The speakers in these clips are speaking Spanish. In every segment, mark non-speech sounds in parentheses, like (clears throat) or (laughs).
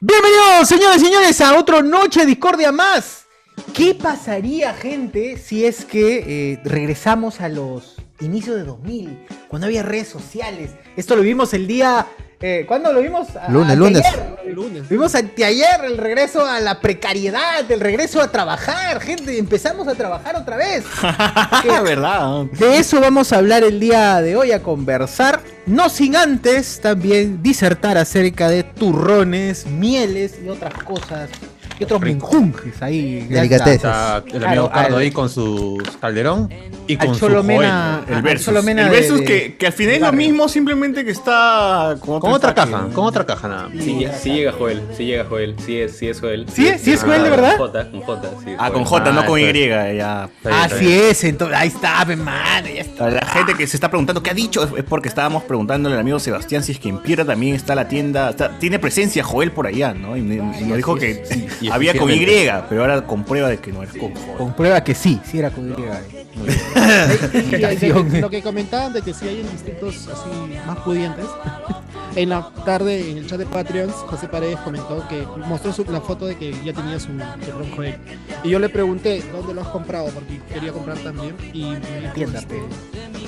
Bienvenidos, señores y señores, a otro Noche Discordia más. ¿Qué pasaría, gente, si es que eh, regresamos a los inicios de 2000, cuando había redes sociales? Esto lo vimos el día... eh, ¿Cuándo lo vimos? A- Lunes, anteayer. lunes. Lunes. Vimos anteayer el regreso a la precariedad, el regreso a trabajar, gente. Empezamos a trabajar otra (laughs) vez. (laughs) Ah, verdad. De eso vamos a hablar el día de hoy, a conversar, no sin antes también disertar acerca de turrones, mieles y otras cosas, y otros menjunjes ahí. de alta- Delicateces. el amigo Claro, Cardo al- ahí con su calderón y al con su Cholo Joel, Mena- el al versus. Cholo Mena el de- versus de- que, que al final es lo Barrio. mismo, simplemente que está con, Con otra empaque, caja, ¿no? con otra caja nada. y- Sí, sí llega Joel, sí llega Joel, sí es, sí es Joel. Ah, ¿Sí es- sí es Joel, de con verdad? J, con J, sí. es Ah, con Joel. J, no Ah, con Y, está ya. Así es, entonces ahí está, pe, mano, ya está. Para la gente que se está preguntando qué ha dicho, es es porque estábamos preguntándole al amigo Sebastián si es que en Piedra también está la tienda. está- tiene presencia Joel por allá, ¿no? Y, me- y nos dijo que y (laughs) había con Y, efectivamente. pero ahora comprueba de que no es con J. Comprueba que sí, sí era con Y. Y de- canción. de- lo que comentaban de que si hay en distritos así más pudientes. En la tarde, en el chat de Patreons, José Paredes comentó que mostró su- la foto de que ya tenía su terrón Joel. Y yo le pregunté dónde lo has comprado, porque quería comprar también. Y me dijo, Tienda, este,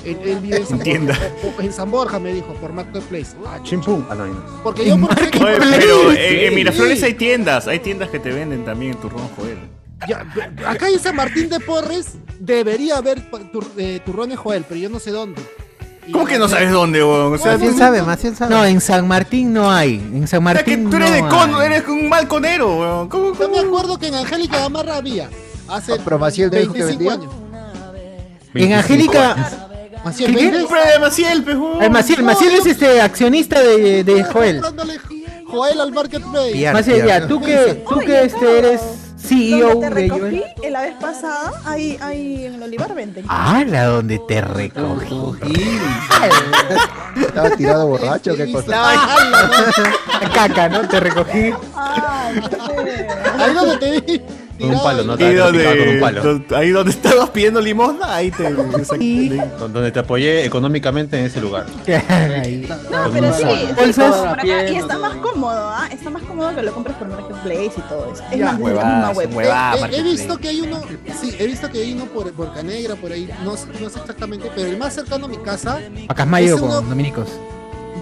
él, él vive en San Tienda. Borja. o- o En San Borja me dijo, por Marketplace. Ah, Chimpum. Ah, no, ahí no. Porque yo por ejemplo, Oye, pero (laughs) Sí. eh, en Miraflores hay tiendas, hay tiendas que te venden también turrón Joel. Ya, b- acá en San Martín de Porres debería haber pa- tur- eh, turrones Joel, pero yo no sé dónde. (laughs) Y- ¿Cómo que no sabes dónde, weón? O sea, Bueno, tú- Maciel sabe, Maciel sabe. No, en San Martín no hay. En San o sea, que Martín. tú eres no de cono, hay. eres un mal conero, weón. ¿Cómo, Yo me cómo? acuerdo que en Angélica Gamarra había. Hace Ah, pero Maciel me dijo que 25 vendía. años. En Angélica. Maciel, ¿Qué, qué? ¿vendes? Siempre de Maciel, pe, weón. eh, Maciel, No, Maciel yo- es este accionista de, de Joel. Comprándole Joel al marketplace. Piar, Maciel, piar. ya, tú que, tú que este eres CEO donde te de recogí Joel. en la vez pasada, ahí, ahí en el Olivar venden. Ah, la donde te recogí. Estaba tirado borracho, qué cosa. La caca, ¿no? Te recogí. Ay, qué feo. Ahí donde te vi. Con un palo, tirado Ahí ¿no? Ah, ahí. Te donde, picaba con un palo. don- ahí donde (laughs) estabas pidiendo limosna, ahí (laughs) te. Don- Donde te apoyé económicamente en ese lugar. Ahí. No, pero sí, sí, Bolsas. todo por acá. Y está más cómodo, ¿ah? Está más cómodo que lo compres por Marketplace y todo eso. Es Ya. más de la misma web. He- he, visto que hay uno, sí, he visto que hay uno por Borca Negra, por ahí, no, sé- no sé exactamente, pero el más cercano a mi casa, Pacasmayo Es uno- con Dominicos.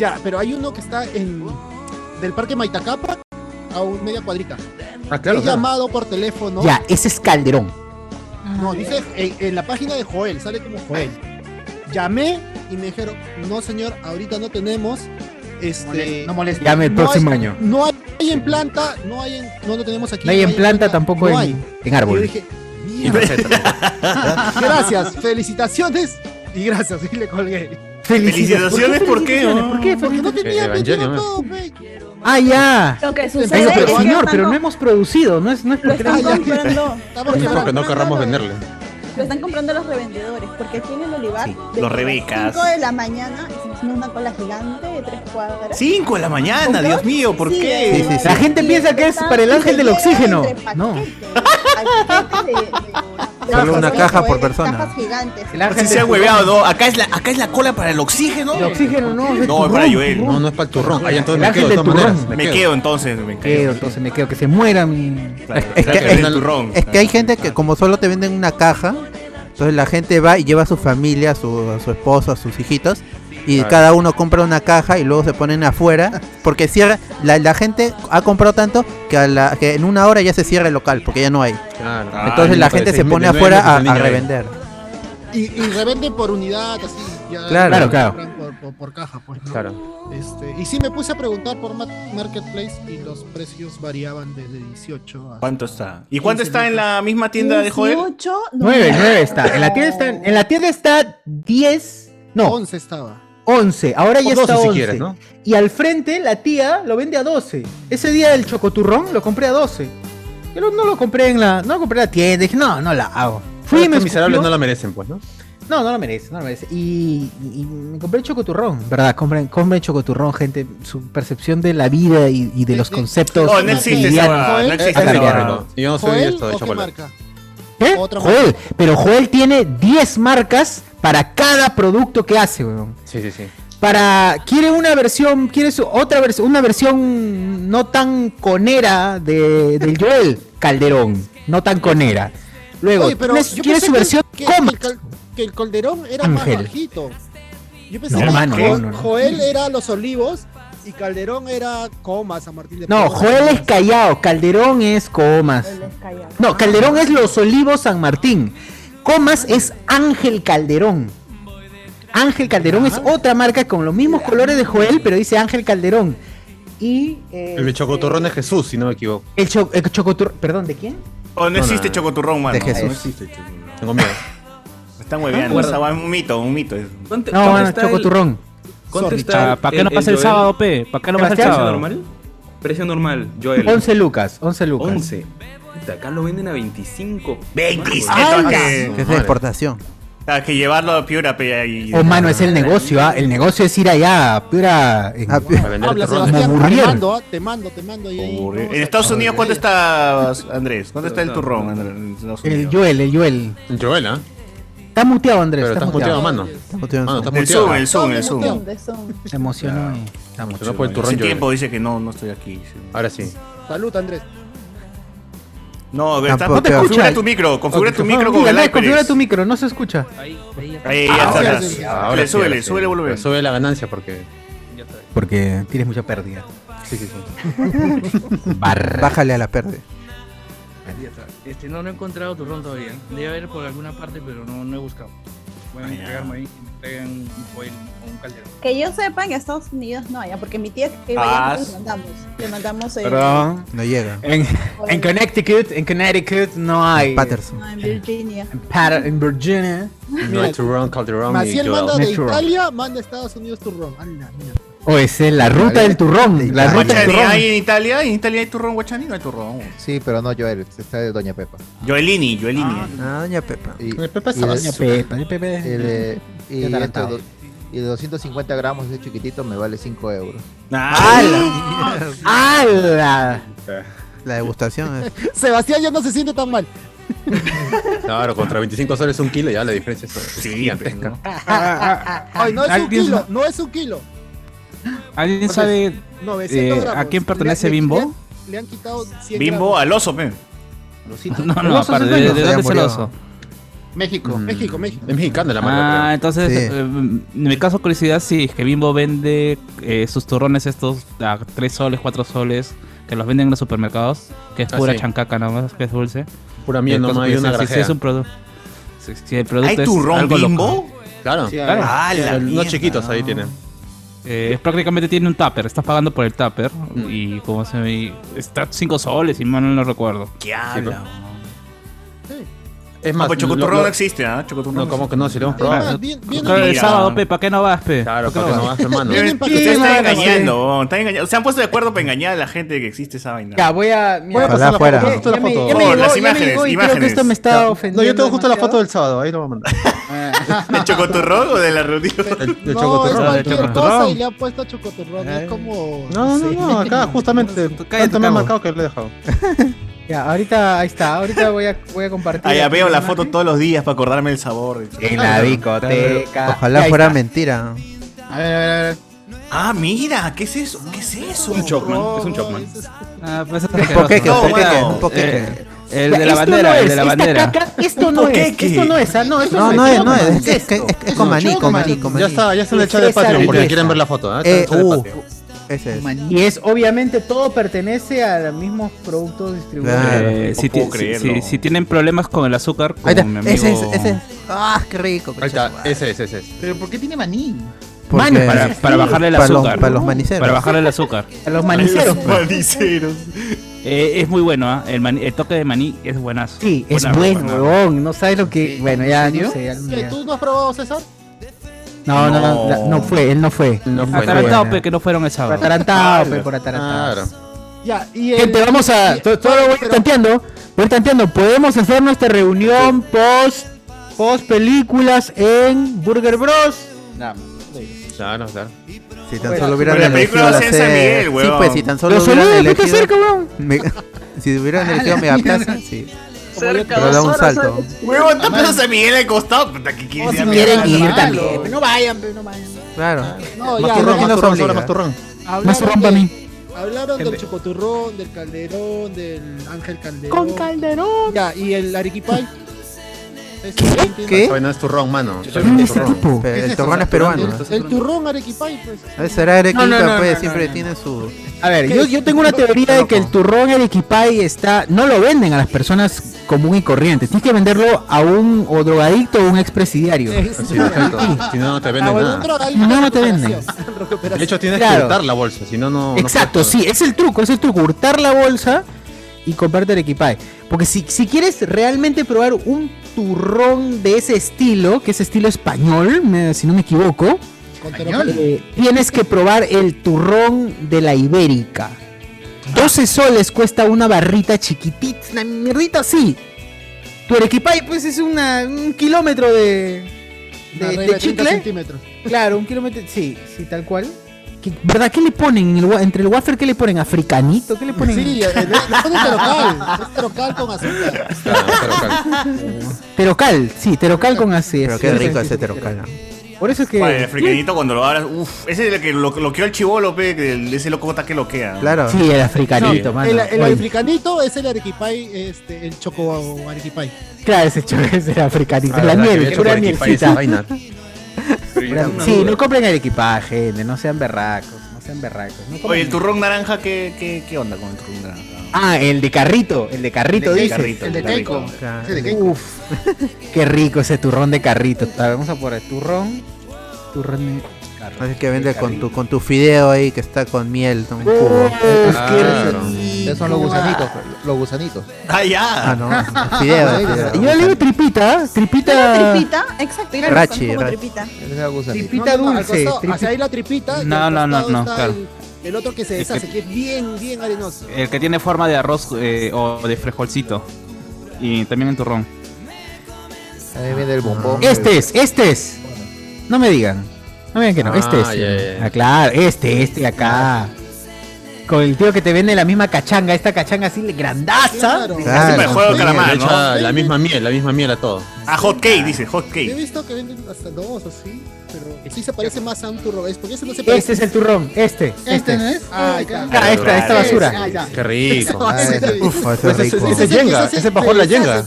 ya, pero hay uno que está en del Parque Maitacapa a un- media cuadrita. Ah, he llamado por teléfono. Ya, ese es Calderón. No, dice en, en la página de Joel, sale como Joel. Llamé y me dijeron, no señor, ahorita no tenemos. Este, no molesta. Llame el próximo año. No hay, en planta, no hay en, no lo tenemos aquí. No hay en planta, tampoco no hay. en, en Y yo árbol. pues, dije, "Mierda". (laughs) gracias, felicitaciones y gracias. Y le colgué. Felicitaciones, ¿por qué? felicitaciones? ¿Por qué? Porque no tenía Eh, Evangelion, metido todo, pe. Ah, ya. Lo que Pero, sucede Pero, es que señor, están pero co- no hemos producido, no es, no es lo porque están no- comprando, (laughs) Es Estamos quebrados. porque no querramos venderle. lo están comprando los revendedores, porque aquí en el Olivar, Sí, desde los las rebecas. 5 de la mañana, hicimos una cola gigante de tres cuadras. 5 de la mañana, Dios mío, ¿por Sí, qué? eh, Sí, sí, sí. La gente y piensa que es están- para el y se ángel del llevan oxígeno. entre paquetes, No. paquetes (laughs) de- de- Solo de- una de- caja de- por de persona. Cajas gigantes. El ángel Así se del- ha hueveado, ¿no? Acá es, la, acá es la cola para el oxígeno. El oxígeno, no. de No, es turrón, para Joel. turrón. No, no es para el turrón. Ahí entonces El me ángel quedo de del todas turrón. maneras. Me quedo entonces, me Me quedo, quedo. entonces me quedo que se muera mi. Claro, Es claro, que- es es- el turrón. Es que hay gente que como solo te venden una caja, entonces la gente va y lleva a su familia, a su, a su esposo, a sus hijitos, y Claro. cada uno compra una caja y luego se ponen afuera, porque cierra, la, la gente ha comprado tanto que, a la, que en una hora ya se cierra el local, porque ya no hay. Claro. Ah, Entonces Ay, la me gente parece, se pone de nueve afuera meses a, el a niño ahí. revender. Y, y revenden por unidad, así. ya- Claro. Claro, claro. compran Por, por- por caja, pues. ¿no? Claro. Este, y sí me puse a preguntar por ma- Marketplace y los precios variaban desde 18 a... ¿Cuánto está? ¿Y cuánto está en la misma tienda de Joel? 18, no, 9, 9 está. En la tienda está, en la tienda está 10, Uh, no, 11 estaba. 11. Ahora ya O está 12 si 11. quieres, ¿no? Y al frente la tía lo vende a 12. Ese día del chocoturrón lo compré a 12. Pero no lo compré en la no lo compré en la tienda, dije, "No, no la hago." Fui y me Estos miserables no escupió. la merecen, pues, ¿no? no, no lo merece, no lo merece. Y, y- y me compré el chocoturrón, ¿verdad? Compren, compren chocoturrón, gente. Su percepción de la vida y, y de los Sí. conceptos. No, no existe esa cotidianos. huevada, no existe esa Joel. huevada. Y Yo no soy de ¿Joel esto de o qué chocolate. marca? ¿Eh? Otra Joel, pero Joel tiene 10 marcas para cada producto que hace, weón. Sí, sí, sí. para quiere una versión, quiere su- otra versión, una versión no tan conera de, del Joel Calderón, no tan conera. Luego, Oye, pero tienes- yo quiere pensé su que- versión que, que cómic. el cal- que el Calderón era Ángel. más bajito. Yo pensé No, que hermano, Jo- no, no, no. Joel era Los Olivos y Calderón era Coma, San Martín de No, Porres. Joel es Callao, Calderón es Comas. No, Calderón es Los Olivos San Martín. Comas es Ángel Calderón. Ángel Calderón es otra marca con los mismos colores de Joel, pero dice Ángel Calderón. Y eh, El chocotorrón es Jesús, si no me equivoco. el, cho- el chocotur- ¿Perdón, ¿de quién? Oh, no existe no. chocoturrón, mano. De Jesús. No existe chocoturrón. Tengo miedo. Me Están hueveando. Guarda. esa va- Un mito, un mito. es. ¿Cuánto- No, cuánto bueno, está el- chocoturrón. ¿Cuánto Sorry, está ¿Para qué no pasa el, Joel? sábado, pe? ¿Para qué no pasa el Sebastián, ¿Precio sábado? normal? Precio normal, Joel. 11 lucas, 11 lucas. 11. Puta, Acá lo venden a 25. 27 Mano, dólares. Que es de exportación. Ah, que llevarlo a Piura, pe, ahí. Oh, mano, es el negocio, ¿ah? el negocio es ir allá, pura. en- Ah, Para vender torrones. Como Habla, Sebastián, te aburrido. mando, ah, te mando, te mando. y ahí- Por- vamos En a- Estados Unidos, ¿cuánto está, Andrés? ¿Cuánto está el turrón, Andrés? en Estados el Unidos? Joel, el Joel. Joel, ¿ah? Está muteado, Andrés. Pero está estás muteado, mano. Mano, estás El Zoom, muteado. el Zoom, el Zoom. Se emocionó eh. y está Pero muteado. No por el turrón Hace Joel. tiempo dice que no, no estoy aquí. sí. Ahora sí. Salud, Andrés. No, pero está- Tampoco te configura escucha. tu micro, configura tu Ah, micro con mira, el no, iPad. Configura tu micro, no se escucha. Ahí, ya está. Ahora ya. sí, Ah, Súbele, Ahora súbele, sí, ahora sí. súbele el volumen. Súbele la ganancia porque. Porque tienes mucha pérdida. Sí, sí, sí. (laughs) Barra. Bájale a la pérdida. Este, no, no he encontrado turrón todavía. Debe haber por alguna parte, pero no, no he buscado. Voy a Ah, ya. entregarme ahí y me traigan un foil o un calderón. Que yo sepa, en Estados Unidos no, ya, porque mi tía que iba Ah, allá, nosotros sí. le mandamos. Le mandamos eh, Perdón. No llega. En, por en el- Connecticut, en Connecticut no hay. Patterson. no, en Virginia. En Pat- en Virginia. No hay turrón, calderón y Maciel Joel. manda de Natural. Italia, manda a Estados Unidos turrón. Ah, la mierda. O Oh, es en la ruta del turrón. La ruta del Guachani, turrón. ¿hay en Italia? ¿En Italia hay turrón, Guachani? No hay turrón. Sí, pero no Joel, está de Doña Pepa. Joelini, Joelini. Ah, doña Pepa. Y, De Pepe y de- Sabaña, Pepe, de Pepe. el, eh, y Qué esto tarantado. de- y de 250 gramos de chiquitito me vale 5 euros. Ah, ¡Hala! La degustación eh. es. (laughs) Sebastián ya no se siente tan mal. Claro, contra 25 soles un kilo, ya la diferencia es Sí, gigantesca. Ah, ¿no? Ay, no es un ¿Alguien, kilo, no es un kilo. ¿alguien sabe 900 Eh, ¿a gramos. quién pertenece Le- le- Bimbo? Le, han- le han quitado 100 Bimbo gramos. al oso, pe. No, El no, oso aparte, es ¿de, dueño. de Ya dónde es el murió. oso? México, México, México. Es mexicana la Ah, marca. entonces, Sí. eh, en mi caso curiosidad, sí, es que Bimbo vende eh, sus turrones estos a 3 soles, 4 soles, que los venden en los supermercados, que es Ah, pura sí. chancaca nada más, que es dulce. pero Pura miel Eh, cosa nomás hay una curiosa, si, si grajea. es un producto. Si, si el producto ¿Hay es turrón algo loco. bimbo? Claro. Claro. Ah, la Los mierda. chiquitos ahí tienen. Eh, es prácticamente tiene un tupper, estás pagando por el tupper Mm. y como se ve, está 5 soles, si mal no recuerdo. ¿Qué habla? Es No, más, pues lo- chocoturrón lo- no existe, ¿ah? Chocoturrón. No, ¿cómo que no? Si lo hemos Además, probado. bien- bien Claro, el mira. sábado, pe, ¿para qué no vas, pe? ¿Para Claro, para qué que no no vas? vas, hermano. Bien Ustedes están empaquetado, engañando, huevón, están engañando. Se han puesto de acuerdo para engañar a la gente de que existe esa vaina. Ya, voy Voy a a. mira, ya- Ojalá pasar la fuera. foto, justo la ya me- foto. ya Oh, me llegó- las ya me imágenes, llegó y creo que imágenes. esto me está ofendiendo. No, yo tengo justo la demasiado. foto del sábado, ahí lo voy a mandar. ¿De chocoturrón o de la reunión? El, el No, es chocoturrón. cualquier chocoturrón. cosa y le han puesto chocoturrón. Es como. No, no, no, (laughs) acá justamente. Cállate, Tanto me ha cabo. marcado que lo he dejado. Ya, ahorita, ahí está, ahorita voy a, voy a compartir. Ah, ya aquí veo la la imagen. foto todos los días para acordarme del sabor. En la discoteca. Ojalá Ahí fuera está. mentira. A ver, a ver, a ver. Ah, mira, ¿qué es eso? ¿Qué es eso? Un Chocman, es un Chocman. Ah, pues es Un asqueroso. poqueque, No, un poqueque, bueno. un poqueque. El de Ya, la esto bandera, no el es, de la esta bandera. caca, esto (laughs) no es, poqueque. esto no es, ah, no, esto No, no es, no es. Chocman, Es, que- es, que- es, que es con no, maní, con Chocman. maní, con maní. Ya está, ya está en el chat de Tristeza, Patreon, por si tristeza. quieren ver la foto. ¿ah? Está en el Eh, chat de uh, Patreon. ese es. Y es, obviamente, todo pertenece a los mismos productos distribuidos. Claro. Eh, No si, puedo ti- si- creerlo. si- si tienen problemas con el azúcar, como Ahí está, mi amigo... ese es, ese es. Ah, qué rico. pues. Ahí está, ese es, ese es. Pero ¿por qué tiene maní? Porque- Mano, Para, para bajarle el para los, azúcar. para los maniceros. Para bajarle el azúcar. A los maniceros. Maniceros. Eh, es muy bueno, ¿ah? el, maní- el toque de maní es buenazo. Sí, es Buena- bueno, buena- huevón, no sabes lo que... Bueno, ya, no serio? sé, algún ¿Qué, día. ¿Tú no has probado, César? No, no, no, la- no fue, él no fue. No fue, Atarantado, no fue. Atarantado, pe, pe, que no fueron el Por sábado. atarantado, pe, por atarantado. Claro. Ya, y el- Gente, vamos a. y- to- Todo lo voy pero- tanteando. Voy tanteando. Podemos hacer nuestra reunión post. Post películas en Burger Bros. Claro, claro. Si tan solo hubieran Pero Pues, la película elegido va a la ser en San sede- Miguel, Sí, huevón. pues si tan solo Los hubieran saludos, ¿qué te elegido. (laughs) cerca, weón? Me- si hubieran elegido Megaplaza, sí. cerca, Pero da un salto. Huevón, tapas a San Miguel al costado. Puta, ¿qué quieres Ah, si ir a quieren mierda? ir Malo. también. No vayan, pe, no vayan. Claro. No, Más ya, turrón, ya, más ya. turrón, Ahora más turrón. Hablaron Más turrón de- para mí. Hablaron del Gente. Chocoturrón, del Calderón, del Ángel Calderón. Con Calderón. Ya, y el Arequipay. ¿Qué? Ay, No es turrón, mano. ¿Quién es ese tipo? Eh, el turrón es peruano. El turrón Arequipay, pues. Eh, Será Arequipa, No, no, no, pues no, siempre no, no. tiene su. A ver, yo, yo tengo una teoría de que el turrón Arequipay está. No lo venden a las personas común y corrientes. Tienes que venderlo a un o drogadicto o un expresidiario. Sí, exacto. Si no, no te Ah, venden nada. No, no te venden. (laughs) De hecho, tienes que Claro. cortar la bolsa, si no, no. no Exacto, puedes- sí, es el truco, es el truco, hurtar la bolsa y comprarte el equipaje. Porque si, si quieres realmente probar un turrón de ese estilo, que es estilo español, me- si no me equivoco, eh, tienes que probar el turrón de la ibérica. 12 soles cuesta una barrita chiquitita, una mierdita así. Tu Arequipay, pues es una, un kilómetro de, de- Arriba de 30 chicle. centímetros. Claro, un kilómetro. Sí, sí, tal cual. ¿Qué- ¿Verdad? ¿Qué le ponen? en el wa- entre el wafer, ¿qué le ponen? ¿Africanito? ¿Qué le ponen? Sí, eh, le le ponen terocal. Es terocal con Ah, azúcar. Terocal, sí, terocal con así. Pero qué rico ese terocal. Por eso es que. Bueno, el africanito cuando lo abras, uff, ese es el que lo, loqueó el chivolo, pe, que el- ese locota que loquea. Claro. Sí, el africanito, mano. El, el Oye, africanito es el arequipay, este, el choco arequipay. Claro, ese chorro es el africanito. Ah, la verdad, que nieve, le pura ponen equipaje nievecita. esa vaina. Pura- una Sí, duda. no compren el equipaje, gente. No sean berracos. No sean berracos. no compren- Oye, el turrón naranja, ¿qué, qué, qué onda con el turrón naranja? Ah, el de carrito. El de carrito, El de dice. carrito, El de el de Keiko. Ese de Keiko. Uf, qué rico ese turrón de carrito. A ver, Vamos a por el turrón. Turrón de carrito. Así que vende con tu, con tu fideo ahí que está con miel. ¿no? Ah, Un cubo. Esos son los gusanitos, los gusanitos. Ah, ya. Ah, no. Fideo. fideo. Yo le digo tripita, ¿Era tripita. tripita? Exacto, era Rachi, como rachi. tripita. Tripita No, no, no, al dulce. costado, tripi- hacia ahí la tripita. y No, al no, no, costado no, está claro. el- El otro que se Es que- deshace, que es bien, bien arenoso. El que tiene forma de arroz eh, o de frijolcito. Y también en turrón. Ahí viene el bombón. Este es, este es. No me digan. No me digan que no. Ah, Este es. ya, ya, ya. Ah, claro, este, este de acá. Con el tío que te vende la misma cachanga, esta cachanga así Ah, grandaza. Claro. Claro. Siempre juego de Le calamar, ¿no? echa ah, la misma miel, la misma miel a todo. Ah, hot cake, dice, hot Yo He cake. visto que venden hasta dos así, pero sí se parece más a un turrón. Es porque ese no se parece. Este es el turrón, este. Este no es. Ah, Ah, esta, esta basura. Qué rico. Ah, ese- uf, ese es rico. ese- yenga, ese pajón la yenga.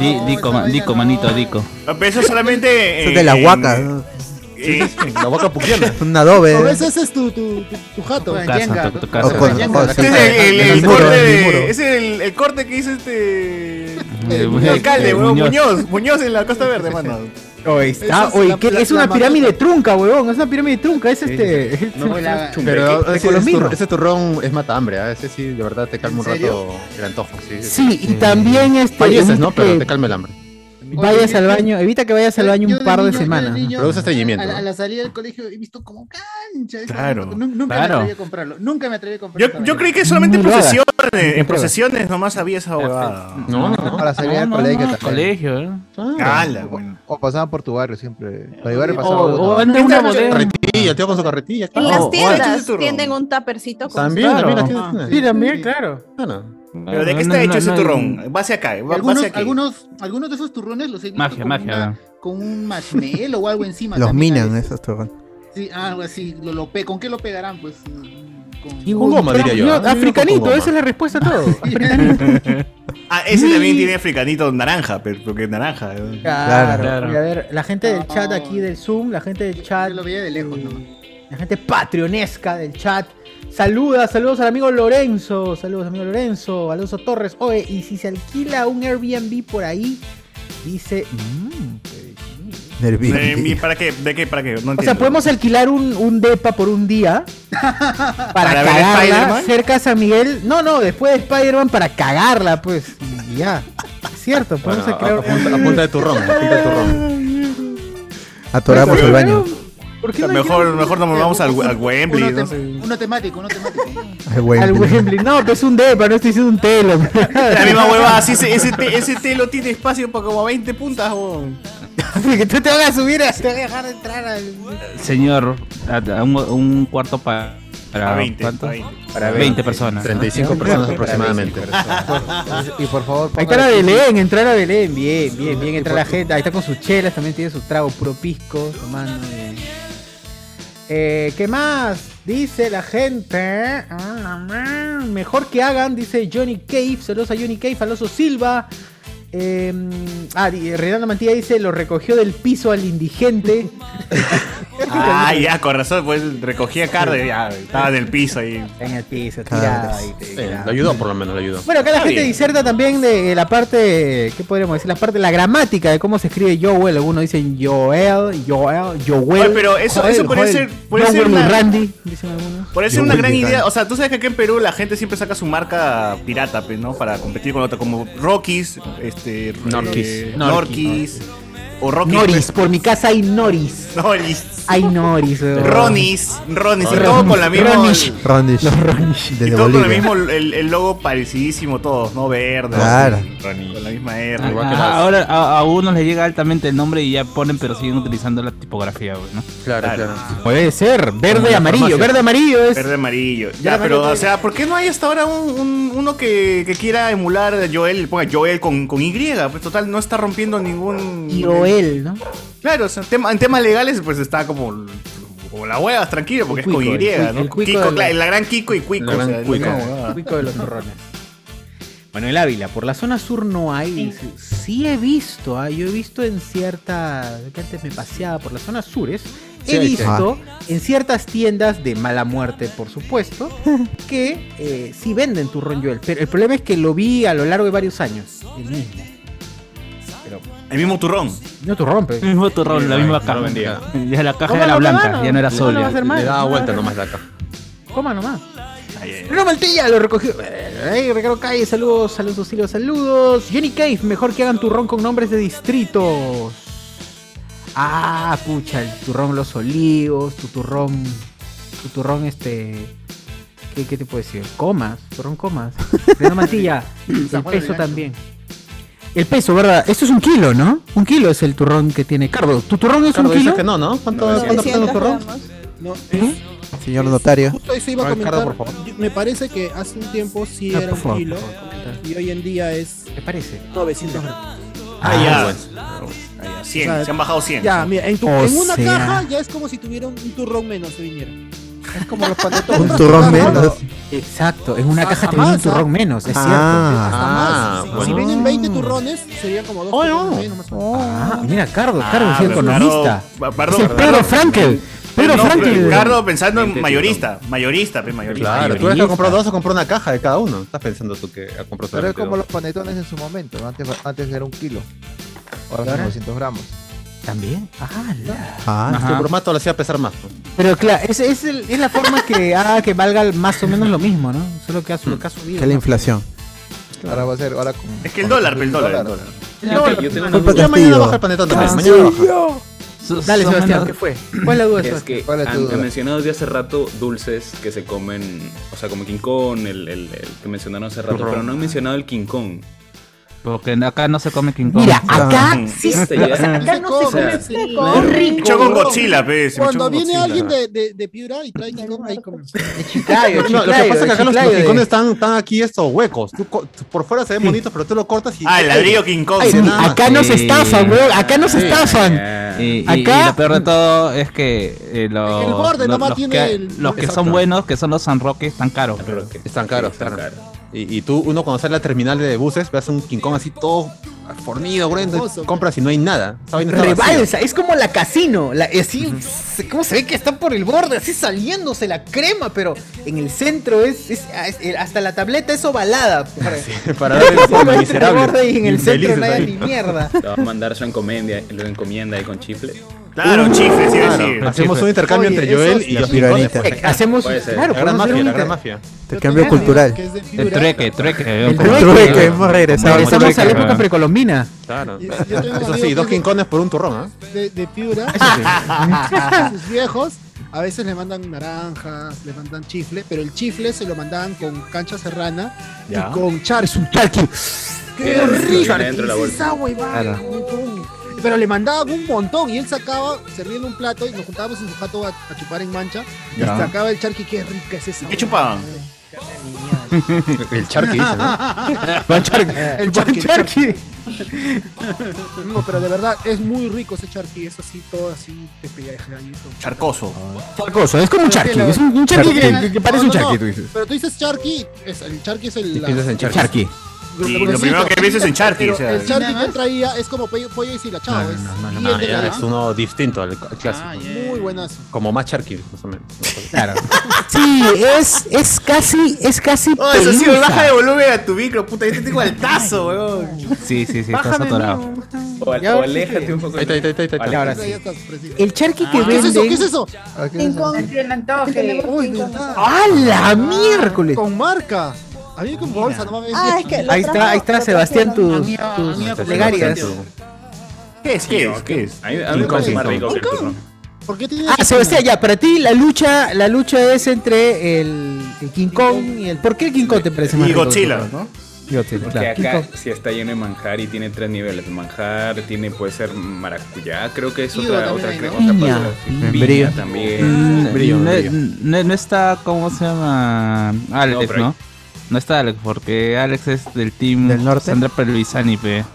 Di- dico, ma- dico, manito, dico. Pero eso solamente. Eso en- es de la en- huaca. ¿no? en- La boca puquiana. Un adobe. A veces ese es tu, tu, tu, tu jato. Tu casa, tu, tu O casa. con- o sí, Ese es el, el- el en el muro, corte en el muro. de, ese es el, el corte que hizo este Eh, el alcalde, eh, weón, Muñoz. Muñoz, Muñoz en la Costa Verde, mano. Oye, está- Esa es oye, la- ¿qué? la- es la una maqueta. pirámide trunca, huevón. Es una pirámide trunca, es este. Pero ese, ese Colombino. tur- ese turrón es mata hambre, ¿ah? ese sí, de verdad te calma un rato el antojo. Sí, sí. Mm. Sí, y también este. Falleces, evita ¿no? Pero que te calma el hambre. Vayas al baño, evita que vayas al baño un par de semanas. Produce estreñimiento. A la, a la salida del colegio he visto como cancha. esa Claro, vaina. Nu- Nunca claro. me atreví a comprarlo. Nunca me atreví a comprarlo. Yo, yo creí que solamente en Ni drogas. procesiones, en procesiones nomás había esa huevada. No, no. Para salir del colegio también. colegio, ¿eh? Cala, bueno. O pasaban por tu barrio siempre. Para llevar O- pasaba uno. O anda una bodega. Carretilla, tío con su carretilla. En claro. Oh, las ese tiendas turrón. tienen un tapercito con También, Claro. también las tiendas tienen. Sí, también, claro. Claro. Pero de qué No, está no, hecho no, ese no, turrón? Base acá, eh, va- algunos, base aquí. algunos, algunos de esos turrones los he visto Magia, con, magia, una- ¿verdad? con un marshmallow o algo encima. Los también, minan ¿sabes? esos turrones. Sí, ah, algo así. Lo, lo pe- ¿Con qué lo pegarán? Pues. mm, Con... Y Con goma, pero- diría yo, no, ¿eh? Yo con Africanito, goma. esa es la respuesta a (laughs) todo. ¿eh? Ah, ese también tiene africanito naranja, pero porque es naranja. eh. Claro, Claro. Y a ver, la gente del chat aquí del Zoom, la gente del chat. Yo lo veía de lejos, eh, nomás. La gente patrionesca del chat. Saluda, saludos al amigo Lorenzo, saludos amigo Lorenzo, Alonso Torres. Oye, y si se alquila un Airbnb por ahí, dice. mm, eh, Eh, ¿y Nervio. ¿Para qué? ¿De qué? ¿Para qué? No O sea, entiendo. podemos alquilar un, un depa por (laughs) un día para, ¿Para ver cagarla Spider-Man? cerca a San Miguel. No, no, después de Spider-Man para cagarla, pues. y ya. Es cierto, podemos Bueno, ah, a, a alquilar punta, a punta de turrón, a punta de turrón. ah, Atoramos el baño. ¿Por qué no Mejor, alquilamos mejor nos vamos al, al Wembley. Uno, No tem- sé. uno temático, uno temático. Ay, (laughs) Al Wembley. Wembley. No, pero es un depa, no estoy diciendo un telo. (laughs) La misma huevada, así ese, ese, te- ese telo tiene espacio para como 20 puntas, (laughs) huevón. Porque (laughs) tú te van a subir, a- te van a dejar entrar al. Señor, a, a un, un cuarto para Para, A 20, ¿cuánto? a 20. Para 20, personas. 35 personas aproximadamente. Y por favor, Ahí está la pongan- Belén, entrar a Belén. Bien, bien, bien, entra la gente. Ahí está con sus chelas, también tiene sus tragos, puro pisco, tomando. bien. Eh, ¿Qué más? Dice la gente. Ah, Mejor que hagan, dice Johnny Cave. Saludos a Johnny Cave, Alonso Silva. Eh, ah, di- Renato Mantilla dice: Lo recogió del piso al indigente. Ah, ya, con razón, pues recogía carne, ya, estaba en el piso ahí. En el piso, tirado ahí. lo ayudó por lo menos, lo ayudó. Bueno, acá la Está gente bien. diserta también de la parte, ¿qué podríamos decir? La parte, la gramática de cómo se escribe Joel. Algunos dicen Joel, Joel, Joel. Oye, pero eso- Joel, eso puede Joel, ser- puede ser Joel y una- Randy, dicen algunos. Por eso es una gran idea. O sea, tú sabes que acá en Perú la gente siempre saca su marca pirata, pues, ¿no? Para competir con otra, como Rockies, este, Norquis. eh, Norquis. Norquis, o Rockies. pues. Noris, por mi casa hay Noris. Noris. Hay Noris. (laughs) weón. Ronis, Ronis, y todo con la misma. Ronish. Rondish. Y Desde todo con el Bolivia. mismo el, el logo parecidísimo todos, ¿no? Verde. Claro. así, Con la misma R. Ah, igual que las- ahora a, a unos les llega altamente el nombre y ya ponen, pero siguen utilizando la tipografía, güey, ¿no? Claro, claro. Puede ser, verde, amarillo, verde, amarillo es. Verde amarillo. Ya, Verde, pero, amarillo. o sea, ¿por qué no hay hasta ahora un, un- uno que, que quiera emular a Joel? Le Ponga Joel con, con Y. Pues total, no está rompiendo ningún. Joel, ¿no? Claro, o sea, en, tema- en temas legales, pues está como. Como la huevas, tranquilo, porque El cuico, es con Y, el cuico, ¿no? el cuico Kiko, de la- claro, la gran Kiko y Cuico. La gran o sea, ah. cuico. la misma huevada. Cuico de los horrones. Bueno, el Ávila, por la zona sur no hay. dice. Sí, he visto, ah, yo he visto en cierta. que antes me paseaba por las zonas sures. Sí, he ahí está. visto en ciertas tiendas de mala muerte, por (laughs) supuesto, que eh, sí venden turrón Joel. Pero el problema es que lo vi a lo largo de varios años. El mismo. Pero, El mismo turrón. no turrón, pero. El mismo turrón, la Ay, misma no caja. lo vendía. Ya la caja ¿Cómo era no, blanca, hermano? ya no era ¿Cómo no sol. va a ser mal? ¿Cómo no va a ser nomás la caja. Coma nomás. Bruno Maltilla lo recogió. Hey, Ricardo Calle, saludos, saludos, Silvio, saludos. Johnny Cave, mejor que hagan turrón con nombres de distritos. Ah, pucha, el turrón Los Olivos, tu turrón. Tu turrón, este. ¿Qué, qué te puedo decir? Comas, turrón comas. (laughs) Bruno Maltilla, el Samuel peso Blanco. también. El peso, ¿verdad? Esto es un kilo, ¿no? Un kilo es el turrón que tiene. Cardo, ¿tu turrón es Ricardo, un dices kilo? que no, ¿no? ¿Cuánto- Pues cuánto pesa un turrón? No, Señor notario. Justo eso iba a Ah, comentar. Ricardo, por favor. Yo- Me parece que hace un tiempo sí Ah, era por un favor, kilo por y hoy en día es ¿Te parece? 900 Ah, ya. Ah, ya. O 100, sea, se han bajado 100. Ya, mira, en, tu- O en una sea. caja ya es como si tuviera un turrón menos se viniera. Es como los panetones. Un turrón menos. Exacto, en una caja te viene un turrón menos, es cierto. Ah, si, si vienen 20 turrones, serían como dos turrones menos, más o menos. Ah, mira, Cardo, Cardo es Ah, el pues, pero economista. Cardo- Cardo- es el Pedro Cardo- Frankel. Pedro No, Frankel. pero Ricardo pensando en Gente, mayorista, mayorista, pe, mayorista. Claro, tú eres que compró dos o compró una caja de cada uno. Estás pensando tú que ha comprado Pero es solamente como los dos. panetones en su momento. Antes, antes era un kilo. ¿Y Ahora ahora? son 200 gramos. También. ¡Hala! Este bromato lo hacía pesar más. Pero claro, es, es, el- es la forma que (laughs) haga que valga más o menos lo mismo, ¿no? Solo que ha, Mm. su- lo que ha subido. Que la inflación. Ahora va a ser, ahora con. Es que el dólar, pe, el dólar, el dólar. Yo tengo Fue una duda. Castillo. Mañana baja el panetón Ah, también, mañana sí. Dale, Son Sebastián, menos- ¿qué fue? ¿Cuál es la duda, Es Sebastián? que ¿Cuál es tu han, duda? han mencionado de hace rato dulces que se comen, o sea, como King Kong, el, el- el que mencionaron hace rato, Turrón. pero no han mencionado el King Kong. Porque acá no se come King Kong. Ah. Mira, acá sí se- o sea, acá no se come este seco. Es rico. Me echó con Godzilla, pe, se me echó Cuando con viene Godzilla. alguien de, de, de Piura y trae King Kong, ahí come. Chiclayo, No, lo que chiclayo, pasa es que acá los chiclayo de- rincones están, están aquí estos huecos. Tú co- por fuera se ven bonitos, pero tú lo cortas y. Ah, el ladrillo King Kong. Ay, Nada más. acá nos Sí. estafan, weón. Acá nos estafan. Y, y- y Acá- lo peor de todo es que eh, lo- El borde lo- nomás los, tiene que, el- los que son Exacto. buenos, que son los San Roque, están caros. Están caros, están caros. Y, y tú, uno cuando sale a la terminal de buses, ves un King Kong así todo fornido, grueso, y compras y no hay nada. Esa vaina está vacía. Rebalsa, es como la casino, la, así, se- ¿cómo se ve que está por el borde? Así saliéndose la crema, pero en el centro es, es- es- eh, hasta la tableta es ovalada. para- Para darle (laughs) el sabor Entre miserable. borde y en el centro no hay ni mierda. Lo va a mandar su encomienda, lo encomienda ahí con chifle. Claro, chifle, sí, Claro, sí. Hacemos un intercambio Oye, entre Joel esos- y las los piranitas. King Kong. Hacemos- Puede ser. claro, la gran podemos hacer mafia, un la inter- gran mafia. Cambio cultural. El trueque, trueque. eh, El como- trueque, como- hemos regresado. como Regresamos trueque, a la época ¿verdad? precolombina. Claro. yo tengo Eso amigos sí, dos que- King Kongs por un turrón, ¿ah? de, de Piura, sus viejos, a veces le mandan naranjas, le mandan chifle, pero el chifle se lo mandaban con cancha serrana Ya. y con char, es un charqui. ¡Qué Era rico! dentro de la Es bolsa. esa huevada, Claro. huevón. Pero le mandaban un montón y él sacaba, servía en un plato y nos juntábamos en su jato a, a chupar en mancha. Ya. Y sacaba el charqui, qué rica es esa. ¿Qué chupaban? El charqui dice, (laughs) (laughs) ¿no? El charqui. El Eh, El charqui, charqui. el charqui. (laughs) No, pero de verdad es muy rico ese charqui, eso así, todo así, te pilla de granito. Charcoso. Charcoso, es como un charqui, es un, un charqui que, que- que parece un charqui, tú dices. Pero tú dices charqui, es- el charqui es el. la- Charqui. Sí, lo primero que piensas es en charqui. Pero O sea, el charqui que él traía es como pollo, pollo y silachado. es bien Ah, ya, delgado. es uno distinto al al clásico. Muy buenas. Como más charqui, más o menos. (laughs) Claro. Sí, es, es casi, es casi. Oh, eso sí, pelusa. baja de volumen a tu micro, puta. Yo te tengo al tazo, weón. Sí, sí, sí, estás Bájame, atorado. O, al- Ya, o aléjate un poco. Ahí está, ahí está, ahí está, ahí está. Ahora sí. El charqui Ah, que ¿Qué es venden. eso? Ah, ¿Qué es eso? Uy, Ah, ¡A la miércoles! Con marca. A mí con bolsa, no mames. Ah, es que lo Ahí está, trajo- ahí está lo Sebastián, trajeron. tus, tus plegarias. ¿Qué es? ¿Qué es? ¿Qué A mí, a mí me parece más rico que el turrón. ¿Por qué tiene Ah, Sebastián, ya, para ti la lucha, la lucha es entre el, el King Kong y el. ¿Por qué el King Kong te parece más Y rico? Godzilla, ¿no? Y Godzilla, Porque claro. King acá Kong. sí está lleno de manjar y tiene tres niveles. de Manjar tiene, puede ser maracuyá, creo que es Higo otra, también otra, hay, cre- ¿no? otra Piña. cosa así. Mm, Piña brillo. Ah, también. Mm, no, no- no está, ¿cómo se llama? Alex, pero- ¿no? No está Alex, porque Alex es del team ¿Del norte? Sandra Perluisani, pe.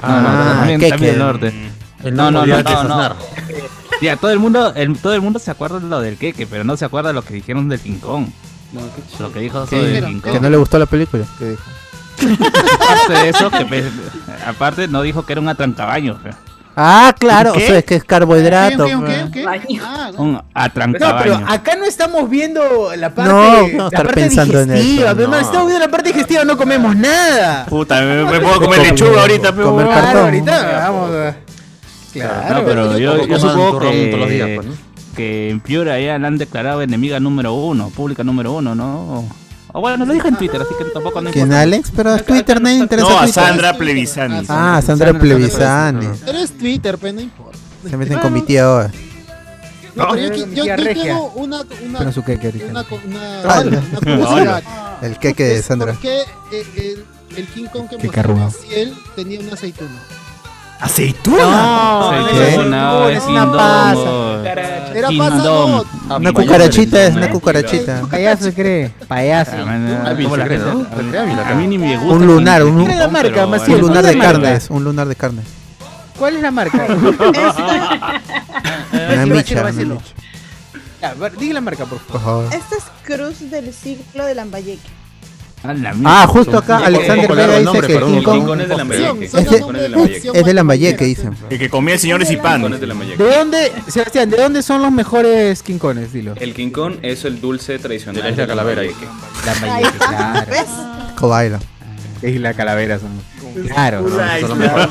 Ah, No, no, no, qué también, también que- del norte. El no, no, norte no, de no, no. Saznar. (laughs) Ya, todo el mundo, el- todo el mundo se acuerda de lo del queque, pero no se acuerda de lo que dijeron del King Kong. Lo que dijo sobre el King Kong. Que no le gustó la película. (laughs) Aparte de eso, que pe- aparte no dijo que era un atrancabaños, pe. Ah, claro, o ¿Qué? sea, es que es carbohidrato. ¿Qué, qué, pues. qué, qué? Ah, Un No, pero atrancabaños. acá no estamos viendo la parte, No, no la estar parte pensando en eso, digestiva, pe, no. man, estamos viendo la parte digestiva, no comemos nada. Puta, me, me puedo comer lechuga ahorita, pero. Comer cartón. ahorita vamos a... Ah, No, pero yo, yo Coman supongo turrón todos los días, que, pues, ¿no? que en Piura ya la han declarado enemiga número uno, pública número uno, ¿no? O bueno, lo dijo en Twitter, así que tampoco no ¿Quién importa. Alex? Pero a Twitter nadie interesa. No, a Twitter. Sandra Plevisani. Ah, Sandra Plevisani. Pero es Twitter, pe, no importa. Se meten con mi tía ahora. No, pero yo, yo- yo regia. tengo una, una, Pero su queque ahorita. una, co- una, Ah, una no. curiosidad. El queque de Sandra. ¿Por qué eh, el, el King Kong que Qué mostró carrugado. si él tenía una aceituna? ¿Aceituna? Aceituna es una indomo. pasa. Era Indomo. pasa, no. Ah, Una cucarachita es una cucarachita. Payaso se cree, payaso. Ah, Ah, Como la gente- A mí ni me eh. gusta. Un lunar, un, Mira la un- marca, un Maciel, lunar ¿cuál es de la marca? carnes, un lunar de carne. ¿Cuál es la marca? Una micha, una Dile micha. la marca, por favor. Por favor. Este Esta es Cruz del Ciclo de Lambayeque. Ah, justo acá Sí, Alexander un poco Vega largo el dice nombre, que pero King un Kong- rincón es de Lambayeque. Es de- Son de Lambayeque. es de Lambayeque, dicen. El que comía el señor Zipán. este ¿De dónde, Sebastián, de dónde son los mejores quincones? Dilo. El quincón es el dulce tradicional. isla Calavera. Lambayeque, claro. Colaila. Es la calavera, son. Claro. Skull ¿no? Island. Son los mejores.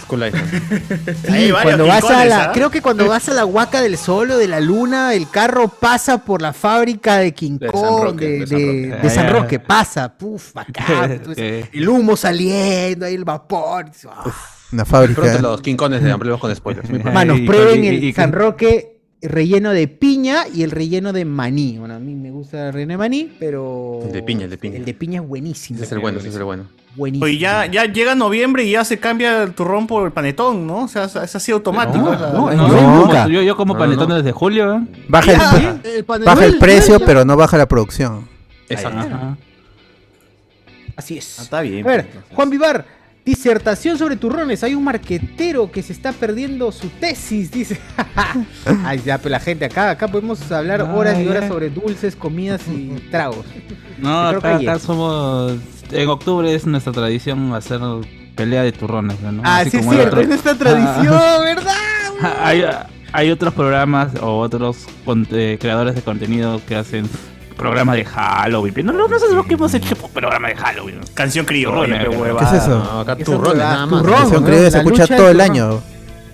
Skull Island. Sí, cuando vas a la, creo que cuando vas a la huaca del sol o de la luna, el carro pasa por la fábrica de King De San Kong, Roque, de, de San de- Roque. de San Ah, ya. Roque, pasa, puf, bacán, tú ves Eh, el humo saliendo, ahí el vapor, dices, ah. Una fábrica. ¿eh? Pronto los quincones de Hablemos con (laughs) spoilers. muy pronto. manos, prueben el San Roque relleno de piña y el relleno de maní. Bueno, a mí me gusta el relleno de maní, pero El de piña, el de piña. el de piña es buenísimo. Ese es el bueno, ese es el bueno. Buenísimo. Oye, ya, ya llega noviembre y ya se cambia el turrón por el panetón, ¿no? O sea, es es así automático. la- no, la- yo no. como- yo, yo como No, no, panetón desde julio. ¿eh? Baja Ah, el, Ya, pre- el panetón baja el del precio, diario. pero no baja la producción. Exacto. Así es. Ah, está bien. A ver, Juan Vivar, disertación sobre turrones. Hay un marquetero que se está perdiendo su tesis, dice. (laughs) Ay, ya, pero la gente acá, acá podemos hablar Ah, horas y ya. horas sobre dulces, comidas y tragos. No, Yo creo acá, que acá ayer. somos. En octubre es nuestra tradición hacer pelea de turrones. ¿no? Ah, Así sí es como hay cierto, otro- es nuestra tradición, (laughs) ¿verdad? hay, hay otros programas o otros con- eh, creadores de contenido que hacen programas de Halloween. pero No, no, no sé lo que hemos hecho por programa de Halloween. Canción criolla, Turrones, qué ¿no? huevada. ¿Qué es eso? No, acá Esa turrones Ah, huevada, nada más. turrón, Eso ¿no? creo que se La escucha lucha todo del el turrón. año.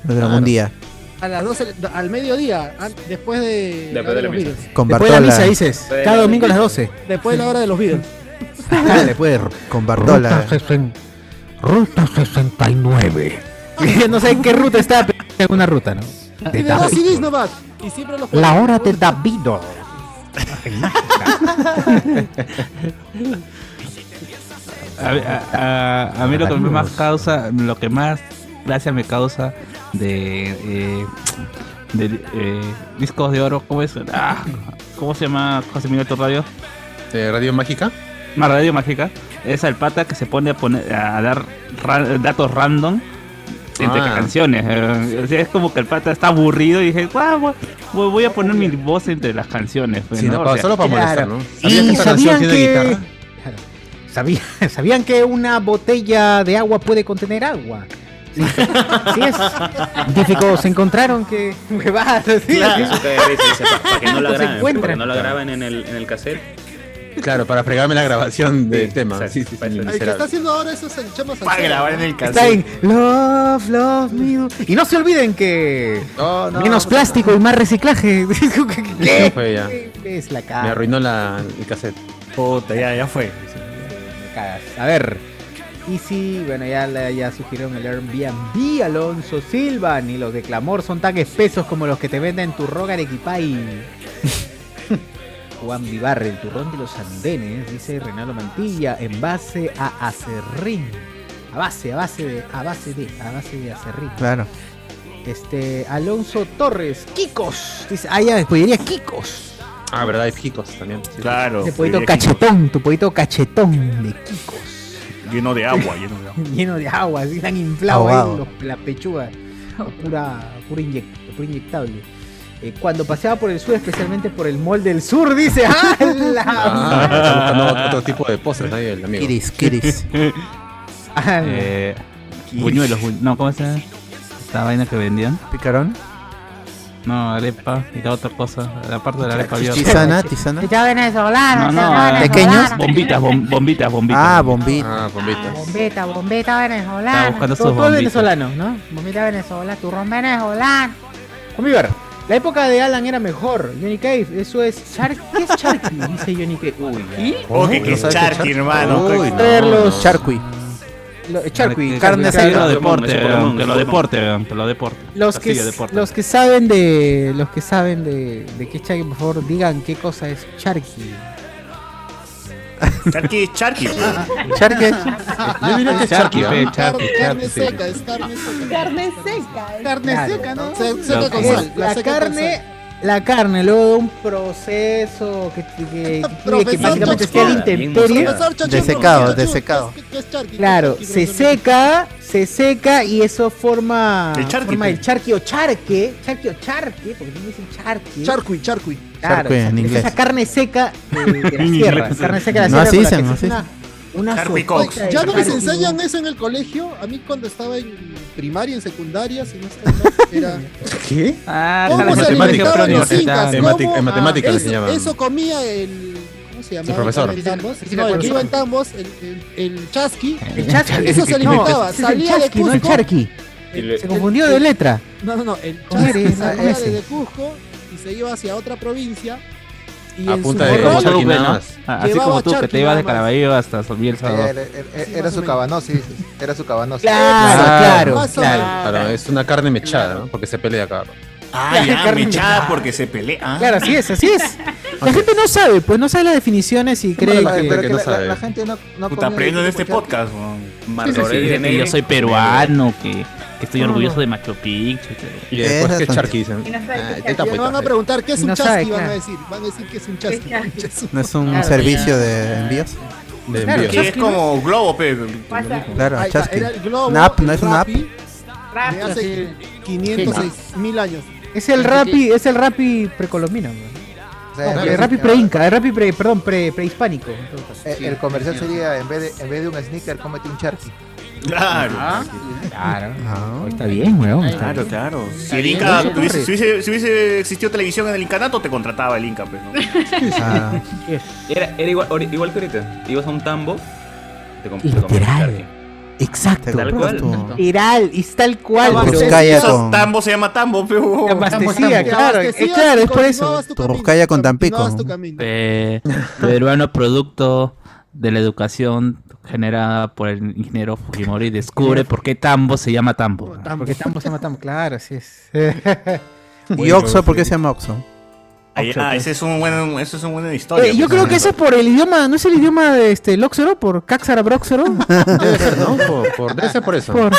Pero algún día. A las 12, al mediodía, an- después de. Después de la misa. Con Después Bartola. de la misa, dices. Después de Cada la domingo a las misa. 12. Después de la hora de (laughs) los (laughs) videos. Dale, pues, con Bartola. Ruta 69. (laughs) no sé en qué ruta está, pero en alguna ruta, ¿no? Tiene dos CDs nomás. Y siempre los La hora de Davido. A, a- a- a mí lo que más causa, lo que más gracias me causa de, eh, de, eh, discos de oro, ¿cómo es? Ah, ¿Cómo se llama José Miguel tu radio? ¿Radio Mágica? Más Radio Mágica. Es al pata que se pone a, poner, a dar ra- datos random entre Ah. canciones. eh, o sea, es como que el pata está aburrido y dije, "Guau, voy- voy, voy a poner mi voz entre las canciones. pues, Sí, no, O para- sea, solo para molestar, ¿no? ¿Sabías que Y esta sabían canción tiene que... guitarra? Claro. Sabía- (laughs) sabían que una botella de agua puede contener agua. Sí, es. Científicos encontraron que (laughs) huevadas, así, Claro, así. eso que dice, para, que no la Se graben, encuentran. para que no la graben en el, en el cassette. Claro, para fregarme la grabación del tema. Sí, sí, sí, El que está miserable. haciendo ahora eso es el Chema Salcedo. Está en Love, Love Me. Y no se olviden que no, menos no. plástico y más reciclaje. (laughs) Ya fue, ya. Es la cara. Me arruinó la, el cassette. Puta, ya, ya fue. cagas. A ver. Y sí, bueno, ya, la- ya sugirieron el Airbnb, Alonso Silva. Ni los de Clamor son tan espesos como los que te venden tu Rogar Equipay. (laughs) Juan Vivarre, el turrón de los andenes, dice Renalo Mantilla, en base a acerrín. A base, a base de, a base de, a base de acerrín. Claro. Este, Alonso Torres, Kikos. Dice, ah, ya, pollería Kikos. Ah, verdad, es Kikos también. Claro. Ese pollito cachetón, tu pollito cachetón de Kikos. Lleno de agua, lleno de agua. (laughs) lleno de agua, así están inflados Ahogado. ahí los, las pechugas, pura, pura, inyec- pura inyectable. Eh, cuando paseaba por el sur, especialmente por el mall del sur, dice, (laughs) ¡ah! la- Ah, está buscando otro- otro tipo de postres ahí el amigo. (laughs) Kiris, kiris. Ah, no. eh, buñuelos, bu- no, ¿cómo se llama? Esta vaina que vendían. ¿Picarón? No, arepa y la otra cosa, la parte de la arepa había otra. Tisana, tisana. Yo venezolano, No, no, Bombitas, bom- bombitas, bombitas. Ah, bombitas. Ah, bombitas. Bombeta, bombeta Estaba venezolana. buscando Todo, sus todo bombitas. venezolano, ¿no? Bombeta venezolana, turrón venezolano. Conmigo, la época de Alan era mejor. Johnny Cave, eso es. Char ¿Qué es Sharky? (laughs) Dice Johnny Cave. Uy, ya. Oh, que- que ¿No es sabes qué charqui, hermano. Uy, no, Verlos. no. Charqui. Lo- Charqui, Carne Que asada. lo deporte, Ese weón, Pokémon, que lo ese deporte, weón, que lo deporte. Los que, Castillo deporte. los que saben de los que saben de, de qué es Charqui, por favor, digan qué cosa es Charqui. Charqui, charqui. pues. Charqui. Yo diría que es charqui, Charqui, ¿ah? pe, charqui, ¿eh? Carne charqui, sí. seca, es carne seca. Carne seca. Carne Claro. seca, ¿no? Se- Se- Seca con Es sal. seca la, con carne, sal. la carne, luego de un proceso que, que, que- que, Profesor básicamente esté a la Chochón. intemperie. Profesor Chochón, Desecado, profesor Chochón, desecado. ¿Qué es charqui? Claro, se seca, se seca y eso forma El charqui, forma pues. pe. el charqui o charque, charqui o charque, porque me dicen charqui. Charqui, charqui. Claro, Charqui en esa- es inglés. esa carne seca (laughs) eh, de la En sierra, inglés. carne seca de la No, sierra. así con la que dicen, se hace así Una, una Charqui sopita Cox. de Ya no les charqui. enseñan eso en el colegio. A mí cuando estaba en primaria, en secundaria, si no estoy mal, era ¿Qué? Ah, ¿Cómo En se matemáticas, alimentaban los incas? en ¿Cómo? matic- en matemáticas Ah, le eso- enseñaban. Eso comía el... ¿Cómo se llamaba? El profesor. El tambos. Sí, sí, me No, el que acuerdo. iba en tambos, el, el, el chasqui. El charqui. Eso se alimentaba. No, salía es el de charqui, no el Cusco. charqui. Se confundió de letra. No, no, no. El ¿Cómo chasqui eres? salía Ese. desde Cusco y se iba hacia otra provincia. Y A en punta su de morral como charqui Bueno, nada más. ah, Así Llevaba como tú, que charqui te ibas nada de más. Caraballo hasta Solviel Era, Salvador. era- era su cabanos, sí, sí, Era su cabanos. Claro, Más o menos. Claro, es una carne mechada, ¿no? Porque se pelea acá. Ah, ya, Carne mechada mechada. porque se Ah. pelea. Claro, así es, así (laughs) es. La gente no sabe, pues no sabe las definiciones y cree la que... gente que no La- sabe. La gente no, no Puta, come- aprendo en este podcast, weón. Sí, Margarita sí, que Negri. yo soy peruano, que, que Ah. estoy orgulloso de Machu Picchu. Y después que charqui dicen. Y no este sabe Ah, qué te charqui. Me van a tapo. preguntar qué es un No sabe, chasqui, van a claro. decir. Van a decir que es un (laughs) chasqui. No es un Claro. servicio de envíos. De Claro, envío. Que es Charqui, ¿no? como globo, pero. Claro, Ahí está, chasqui. Era el globo. Nap, no el es un app. Rappi, De Rápido. hace 500, Sí. 1000 años. Es el rapi, es el rapi precolombino. güey. O sea, No, en el rapi realidad, preinca, el rapi pre, perdón, pre, prehispánico. en todo caso. eh, El comercial sería, en vez de, en vez de un sneaker, cómete un charqui. Claro. Claro. Ah, Está bien, weón. está Claro, bien. claro. Si el bien, Inca bien, tuviese- corre. si hubiese, si hubiese existido televisión en el Incanato, te contrataba el Inca, pues, ¿no? ah. Era, era igual, ori- igual que ahorita. Ibas a un tambo, te comp- te comías un charqui. Literal. Exacto. Tal cual. Literal, y tal cual. Tambo, pero- Vizcaya esos con- Tambo se llama Tambo, pero. Te abastecía, Te claro. eh, abastecías claro, y es por eso. continuabas tu camino, Turruscaya con Tampico. continuabas tu camino. Eh, peruano producto de la educación generada por el ingeniero Fujimori descubre por qué Tambo se llama Tambo. Porque tampoco se matamos, claro, así (laughs) es. Y Oxo, ¿por qué se llama Oxo? Ahí- ah, ese es un buen, eso es una buena historia. Eh, yo pues, creo ¿no? que eso es por el idioma, ¿no es el idioma de este (laughs) Loxoro? ¿Por Caxara Broxoro? Debe ser, ¿no? Por, por- debe ser por eso. Por...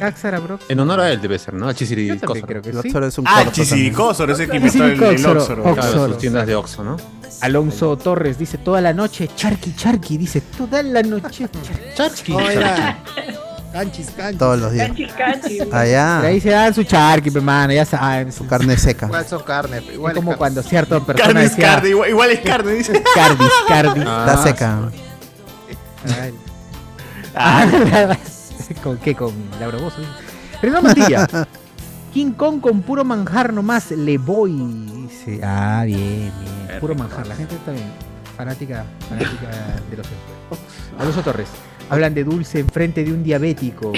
Axara, bro. En honor a él debe ser, ¿no? A Chisiricósoro. también creo que El sí. Oxoro es un Ah, corto Chisiricósoro, ese que también. inventó el- Ah, el Chisiricósoro, Oxoro. Claro, Oxoro. sus tiendas de Oxxo, ¿no? Alonso Torres dice toda la noche, Charqui Charqui dice toda la noche, Charqui. Oiga. Oh, Canchis, canchis. Todos los días. Canchis, canchis. Ah, Allá. Ahí se dan su Charqui, hermano, ya saben. Su carne seca. Igual son carne, pe, igual es como cuando cierto persona Carne es decía, carne, igual- igual es carne, (laughs) dice. Cardis, Cardis. Está seca. Ay. Ah, (laughs) ¿Con qué? Con Laura Bozo. Renan Mantilla. King Kong con puro manjar nomás. Le voy. Dice. Ah, bien, bien. Puro manjar. La gente está bien. Fanática, fanática de los Alonso Torres. Hablan de dulce enfrente de un diabético.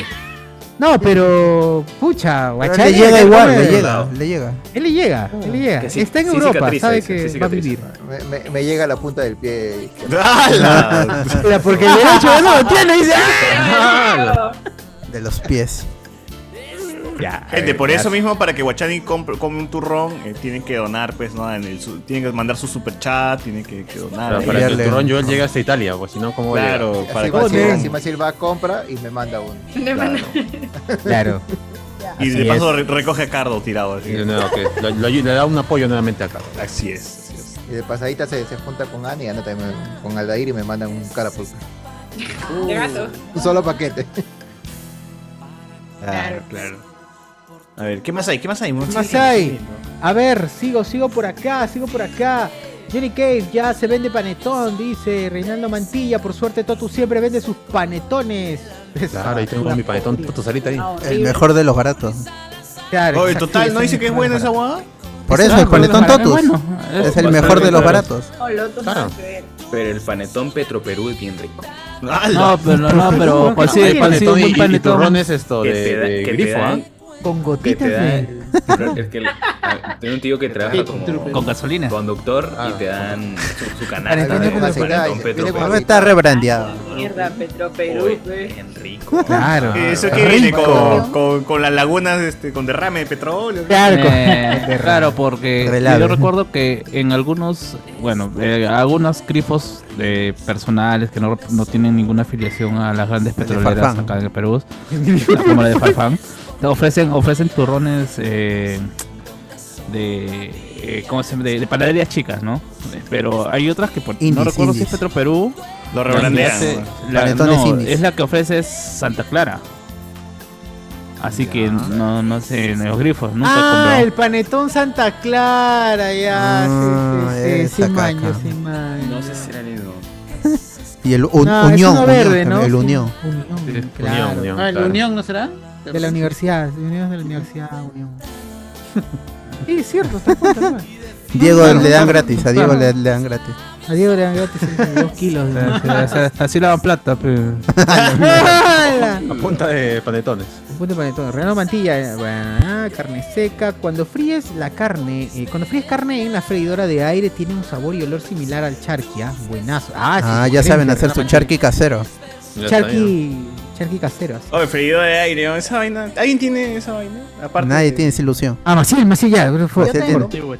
No, pero. Pucha, guachaya, le llega que igual, come. le llega, le llega. Él le llega, él le Mm. llega. Que sí, Está en sí Europa, cicatriza, sabe dice, que sí va a vivir. cicatriza. Oh. Me, me- me llega a la punta del (laughs) pie. ¡Hala! Mira, porque el derecho no lo tiene, (laughs) dice. ¡ah! De los pies. Ya. Gente, por Ya. eso mismo, para que Guachani compre- come un turrón, eh, tienen que donar, pues, ¿no? En el su- tienen que mandar su super chat, tienen que, que donar. Claro, Eh, para que el enviarle- turrón Joel llegue hasta Italia, pues si no, ¿cómo Claro, llega? para Así que- Maciel, Ponen. así Maciel va, compra y me manda uno. Claro. Y Así de paso es. re- recoge a Cardo tirado. Así. Y de nuevo, que lo- lo- le da un apoyo nuevamente a Carlos. Así es. Y de pasadita se, se junta con Ana y Ana también me- con Aldair y me mandan un carapulco. De gato. Un solo paquete. Ah. Claro, claro. A ver, ¿qué más hay? ¿Qué más hay? Ah, ¿Qué más hay? A ver, sigo, sigo por acá, sigo por acá. Johnny Cave ya se vende panetón, dice Reinaldo Mantilla. Por suerte, Totu siempre vende sus (laughs) panetones. Claro, ahí tengo mi panetón tu salita ahí. El mejor de los baratos. Claro, Oye, exacto, total, sí, ¿no dice que es buena esa guada? Por Ese eso, era el panetón barato, Totus. bueno, es Es el bastante mejor de los caro. baratos. Oh, loto, Claro. nada que ver. Pero el panetón Petro Perú es bien rico. No, pero no, (laughs) pero pues pues consigue, consigue un buen panetón. Que te da- que te ¿ah? ¿ah? dan- Con que te gotitas de. dan. (laughs) es que el- ah, tengo un tío que trabaja como Con gasolina. conductor y te dan su, su Panetón canasta de con gasolina. panetón Petro Viene con Perú. gasolina. Está rebrandeado. Mierda, Petro Perú, güey. Claro. Eh, Eso que Rico. viene con, con, con las lagunas este, con derrame de petróleo. (laughs) (laughs) Eh, claro, porque Relave. yo recuerdo que en algunos, bueno, eh, algunos grifos eh, personales que no, no tienen ninguna afiliación a las grandes petroleras Farfán. acá en el (laughs) Perú, como la de Farfán, te ofrecen, ofrecen turrones eh, de, eh, ¿cómo se llama? de, de panaderías chicas, ¿no? Pero hay otras que por, no Indies, recuerdo si es indies. Petro Perú. Lo la que rebrandean, hace- ¿no? la- Panetones no, indies. es la que ofrece es Santa Clara. Así que no, no sé, en los grifos, nunca he Ah, comprado. el panetón Santa Clara, ya. Ah. sí, sí, sí, esa sin caca. maño, sin maño. No sé si era Y el un- No, es Unión. uno unión verde, también, ¿no? El Sí, Unión. Unión, Sí, claro. Unión, Unión, Ah, el claro. Unión no será? De la universidad, Unión de la universidad, Unión. (laughs) Sí, es cierto, está junto, ¿no? Diego Claro, le dan claro, gratis, a claro. Diego le, le dan gratis. A Diego le dan gratis dos (laughs) kilos. O sea, o sea, Así lavan plata, pero. (laughs) ¡Hala! A punta de panetones. Punto para todo. Reinaldo Mantilla, eh, bueno, ah, carne seca. Cuando fríes la carne, eh, cuando fríes carne en la freidora de aire tiene un sabor y olor similar al charqui, ah, buenazo. Ah, sí, Ah, ya suculento, saben hacer su Reinaldo charqui casero. Mantilla. Charqui, charqui casero. así. Oye, Oh, freidor de aire, ¿no? esa vaina. ¿Alguien tiene esa vaina? Aparte. Nadie tiene esa ilusión. Ah, Maciel, Maciel, ya, bro, fue. Yo tengo. Dime,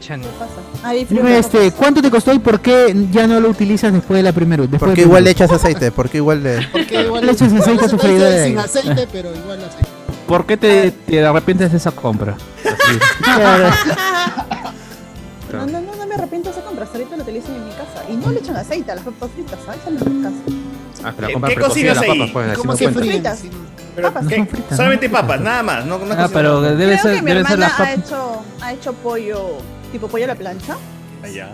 Ahí este, ¿cuánto te costó y por qué ya no lo utilizas después de la primera? Después Porque del igual le primero? echas aceite, porque igual le... (laughs) Porque igual Le echas aceite a tu freidora de Sin aire. aceite, pero igual aceite. ¿Por qué te, Ah. te arrepientes de esa compra? (laughs) Claro. No, no, no, no me arrepiento de esa compra. hasta Ahorita lo utilizan en mi casa. Y no le echan aceite a las papas fritas. ¿sabes? A las ricas. Ah, que la ¿Qué- compra qué precocida cocinas las ahí? papas, pues, ¿Y así cómo no se cuenta. Fritas. Papas. ¿Qué? Solamente papas, nada más. No, no Ah, pero debe Creo ser, que mi debe ser hermana las ha papas. hecho, ha hecho pollo, tipo pollo a la plancha. Oh, Allá.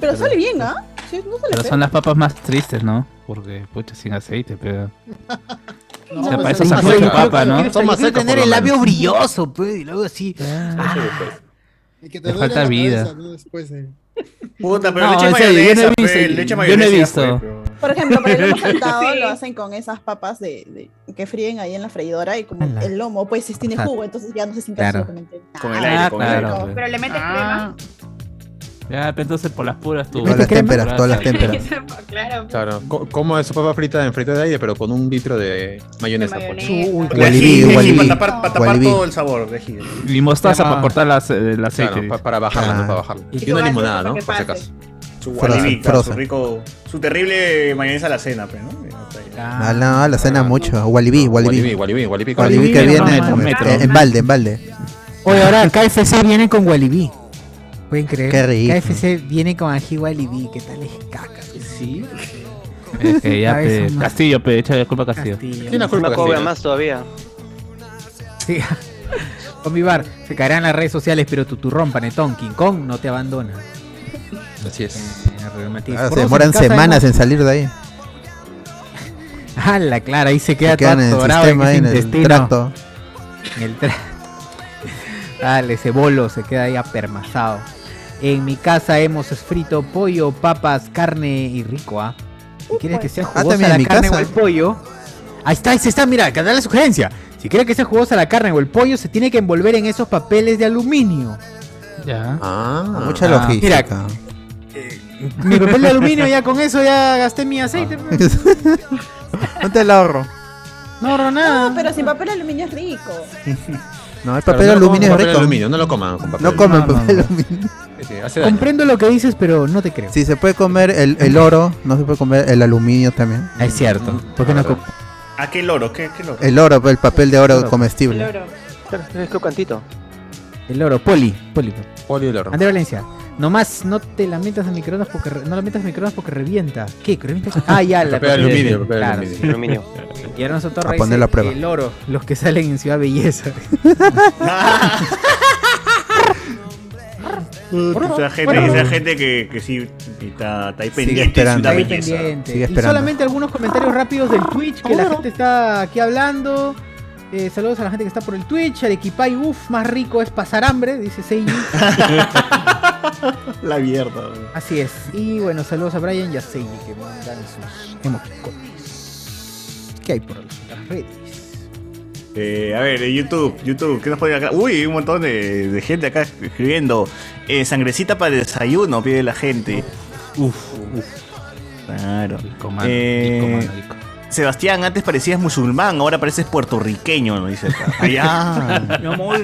pero sale bien, ¿ah? Sí, no sale Pero ¿eh? feo. son las papas más tristes, ¿no? Porque, pucha, sin aceite, (laughs) pero. o No, sea, pues, para eso sí, se sí, mucha yo papa, creo que ¿no? quiero- yo quiero tener el labio brilloso, pues, y luego así. Y que Te duele falta la vida. cabeza, ¿no? Después de... Puta, pero No, le echa en serio, yo no he mayonesa, visto, fe, le echa yo no he mayonesa. visto. fe, pero- Por ejemplo, (laughs) para el (laughs) lomo saltado lo hacen con esas papas de, de- que fríen ahí en la freidora y Ah, como Ala. el lomo pues se tiene jugo, entonces ya no se siente Claro. absolutamente nada. Con el aire, Ah, con el aire. Ah. claro. Pero le metes Ya, pero entonces por las puras tú. Todas las témperas, todas las crema. témperas. (laughs) claro. Claro, co- como es su papa frita en frita de aire, pero con un litro de mayonesa. De pues. mayonesa. Uy, Claro. Gualibí, Ají, ají, gualibí, para tapar, para tapar gualibí. todo el sabor de ají. Y mostaza Llama- para cortar las, eh, el aceite. Claro, pa- para bajarla, no para bajarla. Y Y una tu limonada, ¿no? gato, Por para si que acaso. Su Frozen, gualibica, su frozen. rico, su terrible mayonesa a la cena, pues, ¿no? Ah. No, Ah, no, la cena mucho. Walibi, Walibi. Walibi, Walibi, Walibi. Walibi que Walibi, viene no, en, metro. en balde, en balde. Ah, Oye, (laughs) ahora KFC viene con Walibi. Pueden creer. Qué rico. KFC viene con ají Walibi. ¿Qué tal es caca? Sí. Eh, Es Eh, que (laughs) Ah, ya, Cabeza pe, más. Castillo, pe, echa la culpa a Castillo. No cobra más todavía. Sí. (laughs) Omnibar, se caerán las redes sociales, pero tu turrón, panetón, King Kong no te abandona. Eh, Así es. Ah, se demoran semanas en salir de ahí. Ah, la clara, ahí se queda quedan en todo el atorado sistema, en, ahí en ese el intestino. tracto. En el tra- (laughs) Dale, ese bolo se queda ahí apermazado. En mi casa hemos frito pollo, papas, carne y rico, ¿ah? Si quieres que sea Ah, jugosa también en la mi carne casa. o el pollo... Ahí está, ahí se está, mira, acá da la sugerencia. Si quieres que sea jugosa la carne o el pollo, se tiene que envolver en esos papeles de aluminio. Ya. Ah, Mucha Ah. logística. Mi papel de aluminio, ya con eso ya gasté mi aceite. Ah. pues. (laughs) No te la ahorro. No, No, pero sin papel aluminio es rico. No, el Claro, papel (laughs) no lo coman aluminio con es papel rico. aluminio, no lo coman con papel No coman aluminio. papel No, no, no. aluminio. Sí, sí, hace daño. Comprendo lo que dices, pero no te creo. Si se puede comer el, el oro, no se puede comer el aluminio también. Es cierto. ¿Por qué no com- Ah, ¿A qué loro? ¿Qué, qué loro? El oro, el papel de oro Claro. comestible. Es crocantito. El oro, poli, poli. Polio el oro. André Valencia, nomás no te la metas en microondas porque re- no la metas en microondas porque revienta. ¿Qué? ¿Que ¿Revienta? (laughs) Ah, ya, la Papel aluminio, papel Claro, aluminio. sí. Aluminio. Y Ernesto A Torres poner dice, la prueba. el oro, los que salen en (laughs) Ciudad Belleza. O sea, gente, Bueno. esa gente que, que sí está, está ahí Sigue pendiente. esperando. Es una Ahí belleza. pendiente. Sigue Y esperando. solamente algunos comentarios rápidos del Twitch que la gente está aquí hablando. Eh, saludos a la gente que está por el Twitch. Arequipay, uff, más rico es pasar hambre, dice Seiji. La mierda. güey. Así es. Y bueno, saludos a Brian y a Seiji que mandan sus emoticones. ¿Qué hay por las redes? Eh, a ver, eh, YouTube, YouTube, ¿qué nos ponen acá? Uy, un montón de, de gente acá escribiendo. Eh, sangrecita para el desayuno, pide la gente. Uf, uf. Claro. mano, Eh, disco, mano, disco. Sebastián, antes parecías musulmán, ahora pareces puertorriqueño, nos dice acá. ah, Allá. (laughs) Mi amor.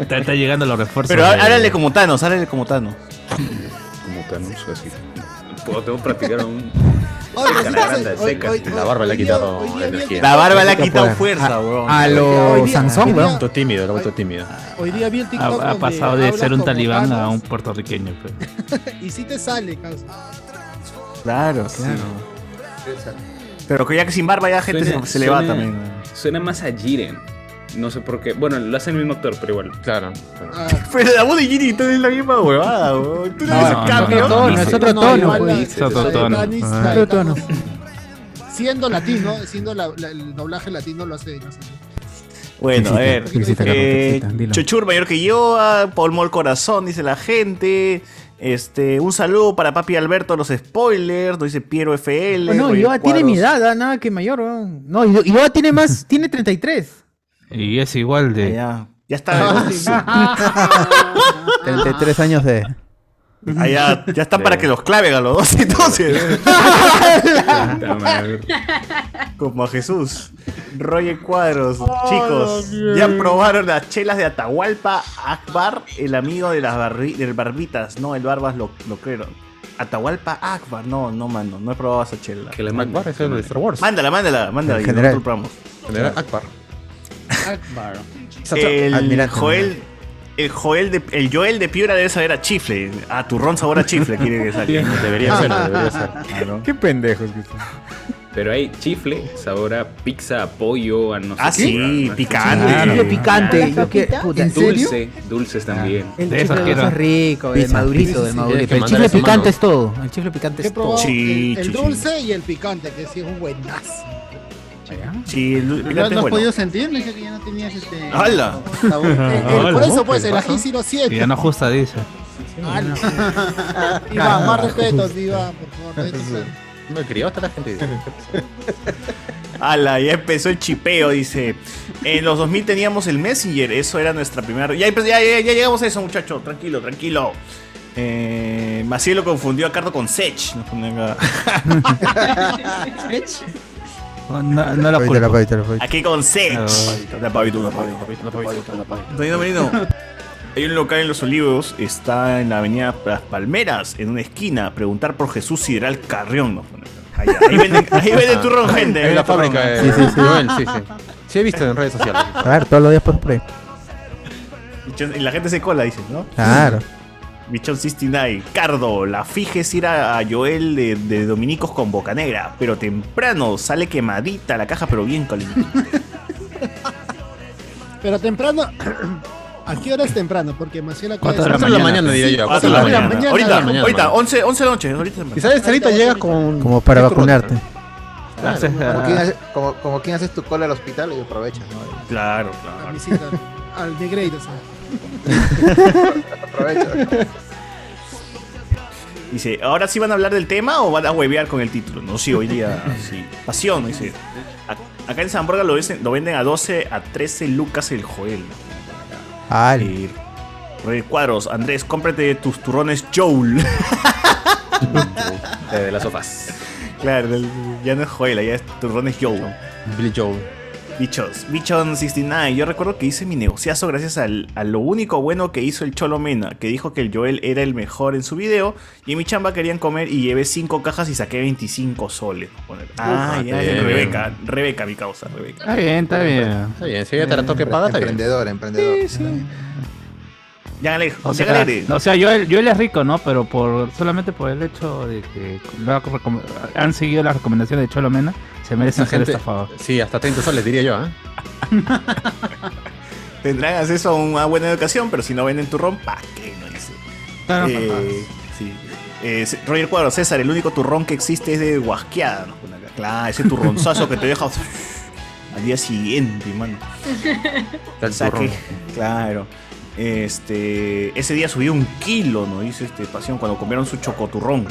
Está, está llegando los refuerzos. Pero há- de- háblale como Thanos, háblale como Thanos. Como Thanos, así. Puedo, tengo que practicar (laughs) un. Oye, Seca, sí, la sí, grande, hoy- seca. hoy- La barba le ha quitado energía. La barba le ha quitado fuerza, weón. a lo Sansón, Lo weón. ha vuelto tímido, lo ha vuelto tímido. Hoy día vi el Ah, Ah, Ha, TikTok. ha donde pasado de habla ser un como talibán a Thanos un puertorriqueño. pues. pe. (laughs) Y si te sale, causa. Claro, claro. Pero que ya que sin barba ya gente se, se le va suena- también. Suena más a Jiren. No sé por qué. Bueno, lo hace el mismo actor, pero igual. Claro. Pero la voz de Giri está en la misma huevada, weón. Tú no, No, ves no, el cambio. no, no, no, es otro tono, pues. Es otro Dice, tono. Danis, Ah. Danis, Otro tono. Siendo latino, siendo la- la- el doblaje latino lo hace. no sé. Bueno, a Felicita, ver. felicita, Carlos, eh, felicita, dilo. Chuchur mayor que yo, ah, Paul Mol Corazón, dice la gente. Este, un saludo para papi Alberto, los spoilers, nos dice Piero FL. Oh, no, Roger Yoda tiene Cuadros. mi edad, ah, nada que mayor. weón. No, Yo- Yoda tiene más, (laughs) tiene 33. Y es igual de. Ya, Ah, está. Uh. (laughs) De tres años de. Ah, ya, ya está para que los claven a los dos entonces. Como a Jesús. Roger Cuadros, chicos. la Ya mierda. probaron las chelas de Atahualpa Akbar, el amigo de las barbi- del barbitas. No, el barbas lo, lo creo. Atahualpa Akbar. No, no, mano. No he probado esa chela. Que la mande, Akbar es el de Star Wars. Mándala, mándala, mándala. El y nosotros general. probamos. General Akbar. Akbar. El Almirante. Joel. El Joel de, el Joel de Piura debe saber a chifle. A turrón sabor a chifle quiere (laughs) que saque. (laughs) Debería ser, Ah. debería ser. Claro. Ah, Qué pendejos que son. Pero hay chifle, sabor a pizza, a pollo, a no sé Ah, qué. sí, Ah, picante. sí, Chifle picante, Ah, yo que- puta, ¿en serio? dulce, dulces también. El chifle de eso es rico, el Pizza. Sí, madurito, sí, del sí, madurito. hay que el mandar chifle eso, picante mano. es todo. El chifle picante He es todo. probado el, el sí, sí. dulce y el picante, que sí es un buenazo. Sí, el Pero picante no es has bueno. podido sentir, le dije que ya no tenías este. ¡Hala! (laughs) sabor. (laughs) El- el- Hala, por eso, ¿no? pues, ¿Qué el pasa? ají sí lo Y ya siente. no ajusta, dice. ¡Hala! (laughs) Iván, más respetos, Iván, por favor. (laughs) (laughs) respetos. Me crió hasta la gente. (laughs) Ala, ya empezó el chipeo, dice. En los 2000 teníamos el Messenger, eso era nuestra primera. Ya, empe- ya, ya- ya llegamos a eso, muchacho, tranquilo, tranquilo. Eh, Maciel lo confundió a Cardo con Sech. nos ponen acá. (laughs) No, no, no la Ahorita la culpo. ahorita la ahorita. Aquí con Sech. Ah, La pavito, la pavito, la pavito, la pavito, la pavito. Danilo Merino, Hay un local en Los Olivos, está en la avenida Las Palmeras, en una esquina. Preguntar por Jesús Sideral Carrión. nos ponen acá. Allá, Ahí venden, ahí venden turrón, gente. (laughs) Ahí en la venden turrón. fábrica. Sí, eh, sí, sí. Joel, sí, sí. Sí he visto en redes sociales. A ver, todos los días por play. Bichón- Y la gente se cola, dice, ¿no? Claro. Bichón 69. Cardo, la fijes ir a, a Joel de, de Dominicos con boca negra. Pero temprano sale quemadita la caja, pero bien calentita. Pero temprano. (clears throat) ¿A qué hora es temprano? Porque Maciel acá Cuatro de la es- Cuatro de la mañana. mañana, diría yo, Cuatro de la mañana. mañana. Ahorita, Mañana, ahorita, mañana. 11, 11 de la noche. Ahorita Y sabes, Sarita llega con. Como para vacunarte. Claro, Gracias, como, ah. quien hace- como, como quien haces tu cola al hospital y aprovechas, ¿no? Claro, A claro. mi (laughs) cita, Al de Grey, o sea. (laughs) Aprovecha. Dice, ¿ahora sí van a hablar del tema o van a huevear con el título? No, sí, hoy (laughs) día, sí. Pasión, dice. A- Acá en San Borja lo, dicen- lo venden a 12, a 13 lucas el Joel. Al. Rey Cuadros, Andrés, cómprate tus turrones Joel. (laughs) De las sofás. Claro, del- ya no es Joel, ya es turrones Joel. Billy Joel. Bichos, Bichon 69. Yo recuerdo que hice mi negociazo gracias al, a lo único bueno que hizo el Cholo Mena, que dijo que el Joel era el mejor en su video. Y en mi chamba querían comer y llevé 5 cajas y saqué 25 soles. Poner- Ah, Ujate. ya, ya, Rebeca, Rebeca, mi causa, Rebeca. Está bien, está bien. Eh, Está bien, si ella te la toque paga, está bien. Emprendedor, emprendedor. Sí, sí. Ya Alejo, O ya sea, Alejo. o sea, Joel, Joel es rico, ¿no? Pero por solamente por el hecho de que lo ha recom- han seguido las recomendaciones de Cholo Mena, se merecen Esa ser gente- estafados. Sí, hasta 30 soles diría yo, ¿ah? Tendrán acceso a una buena educación, pero si no venden turrón, ¿pa' qué? No dice. Claro, Eh, sí. Eh, C- Roger Cuadro, César, el único turrón que existe es de guasqueada. ¿no? Pone acá. Claro, ese turronzazo que te (laughs) deja al día siguiente, mano. El Saque. turrón. Claro. Este, ese día subió un kilo, ¿no? Dice este Pasión, cuando comieron su chocoturrón.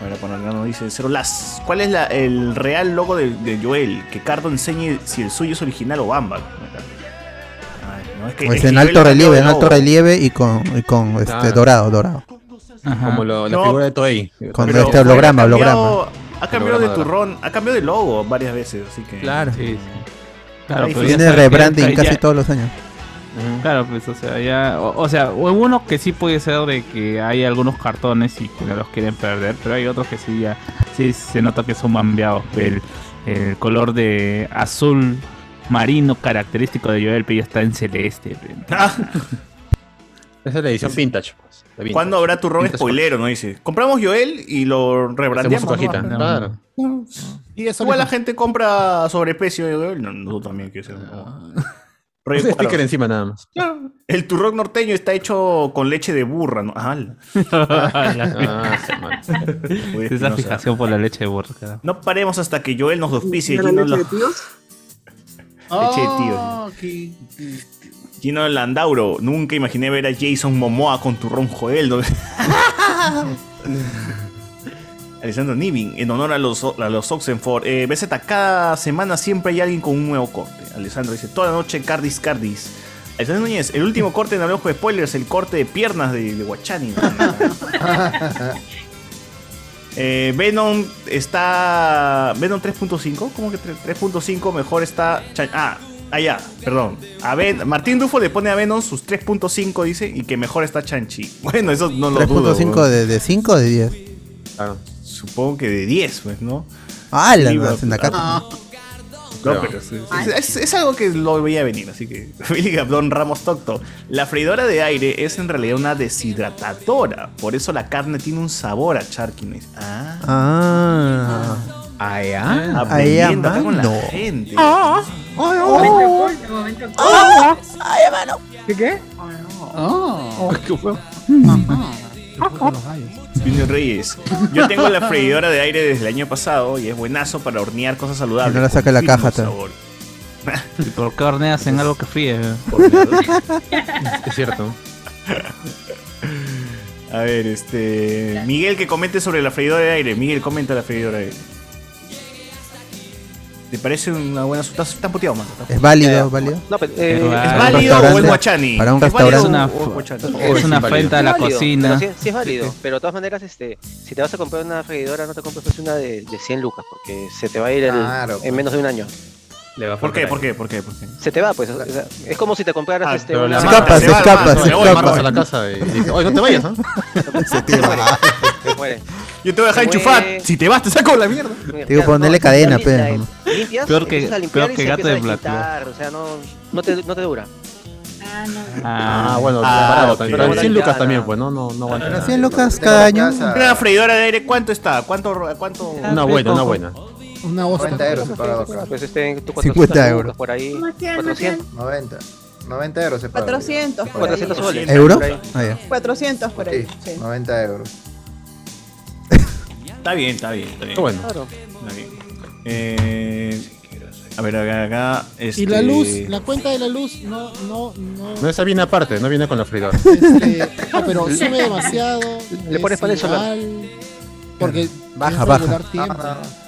A ver, por acá nos dice Cero Las. ¿Cuál es la- el real logo de, de Joel? Que Cardo enseñe si el suyo es original o Bamba. Ay, no, es que- Pues es que en Joel alto ha cambiado relieve, de en alto logo. relieve y con, y con este Claro. dorado, dorado. Como lo- la No, figura de Toei. Con Pero este holograma, ha holograma. cambiado- Ha cambiado de Holograma, turrón, ha cambiado de logo varias veces, así que. Claro. Sí, sí. Claro, pero ya Tiene está- rebranding ya- casi ya- todos los años. Claro, pues, o sea, ya. O, o sea, hubo uno que sí puede ser de que hay algunos cartones y que no los quieren perder, pero hay otros que sí ya. Sí se nota que son bambeados. El, el color de azul marino característico de Joel, pero ya está en celeste. pe. (laughs) Esa es la edición vintage. pues, la vintage. ¿Cuándo habrá turrón Vintage spoilero? No dice. Compramos Joel y lo rebrandeamos. Hacemos su cajita, ¿no? claro. Y eso Igual la gente compra sobreprecio de Joel. No, nosotros también que ser. (laughs) Un sticker encima nada más. El turrón norteño está hecho con leche de burra, ¿no? Ah, (laughs) la- Ah, sí, man. Uy, Esa no sé. fijación por la leche de burro. claro. No paremos hasta que Joel nos auspicie. ¿Y la Gino leche la- de tíos? Leche de tío. Ah, ok. Gino Landauro, nunca imaginé ver a Jason Momoa con turrón Joel. ¿no? (laughs) Alessandro Nivin, en honor a los, a los Oxenford. Eh, BZ, cada semana siempre hay alguien con un nuevo corte. Alessandro dice, toda la noche Cardis Cardis. Alessandro Núñez, el último corte en Hablemos de Spoilers, el corte de piernas de, de Guachani. ¿no? Eh, Venom está. Venom 3.5. ¿Cómo que tre- 3.5 mejor está. Cha- Ah, allá, perdón. A Ven- Martín Dufo le pone a Venom sus 3.5, dice, y que mejor está Chanchi. Bueno, eso no lo dudo. 3.5 weón. de, de 5 o de 10. Ah, Supongo que de 10, pues, ¿no? Ah, la Sí, la- va- en la cata. No, pero es, es- es algo que lo veía venir, así que. (laughs) Billy Gabdón Ramos Tocto. La freidora de aire es en realidad una deshidratadora. Por eso la carne tiene un sabor a charquines. Ah. Ah. Allá. Ahí a Aprendiendo Ah, acá con la mano. gente. Ah. ¿Qué qué? Ah. (laughs) Junior Reyes. Yo tengo la freidora de aire desde el año pasado y es buenazo para hornear cosas Y saludables. no la saca de la caja. tal. ¿Y por qué horneas en algo que fríe? eh? Es cierto. (laughs) A ver, este. Miguel que comente sobre la freidora de aire. Miguel, comenta la freidora de aire. ¿Te parece una buena sustancia? Están puteados, mano. Es válido, es válido. No, pero, ¿Es eh, válido o es guachani? Para un ¿Es válido restaurante. Oh, o- o Una- es guachani? Es una afrenta a la válido, cocina. pero Sí, sí es válido, pero de todas maneras, este, si te vas a comprar una freidora, no te compres pues, una de, de 100 lucas, porque se te va a ir el- Claro. en menos de un año. ¿Por qué? ¿Por qué? ¿Por qué? ¿Por qué? Se te va, pues. o sea, es como si te compraras Ah, este, pero una... la marca Escapa, se va, escapa, hermano, se me voy, escapa. (laughs) marcas a la casa y dice, oye, no te vayas, ¿no? Se te va. muere. Yo te voy a dejar Se enchufar. mueve. Si te vas, te saco la mierda. Mira, Te digo, claro, ponerle no, cadena, limpias, pe, eh, ¿no? limpias, Peor que- empiezas a peor limpiar y que se gato empieza de a Black, desquitar, O sea, no, no, te, no te dura. Ah, bueno, Ah, parado ok. también. Pero 100 lucas también, pues, no, no, no aguanta. nada. lucas cada año. Una freidora de aire, ¿cuánto está? ¿Cuánto? ro- cuánto... Una buena, una buena. Una hosta. 90 euros he pagado acá. Pues este, tu 50 400 euros. lucas por ahí. Marcial, 400. 90. 90 euros he pagado. 400 por ahí. 400 soles. ¿Euro? por ahí. Ah, ya. 400 por ahí. Sí. 90 euros. Está bien, está bien, está bien. bueno. Claro. Está bien. Eh, a ver, acá, acá. (laughs) Y la este- luz, la cuenta de la luz, no, no, no. No, esa viene aparte, no viene con la freidora. Ah, pero (laughs) sube demasiado. Le pones es panel solar. igual, Porque Baja, tienes que baja. regular tiempo.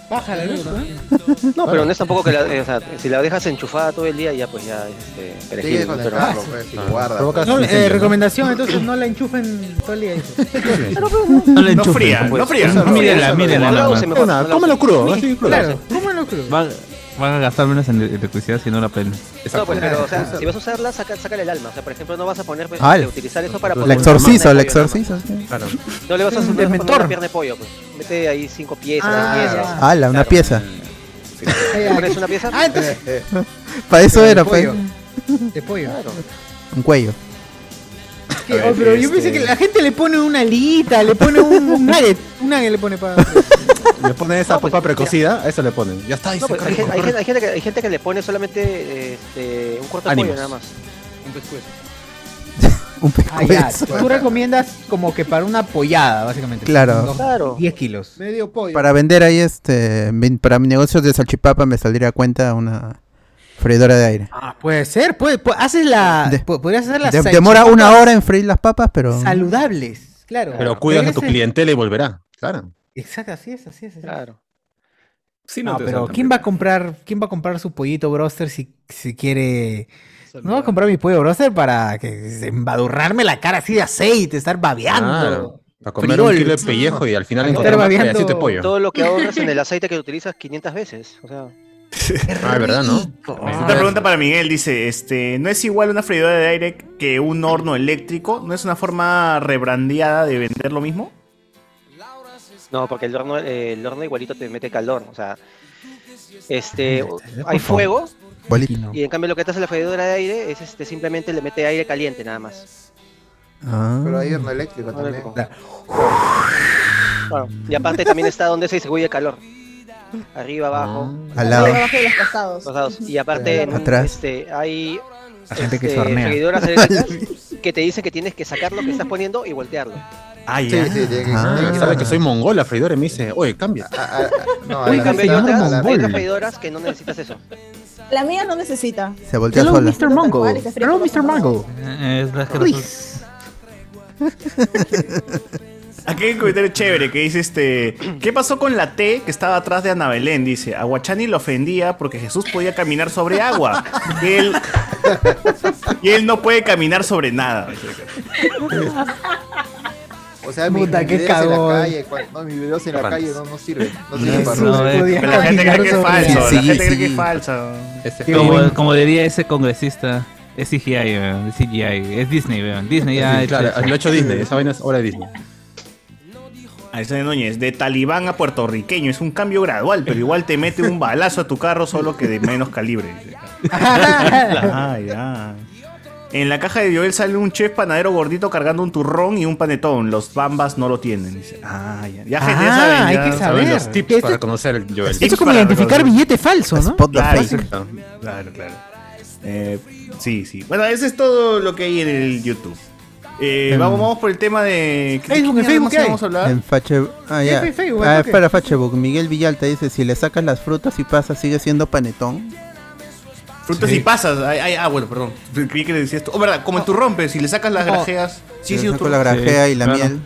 Baja la luz, ¿no? No, pero no es tampoco que la, eh, o sea, si la dejas enchufada todo el día, ya pues ya, este, perejil, ¿no? pero- conectarlo, pues, y guarda, Provocas No, eh, incendio, ¿no? recomendación, entonces no la enchufen todo el día. dice. No le No enchufen, fría, pues. no fría. Eso, No Mírela, fría, mírela. no la nada usen, más. mejor, no la usen. Claro, cómelo crudo. Van, van a gastar menos en electricidad si no la prenden. No, pues, pero, o sea, si vas a usarla, saca, sácale el alma. O sea, por ejemplo, no vas a poner, pues, Ah, de utilizar eso para La poner una exorcizo, la pierna de pollo, exorcizo. sí. Claro. No, No le vas a poner Dementor. una pierna de pollo, pues. Mete ahí cinco piezas, Ah, diez piezas. Ala, una pieza. ¿Te pones una pieza? Eh, Ah, entonces. Para eso De era, pues. pollo. De pollo. Un cuello. Que- oh, pero este, yo pensé que la gente le pone una alita, le pone un, un nugget, un nugget le pone para. Le ponen esa papa precocida, a eso le ponen. Ya está, ahí No, se pues, hay, gente- carga. hay gente, hay gente que, hay gente que le pone solamente este, un corto de pollo Ánimos. nada más. Un pescuezo. Un Ah, ya. pescuezo. Tú recomiendas como que para una pollada, básicamente. Claro. Dos- Claro. 10 kilos. Medio pollo. Para vender ahí, este. vin- Para mi negocio de salchipapa me saldría a cuenta una freidora de aire. Ah, puede ser, puede, pu- haces la. De- pu- podrías hacer la De- demora una hora en freír las papas, pero. Saludables, claro. Pero cuidas a tu Regrese- clientela y volverá. Claro. Exacto, así es, así es. Ah, así es. Claro. Sí, no, te pero saltan, ¿quién va a comprar, quién va a comprar su pollito broster si, si quiere? No voy a comprar mi pollo broster para que se- embadurnarme la cara así de aceite, estar babeando. Claro. Para comer un Frijoles. kilo de pellejo y al final Para encontrar estar un babeando. pedacito de pollo. Todo lo que ahorras (laughs) en el aceite que utilizas 500 veces. O sea, Ah, es verdad, ¿no? Esta pregunta para Miguel dice, este, ¿no es igual una freidora de aire que un horno eléctrico? ¿No es una forma rebrandeada de vender lo mismo? no, porque el horno, eh, el horno igualito te mete calor. O sea, este, eh, hay favor. fuego Bolito. y en cambio lo que te hace la freidora de aire es este, simplemente le mete aire caliente nada más. Ah. Pero hay horno eléctrico también. Bueno, y aparte también está donde se distribuye calor. Arriba, abajo. Ah. Al lado. Eh, Arriba, abajo y los costados. Costados. Y aparte en un- Atrás. este, hay La gente que este, sornea. freidoras (laughs) eléctricas que te dicen que tienes que sacar lo que estás poniendo y voltearlo. ah, Ah, Ay, Sí, sí, tiene que- Ah. tiene que- sabe que soy mongola, freidora, y me dice, oye, cambia. No, a En la- cambio hay a la- otras, a la- hay otras freidoras que no necesitas eso. La mía no necesita. Se voltea Hello, sola. Mr. Mongo. Tal cual, y se fríe Hello, como Mr. Mongo. Eh, Es la que Luis. Aquí hay un comentario chévere que dice este, ¿qué pasó con la T que estaba atrás de Ana Belén? Dice, Aguachani lo ofendía porque Jesús podía caminar sobre agua. Y él, y él no puede caminar sobre nada. O sea, mis Puta, mis qué videos en la cagón. calle, cuando- no, mis videos en la calle no, no sirven. No sirven para Jesús nada. podía Pero la gente cree que es sobre falso, la Sí, gente cree sí. que es falso. Este. como, como diría ese congresista, es CGI, weón, es CGI, es Disney, weón. Disney ya. Sí, claro, lo ha hecho Disney, esa vaina es obra de Disney. Ahí está de Núñez, de talibán a puertorriqueño, es un cambio gradual, pero igual te mete un balazo a tu carro, solo que de menos calibre. dice. Ah, ya. En la caja de Joel sale un chef panadero gordito cargando un turrón y un panetón. Los bambas no lo tienen. dice. Ah, ya. Ya, gente, ya Ah, saben, hay ya que saben saber. los tips Este- para Para conocer el Joel. Eso es como para identificar reconocer. billete falso, ¿no? Spot the Claro, face. exacto. claro, claro. Eh, sí, sí. Bueno, ese es todo lo que hay en el YouTube. Eh, Em. vamos, vamos por el tema de. ¿de Facebook, qué en mierda Facebook, ¿qué hay? vamos a hablar? En Facebook. Ah, ya. Sí, sí, Facebook, Ah, ¿no? espera, Facebook. Miguel Villalta dice: si le sacas las frutas y pasas, sigue siendo panetón. Frutas y pasas. Ay, ay, ah, bueno, perdón. Creí que le decías esto. Oh, verdad, como en tu rompe, si le sacas las No. grajeas. Sí, Le sí, saco tu- la grajea y la claro. miel.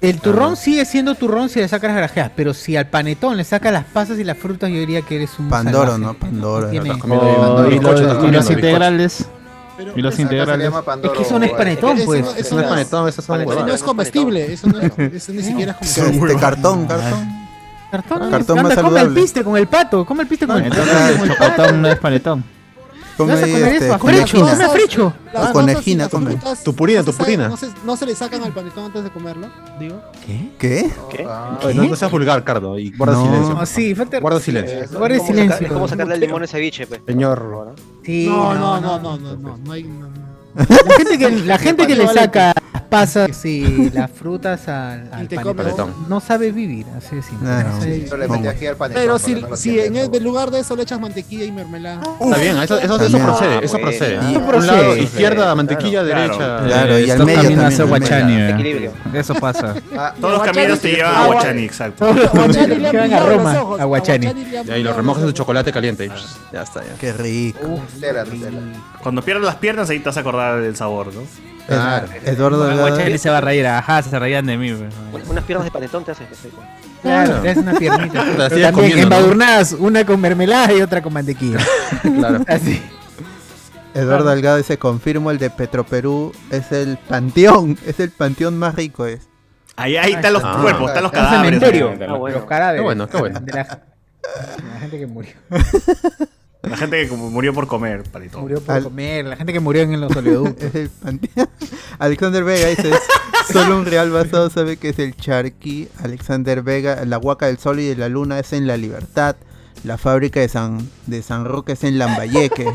El turrón sigue siendo turrón si le sacas las grajeas, pero si al panetón le sacas las pasas y las frutas, yo diría que eres un Pandoro, salvaje. ¿no? Pandoro. Tiene- Estás comiendo ahí, Oh, mandando y, bizcocho, estás los, y comiendo los bizcocho. integrales. Pero Y los Acá se le integrales. llama Pandoro, Es que eso no es eh, panetón, ese pues. no- Eso no es panetón, esas son Eso no huevadas. es comestible, eso no es, eso ni siquiera es Este, comestible. cartón, Ah, cartón. Cartón, Cartón anda, más come el saludable. pistre con el pato, come el pistre con el Entonces, el chocotón no es panetón. Con No, esa ahí, conería es este, para con fricho, lejina. come fricho. Las Con notas y lejina, las come. frutas, Tupurina, no se sabe- tupurina. No se, no se le sacan al panetón antes de comerlo, digo. ¿Qué? ¿Qué? Ah. Oye, no, no seas vulgar, Cardo, y guarda No. silencio. No, sí, falta- Guarda eh, silencio. Guarda Es como silencio. sacar- es como sacarle el limón a ese biche, pues. Señor. Sí, no, no, no, no, no, no, no hay. no, no. La gente que, la gente que le Vale. saca las pasas y las frutas al, al te panetón, comes. no sabe vivir, así de simple. Claro. No sabe Sí, vivir. yo le metí aquí al Pero si, si en el en lugar de eso le echas mantequilla y mermelada. Está bien, eso, eso, eso También. procede, eso Ah, procede. bueno. Un lado, Procede. izquierda, mantequilla, Claro, derecha. eh, claro. Claro, y al medio también, al medio. Equilibrio. Eso (laughs) pasa. Todos los caminos te llevan a Guachani, exacto. Aguachani le han Llevan pillado los ojos. a Guachani. Aguachani le han Ya, Y lo pillado remojas en tu chocolate caliente. y psh, Ya está, ya. Qué rico. Cuando pierdas las piernas, ahí te vas a acordar del sabor, ¿no? Claro. Eduardo Ah, Delgado. Guachani se va a reír, ajá, se reían de mí. Unas piernas de panetón te haces, pues, ahí, pues. Claro, es una piernita. Te Pero la sigues también comiendo, ¿no? embadurnadas, una con mermelada y otra con mantequilla. Claro. Así. Ah, Eduardo Delgado dice, confirmo el de Petroperú es el panteón, es el panteón más rico es. Ahí, ahí están los Ah. cuerpos, están los Está el cadáveres. cementerio. ¿no? Ah, bueno. Los cadáveres. Qué bueno, qué bueno. De la, de la gente que murió. (laughs) La gente que como murió por comer, palito. Murió por Al- comer, la gente que murió en los oleoductos. Es (laughs) el panteón. Alexander Vega dice, solo un real basado sabe que es el charqui. Alexander Vega, la huaca del sol y de la luna es en La Libertad. La fábrica de San, de San Roque es en Lambayeque.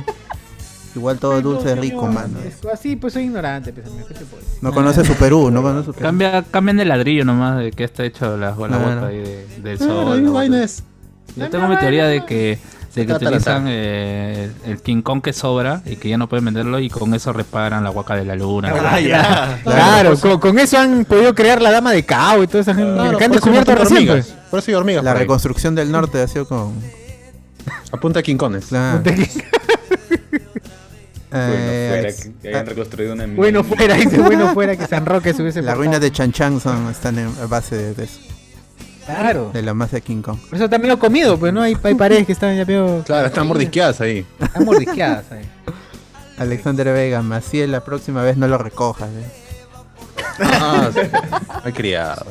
Igual todo dulce es rico, mano. Así, pues soy ignorante, pues, amigo, ¿qué te puedo decir? No conoce su Perú, no conoce su Perú. Cambia, cambian de ladrillo nomás de que está hecho la, la Claro. bota ahí de- del Claro, sol. ahí la vaina bota. es- Yo tengo mi teoría de que, de que Ta, ta, ta, utilizan eh, el, el King Kong que sobra y que ya no pueden venderlo y con eso reparan la huaca de la luna. Ah, ya. Claro, pues. con, con eso han podido crear la dama de Cao y toda esa gente Claro, que han por eso descubierto matan recién. hormigas. pues. Por eso hay hormigas. La por ahí. reconstrucción del norte ha sido con... Apunta a quincones. Claro. (laughs) Eh, fuera Alex- que, que hayan reconstruido una Bueno fuera, (laughs) dice, bueno fuera que San Roque se hubiese Las portado. ruinas de Chan Chan son, están en a base de, de eso. Claro. De la masa de King Kong. Por eso también lo he comido, pues no hay, hay paredes que están ya peor. (laughs) Claro, están mordisqueadas ahí. Están mordisqueadas ahí. (laughs) Alexander Vega, Maciel, la próxima vez no lo recojas. ¿eh? (laughs) Ah, sí. Hay criados.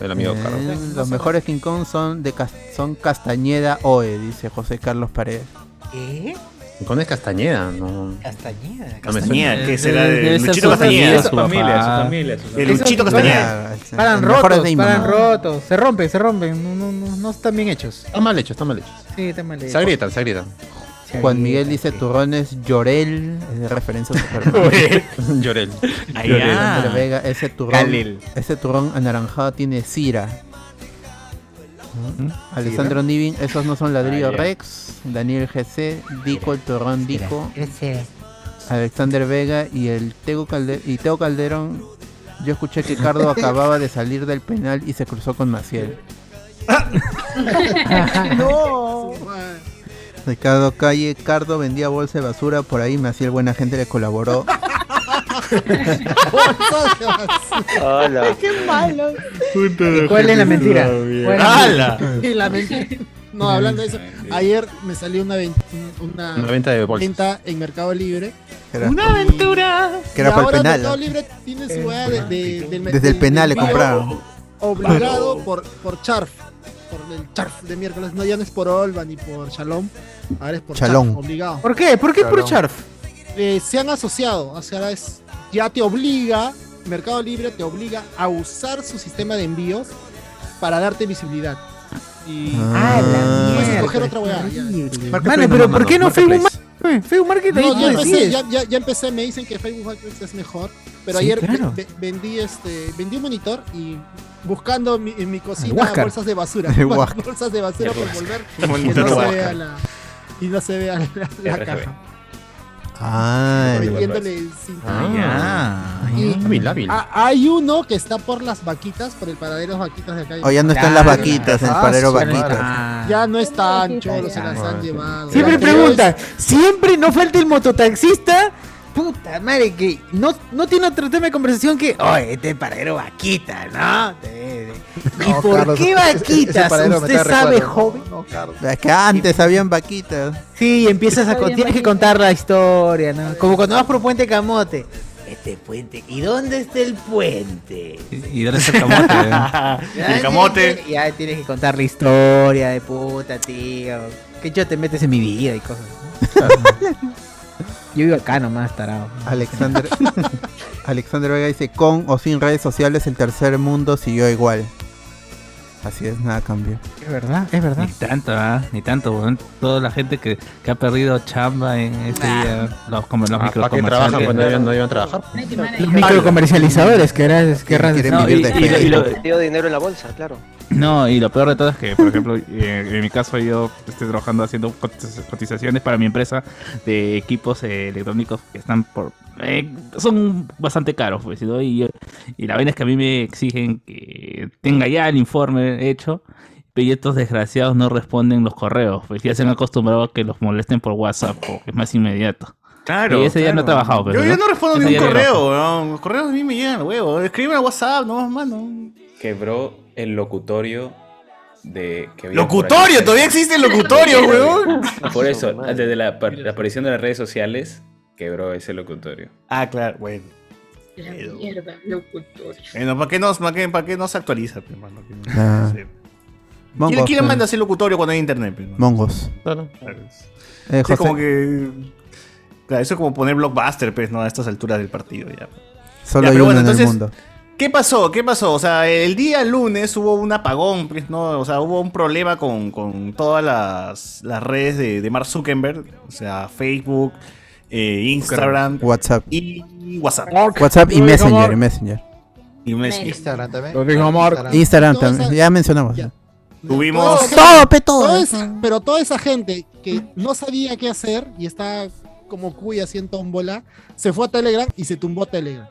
El amigo Eh, Cardo. los mejores King Kong son de cas- son Castañeda Oe, dice José Carlos Paredes. ¿Qué? Ah, Quincones Castañeda, no. Castañeda. No me Castañeda, suena. que será Debe de ser Luchito su Castañeda. familia, su Su familia, papá. su familia, su De familia. Luchito Esos- Castañeda. Paran Mejores rotos, de mi paran mamá. rotos. Se rompen, se rompen. No, no, no, no están bien hechos. Está mal hecho, está mal hecho. Sí, están mal hechos. Se agrietan, se agrietan. Juan Miguel dice turrones Llorel, es de referencia a (laughs) Superman. Llorel. Ay, Llorel. ah. Alexander Vega, ese turrón, Galil. ese turrón anaranjado tiene cira. Alessandro Nivin, esos no son ladrillo Ah, ya. Rex. Daniel GC, Dico el Torrón Cira. Dico. Alexander Vega y el Teo, Calde- y Teo Calderón. Yo escuché que (laughs) Cardo acababa de salir del penal y se cruzó con Maciel. no. Ricardo Calle, Cardo vendía bolsa de basura por ahí, Maciel buena gente le (laughs) colaboró. Hola. Qué malo. ¿Y cuál es la mentira? ¿Cuál es la ¡Hala! mentira? (laughs) Y la mentira. No, hablando de eso, ayer me salió una, ven- una, Una venta de bolsas. venta en Mercado Libre. Era- ¡Una aventura! Que era Y para el ahora penal, Mercado ¿no? Libre tiene Eh, su weá de- de- del me- Desde el del penal le envío compraron. Obligado por, por Charf. Por el Charf de miércoles. No, ya no es por Olva ni por Shalom. Ahora es por Shalom. Charf, obligado. ¿Por qué? ¿Por qué por Claro. Charf? Eh, se han asociado. O sea, ahora es, ya te obliga, Mercado Libre te obliga a usar su sistema de envíos para darte visibilidad. Y Ah, la puedes Pues, mierda, escoger otra weá. ya. Mano, pero ¿por qué no Facebook eh, Market? Facebook Market ahí No, ya tú empecé, decides. ya, ya- ya empecé, me dicen que Facebook AdWords es mejor, pero Sí, ayer ve- claro. ve- vendí este, vendí un monitor y buscando mi- en mi cocina Huáscar. bolsas de (laughs) basura, El Huáscar. (laughs) bolsas de basura El por Huáscar. volver El y monitor no se Huáscar. vea la y no se vea (laughs) la, la caja. Ah, el- Vendiéndole el cinto. Ah, Y- ya. Hábil, hábil. Ah, hay uno que está por las vaquitas, por el paradero de las vaquitas de acá. Ah, Oh, ya no están las vaquitas, en el paradero Ah, vaquitas. Ah, Ya no están, cholos, se las han llevado. Siempre Ya, pregunta, siempre no falta el mototaxista. Puta madre, que no, no tiene otro tema de conversación que. Oye, este paradero vaquita, ¿no? De- de- ¿Y No, por Carlos, qué ese- ese vaquitas? paradero me ¿Usted trae sabe, recuerdos. joven? No, Carlos. Es que antes habían vaquitas. Sí, empiezas a Está con- bien, tienes que contar la historia, ¿no? Como cuando vas por Puente Camote. Este puente, ¿y dónde está el puente? Y y dale ese camote. (laughs) Y (laughs) ¿eh? Ya tienes que contar la historia de puta, tío. Que yo te metes en mi vida y cosas. ¿no? Yo vivo acá nomás, tarado. (laughs) Alexander, Alexander Vega dice, con o sin redes sociales el tercer mundo siguió igual. Así es, nada cambió. Es verdad, es verdad. Ni tanto, ¿ah? ni tanto. weón. Toda la gente que, que ha perdido chamba en este día, los, como los Ah, ¿para qué trabajan microcomerciantes. cuando no iban- no iban a trabajar? Los microcomercializadores, que eras, que eras- No, y- y- y lo- Metido dinero en la bolsa, claro. No, y lo peor de todo es que, por ejemplo, (laughs) eh, en mi caso yo estoy trabajando haciendo cotiz- cotizaciones para mi empresa de equipos eh, electrónicos que están por... eh, son bastante caros, pues, ¿no? y, y la vaina es que a mí me exigen que tenga ya el informe hecho, y estos desgraciados no responden los correos, pues ya se han acostumbrado a que los molesten por WhatsApp, porque es más inmediato. Claro. Y ese ya no he claro. trabajado, pues, pero Yo, yo no respondo Ese ni un día no he correo, weón. Los correos a mí me llegan, huevo. Escríbeme a WhatsApp, no, mano. Quebró el locutorio de. Que había por ¡Locutorio! ahí. Todavía existe el locutorio, weón. Por eso, desde la, apar- la aparición de las redes sociales, quebró ese locutorio. Ah, claro, bueno. La mierda, locutor. Bueno, ¿para qué no, para qué, para qué no se actualiza, pe, mano? Ah. Sí. ¿Quién, Mongos, quién eh, manda ese locutorio cuando hay internet? pe, mano? Mongos. Claro. Eh, Sí, José- Es como que. Claro, eso es como poner blockbuster, pues, ¿no? A estas alturas del partido ya. Solo Ya, hay pero uno bueno, en el entonces, mundo. ¿Qué pasó? ¿Qué pasó? O sea, el día lunes hubo un apagón, pues, ¿no? O sea, hubo un problema con, con todas las, las redes de, de Mark Zuckerberg. O sea, Facebook, eh, Instagram WhatsApp. y WhatsApp. WhatsApp y Messenger, y Messenger. Y Messenger. Instagram también. Instagram también, esa- ya mencionamos. Tuvimos. Todo, pe, todo. Toda esa- pero toda esa gente que no sabía qué hacer y está como cuya así en tómbola, se fue a Telegram y se tumbó Telegram.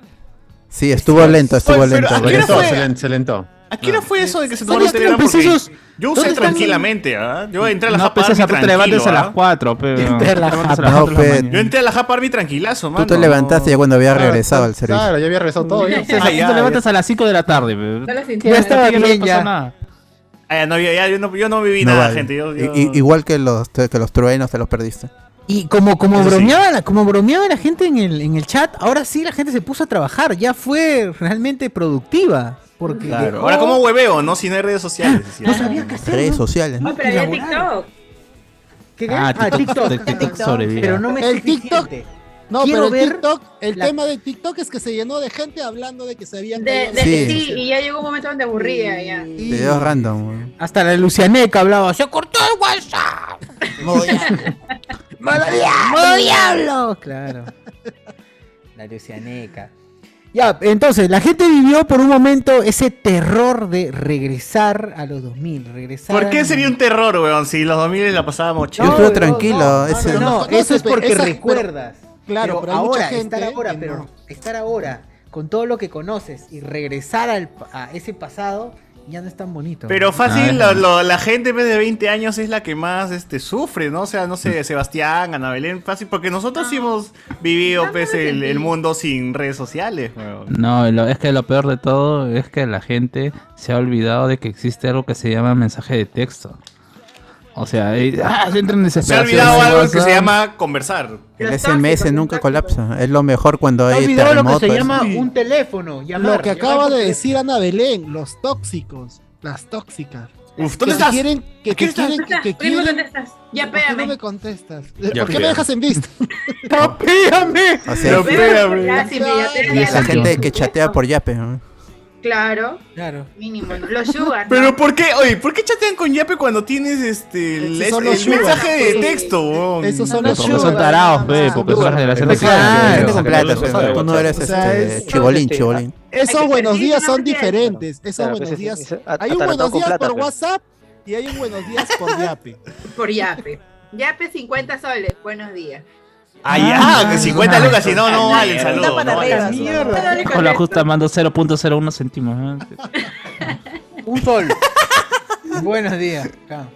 Sí, estuvo lento, estuvo Oye, pero lento. ¿a qué hora Regresó. fue? Se, se lentó. ¿A qué hora fue eso de que se ¿Sabes tomaron que Telegram? los Porque pecesos- yo ¿dónde usé están? tranquilamente, ¿ah? Yo entré a la No, Japa pues, Army esa tú te levantas tranquilo, a las ¿ah? 4, pero... Yo entré a la Levantas a Japa. las cuatro de la No, pe. mañana. Yo entré a la Japa Army tranquilazo, mano. Tú te levantaste ya cuando había regresado al servicio. Claro, ya había regresado todo. O sea, Ah, tú ya, te ya. levantas a las 5 de la tarde, pero- No la sentí. Ya estaba Ya no bien, pasó ya. nada. Ah, ya, no, había- ya, yo, no, yo no viví No nada, vale. gente. Yo, I- yo- i- igual que los, que los truenos te los perdiste. Y como, como Eso sí. bromeaba la, como bromeaba la gente en el, en el chat, ahora sí la gente se puso a trabajar, ya fue realmente productiva. Porque Claro. dejó- Ahora, ¿cómo hueveo, no? Si no hay redes sociales. decía. no sabía qué hacer. Redes sociales, No, ¿no? Ah, pero había TikTok. ¿Qué Ah, TikTok, TikTok, TikTok sobrevive. Pero no me es El TikTok. suficiente. No, Quiero pero el ver TikTok, el la- tema de TikTok es que se llenó de gente hablando de que se habían De, caído de, las Sí. sí. redes y ya llegó un momento donde aburría ya. Videos random. weón. Hasta la Lucianeca hablaba, se cortó el WhatsApp. (laughs) ¡Modo diablo! ¡Modo diablo! Claro. La Lucianeca. Ya, entonces, la gente vivió por un momento ese terror de regresar a los 2000, regresar ¿Por qué a- sería un terror, weón? Si los 2000 la pasábamos Yo chido. estuve tranquilo. ese- No, eso es porque recuerdas. claro, pero, pero hay mucha ahora, gente estar ahora, que pero no. estar ahora con todo lo que conoces y regresar al, pa- a ese pasado ya no es tan bonito. Pero fácil, Ah, lo- lo- la gente pues, de 20 años es la que más este, sufre, ¿no? O sea, no sé, Sebastián, Ana Belén, fácil, porque nosotros Ah. sí hemos vivido pues, el, el mundo sin redes sociales, weón. No, y lo- es que lo peor de todo es que la gente se ha olvidado de que existe algo que se llama mensaje de texto. O sea, y- ah, se entra en Se ha desesperación. olvidado en algo que WhatsApp. se llama conversar. El SMS nunca colapsa. Es lo mejor cuando Te has hay olvidado lo terremotos. que se llama un teléfono. Llamar, Lo que acaba de decir Ana Belén, los tóxicos, las tóxicas. Uf, que ¿dónde estás? Quieren, que, ¿Quién que estás? quieren, que, que ¿Por qué no me quieren- contestas? Ya ¿Por qué no pégame. me contestas? Ya, ¿Por qué me pégame. dejas en visto? ¡Papíame! O sea, Pero, espérame. ya, si me- ya te- Y ya esa la- gente que chatea por yape. ¿no? Claro, Claro. mínimo. ¿no? Los sugar. Pero ¿por qué? Oye, ¿por qué chatean con Yape cuando tienes este el, Esos son el los mensaje de sugar. texto, weón? Esos son los Porque son sugar. tarados, ve, Ah, porque son las generaciones Claro, gente con Claro, plata. claro. pero Tú no eres O sea, este es- chibolín, chibolín. Esos buenos perder, días no son tiene- diferentes. Esos Claro, buenos pues, es- días. es- es hay un atarantado buenos con días plata, por pues. WhatsApp y hay un buenos días (laughs) por Yape. Por Yape. Yape 50 soles. Buenos días. Ah, ya, que 50 lucas, si no, no vale el saludo. para no vale el arriba, saludo. Dale con Con la esto. justa mando 0.01 céntimos. ¿eh? Un sol. Buenos días. acá.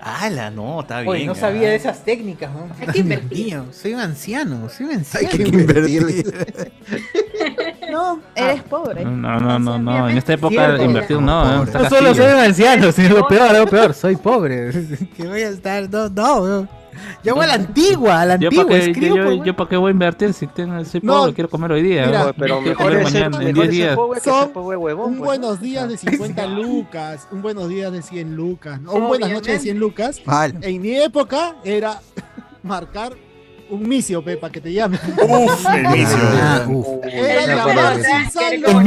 Ala, no, está bien. Oye, no ah. sabía de esas técnicas. ¿no? Hay que invertir. Mío, soy un anciano, soy un anciano. Hay que invertirle. No, eres pobre. No, no, no, no. En esta época Cierto. invertir no. ¿eh? Está No solo soy castillo. un anciano, sino lo peor, lo peor, (laughs) soy pobre. que voy a estar, no, no. no. Yo voy a la antigua, a la Yo para antigua, qué, escribo. yo, por- yo, pa' qué voy a invertir si tengo, soy No, pobre, quiero comer hoy día. mira, ¿no? Pero quiero mejor comer es ser, mañana, en 10 mejor es ser días. pobre que Son ser pobre huevón. Un pues. buenos días (laughs) de 50 lucas, un buenos días de 100 lucas, o un buenas noches de Obviamente. 100 lucas. Vale. En mi época era (laughs) marcar un misio, Pepa, que te llame. Uf, el misio. Ah, uf. Era Ya llamar conozco. sin saldo. El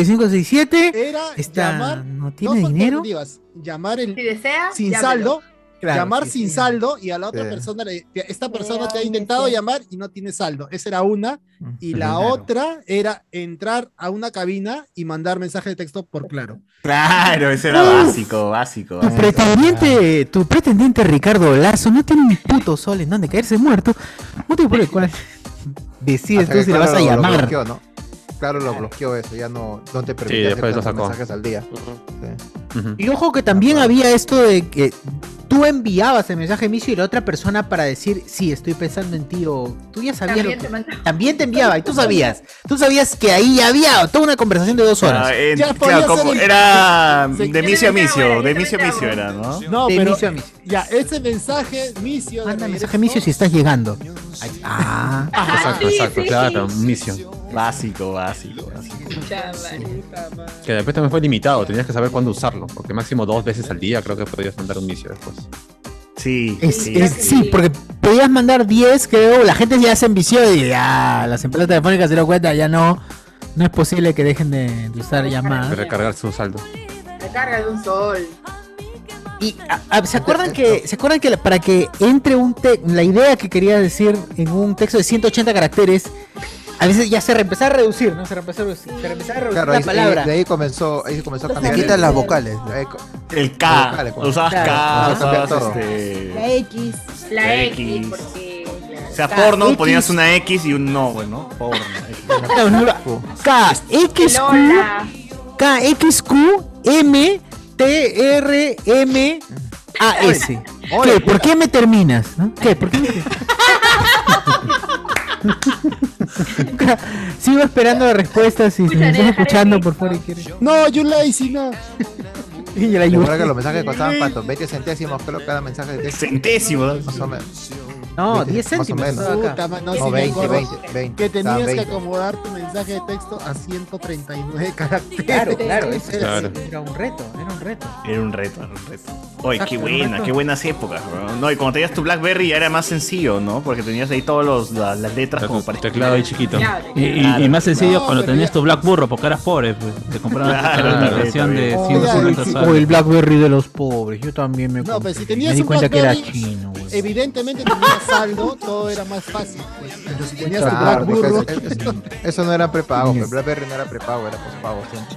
991076567 Era está llamar- no Dos tiene dinero. alternativas. Llamar el, desea, sin llámelo. saldo. Claro, llamar sí, sin saldo y a la otra Sí. persona, le- te- esta persona te ha intentado llamar y no tiene saldo. Esa era una. Y la Claro. otra era entrar a una cabina y mandar mensaje de texto por claro. Claro, ese era Uf. básico, básico. Tu pretendiente, tu pretendiente Ricardo Lazo no tiene un puto sol en donde caerse muerto. Motivo por el cual decides Hasta tú que si le vas a Claro lo llamar. bloqueó, ¿no? Claro, lo bloqueó eso, ya no, no te permite después lo tantos sacó. mensajes al día. Sí. Y ojo que también había esto de que tú enviabas el mensaje misio y la otra persona para decir, sí, estoy pensando en ti o tú ya sabías. También lo te que- mandaba. También te enviaba y tú sabías. Tú sabías que ahí había toda una conversación de dos horas. Ah, en- Ya podía claro, como- ser el- era Se- de misio a misio, de misio a misio era, ¿no? No, De pero inicio a ya, ese mensaje, misio. de regreso- Mensaje misio si estás llegando. Ay, ah. Exacto, exacto, claro, misio. Básico, básico, básico. Que después también fue limitado, tenías que saber cuándo usarlo, porque máximo dos veces al día creo que podías mandar un misio después. Sí, Es- es- sí, porque podías mandar 10, creo, la gente ya se envició y ya, las empresas telefónicas se dieron cuenta, ya no, no es posible que dejen de, de usar Para llamadas. recargar su saldo. La carga de un sol. Y ah, ah, ¿se acuerdan que, ¿se acuerdan que la- para que entre un te- la idea que quería decir en un texto de 180 caracteres, a veces ya se reempezaba a reducir, ¿no? Se reempezaba a reducir, se reempezaba a reducir Claro, la ahí, palabra. ahí- de ahí comenzó, ahí comenzó a Los cambiar. saquitas el- las vocales. ahí co- El las K, vocales, cuando- usabas K, Claro, comenzó a cambiar usabas todo. este. La X. La La X, X. porque. O sea, porno ponías una X y un no, güey, ¿no? Porno. Claro, no era- Lola. KXQ, KXQ, M, T, R, M, A, S. Oye, ¿Qué? ¿Por qué me terminas? no? ¿Qué? ¿Por qué me (laughs) terminas? Sigo esperando la respuesta si se me están escuchando, por favor. y quieren. No, you lazy, no. (laughs) Y la Recuerda ayuda. que los mensajes costaban (laughs) cuánto, 20 centésimos creo cada mensaje de texto. Centésimos. Más o menos. No, 10 Más o céntimos. menos. estaba Puta, acá. ma- No, si me 20, engordo. 20, 20, Que tenías estaba que 20. acomodar tu mensaje de texto a 139 caracteres. Claro, claro, eso Era era, Claro. era un reto, era un reto. Era un reto, era un reto. Oye, Exacto, qué era un buena, reto. qué buenas épocas, bro. No, y cuando tenías tu Blackberry ya era más sencillo, ¿no? Porque tenías ahí todas las letras como para Teclado ahí chiquito. Y, y- y más sencillo cuando tenías tu Black Burro, porque eras pobre, pues. Te compraban Claro, la también, versión de también. 150 O el soles. Blackberry de los pobres, yo también me, No, pero compré. si me tenías di un cuenta que era Blackberry, chino. güey. Evidentemente tenías (laughs) saldo, todo era más fácil. pues. Pero si tenías tu Claro, Black porque Burro, eso- eso, eso no era prepago, pero BlackBerry no era prepago, era pospago siempre.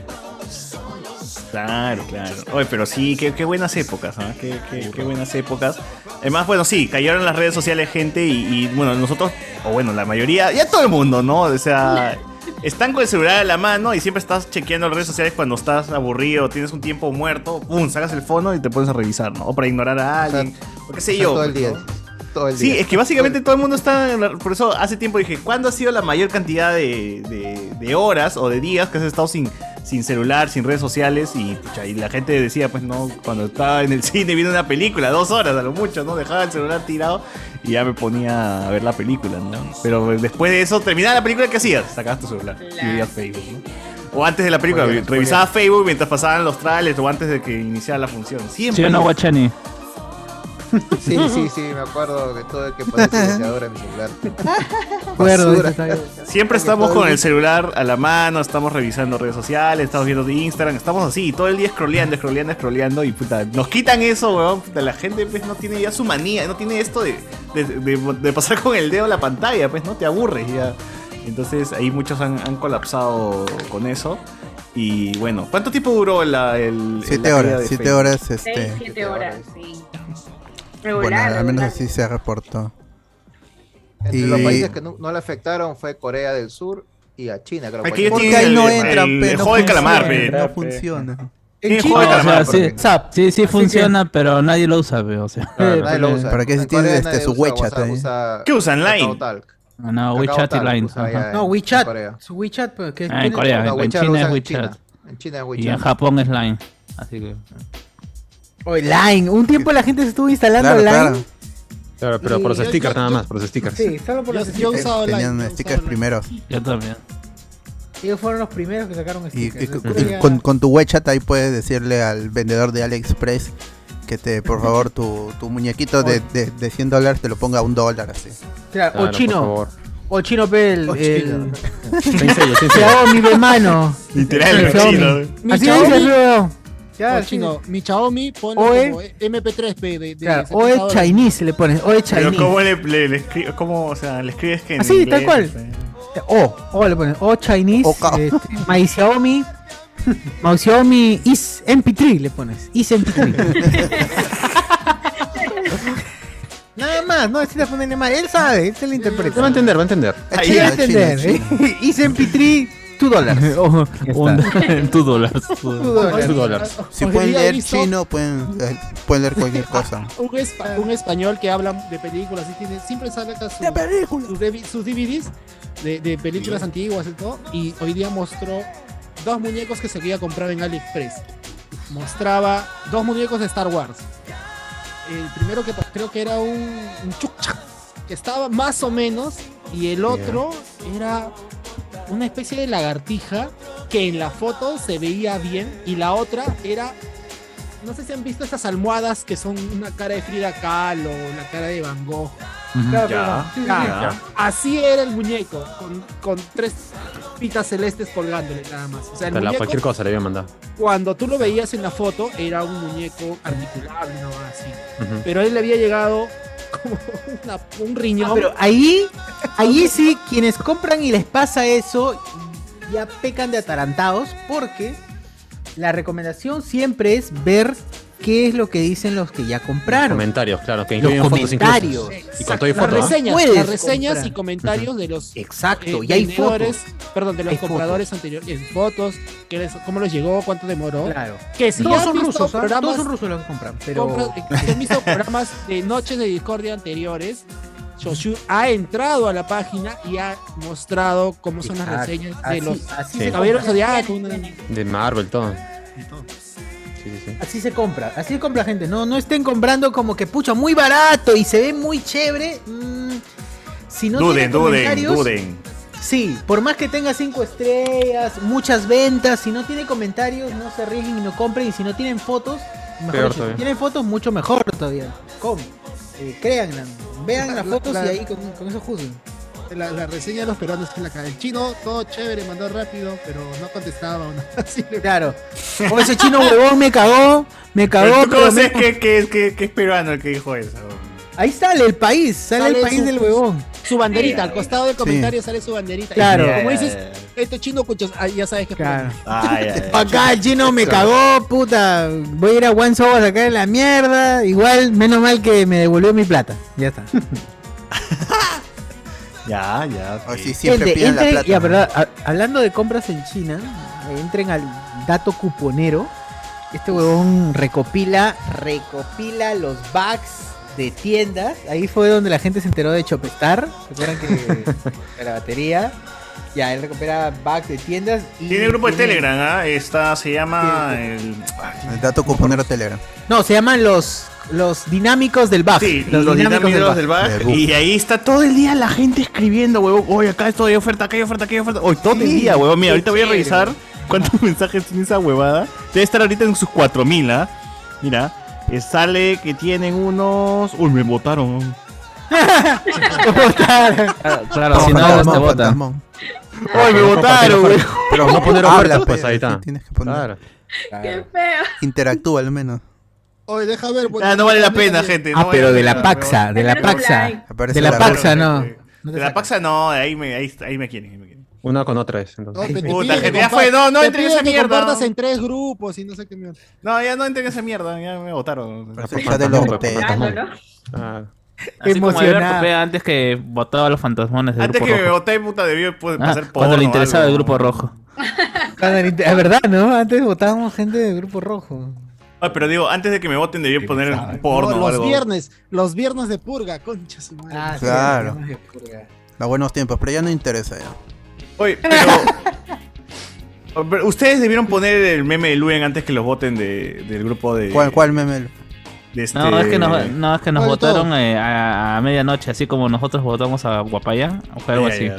Claro, claro. Oye, pero sí, qué, qué buenas épocas, ¿ah? Qué, qué- qué buenas épocas. Además, bueno, sí, cayeron las redes sociales gente y, y, bueno, nosotros, o bueno, la mayoría, ya todo el mundo, ¿no? O (laughs) sea, están con el celular a la mano y siempre estás chequeando las redes sociales cuando estás aburrido, tienes un tiempo muerto, pum, sacas el fono y te pones a revisar, ¿no? O para ignorar a alguien, o qué sé yo. Todo el día. ¿no? Todo el Sí, día. es que básicamente todo el mundo está. en la- Por eso hace tiempo dije, ¿cuándo ha sido la mayor cantidad de, de- de horas o de días que has estado sin, sin celular, sin redes sociales? Y, pucha, y la gente decía, pues no, cuando estaba en el (laughs) cine viendo una película, dos horas a lo mucho, ¿no? Dejaba el celular tirado y ya me ponía a ver la película, ¿no? Pero después de eso, terminaba la película, ¿qué hacías? Sacabas tu celular y veías Facebook, ¿no? O antes de la película, Spoiler, spoiler. revisaba Facebook mientras pasaban los trailers o antes de que iniciara la función. Siempre. Sí, no, Guachani. Sí, (laughs) sí, sí, me acuerdo de todo el que ponía silenciador en mi celular. (laughs) Acuerdo, Basura. está bien. Siempre estamos con el celular a la mano, estamos revisando redes sociales, estamos viendo de Instagram, estamos así, todo el día scrolleando, scrolleando, scrolleando y puta, nos quitan eso, weón. Puta, la gente pues no tiene ya su manía, no tiene esto de, de- de- de pasar (laughs) con el dedo la pantalla, pues no te aburres ya. Entonces ahí muchos han, han colapsado con eso. Y bueno, ¿cuánto tiempo duró la, el... Siete la caída horas, de siete Facebook? horas, este. Seis, siete horas, sí. Bueno, Regular. al menos así se reportó. Entre Y los países que no, no le afectaron fue Corea del Sur y a China, creo. Porque ellos Porque tienen ahí el- no el- entran, el pe, no juego del calamar, funciona. pe. No funciona. Tienen O juego de sea, calamar, sí, WhatsApp. sí, sí Así funciona, pero nadie lo usa, pe, o sea. Claro, nadie lo usa. ¿Para qué si En tiene, Corea este, nadie su usa WeChat WhatsApp, ahí? usa ¿Qué usan, Kakao Line? Talk. No, no, Kakao WeChat y Talk Line. usa allá ajá. en- No, en WeChat. Corea. Su WeChat, pero que. Ah, en Corea, No, en WeChat China lo es usan en WeChat. China. En China es Y en WeChat. Japón es Line. Así que. O Line. Un tiempo la gente se estuvo instalando Line. Claro, pero por los Sí, yo- stickers yo- nada más, por los stickers. Sí, solo por Yo- los yo stickers. usaba Tenían Line. stickers primeros. Yo también. Ellos fueron los primeros que sacaron Y, y- stickers. y con, con tu WeChat ahí puedes decirle al vendedor de AliExpress que te, por favor, tu, tu muñequito de, de, de 100 dólares te lo ponga a un dólar así. Claro, o chino. O chino pel. O el- Sin sello, sin sello. Xiaomi, mi hermano. Literal, El chino. Xiaomi. Mi Así Xiaomi. dice, luego. Ya, O Pues, sí. chino, mi Xiaomi pone Oe. como MP3P de, de Claro, 70 o es dólares. Chinese, le pones. O es Pero Chinese. ¿cómo le, le- le escri- cómo, o sea, le escribes que en Así, Ah, tal inglés? eh? cual. O, o le pones. O Chinese. este, my Xiaomi. My Xiaomi is MP3 le pones. Is MP3. (laughs) Nada más, no necesitas ponerle más. Él sabe, él se lo interpreta. Va a entender, va a entender. Ahí va a entender. ¿eh? (laughs) Is MP3 2 dólares. Tú dólares. Tú dólares. Tú dólares. Si Oye, pueden ¿ya leer listo? chino, pueden, eh, pueden leer cualquier cosa. Un, espa- un español que habla de películas y tiene, siempre sale acá su- sus, devi- sus DVDs de, de películas antiguas y todo. Y hoy día mostró dos muñecos que se quería comprar en AliExpress. Mostraba dos muñecos de Star Wars. El primero que pa- creo que era un, un Chukcha, que estaba más o menos. Y el otro era una especie de lagartija que en la foto se veía bien. Y la otra era no sé si han visto esas almohadas que son una cara de Frida Kahlo, la cara de Van Gogh. Claro, Ya, Sí, sí, sí. ya. Así era el muñeco, con, con tres pitas celestes colgándole nada más. O sea, Hasta el la- muñeco, Cualquier cosa le había mandado. cuando tú lo veías en la foto, era un muñeco articulable, no así. Ujú. Pero a él le había llegado como una- un riñón. Ah, pero ahí, ahí sí, quienes compran y les pasa eso, ya pecan de atarantados, porque la recomendación siempre es ver qué es lo que dicen los que ya compraron. Comentarios, claro, que Los incluyen fotos comentarios. incluso. Y con todo y las fotos. reseñas, Puedes las reseñas comprar. y comentarios de los eh, Exacto, y hay vendedores, fotos. perdón, de los Hay compradores anteriores, en fotos, que les- cómo los llegó, cuánto demoró. Claro. Que si Todos ya han son visto rusos, ¿ah? programas, Todos son rusos los que compran, pero- compras- que si han visto programas de noches de discordia anteriores. Shoshu ha entrado a la página y ha mostrado cómo son las Exacto, reseñas así- de los así se caballeros compra. zodiacos. una- De Marvel, todo. Sí, sí, sí. Así se compra, así compra gente. No, no estén comprando como que pucha muy barato y se ve muy chévere. Mm, si no duden, tiene duden, comentarios- duden. Sí, por más que tenga cinco estrellas, muchas ventas, si no tiene comentarios, no se arriesguen y no compren. Y si no tienen fotos, Peor mejor dicho, si todavía. tienen fotos, mucho mejor todavía. Com, eh, (laughs) créanla, vean las fotos y ahí con, con eso juzguen. La, la reseña de los peruanos en la cara. El chino, todo chévere, mandó rápido, pero no contestaba. o nada así. (laughs) Claro. O Oh, ese chino huevón me cagó, me cagó. Pero tú pero cómo me- sabes que, que, que- que es peruano el que dijo eso. Ahí sale el país, sale, Sale el país su- del huevón. Su banderita, al costado del Sí. comentario sale su banderita. Claro. Y como Ya, ya, dices, este chino, cuchos, ah, ya sabes que es Claro. peruano. Ah, (laughs) Acá el chino me cagó, puta. Voy a ir a One Soul a sacar la mierda. Igual, menos mal que me devolvió mi plata. Ya está. Ya, Ah, ya. sí, (laughs) siempre Gente, piden la entren- plata. ya, verdad, ha- hablando de compras en China, entren al dato cuponero. Este huevón recopila, recopila los bags de tiendas. Ahí fue donde la gente se enteró de Chopestar. ¿Se acuerdan que (laughs) de la batería? Ya, él recupera bags de tiendas. Y Tiene grupo de Telegram, ¿ah? Esta se llama. El... El dato cuponero Telegram. No, se llaman los, los dinámicos del bag. Sí, los, dinámicos del bar. Y ahí está todo el día la gente escribiendo, huevón. Oye, acá estoy de oferta, acá hay oferta, acá hay oferta. Hoy todo el Sí, día, huevón. Mira, qué ahorita voy a chévere. revisar cuántos (laughs) mensajes tiene esa huevada. Debe estar ahorita en sus 4000, ¿ah? Mira, eh, sale que tienen unos. Uy, me botaron. (laughs) Claro, claro, si no, este te botan. Uy, me botaron, güey. huevón. Pero no poner ofertas, oferta, pues, pues ahí ahí está. Tienes que poner. Claro. Qué feo. Interactúa al menos. Oye, deja ver. Ah, no vale la pena, gente. Ah, no pero vale de la la pena, Paxa, huevón. de la Paxa. Aparece De la la Paxa, no. De la Paxa no, ahí me, ahí, ahí me quieren. ahí me quieren. Una con otra es. Entonces. Te Puta, piden gente, que ya fue, no, no te entren en piden esa que mierda. compartas en tres grupos y no sé qué mierda. No, ya no entren en esa mierda, ya me votaron. Ya de los Pues, de- Ah. Así como Emocionado. Alberto P. antes que votaba a los fantasmones del Antes grupo que me rojo. voté, puta, debió pues, Ah, pasar cuando porno le o interesaba algo. el grupo rojo. Es verdad, ¿no? Antes votábamos gente del grupo rojo. Ah, pero digo, antes de que me voten, debió poner porno o los algo. viernes, los viernes de purga, concha su madre. Claro. A buenos tiempos, pero ya no interesa ya. Oye, pero. Pero Ustedes debieron poner el meme de Luen antes que los voten de- del grupo de. ¿Cuál, cuál meme? de este- No, es que nos, no, es que nos ¿Cuál de votaron eh, a, a medianoche, así como nosotros votamos a Guapaya, o fue algo Ya, así.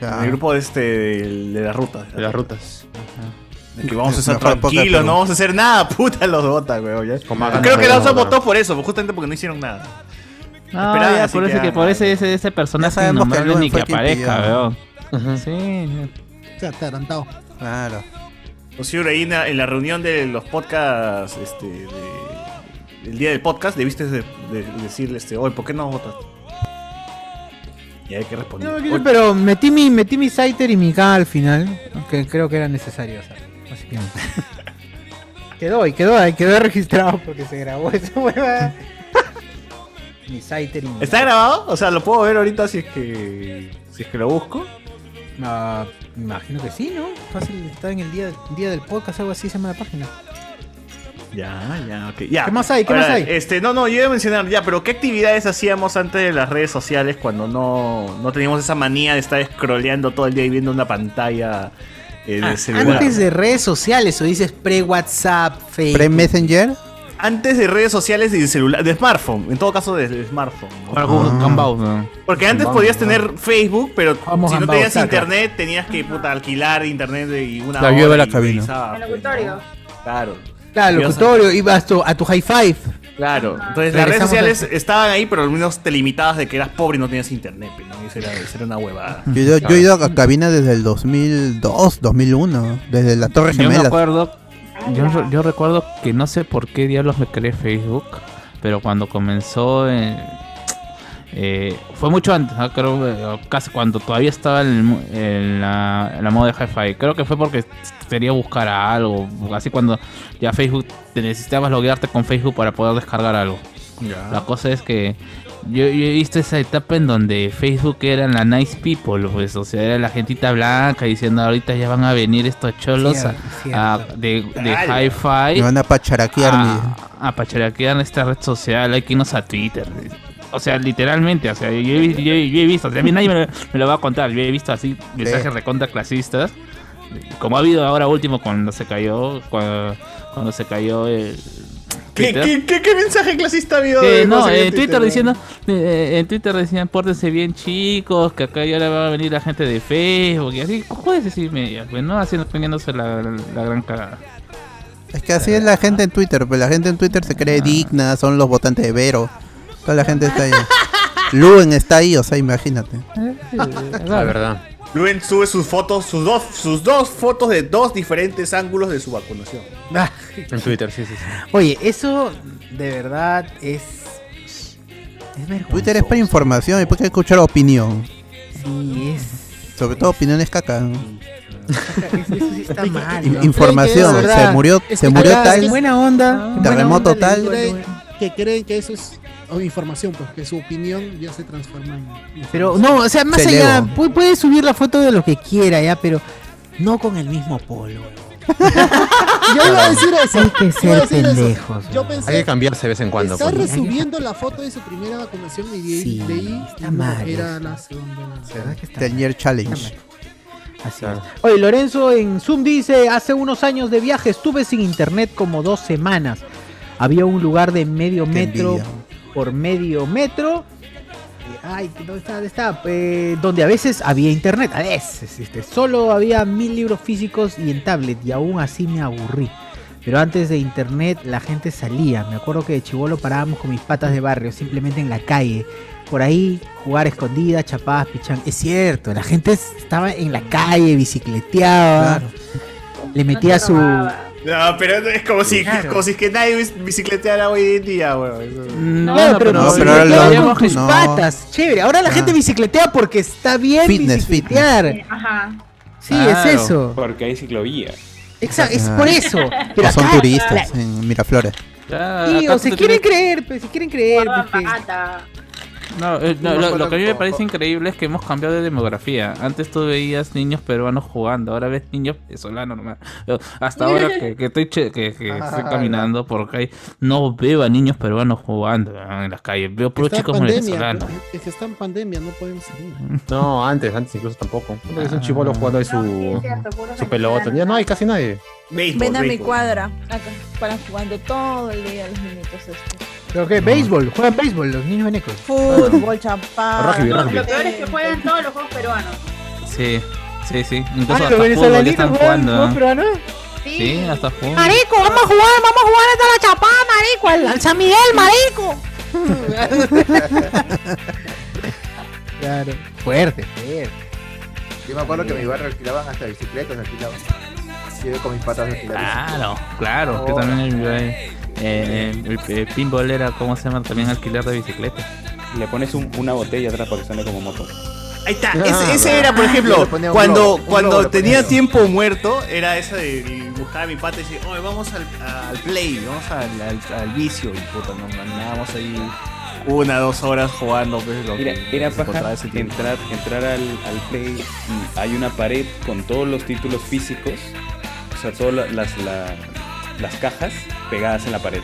ya. El grupo de este. del- De, las rutas. De las rutas. Que vamos a estar Mejor época de tranquilos, Perú. no vamos a hacer nada, (laughs) puta, los botas, weón. ya. (laughs) más Creo ganas que de los ganar. votó por eso, justamente porque no hicieron nada. No, Esperaban, Ah, ya, así por que eso es ya. que por ese, ese, ese personaje sabemos que innombrable Luen ni fue que quien aparezca, pidió. weón. Sí. O sea, (laughs) atarantado. Claro. Inclusive ahí en la, en la reunión de los podcasts, este, de- el día del podcast, debiste de, de- decirle, este, oye, ¿por qué no votas? Y hay que responder. "Oye, Pero metí mi, metí mi Scyther y mi K al final, que creo que era necesario. o sea, así que- (laughs) quedó y quedó, ahí quedó registrado porque se grabó esa hueva. (laughs) mi Scyther y mi ¿Está grabado? O sea, lo puedo ver ahorita si es que, si es que lo busco. Ah, me imagino que sí, ¿no? Fácil, está en el día, día del podcast, algo así se llama la página. Ya, ya, ok. Ya. ¿Qué más hay? ¿Qué Ahora, más hay? Este, no, no, yo iba a mencionar, ya, pero ¿qué actividades hacíamos antes de las redes sociales cuando no, no teníamos esa manía de estar scrolleando todo el día y viendo una pantalla eh, de celular? Ah, Antes de redes sociales, o dices pre-WhatsApp, Facebook. ¿Pre-Messenger? Antes de redes sociales y de celular, de smartphone, en todo caso de, de smartphone. ¿no? Ah. Porque antes podías tener Facebook, pero Vamos, si no Gambao, tenías saca. internet, tenías que puta, alquilar internet de- y una La hora lluvia de la y cabina. revisaba, El pues, locutorio. Claro. Claro, Ibas a- locutorio, ibas tu- a tu high five. Claro, entonces las redes Regresamos sociales al- estaban ahí, pero al menos te limitabas de que eras pobre y no tenías internet, pues, ¿no? Y eso era, eso era una huevada. Yo, he ido- yo he ido a cabina desde el 2002, 2001, desde la Torre Yo me Gemela. acuerdo, yo, re- yo recuerdo que no sé por qué diablos me creé Facebook, pero cuando comenzó, eh, eh, fue mucho antes, ¿no? creo, eh, casi cuando todavía estaba en, el mu- en la, en la moda de Hi-Fi. Creo que fue porque quería buscar algo, así cuando ya Facebook te necesitabas loguearte con Facebook para poder descargar algo. La cosa es que yo, yo he visto esa etapa en donde Facebook eran la nice people, pues, o sea, era la gentita blanca diciendo ahorita ya van a venir estos cholos a- Cierto, a- ah, de, de Dale. hi-fi Me van a pacharaquear a, a pacharaquear esta red social, hay que irnos a Twitter. O sea, literalmente, o sea, yo, he- yo he- yo he visto, o sea, a mí nadie me lo, me lo va a contar, yo he visto así mensajes recontra clasistas, como ha habido ahora último cuando se cayó, cuando, cuando se cayó el... ¿Qué, Twitter. qué, qué, qué mensaje clasista ha habido? Eh, de- no, sé qué en Twitter, ¿no? diciendo, eh, eh, en Twitter decían, pórtense bien chicos, que acá y ahora va a venir la gente de Facebook y así, cojones decir media, pues no, haciendo, poniéndose la, la- la gran cagada. Es que así es la gente en Twitter, pero la gente en Twitter se cree digna, son los votantes de Vero. Toda la gente está ahí. Luen está ahí, o sea, imagínate. Ah, La verdad. Luen sube sus fotos, sus dos, sus dos fotos de dos diferentes ángulos de su vacunación. En Twitter, sí, sí, sí. Oye, eso de verdad es. Es vergüenza. Twitter es para información y para escuchar opinión. Sí, es. Sobre todo opiniones caca. Eso sí está mal. In- información, de se verdad. murió, Es se que murió acá tal. es buena Ah, onda. Terremoto buena onda tal. le digo, Creen- que creen que eso es o información, pues que su opinión ya se transforma en. Pero no, o sea, más Se allá, elevó. pu- puede, subir la foto de lo que quiera ya, pero no con el mismo (laughs) polo. Yo iba a decir eso. Hay que iba a ser decir eso. pendejos. Yo Hay que pensé cambiarse de vez en cuando. Está pues. resubiendo la foto de su primera vacunación y de, Sí, de ahí está no, mal era eso. la segunda. Del Year Challenge. Así Oye, Lorenzo en Zoom dice, hace unos años de viaje estuve sin internet como dos semanas. Había un lugar de medio metro envidia. por medio metro. Eh, Ay, ¿dónde está? ¿Dónde está? Eh, donde a veces había internet, a veces. este, solo había mil libros físicos y en tablet y aún así me aburrí. Pero antes de internet la gente salía. Me acuerdo que de chivolo parábamos con mis patas de barrio, simplemente en la calle. Por ahí, jugar escondida, chapadas, pichán. Es cierto, la gente estaba en la calle, bicicleteaba. Le metía su... No, pero es como si, como si es que nadie bis- bicicleteara hoy en día, weón. No, pero, no, pues, pero ahora bicicleteaba lo- con tus no. Ah. patas, chévere. Ahora la gente bicicletea porque está bien Fitness, bicicletear. Ajá. Sí, es eso. Porque hay ciclovía. Exacto, es Ah. (laughs) por eso. Pero O son acá- turistas en Miraflores. Sí, acá o se tú tienes- quieren creer, pues, se quieren creer. pues, que- No, eh, no, No lo, fueron lo que a mí me todos. parece increíble es que hemos cambiado de demografía. Antes tú veías niños peruanos jugando, ahora ves niños venezolanos nomás. Yo, Hasta ahora que, que estoy, che- que, que estoy caminando por calle, no veo a niños peruanos jugando ah, en las calles, veo puros Está en chicos pandemia. venezolanos. Es que está en pandemia, no podemos salir. No, antes, antes incluso tampoco. Ah. Puta, Es un chivolo jugando ahí su, su pelota. Ya no hay casi nadie. Ven a mi cuadra. Acá paran jugando todo el día los minutos estos. Pero que béisbol, juegan béisbol los niños venecos. Ah. Fútbol, champán. Rugby, rugby. Lo peor es que juegan todos los juegos peruanos. Sí, sí, sí. Ah, Incluso los hasta fútbol ya venezolanitos están juegan jugando. fútbol ah. peruano. Sí, hasta fue. Marico, vamos a jugar, vamos a jugar hasta la chapada, marico, al, al San Miguel, (laughs) marico. Claro. Fuerte, fuerte. Yo me acuerdo que en mi barrio alquilaban hasta bicicletas, alquilaban. Yo iba con mis patas a alquilar Ah, Claro, claro, que también el, eh, eh, el, el pinball era, ¿cómo se llama? También alquiler de bicicleta. Le pones un- una botella atrás para que suene como moto. Ahí está, Ah, ese, ese verdad. era, por Le ejemplo, ponía un globo, cuando, un globo cuando le tenía ponía. tiempo muerto, era esa de, de buscar a mi pata y decir, oye, vamos al, al play, vamos al, al- al vicio, y puta, nos mandábamos ahí una, dos horas jugando. Pues, lo Era, que era se encontraba paja ese tiempo. entrar, entrar al, al Play y hay una pared con todos los títulos físicos, o sea, todas la- las, la- las cajas pegadas en la pared.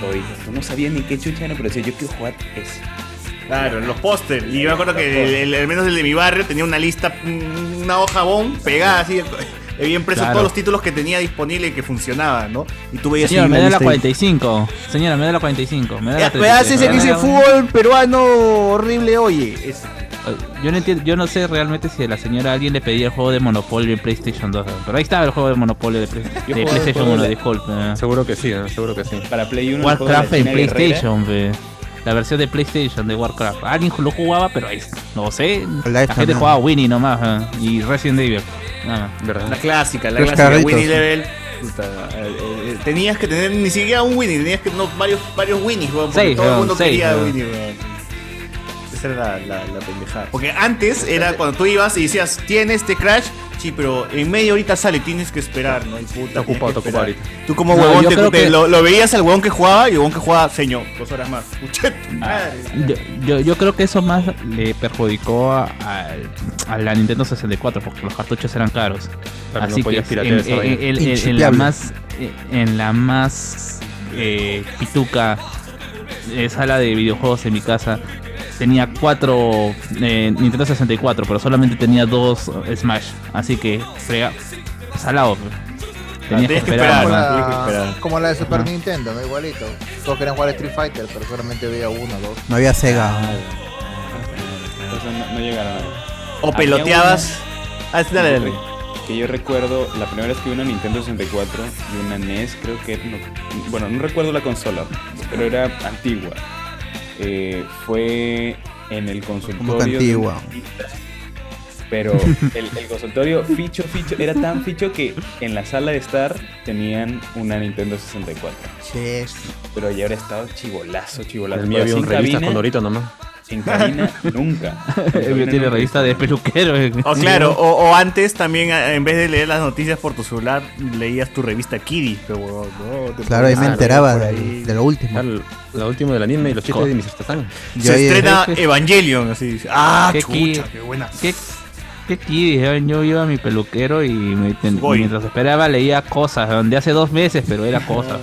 Toditas. Tú no sabías ni qué chucha era, pero decía, yo quiero jugar eso. Claro, los póster. Y yo me acuerdo que el- el- al menos el de mi barrio tenía una lista, un- una hoja bon pegada así. (laughs) Le había impreso Claro. todos los títulos que tenía disponible y que funcionaban, ¿no? Y tú veías Señora, ahí me una da la lista y- 45. Señora, me da la 45. Me da la Ya, Me das 33, ese que me da ah, dice la- fútbol peruano horrible, oye. Es- Yo no entiendo, yo no sé realmente si a la señora alguien le pedía el juego de Monopoly en PlayStation 2, pero ahí estaba el juego de Monopoly de, Play- de juego- PlayStation juego 1, de- disculpe. Seguro que sí, ¿eh? ¿no? seguro que sí. Para Play 1 Warcraft en PlayStation, pe. la versión de PlayStation de Warcraft. Alguien lo jugaba, pero ahí no sé. La, esta, gente ¿no? jugaba Winnie nomás ah, y Resident Evil. Ah, La clásica, la Los clásica carritos. Winnie Level. Puta, eh, eh, tenías que tener ni siquiera un Winnie, tenías que no, varios, varios Winnies, weón, porque Seis, todo el weón, mundo seis, quería weón. Winnie, weón. Esa era la, la, la pendejada. Porque antes era cuando tú ibas y decías, tienes este crash, sí, pero en media horita sale, tienes que esperar, ¿no? Y puta, Está ocupado, tenías que está ocupado esperar. ahorita. Tú como No, huevón yo te- creo te- que- lo, lo veías al huevón que jugaba y el huevón que jugaba, señor, dos horas más. (laughs) Pucha, tu madre. Yo, yo, yo creo que eso más le perjudicó a, al- a la Nintendo 64 porque los cartuchos eran caros. Claro, no Así que podías en, piratear esa en- vaina. en- en- en la Inchipeable. más en la más eh, pituca eh, sala de videojuegos en mi casa tenía cuatro eh, Nintendo 64, pero solamente tenía dos eh, Smash, así que frega salado. Ah, Tenías que esperar. como, ¿no? la, como la de Super Ajá. Nintendo, ¿no? Igualito. Todos querían jugar Street Fighter, pero solamente había uno, dos. No había Sega. Ah, Entonces Pues no, no llegaron a O peloteabas. Ah, sí, dale, dale. Que yo recuerdo, la primera vez que vi una Nintendo 64 y una NES, creo que. no- bueno, no recuerdo la consola, pero era antigua. Eh, fue en el consultorio. de un antigua? dentista. Pero el, el consultorio ficho, ficho, era tan ficho que en la sala de estar tenían una Nintendo 64. Pero ya ahora estaba chivolazo, chivolazo. El mío Pero Pues así había un en revista cabina- con Dorito nomás. En (laughs) cabina, (laughs) nunca. El mío tiene revista de peluquero. eh. (laughs) (laughs) O Oh, claro, o, o antes también, a- en vez de leer las noticias por tu celular, leías tu revista Kiddy. pero, huevón, no, te Claro, ahí me ponías- enteraba por de, ahí. de lo último. La última del anime y los chistes Co- de Mr. Satan. Yo Se ahí- estrena Evangelion, así. Ah, qué chucha, ki- qué buena. Qué, qué ki- eh, yo iba a mi peluquero y me- ten- Voy. mientras esperaba leía cosas, eh, de hace dos meses, pero era cosas.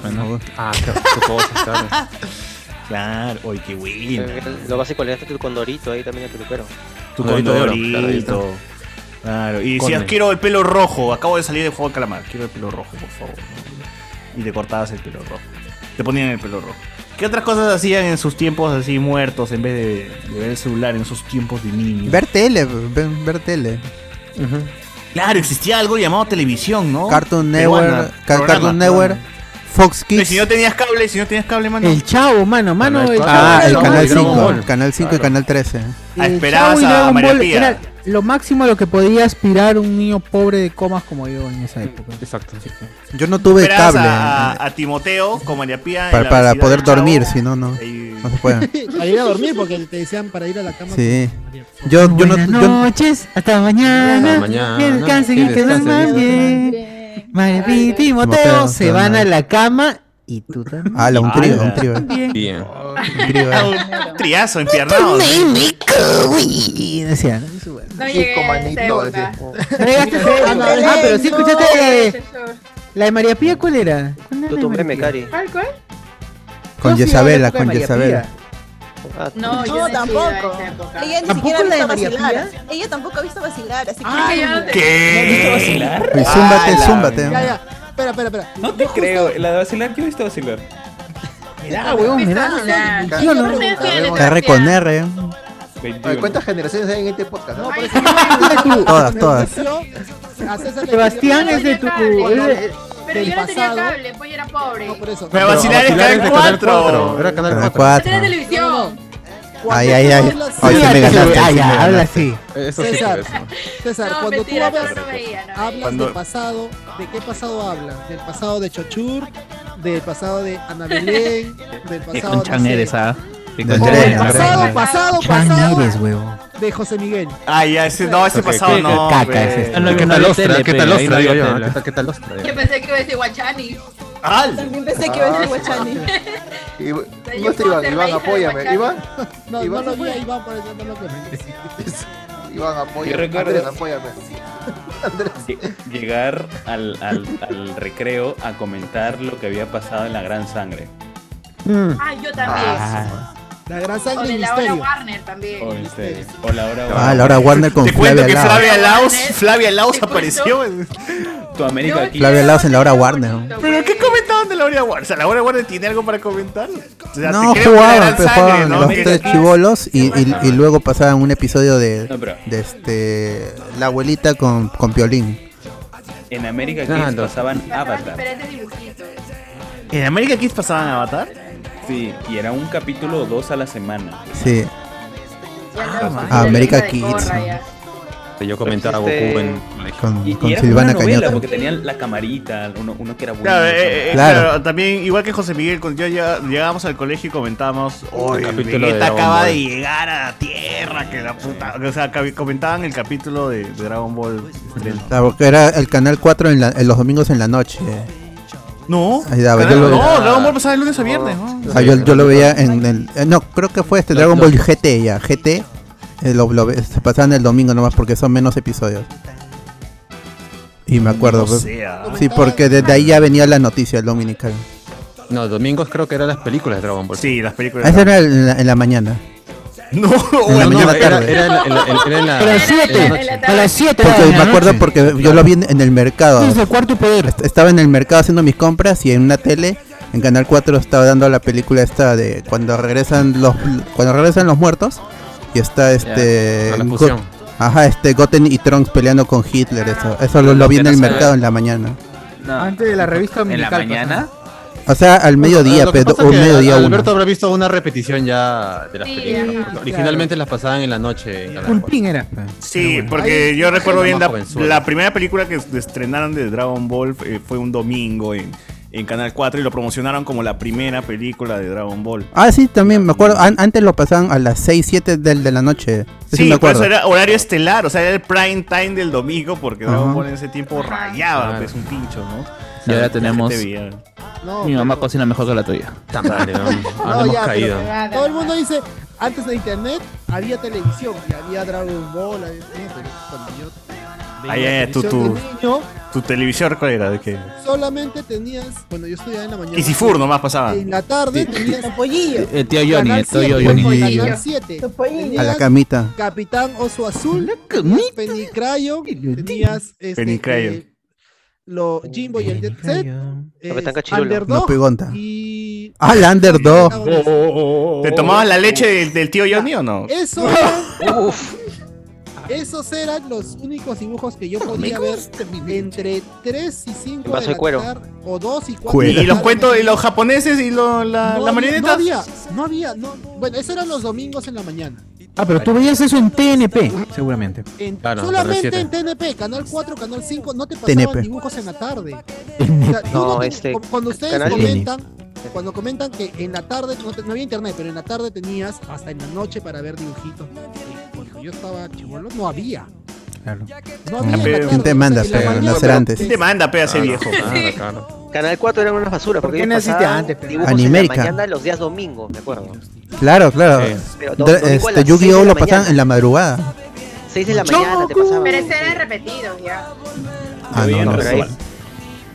Ah, qué (laughs) cosas, Claro, oye, qué buena. Eh, Lo básico le tu condorito ahí también el peluquero. Tu Dorito de oro, condorito. claro, Claro, y Conde. decías, quiero el pelo rojo, acabo de salir del juego de calamar, quiero el pelo rojo, por favor. Y te cortabas el pelo rojo. Te ponían el pelo rojo. ¿Qué otras cosas hacían en sus tiempos así muertos en vez de, de ver el celular en sus tiempos de niño? Ver tele, ver, ver tele. Claro, existía algo llamado televisión, ¿no? Cartoon Peruana, Network, Ca- programa, Cartoon Network, programa. Fox Y Kids. si no tenías cable, si no tenías cable, mano. El chavo, mano, mano. Ah, el ah, el chavo, canal mano. 5, el canal 5 y canal 13. Ah, El esperabas Chavo y a Dragon María Ball Pía. Era lo máximo a lo que podía aspirar un niño pobre de comas como yo en esa época. Exacto. Yo no tuve Esperabas cable A, a Timoteo con María Pía. en para, la para vecindad poder del Chavo. dormir, si no, no. No se (laughs) puede. (laughs) para ir a dormir, porque te decían para ir a la cama. Sí. Yo, yo no. Buenas Yo, noches, hasta mañana. Hasta mañana. Que descansen y Que que duerman descansen. bien. María Pía y Timoteo Timoteo, se se van van. a la cama y tú también. Ah, la un trío, un trío. eh. Bien. Bien. Un triazo empiernado. sí. Y decía, ¿no? No llegué Cinco a manitos, segunda. No llegaste a ese- ah, no, ah, pero sí escuchaste la de, la de María Pía, ¿cuál era? ¿Cuál era la de Tutumbre María Pía? Mecari. ¿Cuál, cuál? Con Yo fui a la Yesabela, época de con María Yesabela. Ah, No, yo No, no tampoco. tampoco. Ella ni ¿Tampoco siquiera ha la de visto María vacilar. Ella tampoco ha visto vacilar, así que. Ah, yo no te- ¿Qué? Pues zúmbate, Ah, zúmbate. Ya, ya. Espera, espera, espera. No te creo. La de vacilar, ¿qué viste vacilar? Mirá, huevón, mirá. Espectacular. Yo no. Yo pensé que le R con R. Oye, ¿Cuántas generaciones hay en este podcast? No, Ay, Por qué (laughs) eso- bueno. Todas, todas. Yo, a César le- Sebastián yo- es de tu- Yo- es de- Pero del yo no tenía pasado. cable, pues yo era pobre. No, por eso. Me vacilar es Vacilar es Canal de Canal 4. cuatro, era Canal Canal 4. cuatro. Era televisión. Ay, ay, ay. Ay, sí me ganaste. Ay, sí me ay, habla ganaste. Eso sí, César, eso. César, No, cuando mentira, tú no, hablas, no veía, no hablas Cuando- del pasado, ¿de qué pasado hablas? ¿Del pasado de Chochur? ¿Del pasado de Ana Belén? ¿Del Qué pasado conchan de... eres, ah. Qué O conchan del eres. pasado, pasado, pasado eres, huevo? de José Miguel? Ah, ya, ese, no, ese Ok, pasado ok. no. Caca, ve. es este. No, ¿Qué no, tal no, ostra? tele, ¿Qué pe, tal ahí ostra, no digo había yo, tele. ¿qué tal- qué tal ostra? Yo pensé que iba a decir Guachani. ¡Al! También pensé que iba a decir Ah. (laughs) Guachani. Y- yo ¿Cómo está Iván? puedo Iván, ser la hija de apóyame. Guachani. Iván, No, Iván, no lo vi apóyame. a Iván, por eso no lo comenté. Iván, Yo apóyame. recuerdo- Andrés, apóyame. Lle- Llegar al, al, al recreo a comentar lo que había pasado en la gran sangre. Ah, yo también. Ah. Ah. La gran O sangre de y la hora misterio. Warner también. O, este, o la hora. Ah, la hora Warner con Te cuento Flavia que Lao. Flavia Laos, Warner. Flavia Laos Te cuento. apareció. en- Tu América aquí. Flavia Laos en la hora Warner. ¿Pero qué comentaban de la hora Warner? O sea, la hora Warner tiene algo para comentar. O sea, No, te creo que la jugaban, gran pues, sangre, jugaban ¿no? los Que- tres chivolos y, y- y luego pasaban un episodio de, No, pero- de este la abuelita con, con Piolín. En América Ah, Kids no. pasaban Avatar. Diferentes dibujitos. ¿En América Kids pasaban Avatar? Sí, y era un capítulo o dos a la semana. Sí. Ah, América de Kids. gorra, Yo comentaba a Goku Este- en Con, Y, y con era como Silvana una novela, Cañota. porque tenían la camarita, uno, uno que era bueno. Claro, otro eh, eh, malo. claro, también igual que José Miguel, cuando yo llega- llegábamos al colegio y comentábamos, hoy capítulo de Vegeta Dragon acaba Ball". de llegar a la Tierra, que la puta, o sea, cabi- comentaban el capítulo de, de Dragon Ball. del- Claro, porque era el canal 4 en, la- en los domingos en la noche. No, Ahí daba, Canal- Ah, yo lo- no, Dragon Ball pasaba de lunes a viernes. ¿no? Ah, yo, yo lo veía en el. eh, No, creo que fue este Dragon Ball GT ya. GT eh, lo, lo ve- se pasaban el domingo nomás porque son menos episodios. Y me acuerdo. No pues. sé, ah. sí, porque desde ahí ya venía la noticia el dominical. No, domingos creo que eran las películas de Dragon Ball. Sí, las películas. Ah, eso (laughs) era en la, en la mañana. No, en la mañana era, tarde. era en la- en la- en- era Ah, en la- A las en la 7. noche. A las 7 Porque me acuerdo porque yo lo vi en, en el mercado. Desde el cuarto poder. Est- Estaba en el mercado haciendo mis compras y en una tele, en Canal 4 estaba dando la película esta de cuando regresan los cuando regresan los muertos y está este Ya, la Go- fusión. Ajá, este Goten y Trunks peleando con Hitler, eso. Eso lo, lo vi en el mercado en la mañana. Antes de la revista ¿En la dominical. pues? mañana? O sea, al mediodía, Lo que pero pasa es un que mediodía uno. Alberto habrá visto una repetición ya de las Sí, películas. ajá. Originalmente las pasaban en la noche. en Canal Pulpín era. Sí, porque Ahí- yo recuerdo ahí bien nomás la, jovenzuela. la primera película que estrenaron de Dragon Ball eh, fue un domingo en, en Canal 4 y lo promocionaron como la primera película de Dragon Ball. Ah, sí, también me acuerdo. An- antes lo pasaban a las 6, 7 del, de la noche. Sí, Sí, me por acuerdo. eso era horario estelar, o sea, era el prime time del domingo porque Dragon Ajá. Ball en ese tiempo rayaba, Claro. pues un pincho, ¿no? Y ahora La gente tenemos- veía. No, Mi mamá cocina mejor que la tuya. Madre, ¿no? Ah, Ahora (laughs) No, hemos ya, pero caído. todo el mundo dice, antes de internet había televisión, y había Dragon Ball, había eh, pero cuando yo veía Ahí, ahí, tú, televisión tú. de niño, ¿Tu televisor cuál era? ¿De qué? solamente tenías, bueno, yo estudiaba en la mañana. Kisifur nomás pasaba. Eh, En la tarde tenías pues, Topollillo. El Eh, tío Johnny, el tío Johnny. Canal 7. A la camita. Capitán Oso Azul, tenías Penicrayon, tenías este, Penicrayon. eh, lo Jimbo y el Jet Set, eh, Capitán Cachirulo. No Underdog, pregunta. y Ah, la Underdog. ¿Te tomabas la leche del, del tío Johnny o no? Eso eran, esos eran los únicos dibujos que yo podía ver entre 3 y 5 En vaso de cuero. o 2 y 4 Y (laughs) los cuentos, y los japoneses y lo- la, no, la había- no marioneta. había, no había, no- bueno, eso eran los domingos en la mañana. Ah, pero tú veías eso en TNP, seguramente. En- Claro, solamente Canal en TNP, Canal 4, Canal 5, no te pasaban TNP. dibujos en la tarde. O sea, tú No, te- este, cu- cuando ustedes Canal comentan, cuando comentan que en la tarde no, te- no había internet, pero en la tarde tenías hasta en la noche para ver dibujitos. Y Cuando yo estaba chivolo, no había. No había en la tarde, ¿Quién te manda? o sea, en la Pero mañana- nacer antes. ¿Quién te manda, pe, ese Claro, viejo? claro, Canal 4 eran unas basuras porque ¿Por qué ellos naciste pasaban antes, pero? dibujos en la Animerica. mañana los días domingo, me acuerdo. Claro, claro. Pero do- Dra- domingo a Este las Yu-Gi-Oh seis de lo la pasaban mañana. en la madrugada. 6 de la mañana te pasaban. Pero ese era repetido ya. Ah, no, no. pero ahí-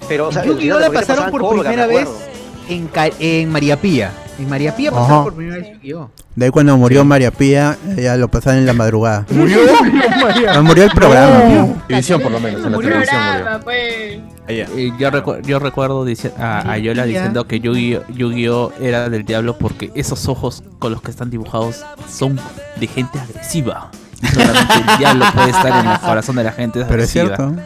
Pero, o sea, los Yu-Gi-Oh días la domingo te pasaron pasaban por Cobra, me primera vez acuerdo. en, Ca- en María Pía. En María Pía Ajá. pasaron por primera vez Yu-Gi-Oh. De ahí cuando murió María Pía, ya lo pasaban en la madrugada. ¿Murió? Ah, murió el programa. Televisión, por lo menos. En la televisión murió. Eh, yo, recu- yo recuerdo dice- a, a Yola diciendo que Yu-Gi-Oh Yu-Gi-Oh era del diablo porque esos ojos con los que están dibujados son de gente agresiva. Y Solamente el diablo puede estar en el corazón de la gente Pero es agresiva. cierto.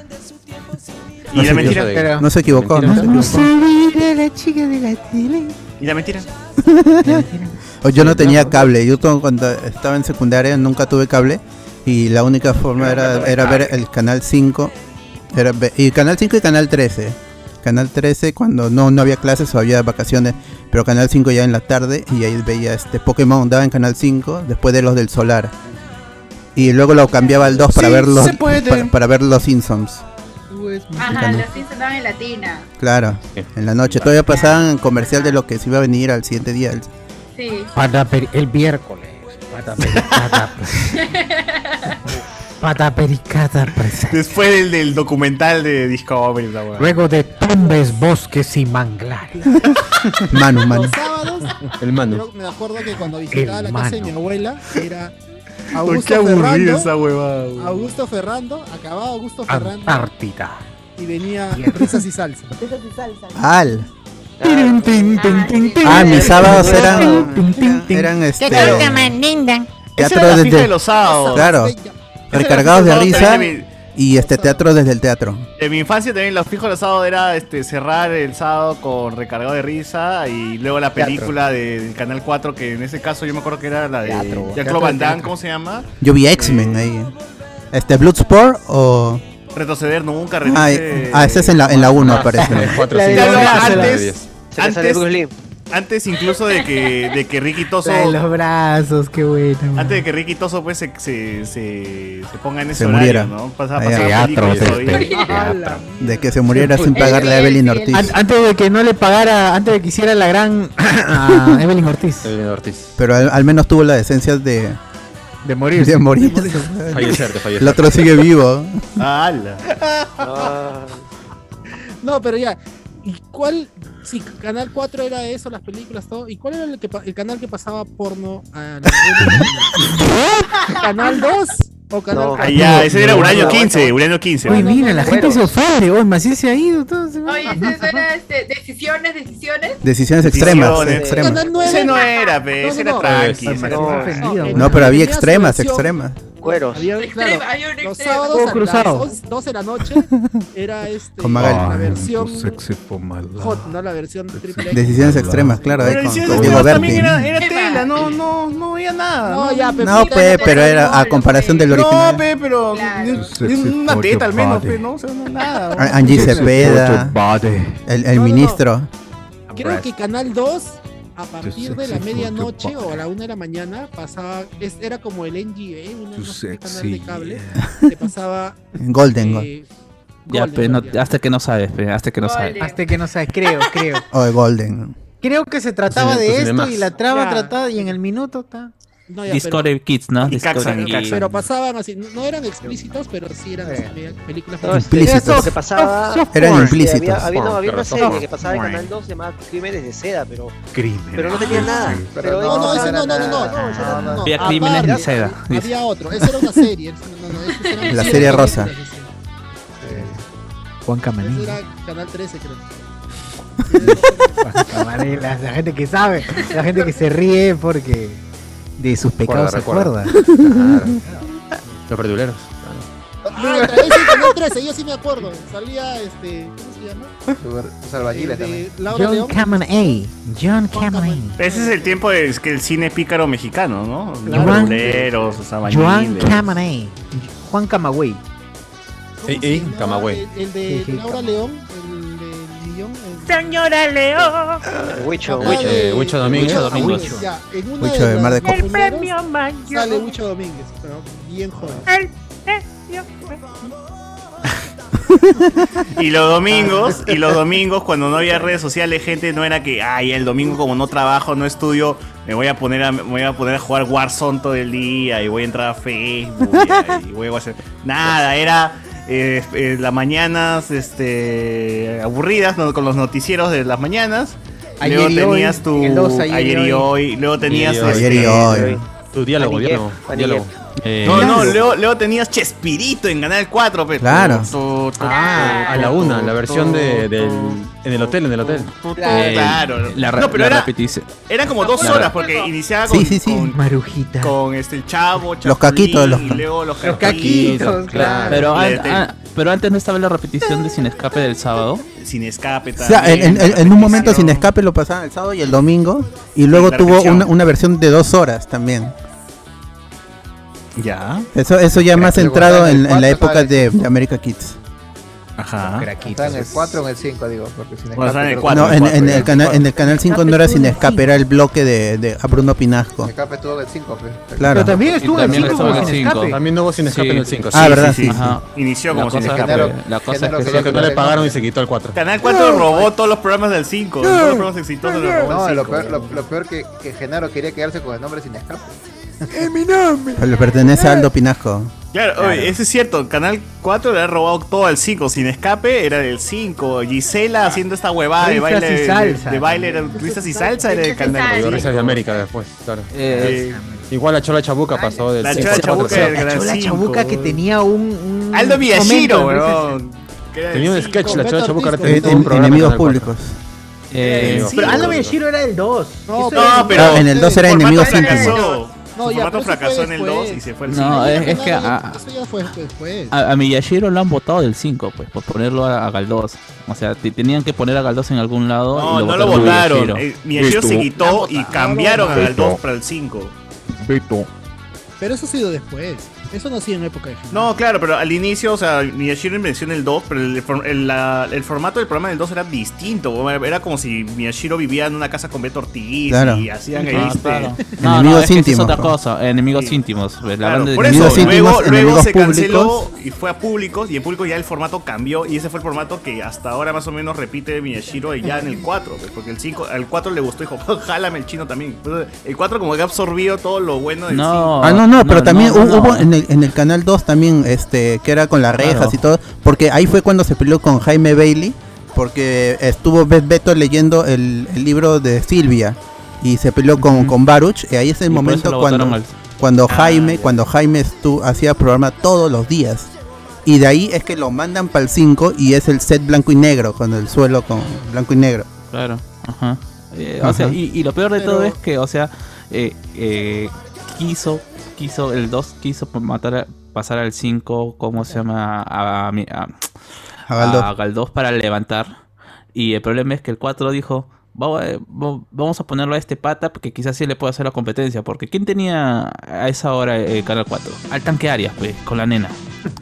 ¿Y la mentira? mentira? No se equivocó, ¿Mentira? no se equivocó. Mira la chica de la tele. ¿Y la mentira? (laughs) O Yo no tenía cable. Yo to- cuando estaba en secundaria nunca tuve cable. Y la única forma era, era ver el canal 5. Era ve- y canal 5 y canal 13. Canal 13 cuando no, no había clases o había vacaciones. Pero canal 5 ya en la tarde. Y ahí veía este Pokémon. Daba en canal 5 después de los del Solar. Y luego lo cambiaba al 2 para, Sí, ver los- se puede. para, para ver los Simpsons. Ajá, los sí se daban en latina. Claro, en la noche. Todavía pasaban comercial de lo que se iba a venir al siguiente día. El- Sí. Ah, el miércoles. Pata pericata. Pata pericata (laughs) presente. Después del, del documental de Discovery, la weá. Luego de tumbes, bosques y manglares. Manu, manu. Los sábados, El yo me acuerdo que cuando visitaba El la casa de Manu. mi abuela, (laughs) era Uy, Augusto Qué aburrida Ferrando, esa huevada. weón. Augusto Ferrando, acababa Augusto Ferrando Antártida. y venía risas y salsa. Risas y salsa. Al. Tin, tin, tin, tin, tin. Ah, mis sábados eran- Tin, tin, tin. eran, este, linda. Teatro desde Claro. Recargados de Esa era la risa fiesta de los sábados y este teatro desde el teatro. En mi infancia también los fijos los sábados era este, cerrar el sábado con recargado de risa y luego la Teatro. película de- del Canal 4, que en ese caso yo me acuerdo que era la de Teatro Jack Van de Damme, teatro. ¿cómo se llama? Yo vi X-Men ahí. Este Bloodsport o Retroceder nunca, Ah, retroceder. ah, ese es en la en (laughs) la 1 (laughs) aparece. ¿no? antes, Se le sale Bruce Lee. antes, antes incluso de que, de que Ricky (laughs) Toso Ay, los brazos, qué bueno. Antes de que Ricky Toso pues se, se, se, se ponga en ese Se horario, muriera. ¿no? Pasaba, Ahí, pasaba teatro, películas este, todavía. De que se muriera sin Oye, pagarle a Evelyn Ortiz. An- antes de que no le pagara, antes de que hiciera la gran a Evelyn Ortiz. Pero al, al menos tuvo la decencia de de morir. De morir. Fallecer, de fallecer. El otro sigue vivo. Ah. (laughs) No, pero ya. ¿Y cuál? Si Canal 4 era eso, las películas, todo. ¿Y cuál era el, que pa- el canal que pasaba porno a la ¿Canal 2 o Canal No, 4? ah, ya, ese era Uranio 15, Uranio 15. Uy, mira, la gente se ofende, hoy más se ha ido. todo se va. Oye, eso era este, decisiones, decisiones. Decisiones extremas, extremas. Canal nueve. Ese no era, pe, ese era tranqui. No, ese era no, tranqui. No, pero había extremas, extremas. Cueros. Había, claro, los sábados Todo a cruzado. las 11, 12 de la noche era este, Con Magali. la Ay, versión tu hot, no la versión triple X. Decisiones extremas, claro, ahí Pero con, decisiones con Diego extremas Berti. Era, era tela, no, no, no había nada. No, ya, pe, No, puta, pe, no pero tenía era a comparación del original. No, pe, pero ni un- ni una teta al menos, pe, no, o sea, no, nada. A- Angie Cepeda, el, el ministro. Creo que Canal 2, a partir de la medianoche o a la una de la mañana, pasaba. es- era como el NGA, una no sé qué canal de cable. Te pasaba. Golden, eh, Ya, pe, no- hasta que no sabes, pe, hasta que no sabes. Hasta que no sabes, creo, creo. O de Oh, Golden. Creo que se trataba Sí, de tú sí esto demás. y la traba Ya. tratada y en el minuto está. no, ya, pero- Discovery Kids, ¿no? Y Caxa, Discovery y Kids. Caxa. Pero pasaban así, no, no eran explícitos, pero sí eran pe- películas. No, este, Implícitos. Lo que pasaba. Soft- soft Eran porn. implícitos. Había, había, no, había Claro, una soft serie porn. que pasaba en Bueno. Canal 2 llamada Crímenes de Seda, pero. Crímenes Pero no tenía de nada. Seda. Pero No, no, eso eso no, no, no, no, no, eso Eh, era- no. Había Ah, crímenes de seda. Había otro, esa era una serie. esa- no, no, esa era una La serie de rosa. películas, esa. Juan Esa Camarilla. era Canal 13, Ah. creo. Ah, Juan Camarilla, la gente que sabe, la gente que se ríe porque de sus pecados se Recuerda, acuerda. recuerda. Claro. (laughs) Los verduleros. Ah, otra vez en Canal 13, yo sí me acuerdo. Salía este. ¿Cómo se llama? Sus albañiles también. Laura John León. Cameron A. John Cameron. Ese es el tiempo de- es que el cine pícaro mexicano, ¿no? Los Claro. verduleros, los Juan albañiles. Cameron A. Juan Camagüey. Ey, ey, Camagüey. El de Laura León, el de Millón. Señora Leo. Huicho, Huicho. Eh, Huicho Domínguez. Ah, Huicho Domínguez. El, ya, Ah, en una Huicho de de las Mar de primeras El premio mayor. Sale Hucho Domínguez, pero bien joven. El premio mayor. Y los domingos, y los domingos cuando no había redes sociales, gente no era que, ay, el domingo como no trabajo, no estudio, me voy a poner a, me voy a poner a jugar Warzone todo el día y voy a entrar a Facebook y, y voy a hacer nada, era eh, eh, las mañanas este aburridas ¿no? con los noticieros de las mañanas. Ayer luego y hoy, tenías tu el dos, ayer y ayer y hoy. hoy, luego tenías Ayer y este, hoy. eh, Tu diálogo, diálogo, diálogo. Eh, No, no, claro. Leo, Leo tenías Chespirito en Canal 4, pero. Claro. Ah, A la una, la versión de, del. En el hotel, en el hotel. Eh, Claro. Claro. La, No, pero era- repetición. Eran como dos horas porque iniciaba con, Sí, sí, sí. Marujita. con este el chavo, Chapulín, Los caquitos, los y ca- luego los, Los caquitos, claro. Pero, ah, Y an- este, an- pero antes no estaba la repetición de Sin Escape del sábado. Sin Escape O sea, en, en- en- en un momento sin escape lo pasaban el sábado y el domingo. Y luego La tuvo repetición. una, una versión de dos horas también. Ya. Eso, eso ya Pero más que lo centrado guardan en, el en la cuarto, época ¿sabes? de, de America Kids. Ajá. Estaba en el 4 o en el 5, digo. Porque sin Bueno, estaba en el creo que- No, en, en el Sin canal, en el canal 5 no era sin escape, era el bloque de, de a Bruno Pinasco. escape estuvo en el 5, pues. Claro. También no hubo Sin Escape en el 5. Ah, ¿verdad? Sí, Inició como Sin cosa Escape. era que- La cosa es que, no le pagaron y se quitó el 4. Canal 4 robó todos los programas del 5. Todos los programas exitosos los robó. No, el lo cinco. peor, lo, lo peor que, que Genaro quería quedarse con el nombre sin escape. Le pertenece a Aldo Pinasco. Claro, oye, eso es cierto. Canal 4 le ha robado todo al 5. Sin escape era del 5. Gisela haciendo esta huevada de Risas baile. y de- salsa. De baile, era risas y salsa era del canal. Los cinco. Risas de América después, claro. Eh, Sí. Igual la Chola Chabuca pasó del La 5 Chola al 4. Chabuca del La Gran chola Cinco, chabuca que weón. tenía un. un Aldo Villashiro, momento, entonces, weón. que era del Tenía un cinco. sketch, la Chola Chabuca ahora Eh, tenía todo un en- programa. enemigos en Canal cuatro. públicos. Eh, Pero Aldo Villashiro era el 2. No, pero- en el 2 era enemigos fracasó. No, Su ya, formato pero eso fue fracasó en el después. 2 y se fue al 5. No, es, es que ah. a, Eso ya fue después. a, a Miyashiro lo han votado del 5, pues, por ponerlo a, a Galdós. O sea, te- tenían que poner a Galdós en algún lado. No, y no lo votaron a votaron. Miyashiro. Eh, Miyashiro se quitó y cambiaron al 2 para el 5. Pero eso ha sido después. Eso no ha sido en época de Genaro. No, claro, pero al inicio, o sea, Miyashiro menciona el 2, pero el, for- el- la- el formato del programa del 2 era distinto. weón. Era como si Miyashiro vivía en una casa con Beto Ortiz Claro. y hacían ahí Ah, este- (laughs) claro. No, No, no, Enemigos es que esa es íntimos, otra pa. cosa. Enemigos íntimos. pues, la Claro, banda de por enemigos eso, luego, íntimos, luego enemigos se canceló y fue a públicos y en público ya el formato cambió y ese fue el formato que hasta ahora más o menos repite Miyashiro ya en el 4, pues, porque el 5, al 4 le gustó y dijo, "Pues, jálame el chino también. Entonces, el 4 como que ha absorbido todo lo bueno del No, Ah, no, no, pero también Oh, no, hu- no. hubo en el, en el canal 2 también, este, que era con las rejas Claro. y todo, porque ahí fue cuando se peleó con Jaime Bailey, porque estuvo Beth Beto leyendo el, el libro de Silvia y se peleó con, con Baruch, y ahí es el Y por eso momento lo cuando, votaron Ah, cuando Jaime, cuando Jaime estu- hacía programa todos los días. Y de ahí es que lo mandan para el 5 y es el set blanco y negro, con el suelo con blanco y negro. Claro, ajá. Eh, O sea, Ajá. y, y lo peor de todo Pero- es que, o sea, eh, eh, quiso, quiso, el 2 quiso pa- matar a- pasar al 5, ¿cómo se llama? A, a, mi- a- A Galdós. a Galdós para levantar. Y el problema es que el 4 dijo, "Va- eh, va- vamos a ponerlo a este pata porque quizás sí le pueda hacer la competencia. Porque ¿quién tenía a esa hora el Canal 4? Al tanque Arias, pues, con la nena.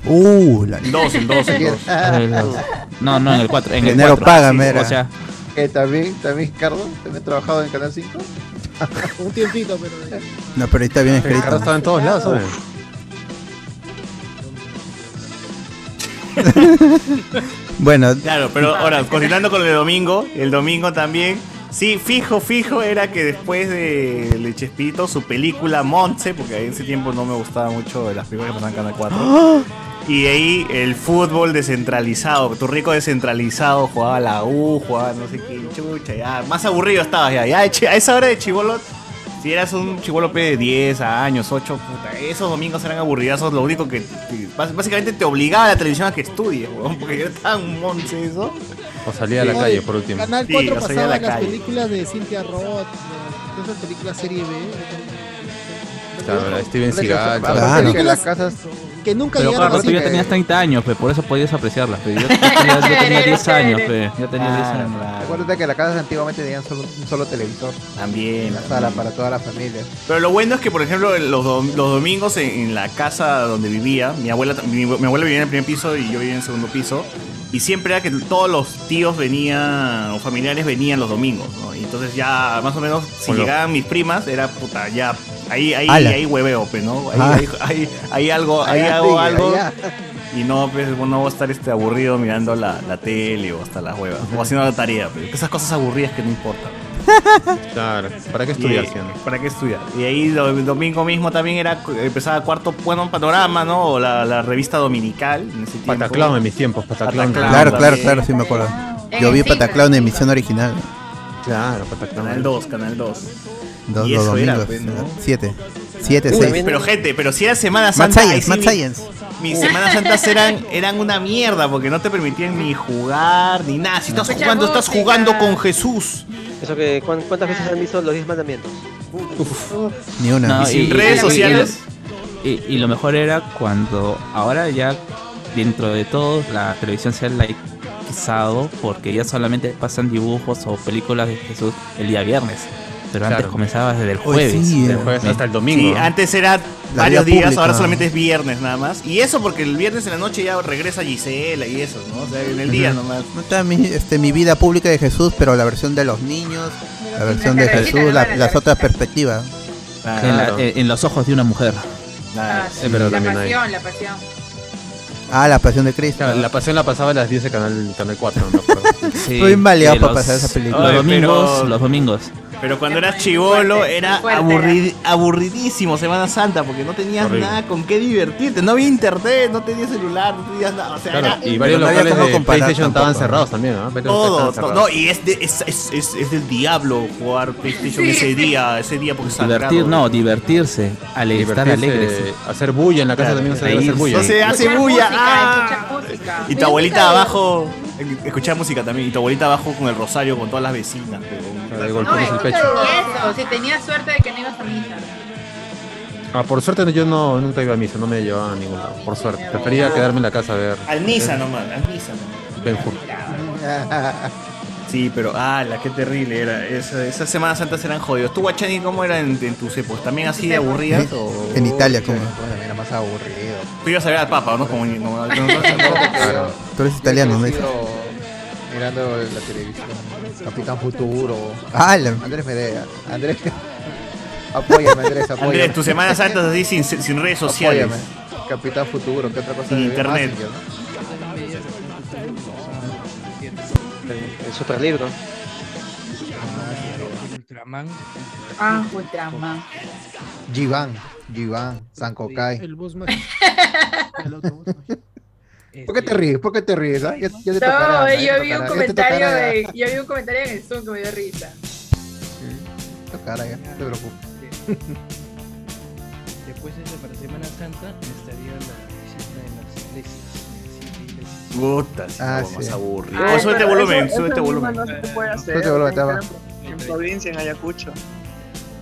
Uh, la El 2, el 2, el 2. El dos. (laughs) No, no, en el 4. En el Enero 4. paga, Sí, mera. O sea, Eh, también, también, Carlos, también trabajado en Canal 5. Un tiempito, pero. No, pero ahí está bien escrito. Carlos estaba en todos lados, ¿sabes? (laughs) Bueno, Claro, pero ahora, continuando con el domingo, el domingo también. Sí, fijo, fijo era que después de El Chespirito, su película Monse, porque en ese tiempo no me gustaba mucho las películas que pasaban en Canal 4. Y de ahí el fútbol descentralizado, tu rico descentralizado jugaba la U, jugaba no sé qué, chucha, ya, más aburrido estabas ya, ya de chi- a esa hora de chivolo, si eras un chivolo pe de 10 años, 8, puta, esos domingos eran aburridazos, lo único que que bas- básicamente te obligaba a la televisión a que estudies, weón, porque era tan monce eso. O salía a la Sí. calle, por último. Canal Sí, 4 o sea, ya pasaba la las calle. películas de Cynthia Roth, de esas películas serie B. Claro, Steven Claro. Seagal. todo. Ah, Aparte que las casas. Que nunca Pero llegaron claro, a tú ya (laughs) tenías 30 años, pe, por eso podías apreciarlas. Pe. Yo, yo tenía, yo tenía 10 años, pe. Yo tenía 10 Claro, años. claro. Acuérdate que las casas antiguamente tenían solo, un solo televisor. También. En la sala para toda la familia. Pero lo bueno es que, por ejemplo, los, dom- los domingos en, en la casa donde vivía, mi abuela, ta- mi, mi abuela vivía en el primer piso y yo vivía en el segundo piso. Y siempre era que todos los tíos venían, o familiares venían los domingos, ¿no? Y entonces ya, más o menos, si Hola. llegaban mis primas, era puta, ya, ahí, ahí, Ala. ahí hueveo, pues, ¿no? Ahí, Ah. ahí, ahí- ahí algo, ahí Allá hago sigue, algo. allá. Y no, pues, no voy a estar este aburrido mirando la, la tele o hasta las huevas, o haciendo la tarea, pues. Esas cosas aburridas que no importan. (laughs) Claro, ¿para qué Y- estudias? Ian? ¿Para qué estudiar? Y ahí do- el domingo mismo también era empezaba cuarto bueno panorama, ¿no? O la, la revista dominical en ese tiempo. Pataclown en mis tiempos, Pataclown. Pataclown Claro, claro, también. claro, sí me acuerdo. En Yo el vi cine, Pataclown en emisión original. Claro, Pataclown. Canal 2, Canal 2. Dos, Y los eso era, domingos. pues, ¿no? ¿no? Siete. 7, Uy, 6. Pero gente, pero si era Semana Mad Santa. Science, ahí sí Mad mi- Science. Mis Semanas Santas eran, eran una mierda porque no te permitían ni jugar ni nada. Si estás Escucha jugando, estás música. jugando con Jesús. Eso que, ¿cuán- ¿cuántas veces han visto los 10 mandamientos? Ni una. No, Y sin redes sociales. Y, y lo mejor era cuando ahora ya dentro de todo la televisión se ha likeizado porque ya solamente pasan dibujos o películas de Jesús el día viernes. Pero antes Claro. comenzaba desde el Hoy jueves. sí, desde eh. Hasta el domingo. Sí, ¿no? antes era La varios vía días, pública. ahora solamente es viernes nada más. Y eso porque el viernes en la noche ya regresa Gisela y eso, ¿no? O sea, en el día Ujú. nomás. No está mi, este, mi vida pública de Jesús, pero la versión de los niños, la versión de cabecita, ¿no? Jesús, la- La las otras perspectivas. En, la- eh, eh, en- en los ojos de una mujer. Ah, Es verdad, la también hay. pasión, la pasión. Ah, la pasión de Cristo. Claro, la pasión la pasaba a las 10 de canal, canal 4, (laughs) me acuerdo. Estoy maleado para pasar esa película. Los Oye, domingos, pero- los domingos. Pero cuando eras chivolo era aburrid- aburridísimo Semana Santa porque no tenías Horrible. nada con qué divertirte. No había internet, no tenías celular, no tenías nada. O sea, Claro, era- y varios Pero no había locales cómo de comparar PlayStation estaban tampoco, ¿no? cerrados también, ¿no? Varios Todo, locales todo. estaban No, cerrados. y es, de- es, es, es- es del diablo jugar PlayStation ese día, ese día porque es Divertir, sagrado. no, divertirse. Ale, estar alegre. Divertirse, hacer bulla en la casa también se debe hacer bulla. Entonces hace Escuchar bulla. música, ah. escuchar música. Y tu abuelita abajo, escuchar música también, y tu abuelita abajo con el rosario, con todas las vecinas. No, No, escucha y eso, si tenías suerte de que no ibas a misa. Ah, por suerte yo no, nunca iba a misa, no me llevaban a ningún lado, por suerte. Prefería quedarme en la casa a ver. Al misa nomás, al misa nomás. Ben Hur. (laughs) Sí, pero, ah, la qué terrible era. Esa- esas Semanas Santas eran jodidos. ¿Tú, Guachani, cómo eran en, en tus épocas? ¿También así de aburridas? o- En Italia, como. era más aburrido. Tú ibas a ver al Papa, ¿o ¿no? Como, como- Claro. Tú eres italiano, ¿no? Yo he crecido Mirando la televisión. Capitán Futuro. Ah, la- Andrés Medea. Andrés. (laughs) Apóyame, Andrés, apóyame. Andrés, tus Semanas Santas así sin, sin redes sociales. Apóyame. Capitán Futuro, ¿qué otra cosa? Sin de- internet. Ah, sí, El superlibro. Ultraman. Ah, Ultraman. yo. Giván. Giván. San Cocay. El bus (laughs) más. ¿Por qué te ríes? ¿Por qué te ríes? ah? Ya, ya te tocará, No, ya te yo vi un tocará, ya te comentario tocará, de, yo vi un comentario en el Zoom que me dio risa. ya te tocará, ya, no te preocupes. Después de eso, para Semana Santa, estaría la visita de las iglesias. Puta, sí, Ah, no, sí. más aburrido. Ah, súbete pero volumen, eso- súbete eso mismo volumen. no se puede hacer, Súbete volumen, tiene que estaba. En provincia, en Ayacucho.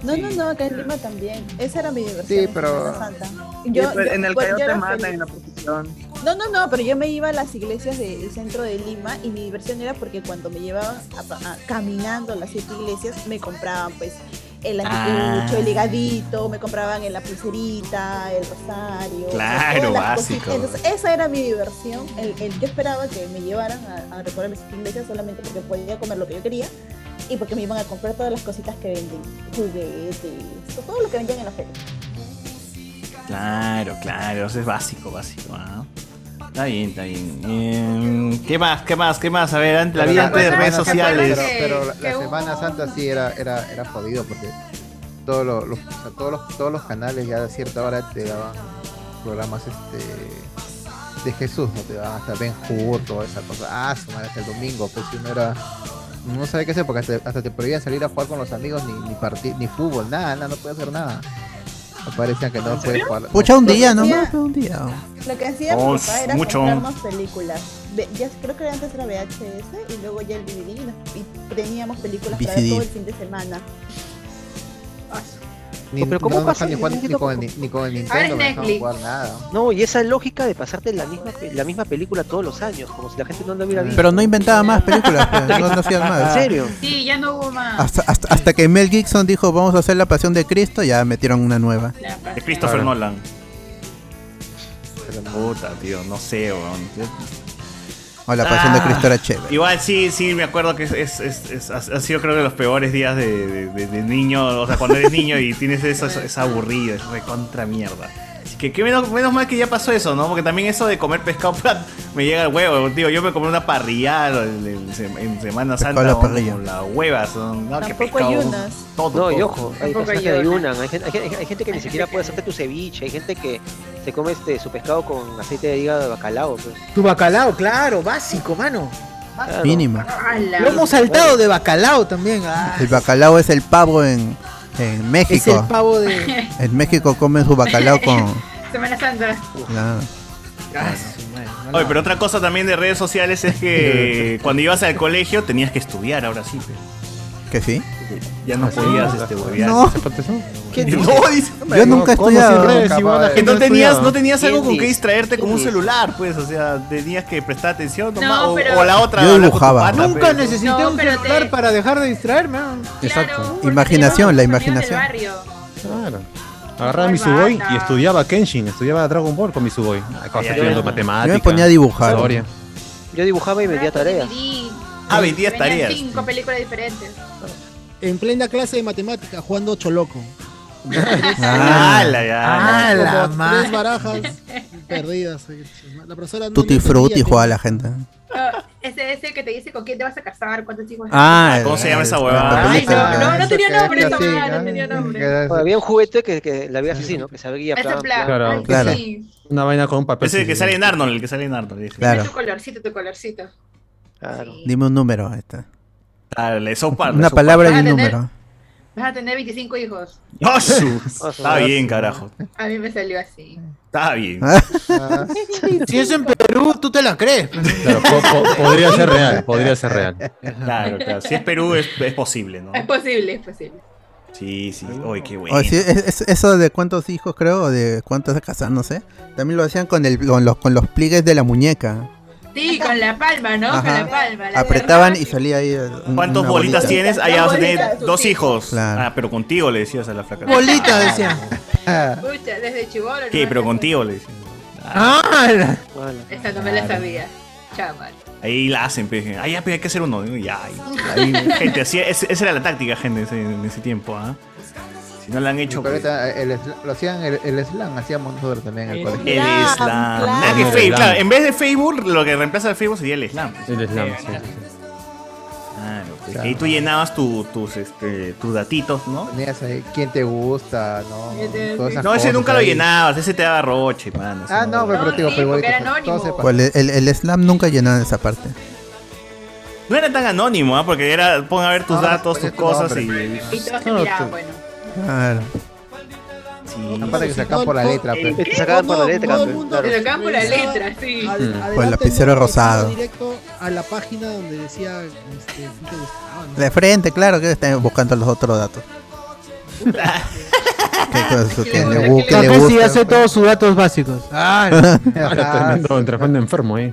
No, no, no, acá en Lima también. Esa era mi diversión. Sí, en pero- Semana Santa. Yo, pues en el bueno, Callao yo te era matan feliz. en la procesión. No, no, no, pero yo me iba a las iglesias de- del centro de Lima y mi diversión era porque cuando me llevaban a pa- a- caminando a las siete iglesias, me compraban pues el anticucho, Ah. el ligadito, me compraban en la pulserita, el rosario. o sea, Claro, todas las cositas. básico. Entonces, esa era mi diversión. El, el- yo esperaba que me llevaran a, a recorrer las iglesias solamente porque podía comer lo que yo quería y porque me iban a comprar todas las cositas que venden, juguetes, todo lo que vendían en la feria. Claro, claro, eso es básico, básico. ah. Está bien, está bien. Eh, ¿Qué más? ¿Qué más? ¿Qué más? A ver, antes, la Pero vida la- antes de la redes Semana sociales. Santa- Pero, pero la, que la hubo- Semana Santa sí era, era, era jodido porque todos los, los- o sea, todos los todos los canales ya a cierta hora te daban programas este de Jesús, no te daban hasta Ben Hur, toda esa cosa. Ah, su madre, hasta el domingo, pues si no era no sabía qué hacer porque hasta, hasta te prohibían salir a jugar con los amigos ni ni parti- ni fútbol, nada, nada, no puedes hacer nada. Me parecía que no puedes jugar. Pucha, un no- día no- nomás, un día. Lo que hacía Oh, mi papá era mucho. comprarnos películas. Ve- Ya creo que antes era VHS y luego ya el DVD y nos- y teníamos películas para ver VCD. todo el fin de semana. Ni, Pero ¿cómo no nos pasa dejaban ni, el jugar, ni, video? con, el ni- ni con el A ver, Nintendo me dejaban Netflix. jugar nada. No, y esa lógica de pasarte la misma, la misma película todos los años, como si la gente no la Ah. hubiera visto. Pero no inventaba más películas, pues, no, no hacían más. ¿En serio? Sí, ya no hubo más. Hasta, hasta, hasta que Mel Gibson dijo, vamos a hacer la pasión de Cristo, ya metieron una nueva. De Christopher Claro. Nolan. Puta, tío, no sé, weón. O la pasión de Cristo era chévere. Igual sí, sí, me acuerdo que es, es- es- es- ha ha sido creo que los peores días de, de- de- de niño, o sea, cuando eres niño y tienes eso, es, es aburrido, es recontra mierda. Así que, que menos, menos mal que ya pasó eso, ¿no? Porque también eso de comer pescado (laughs) me llega al huevo, tío. Yo me comí una parrillada en, en- en Semana Santa a la ¿no? parrilla. con las huevas. ¿no? No, qué Tampoco pescado, ayunas. todo, No, y todo. ojo, hay personas que ayunan, hay gente, hay gente- hay gente que ni siquiera puede hacerte tu ceviche, hay gente que se come este, su pescado con aceite de hígado de bacalao. pues. Tu bacalao, claro, básico, mano. Claro. Mínimo. Lomo saltado de bacalao también. ah. El bacalao es el pavo en, En México. Es el pavo (laughs) de- En México comen su bacalao (laughs) con. Semana Santa. la- Oye, pero otra cosa también de redes sociales es (laughs) que cuando ibas al colegio tenías que estudiar ahora sí. pe. ¿Que sí? Ya no Ah, sí. podías este huevear. No. ¿Qué No, no, dice. Yo nunca he ¿Cómo estudiado. sin redes? Nunca, Igual la padre. gente no Yo he tenías, estudiado. no tenías algo con que Indie. distraerte con un Indie. celular, pues, o sea, tenías que prestar atención nomás, No, o, pero- o la otra. Yo hablar con tu dibujaba. pata, Nunca pero- necesité un celular para dejar de distraerme. Exacto. Imaginación, la imaginación. Claro. Agarraba mi Subway y estudiaba Kenshin, estudiaba Dragon Ball con mi Subway. Acabas ya, estudiando ya. matemáticas. Yo me ponía a dibujar. historia. Yo dibujaba y metía tareas. Ah, 20 días Venían tareas. cinco películas diferentes. En plena clase de matemática, jugando Choloco. Ah. Ala, ya. Como Ala, Tres (laughs) madre. barajas perdidas. La profesora no Tutti entendía frutti que- jugaba la gente. Ah, ese es el que te dice con quién te vas a casar, cuántos hijos. Ah, ¿Cómo se el- llama esa el- huevada? Ay, no, Esa- no, no tenía esa- nombre, esa- esa huevada, no sí, tenía nombre. O había un juguete que, que la veías así, ¿no? Que se abría. Ese plan, Claro, ay, claro. sí. (laughs) Una vaina con un papel. Ese que sale en Arnold, el que sale en Arnold. dije. Claro. Tu colorcito, tu colorcito. Dime un número. ahí está. Dale, South Park, Una South Park. palabra y Vas a un tener- número. Vas a tener 25 hijos. ¡Oh, su! Está bien, carajo. A mí me salió así. Está (laughs) bien. Ah. (laughs) Si es en Perú, tú te la crees. Claro, po- po- podría ser real, podría ser real. Claro, claro. Si es Perú, es, es posible, ¿no? Es posible, es posible. Sí, sí. Oye, qué bueno. O sí, es- es- eso de cuántos hijos creo, o de cuántas casas, no sé. También lo hacían con, el, con, los, con los pliegues de la muñeca. Sí, con la palma, ¿no? Con la palma. la Apretaban y salía ahí. eh, un- ¿Cuántas una bolitas bolita. tienes? Allá vas a tener bolitas, dos sus hijos. Ah, pero contigo le decías a la flaca. Bolita, decía. Ah. verdad. (laughs) Pucha, desde chivolo. Sí, no, pero contigo le decían. Ah, Esa no me la Claro. sabía. Chaval. Ahí la hacen, pues. Ah, ya, pero hay que hacer uno. Digo, Ya, ahí, ahí, gente, así, es- esa era la táctica, gente, en ese, en ese tiempo, ¿ah? Si no la han hecho, Pero pues, ahorita el sl- lo hacían el, el slam, hacíamos nosotros también en el colegio. El Islam. Nada que Facebook, claro, en vez de Facebook, lo que reemplaza el Facebook sería el Islam. El Islam, sí. Claro, pues, Claro. ahí tú llenabas tu- tus, este, tus datitos, ¿no? Tenías ahí quién te gusta, ¿no? Todas esas No, ese cosas nunca lo ahí. llenabas, ese te daba roche, mano. Ah, no, pero te digo, sí, pero porque era igualito, todo se anónimo. Cual El, el, el slam nunca llenaban esa parte. No era tan anónimo, ¿ah? porque era, pon a ver tus datos, tus cosas y... Y todos se miraban, bueno. Claro. Aparte que sacaban por la letra, pero. pero- Que te sacaban por la letra, Todo el pe, mundo claro. Te sacaban por la revisaba- letra, Al- sí. Mm. Pues adelante, Con el lapicero no, rosado. Directo a la página donde decía este, ¿quién te gustaba, no? De frente, claro, que están buscando los otros (laughs) datos. ¿Qué cosa? ¿Qué le gu- qué le Café sí gusta? hace todos sus datos básicos. (laughs) Ah, tremendo, tremendo enfermo, eh.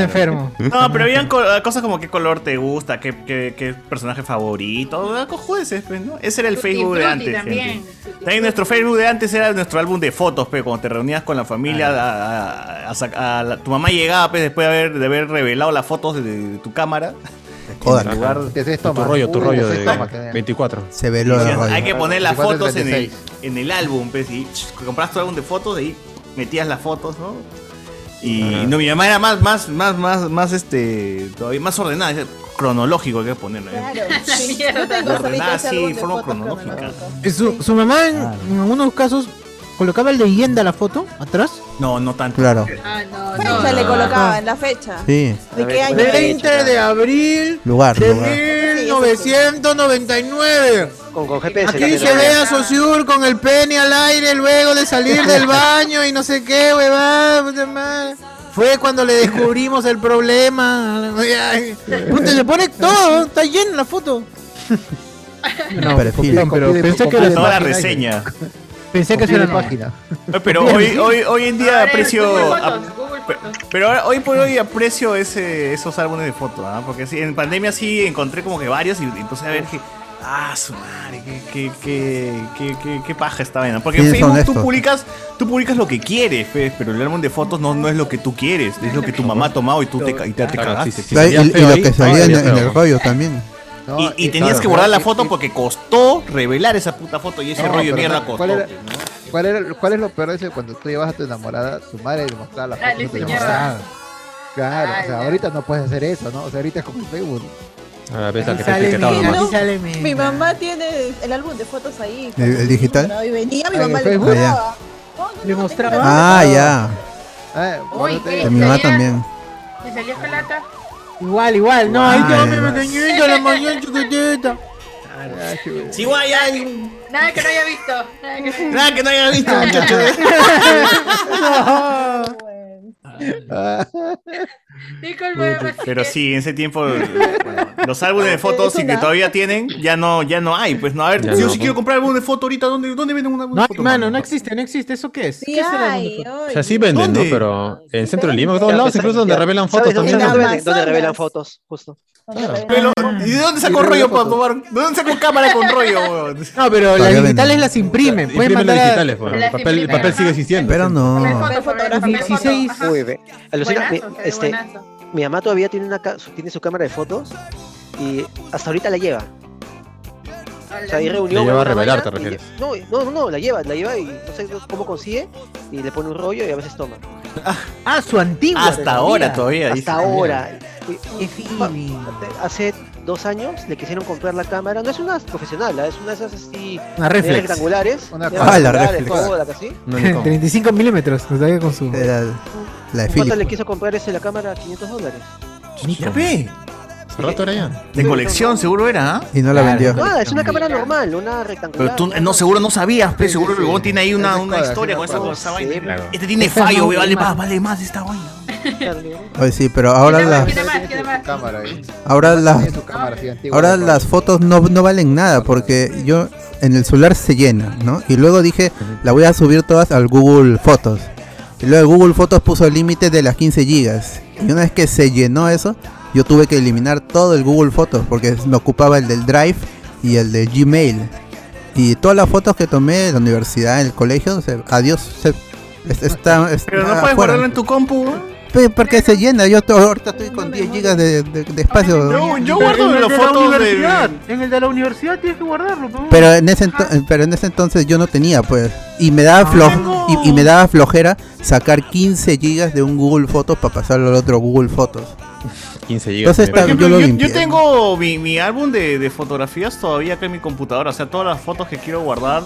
(laughs) enfermo. No, pero habían co- cosas como qué color te gusta, qué, qué, qué personaje favorito, ah, cojudeces, pues, ¿no? Ese era el Tutti Facebook de frutti antes, también. gente. También nuestro Facebook de antes era nuestro álbum de fotos, pe, cuando te reunías con la Ah, familia, a- a- a sac- a la- tu mamá llegaba, pe, después de haber, de haber revelado las fotos de, de tu cámara. Kodak. En lugar- Te haces Ah, Tu toma. rollo, tu Uy, rollo te haces de toma, que- 24. Se veló la Decían, radio. hay que poner las 24, fotos en el, en el álbum, pues, y ch, compras tu álbum de fotos, y metías las fotos, ¿no? Y Ajá. no, mi mamá era más, más, más, más, más, este, todavía más ordenada, decía, cronológico hay que ponerlo. ¿eh? Claro, sí. Yo tengo Ordenada solito ese así, álbum de forma fotos cronológica. cronológico. Y Su, su mamá en, en algunos casos colocaba leyenda a la foto atrás. No, no tanto. Claro. Ah, no, no. Fecha le colocaban, la fecha. Sí. ¿De qué año? 20 de abril Lugar, de lugar. 1999. Con, con GPS. la Aquí que se no- ve a Sosur con el pene al aire luego de salir (laughs) del baño y no sé qué, huevada. puta madre. Fue cuando le descubrimos el problema. Ay, Puta, se pone todo, está llena la foto. No, perfil. copié, pero Copié, pensé copié que- de Toda la página. reseña. Pensé que eso Copié era de normal. página. Eh, Pero Bien, hoy, sí. hoy, hoy en día Ahora es aprecio. Google ap- Fotos, Google pe- Pero ahora- hoy por hoy aprecio ese, esos álbumes de fotos, ¿ah? Porque sí, en pandemia sí encontré como que varios y entonces a ver que. Ah, su madre, qué, qué, qué, qué, qué, qué paja esta vaina. Porque en Sí, son Facebook tú estos. publicas, tú publicas lo que quieres, pues, pero el álbum de fotos no, no es lo que tú quieres, es lo que tu mamá ha tomado y tú te, ca- y te, te Claro, cagaste. sí, sí, Y, y lo que salía en, en el feo. rollo también. No, Y, y tenías claro, que guardar no, la y- foto porque costó revelar esa puta foto y ese No, rollo de pero mierda no, costó. ¿cuál era? pues, ¿no? ¿Cuál, era, ¿Cuál es lo peor de eso? Cuando tú llevas a tu enamorada, tu madre le mostraba la Ah, foto. le no te enseñaba. mostraba. Claro, o Ala. sea, ahorita no puedes hacer eso, ¿no? O sea, ahorita es como el Facebook. A Ah, la vez la que te sale etiquetaba mira. más. Así sale mi- Mi mamá tiene el álbum de fotos ahí. ¿El- el digital? Y venía, mi Ah, en mamá el le Facebook. mostraba. Le mostraba. Ah, ya. Ah, bueno, te- De mi mamá también. ¿Te salió escalata? Igual, igual. No, ahí Ah, te va ya. mi pequeñita, la mañana chiquitita. Ay, qué- Sí, guay, hay un Nada que no haya visto. Nada que no haya visto. Nada que no haya visto, (laughs) muchachos. Disculpe, Puta, Pero sí, en ese tiempo bueno, los álbumes de fotos sí que todavía tienen, ya no, ya no hay. Pues no, a ver, Ya si yo no, sí pues. quiero comprar álbum de foto ahorita, ¿dónde, dónde venden un álbum No, de hay, foto? mano, no existe, no existe. ¿Eso qué es? ¿Qué es el álbum de fotos? O sea, sí venden, ¿no? ¿Dónde? Pero en el centro de Lima, en todos lados, incluso donde revelan ¿Sabes fotos dónde, también. dónde venden? Dónde revelan fotos, justo. Pero, ¿Y de dónde sacó rollo para tomar? ¿De dónde sacó cámara con rollo, (laughs) weón? No, pero las Todavía venden. digitales las imprimen. Pueden Imprimen mandar las a- digitales, pues. El papel, el papel sigue existiendo. Pero no. Muy bien. Alucina, Buenazo, mi- se ve este, buenazo. mi mamá todavía tiene, una, ca- su- tiene su cámara de fotos y hasta ahorita la lleva. O sea, ahí reunió. Le lleva a una revelar, te vaina y- refieres. No, no, no, no, la lleva, la lleva y no sé cómo consigue y le pone un rollo y a veces toma. Ah, su antigua. Hasta ahora todavía, Hasta dice. ahora. Y- y- pa- Hace dos años le quisieron comprar la cámara. No es una profesional, ¿ah? es una de esas así. Una reflex. Rectangulares. Una de cámara. Ah, la rectangulares, reflex. toda, casi. Ujú. 35 milímetros. o sea, con su... la de ¿Cuánto le quiso comprar ese la cámara? 500 dólares. pues. Ya ve. rato era ya. De colección, seguro era, ¿ah? Y no la vendió. Ah, es una cámara normal, una rectangular. Pero tú, no, seguro no sabías, pero seguro el huevón tiene ahí una, Esa es una cuadra, historia sí, con esa, cuadra. con esa Sí, vaina. claro. Este (laughs) tiene Esa es fallo, muy weón, vale buena. más, vale más esta vaina. Oye, sí, pero ahora las, cámara ahí. ahora las, Su cámara así antigua. ahora las fotos no, no valen nada porque yo en el celular se llena, ¿no? Y luego dije, la voy a subir todas al Google Fotos. Y luego Google Fotos puso el límite de las 15 gigas. Y una vez que se llenó eso, yo tuve que eliminar todo el Google Fotos porque me ocupaba el del Drive y el de Gmail. Y todas las fotos que tomé de la universidad, en el colegio, se- adiós. se- es- está, Pero no está puedes afuera. guardarlo en tu compu, weón. Pe- Porque se llena, yo to- ahorita estoy con 10 gigas de, de- de espacio. Yo, yo guardo las fotos de. En el de la universidad tienes que guardarlo, pues. pero... Pero en ese ento- eh, pero en ese entonces yo no tenía pues y me daba flo- y, y me daba flojera sacar 15 gigas de un Google Fotos para pasarlo al otro Google Fotos. 15 Entonces está- Por yo ejemplo, lo yo, limpié. yo tengo mi, mi álbum de, de fotografías todavía acá en mi computadora. O sea, todas las fotos que quiero guardar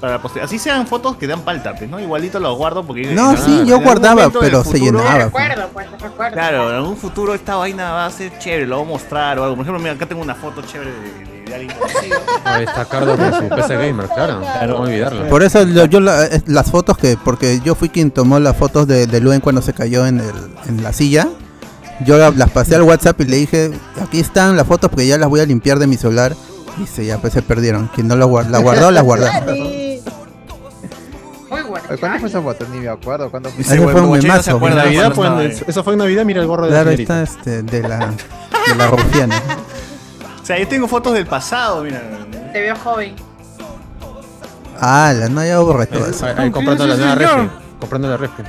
para la posteridad. Así sean fotos que dan paltarte, ¿no? Igualito las guardo porque. No, en sí, algún yo guardaba, momento del pero se llenaba, Te recuerdo, pues, te recuerdo. Claro, en algún futuro esta vaina va a ser chévere, lo voy a mostrar o algo. Por ejemplo, mira, acá tengo una foto chévere de, de- de alguien conocido. (laughs) Ahí está Cardo con su PC Gamer, claro. No olvidarlo. Por eso lo- yo la- eh, las fotos que porque yo fui quien tomó las fotos de, de Luen cuando se cayó en, el- en la silla. Yo la- las pasé al WhatsApp y le dije, "Aquí están las fotos porque ya las voy a limpiar de mi celular." Y se ya pues se perdieron. Quien no la guardó, la guardó, la guardó. Muy bueno. Oye, ¿Cuándo fue esa foto? Ni me acuerdo. ¿Cuándo fue? Ese Ese fue un huevón memazo. no se acuerda, En Navidad, no fue acuerda en- nada. eso fue en Navidad, mira el gorro de la Claro, señorita. está este de la de la rufiana. O sea, yo tengo fotos del pasado, mira. Te veo joven. Ah, la no ya borré todo eso. Ahí comprando la nueva refri. Comprando la refri.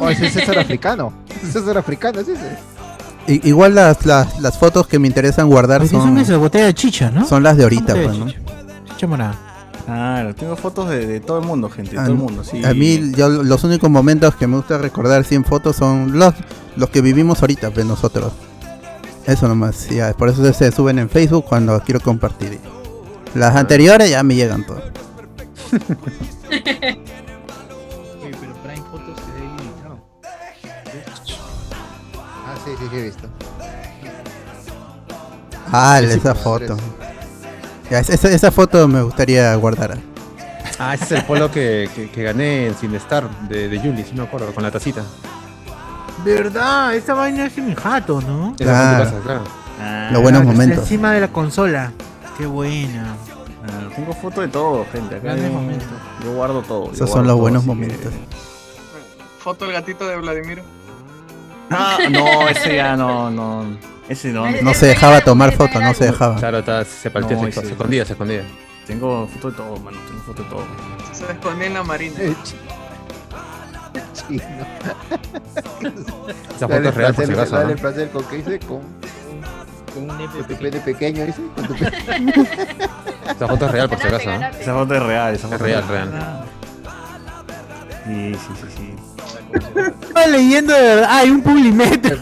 Oh, ese es César africano. Ese es César africano, es ese. I- igual las, las, las fotos que me interesan guardar Oye, son, son esas botellas de chicha, ¿no? son las de ahorita, Botella de pues, ¿no? Claro, tengo fotos de, de todo el mundo, gente. De A, todo el mundo, sí. a mí yo, los únicos momentos que me gusta recordar 100 fotos son los, los que vivimos ahorita, pues nosotros. Eso nomás, ya, por eso se, se suben en Facebook cuando quiero compartir. Las anteriores ya me llegan todas. Oye, pero Prime Photos se ve limitado. Ah, sí, sí, sí, he visto. Ah, Sí, sí, esa pues, foto. Ya, es- esa, esa foto me gustaría guardar. Ah, ese es el polo que, que, que gané en Cinestar de, de Julie, si me acuerdo, con la tacita. ¿Verdad? Esa vaina es en mi jato, ¿no? Esa fue en tu Claro. casa, claro. Los buenos que está momentos. Ah, Encima de la consola. Qué buena. Ah, tengo fotos de todo, gente. Acá Grandes yo, momentos. yo guardo todo. yo Esos guardo son los todo, buenos así que- momentos. Foto del gatito de Vladimir. (laughs) Ah, no, ese ya no, no. Ese no. No se dejaba tomar fotos, no se dejaba. Claro, está, se palteó, No, se, ese- se escondía, se escondía. Tengo foto de todo, mano. Tengo foto de todo. Se escondió en la marina. Eh, Chino. (laughs) Esa foto Dale es real, por si placer, acaso, Dale ¿no? el placer con que dice con, Con un con tu pene pequeño, dice. Con tu pene- (laughs) Esa foto es real, por si acaso. (laughs) ¿no? Esa foto es real, esa foto Es real, real. Sí, sí, sí, sí. (laughs) Estaba leyendo de verdad. Hay un (laughs) publimetro.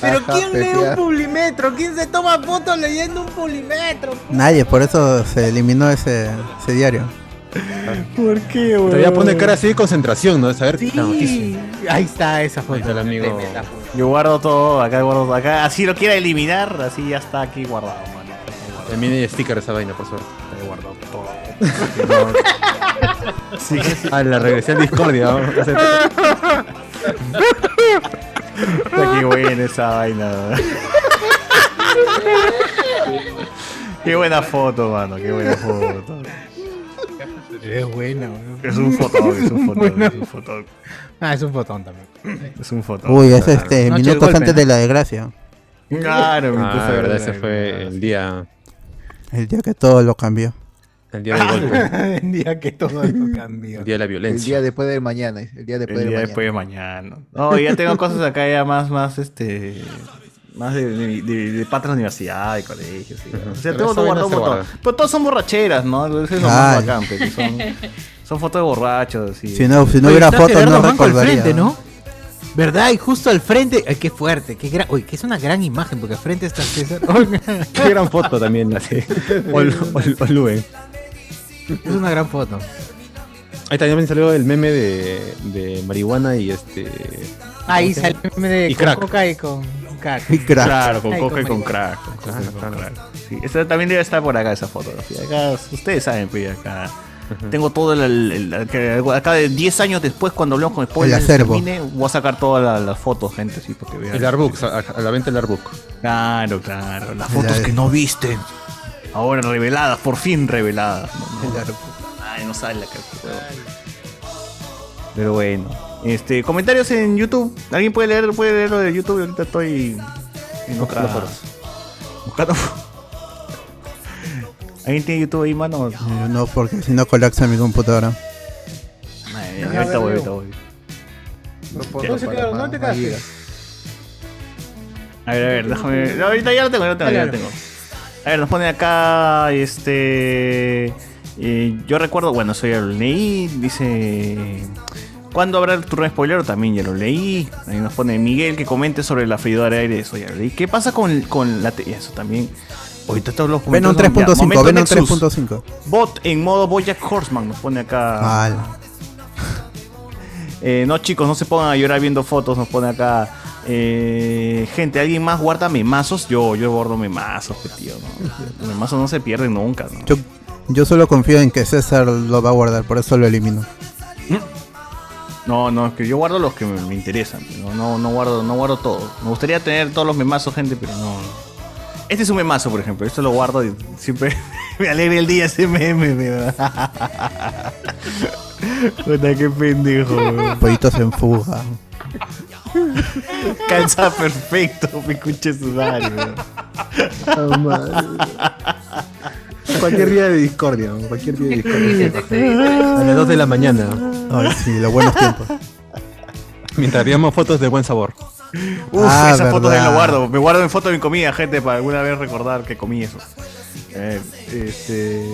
Pero Ajá, ¿quién lee un pepeado. publimetro? ¿Quién se toma fotos leyendo un publimetro? Nadie, por eso se eliminó ese, ese diario. ¿Por qué, güey? Todavía pone cara así de concentración, ¿no? De saber la noticia. Sí. Ahí está esa foto. Ahí está el amigo. Yo guardo todo, acá guardo acá. Así lo quiera eliminar, así ya está aquí guardado, mano. También hay sticker esa vaina, por suerte. Está ahí guardado. todo. (laughs) Sí. Ah, la regresé al Discordia. vamos a hacer- (laughs) Está qué buena esa vaina. Qué buena foto, mano. Qué buena foto. Es buena, weón. (laughs) Es un fotón, es un fotón, Bueno. es un fotón. Ah, es un fotón también. Es un fotón. Uy, es este, Noche del minutos golpe, antes ¿no? de la desgracia. Claro, mi Ah, cosa, la verdad, verdad, ese fue el día, El día que todo lo cambió. el día del Ah, golpe. El día que todo lo cambió. El día de la El violencia. día después de mañana. El día después, El de, día mañana. después de mañana. No, ya tengo (laughs) cosas acá ya más, más, este... Más de, de, de, de patas de universidad, de colegio, sí. O sea, Pero tengo esa vaina guardado un se montón. guarda. Pero todas son borracheras, ¿no? Eso es lo más Claro. bacán, pero son, son fotos de borrachos, sí. Si no- si no Oye, hubiera está fotos, Gerardo no Manco al recordaría. frente, ¿no? ¿Verdad? Y justo al frente. Ay, qué fuerte. Qué gran... Uy, que es una gran imagen, porque al frente está (laughs) César. Qué (laughs) gran foto también la sí. O el- o el- o el Luen. Es una gran foto. Ahí también me salió el meme de, de marihuana y este. Ahí ¿cómo se sale llama? el meme de Y con crack. coca y con crack. Claro, con Ay, coca y con marihuana. crack. con coca y Ah, con crack. Sí, esa también debe estar por acá esa fotografía. Acá, ustedes saben, pues acá. Tengo todo el, el- el- que acá de 10 años después cuando hablemos con spoilers El acervo. termine, voy a sacar todas la- las fotos, gente, sí, porque vean. El Artbook, a, a la venta el Artbook. Claro, claro, las fotos que no viste. Ahora reveladas, por fin reveladas. No, no. Ay, no sale la cara. huevo. Pero bueno. Este, comentarios en YouTube. ¿Alguien puede leer, puede leer lo de YouTube? Ahorita estoy en otra- Buscando foros. Buscando foros. ¿Alguien tiene YouTube ahí, mano? Yo Eh, no, porque si no colapsa mi computadora. Ay, ahorita voy, ahorita voy. No se quedaron, no te quedaste. A ver, a ver, déjame ver. No, ahorita ya lo tengo, ya lo tengo, ya lo tengo. A ver, nos pone acá, este... eh, yo recuerdo, bueno, eso ya lo leí, dice... ¿Cuándo habrá el turno spoiler? También ya lo leí. Ahí nos pone Miguel que comente sobre la freidora de aire, eso ya lo leí. ¿Qué pasa con, con la... te- Eso también... Ahorita todos los Ven un comentarios son- ya, 3.5, momento ven un Nexus. 3.5. Bot en modo Bojack Horseman nos pone acá. (laughs) Eh, no, chicos, no se pongan a llorar viendo fotos, nos pone acá. Eh, gente, ¿alguien más guarda memazos? Yo, yo guardo memazos, pues, tío. ¿no? Los memazos no se pierden nunca, ¿no? Yo, yo solo confío en que César lo va a guardar, por eso lo elimino. No, no, es que yo guardo los que me, me interesan. No, no, no guardo, no guardo todo. Me gustaría tener todos los memazos, gente, pero no. Este es un memazo, por ejemplo. Esto lo guardo y siempre (laughs) me alegra el día ese meme, de verdad. Puta, qué pendejo. weón. Pollitos en fuga. Calza perfecto, (laughs) me escuché sudar. weón. Cualquier día de discordia, cualquier día de A las 2 de la mañana. Ay, sí, los buenos tiempos. (laughs) Mientras veíamos fotos de buen sabor. Uf, Ah, esas fotos verdad. ahí lo guardo. Me guardo en fotos de mi comida, gente, para alguna vez recordar que comí eso. Eh, este,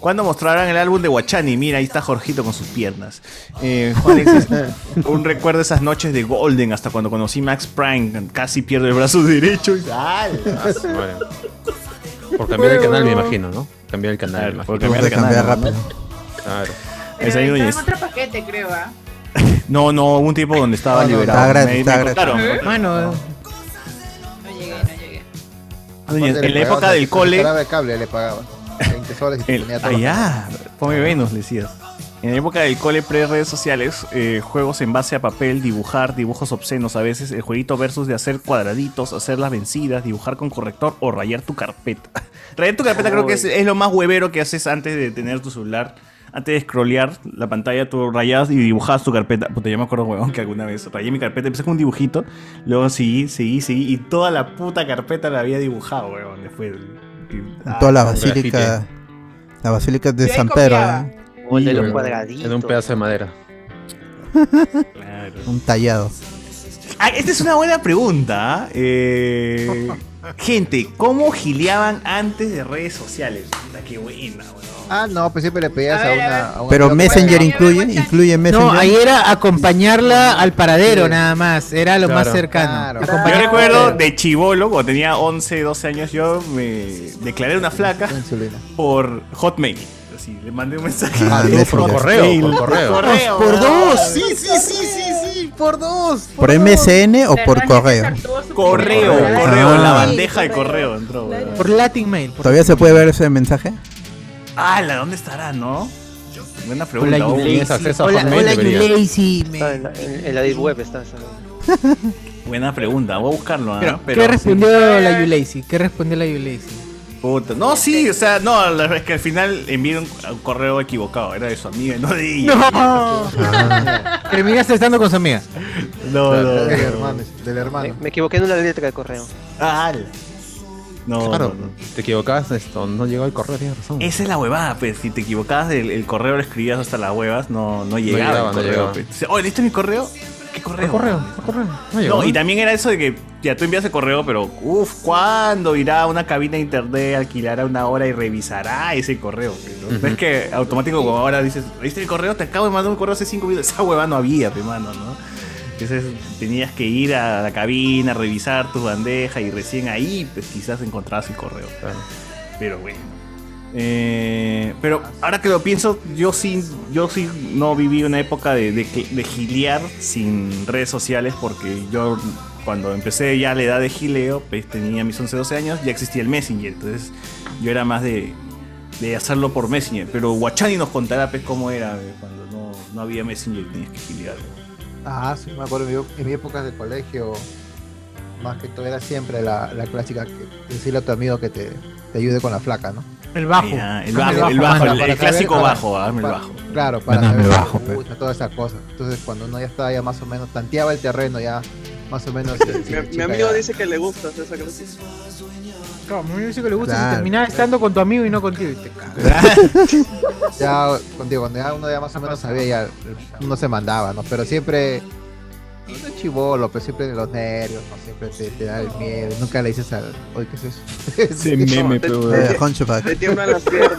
¿Cuándo mostrarán el álbum de Guachani? Mira, ahí está Jorgito con sus piernas. Eh, Juan (laughs) Alexis, un recuerdo de esas noches de Golden, hasta cuando conocí Max Prime, casi pierdo el brazo derecho. Y, ¡Ah, la (laughs) su madre! Por cambiar el canal, me imagino, ¿no? Cambiar el canal. me por imagino. cambiar el Vamos a canal, cambiar ¿no? Claro. Pero Esa ahí está no en es. otro paquete, creo, ¿ah? No, no, hubo un tiempo donde estaba No, no, liberado. está gratis, Me- me está gratis. contaron, me contaron. Mano, No llegué, no llegué. Doña, en Aparte, le la pagabas época al- del al cole- operador de cable le pagaba. 20 soles y (laughs) te El- ah, ponía todo. allá, ponme Venus, le decías. En la época del cole pre-redes sociales, eh, juegos en base a papel, dibujar, dibujos obscenos a veces, el jueguito versus de hacer cuadraditos, hacer las vencidas, dibujar con corrector o rayar tu carpeta. (laughs) rayar tu carpeta creo que es, es lo más huevero que haces antes de tener tu celular. Antes de scrollear la pantalla, tú rayabas y dibujabas tu carpeta. Puta, yo me acuerdo, huevón, que alguna vez rayé mi carpeta, empecé con un dibujito, luego seguí, seguí, seguí, y toda la puta carpeta la había dibujado, huevón, después. Y- ah, Toda la con grafite. basílica. La basílica de Yo ahí San Pedro. copiaba. ¿eh? O el de Sí, los cuadraditos. En un pedazo de madera. (laughs) Un tallado. Ah, esta es una buena pregunta. ¿ah? Eh, gente, ¿cómo gileaban antes de redes sociales? Puta, qué buena, weón. Ah, no, pues siempre le pedías a, una. a una Pero amiga- Messenger incluye, incluye Messenger. No, ahí era acompañarla al paradero nada más. Era lo más Claro. cercano. Yo Acompañar- recuerdo de chivolo, cuando tenía 11, 12 años, yo me declaré una flaca por Hotmail. Así, le mandé un mensaje. (laughs) Ah, por, Messenger. correo, por correo. Por dos. Sí, sí, sí, sí, sí, por dos. ¿Por MSN o por correo? Correo, Ah. correo, la bandeja de correo entró, weón. Por Latin Mail. ¿Todavía se puede ver ese mensaje? ¡Hala! ¿Dónde estará, no? Buena Hola, pregunta. you Tienes lazy. acceso a Hola- Hotmail, hola, you debería. lazy. Está en la, en- en la deep web está. está. (laughs) Buena pregunta, voy a buscarlo. ¿ah? Pero ¿Qué sí. respondió la Yulacy? ¿Qué respondió la Yulacy? Puta, No, sí, o sea, no, la verdad es que al final envié un, un correo equivocado, era de su amiga, no de ella. No. Terminaste estando con su amiga. No, no, no. Del hermano, del hermano. Me, me equivoqué en una letra de correo. Ah, No, Claro, no, no. te equivocabas, esto no llegó el correo, tienes razón. Esa es la huevada, pues. Si te equivocabas del el correo, lo escribías hasta las huevas, no, no llegaba. llegaba, el no correo, llegaba. pues. Dices, Oye, ¿listo mi correo? ¿Qué correo? correo? correo? No llegó. No, y también era eso de que ya tú envías el correo, pero uff, ¿cuándo irá a una cabina de internet, alquilará una hora y revisará ese correo? pues, ¿no? Ujú. Es que automático, como ahora dices, ¿viste el correo? Te acabo de mandar un correo hace cinco minutos. Esa hueva no había, pe, mano, ¿no? Entonces tenías que ir a la cabina, revisar tu bandeja y recién ahí, pues quizás encontrabas el correo. Pero bueno. Eh, pero ahora que lo pienso, yo sí, yo sí no viví una época de, de, de gilear sin redes sociales porque yo cuando empecé ya la edad de gileo, pues tenía mis 11, 12 años, ya existía el Messenger, entonces yo era más de, de hacerlo por Messenger, pero Guachani nos contará pues cómo era eh, cuando no, no había Messenger y tenías que gilear. Ah, sí, me acuerdo en mi, en mi época de colegio, más que todo era siempre la, la clásica que decirle a tu amigo que te, te ayude con la flaca, ¿no? El bajo. Ya, Ah, el bajo, el bajo, Para- el- para el clásico para- bajo, ah, dame el para- bajo. Claro, para Dame saber el si bajo, pues. te gusta, todas esas cosas. Entonces cuando uno ya estaba ya más o menos, tanteaba el terreno ya más o menos. si- (laughs) si Mi, la mi chica amigo ya- dice que le gusta hacer esa clase. Claro, me dice que le gusta Claro. si terminaba estando con tu amigo y no contigo. y te ya contigo, cuando ya uno ya más o menos sabía, ya uno se mandaba, ¿no? Pero siempre, no sé, chivolo, pero siempre los nervios, ¿no? Siempre te, te da el miedo, nunca le dices al, oye, ¿qué es eso? Ese (laughs) meme, pe, weón. Eh, Hunchback. Te tiemblan las piernas.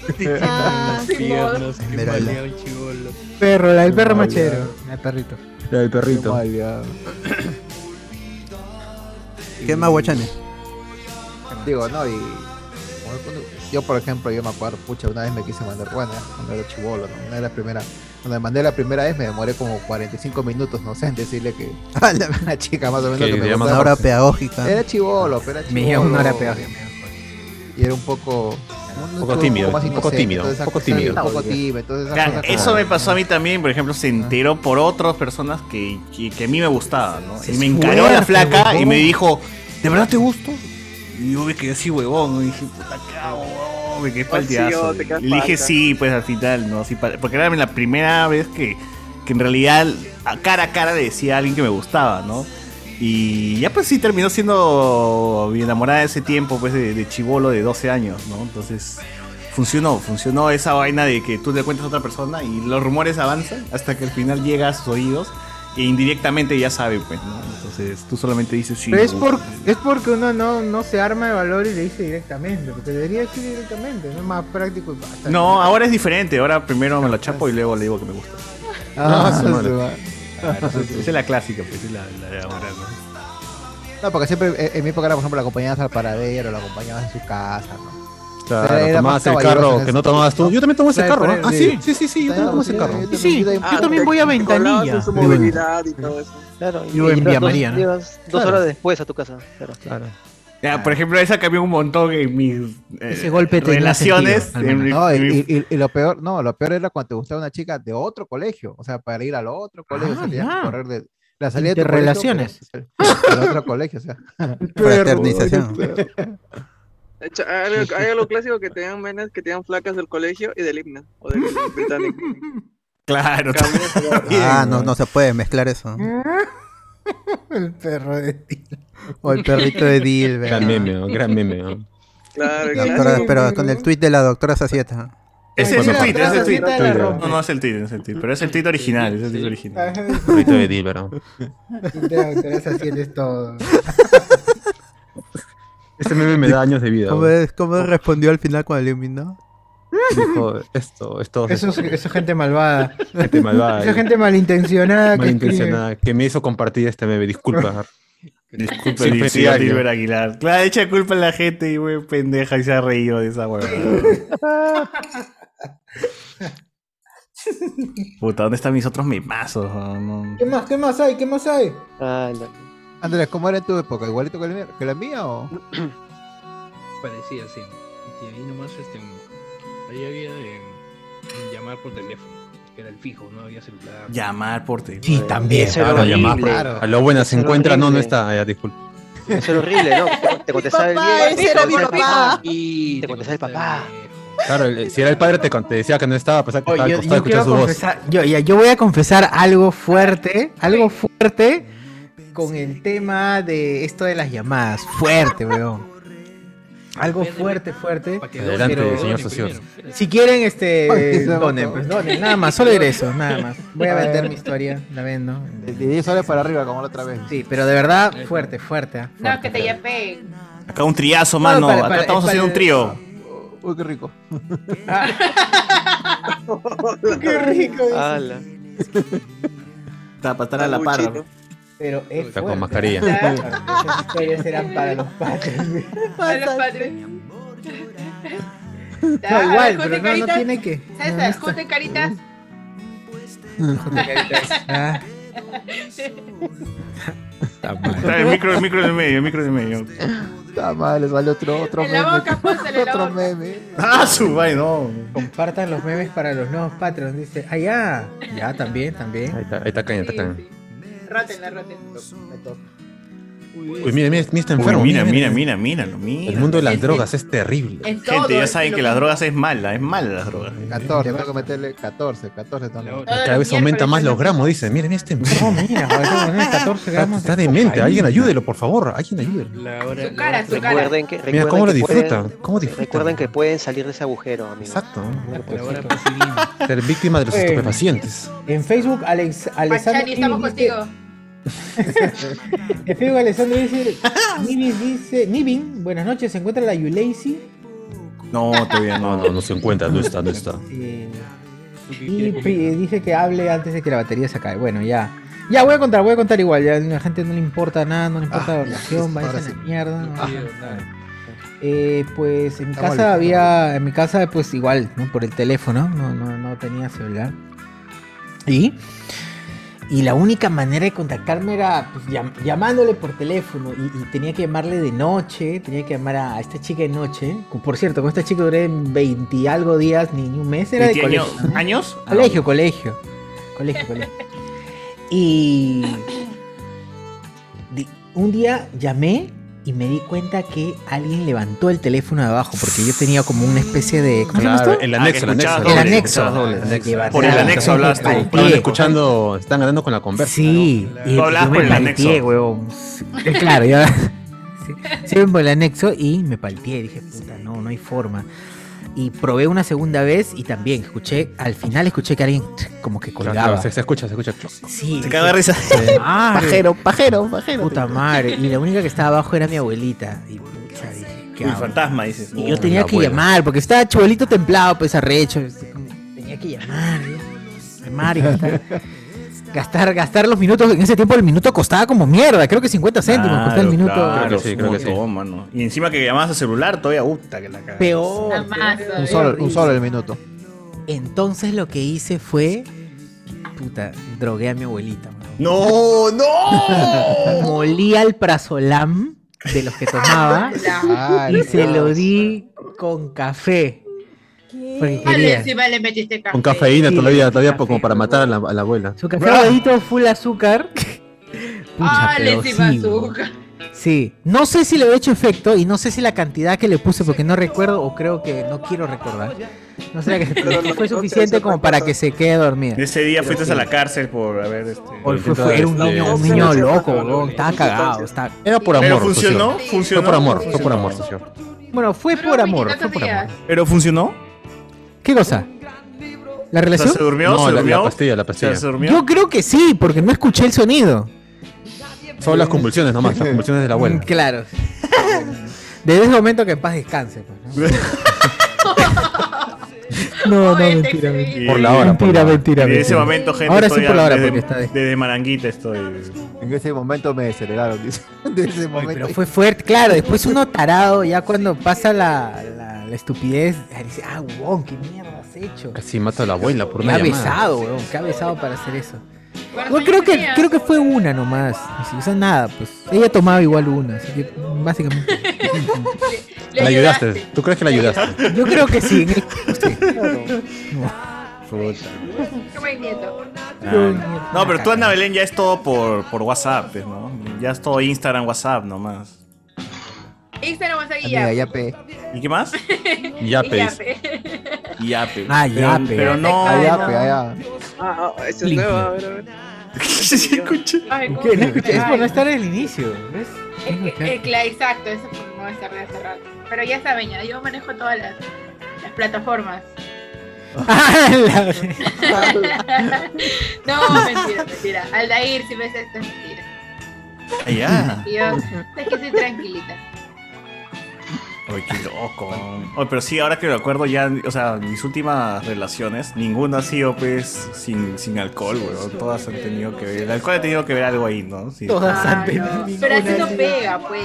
(laughs) Ah, Las piernas, qué Esmeralda. maleado el chibolo. Perro, la del perro Qué machero. maleado. La del perrito. La del perrito. ¿Qué más guachanes? Digo, ¿no? Y como cuando- yo, por ejemplo, yo me acuerdo, pucha, una vez me quise mandar, bueno, ya cuando era chivolo, ¿no? Una de las primeras, cuando me mandé la primera vez me demoré como 45 minutos, no sé, en decirle que (laughs) a la chica más o menos Que que me le llaman gustaba. hora pedagógica. Era chivolo, pero era Me chivolo. lleva una hora pedagógica. Y era un poco... Un poco tímido, un poco tímido, Un un poco tímido. Un poco tímido, entonces esas Claro, cosas como- eso me pasó a mí también, por ejemplo, se enteró por otras personas que, que, que a mí me gustaba, ¿no? Y me encaró la fuerte, flaca y huevón. me dijo, ¿de verdad te gusto? Y yo vi que yo sí, huevón, y dije, puta, ¿qué hago, huevón? Me quedé Oh, palteazo. sí, oh, te quedas y le dije, palta. sí, pues al final, ¿no? Sí, pa- porque era la primera vez que, que en realidad a cara a cara le decía a alguien que me gustaba, ¿no? Y ya pues sí terminó siendo mi enamorada de ese tiempo, pues de, de chivolo de 12 años, ¿no? Entonces funcionó, funcionó esa vaina de que tú le cuentas a otra persona y los rumores avanzan hasta que al final llega a sus oídos e indirectamente ya sabe, pues, ¿no? Entonces tú solamente dices sí. Pero es, uh, por, es porque uno no, no se arma de valor y le dice directamente. Porque debería decir directamente. No es más práctico y basta. No, ahora es diferente, ahora primero me lo chapo y luego le digo que me gusta. Ah, su se madre. va. Claro, esa Ah, es- esa es la clásica, pues, es la, la de ahora, ¿no? No, porque siempre, eh, en mi época era, por ejemplo, la acompañabas al paradero, la acompañabas en su casa, ¿no? Claro, Era- era más tomabas el caballeroso en carro que ese- no tomabas tú. Yo también tomo ese Claro, carro. ¿ah? pero- Ah, sí, sí, sí, sí, yo también tomo ese carro. Sí, yo también voy a Ventanilla. Ah, Su movilidad y todo eso. Claro, y, Yo y llegas en Villa dos- María, ¿no? Llegas dos Claro. horas después a tu casa. Claro. Ya, por ejemplo, esa cambió un montón en mis eh, Ese golpe tenía relaciones. sentido, al en mi- No, y, en mi- y- y- y lo peor, no, lo peor era cuando te gustaba una chica de otro colegio, o sea, para ir al otro colegio, o sea, tenías que Ah, ya. correr de la salida de tu Interrelaciones. colegio, pero- Al otro (laughs) colegio, o sea. Fraternización. De hecho, Hay algo, hay algo clásico que te dan menas que te dan flacas del colegio y del himno o del himno británico. Claro. (laughs) Ah, no, no se puede mezclar eso. (laughs) El perro de ti. O el perrito de (laughs) Dilber. Gran meme, ¿no? gran meme. ¿no? Claro, No, claro. pero, pero con el tweet de la doctora Sacieta. Ese es el tweet, ese es el tweet. Twitter. No, no es el tweet, no es el tweet, pero es el tweet original, es el tweet original. Perrito de Dilbero. es todo. Este meme me da años de vida. (laughs) ¿Cómo, güey. es- Pues, cómo respondió al final cuando eliminó? Dijo, esto, esto. Eso (laughs) es, eso es gente malvada. Gente malvada. eh, Eso es gente malintencionada. que malintencionada que me hizo compartir este meme. (laughs) Disculpa. Disculpa, Siempre el señor diario. Dilber Aguilar. Claro, echa culpa a la gente y güey, pendeja y se ha reído de esa (laughs) huevada. Puta, ¿dónde están mis otros memazos? No, no. escribe. (laughs) ¿Qué más? ¿Qué más hay? ¿Qué más hay? (clears throat) Andrés, ¿cómo era en tu época? ¿Igualito que la mía, que la mía o? parecía así. Y ahí nomás, este, ahí había de, de llamar por teléfono, que era el fijo, no había celular. Llamar por teléfono. Sí, también. Eso era Claro, llamar. horrible. Claro. A lo buena, Eso se era encuentra, no, no horrible. está. Ya, disculpa. Eso era horrible, (laughs) ¿no? Te- Te contestaba el papá, día. ese era mi papá. Te contestaba el papá. Claro, el- si era el padre, te, con- te decía que no estaba, a pesar que Oye, estaba al yo, costado yo quiero escuchando su voz. confesar, yo, ya, yo voy a confesar algo fuerte, algo fuerte con el tema de esto de las llamadas. Fuerte, weón. Algo fuerte, fuerte. Adelante, pero- señor Socios. Si quieren, (laughs) este, Ay, se me donen, mató. pues donen, nada más, solo ingresos, nada más. Voy a vender mi historia, la vendo. De 10 soles para arriba, como la otra vez. Sí, pero de verdad, fuerte, fuerte. ah, fuerte. No, que te yapeen. Acá un triazo, No, mano. para- para- Acá estamos para- haciendo un trío. Uy, qué rico. (laughs) Qué rico. dice. Está para estar a la par. ¿no? Pero es Está con fuerte. mascarilla. Esas historias eran para los padres. A los (laughs) padres. No, igual, pero Junten Ah, no, no caritas. tiene que. No, no César, está- junten caritas. Ah. Está el micro, el micro en el medio, el micro en el medio. Está mal, le sale otro, otro En la meme. boca, pónsele en la otro boca. meme. Ah, su vaina, no. Compartan los memes para los nuevos patrons. Dice, ah, ya. Ya, también, también. Ahí está, ahí está eh, Caña, ahí está Caña. Rótenla, rótenla. Uy, mira, mira, mira, está enfermo. Uy, mira, mira, mira, mira, míralo, mira. El mundo de las drogas es terrible. En todo Gente, ya es saben lo que las drogas es mala, es mala las drogas. 14, tengo que meterle 14, 14 también. Cada vez aumenta más los gramos, dice. Mira, mira este enfermo. mira, mira, 14 Está, está demente. Alguien ayúdelo, por favor. Alguien ayúdelo. Su cara, su cara. Recuerden que. Mira, recuerden cómo lo que disfrutan, pueden- cómo disfrutan. Recuerden que pueden salir de ese agujero, amigo. Exacto. Ser víctima de los Eh. estupefacientes. En Facebook, Alex, Alessandro Pachani, estamos Ibis dice- contigo. En Facebook, (laughs) Alessandro dice, Nibis dice, Nibin, buenas noches, se encuentra la Yuleisi. No, todavía No, no, no se encuentra. No está, no está. eh, y pi- dice que hable antes de que la batería se acabe. Bueno, ya. Ya voy a contar, voy a contar igual. Ya a la gente no le importa nada, no le importa Ah, la oración, vaya a la mierda. no, ajá. Eh, pues en mi Estamos casa listos, había, en mi casa pues igual, ¿no? por el teléfono, no, no, no tenía celular. Y, y la única manera de contactarme era pues, llam- llamándole por teléfono y, y tenía que llamarle de noche, tenía que llamar a, a esta chica de noche. Con- Por cierto, con esta chica duré 20 y algo días, ni, ni un mes, era de 20 años- colegio. ¿no? ¿Años? Ah, Colegio, colegio. Colegio, (laughs) colegio. Y di- un día llamé y me di cuenta que alguien levantó el teléfono de abajo porque yo tenía como una especie de Ah, ¿cómo se llama Claro, esto? Ah, el anexo, el anexo. El anexo. Anexo. Por el anexo hablaste. Estaban Palteé. escuchando, están ganando con la conversa. Sí, y Tú yo hablabas me por el palteé, anexo. huevón. Sí, eh, Claro, yo (laughs) sí, sí, me por el anexo y me palteé, dije, puta, no, no hay forma. Y probé una segunda vez y también escuché, al final escuché que alguien como que Claro, colgaba. se, se escucha, se escucha. Sí. Se caga de risa. (laughs) Madre. Pajero, pajero, pajero. Puta madre. Y la única que estaba abajo era mi abuelita. Y pucha, dije, ¿qué Uy, hago? fantasma, dices. Y Uy, yo Oh, tenía la que abuela. llamar, porque estaba chuelito templado, pues arrecho. Tenía que llamar, ¿no? llamar y (laughs) gastar. Gastar, gastar los minutos, en ese tiempo el minuto costaba como mierda, creo que 50 céntimos Claro, costaba el minuto. claro, Creo que sí, creo que un sí. montón, mano. Y encima que llamabas a celular, todavía gusta que la cagas. Peor. Jamás, peor. Un solo, un solo el minuto. Entonces lo que hice fue, puta, drogué a mi abuelita. mano. No, no. (laughs) Molí al prazolam de los (laughs) que tomaba y se lo di con café. Porque Vale, quería. encima Ah, le metiste café. Con cafeína (laughs) Sí, todavía, todavía como para matar a la, a la abuela. Su café Ah. aguadito full azúcar. Pucha, Ah, le pero encima sí, azúcar. sí. No sé si le he hecho efecto y no sé si la cantidad que le puse, porque no recuerdo o creo que no quiero recordar. No sé, pero sí fue suficiente como para que se quede dormida. Ese día fuiste sí. a la cárcel por haber. Este, Hoy fue, fue- era un niño, un niño loco, weón, estaba cagado. estaba- Era por amor. Pero funcionó, socio. funcionó. Fue por amor, fue por Funcionó. amor, socio. Bueno, fue Pero por me amor. quitaste Fue por amor. días. Pero funcionó. ¿Qué cosa? ¿La O sea, relación? se durmió, No, se la- la durmió. pastilla, la O sea, pastilla. se durmió. Yo creo que sí, porque no escuché el sonido. Son las convulsiones nomás, las convulsiones de la abuela. (laughs) Claro. Desde ese momento que en paz descanse. pues, (laughs) No, no, Oye, te mentira, excedí. mentira. Por la hora, por Mentira, la hora. mentira, En ese mentira. momento, gente. Ahora sí estoy por la hora, desde- porque está de- Desde Maranguita estoy. En ese momento me aceleraron, dice. (laughs) De ese momento. Pero fue fuerte, claro. Después uno tarado, ya cuando pasa la, la, la estupidez, ahí dice, ah, weón, qué mierda has hecho. Casi mata a la abuela por Me una ha llamada. besado, weón, que ha besado para hacer eso. Bueno, creo que creo que fue una nomás. así, O sea, nada, pues. Ella tomaba igual una, así que (laughs) básicamente. La ayudaste. ¿Tú crees que la ayudaste? Yo creo que sí. en el- sí. Como el nieto. Ah, No, pero tú, Ana Belén, ya es todo por, por WhatsApp, pues, ¿no? Ya es todo Instagram, WhatsApp nomás. Instagram vas a Amiga, guiar. (laughs) yape. ¿Y qué más? Yape. Y Yape. Pero- Ah, yape. Pero no. Ah, yape, ah, Ah, ah, eso es nuevo, a ver, a ver. (laughs) Sí, escuché. ¿Qué? No escuché, es por no estar en el inicio, ¿ves? Eh, eh, claro, exacto, eso fue- no es tarde hace rato. Pero ya saben, ya, yo manejo todas las, las plataformas. eh. no, mentira, mentira. Aldair, si ves esto, es mentira. Ah, Allá. Yo sé que estoy tranquilita. Ay, qué loco. Ay, pero sí, ahora que lo acuerdo ya, o sea, mis últimas relaciones, ninguna ha sido pues sin, sin alcohol, weón. Todas han tenido que ver. El alcohol ha tenido que ver algo ahí, ¿no? Sí. Ah, no. Pero así no pega, pues.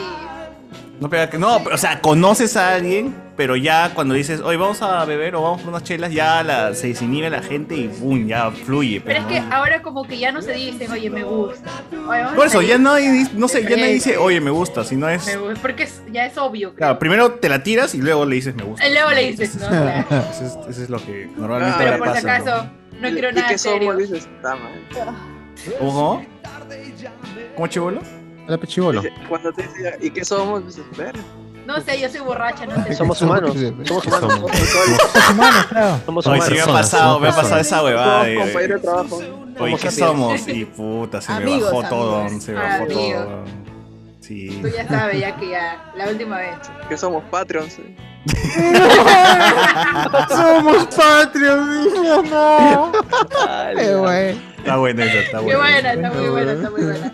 No, pero, que- no, pero, o sea, conoces a alguien, pero ya cuando dices, hoy vamos a beber o vamos por unas chelas, ya la, se desinhibe la gente y boom, ya fluye. Pero es ¿no? que ahora como que ya no se dicen, oye, me gusta. Oye, vamos a Ah. Por eso, salir. ya nadie, dice- no sé, ya nadie dice, oye, me gusta, sino Eh, Me es... gusta, porque es- ya es obvio. creo. Claro, primero te la tiras y luego le dices me gusta. Y (laughs) Luego le dices, (laughs) no, claro. Eso es, eso es lo que normalmente Pero ahora por si pasa, ¿no? acaso, no quiero ¿Y nada qué somos? serio. Dices, "Ta madre". ¿Cómo, cómo? ¿Cómo chivolo? La pechibolo. Cuando te dice, ¿y qué somos? Dices, "Ver". No sé, yo soy borracha, no sé. Somos humanos. (laughs) Somos humanos. Somos humanos, claro. Somos Oye, sí me ha pasado, me ha pasado esa huevada. Somos de- compañeros de trabajo. Oye, Somos ¿qué amigos. somos? Y puta, se me Amigos, bajó todo, amigos. se me bajó Amigos. todo. Sí. Tú ya sabes, ya que ya, la última vez. (laughs) Que somos Patreons. eh. Somos patrios, dije, no. Qué güey. Está bueno eso, está Qué bueno. buena, está muy buena, está muy buena.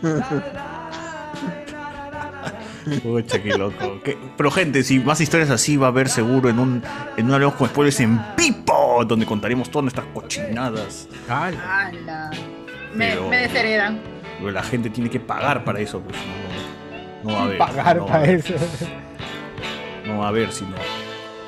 Pucha, qué loco. Qué- Pero gente, si más historias así va a haber seguro en un en un Hablemos con spoilers en Pipo, donde contaremos todas nuestras cochinadas. Ala. Me, Pero- me desheredan. Pero la gente tiene que pagar para eso, pues no, no va a haber. Pagar no va a para haber. eso. No va a haber, sino.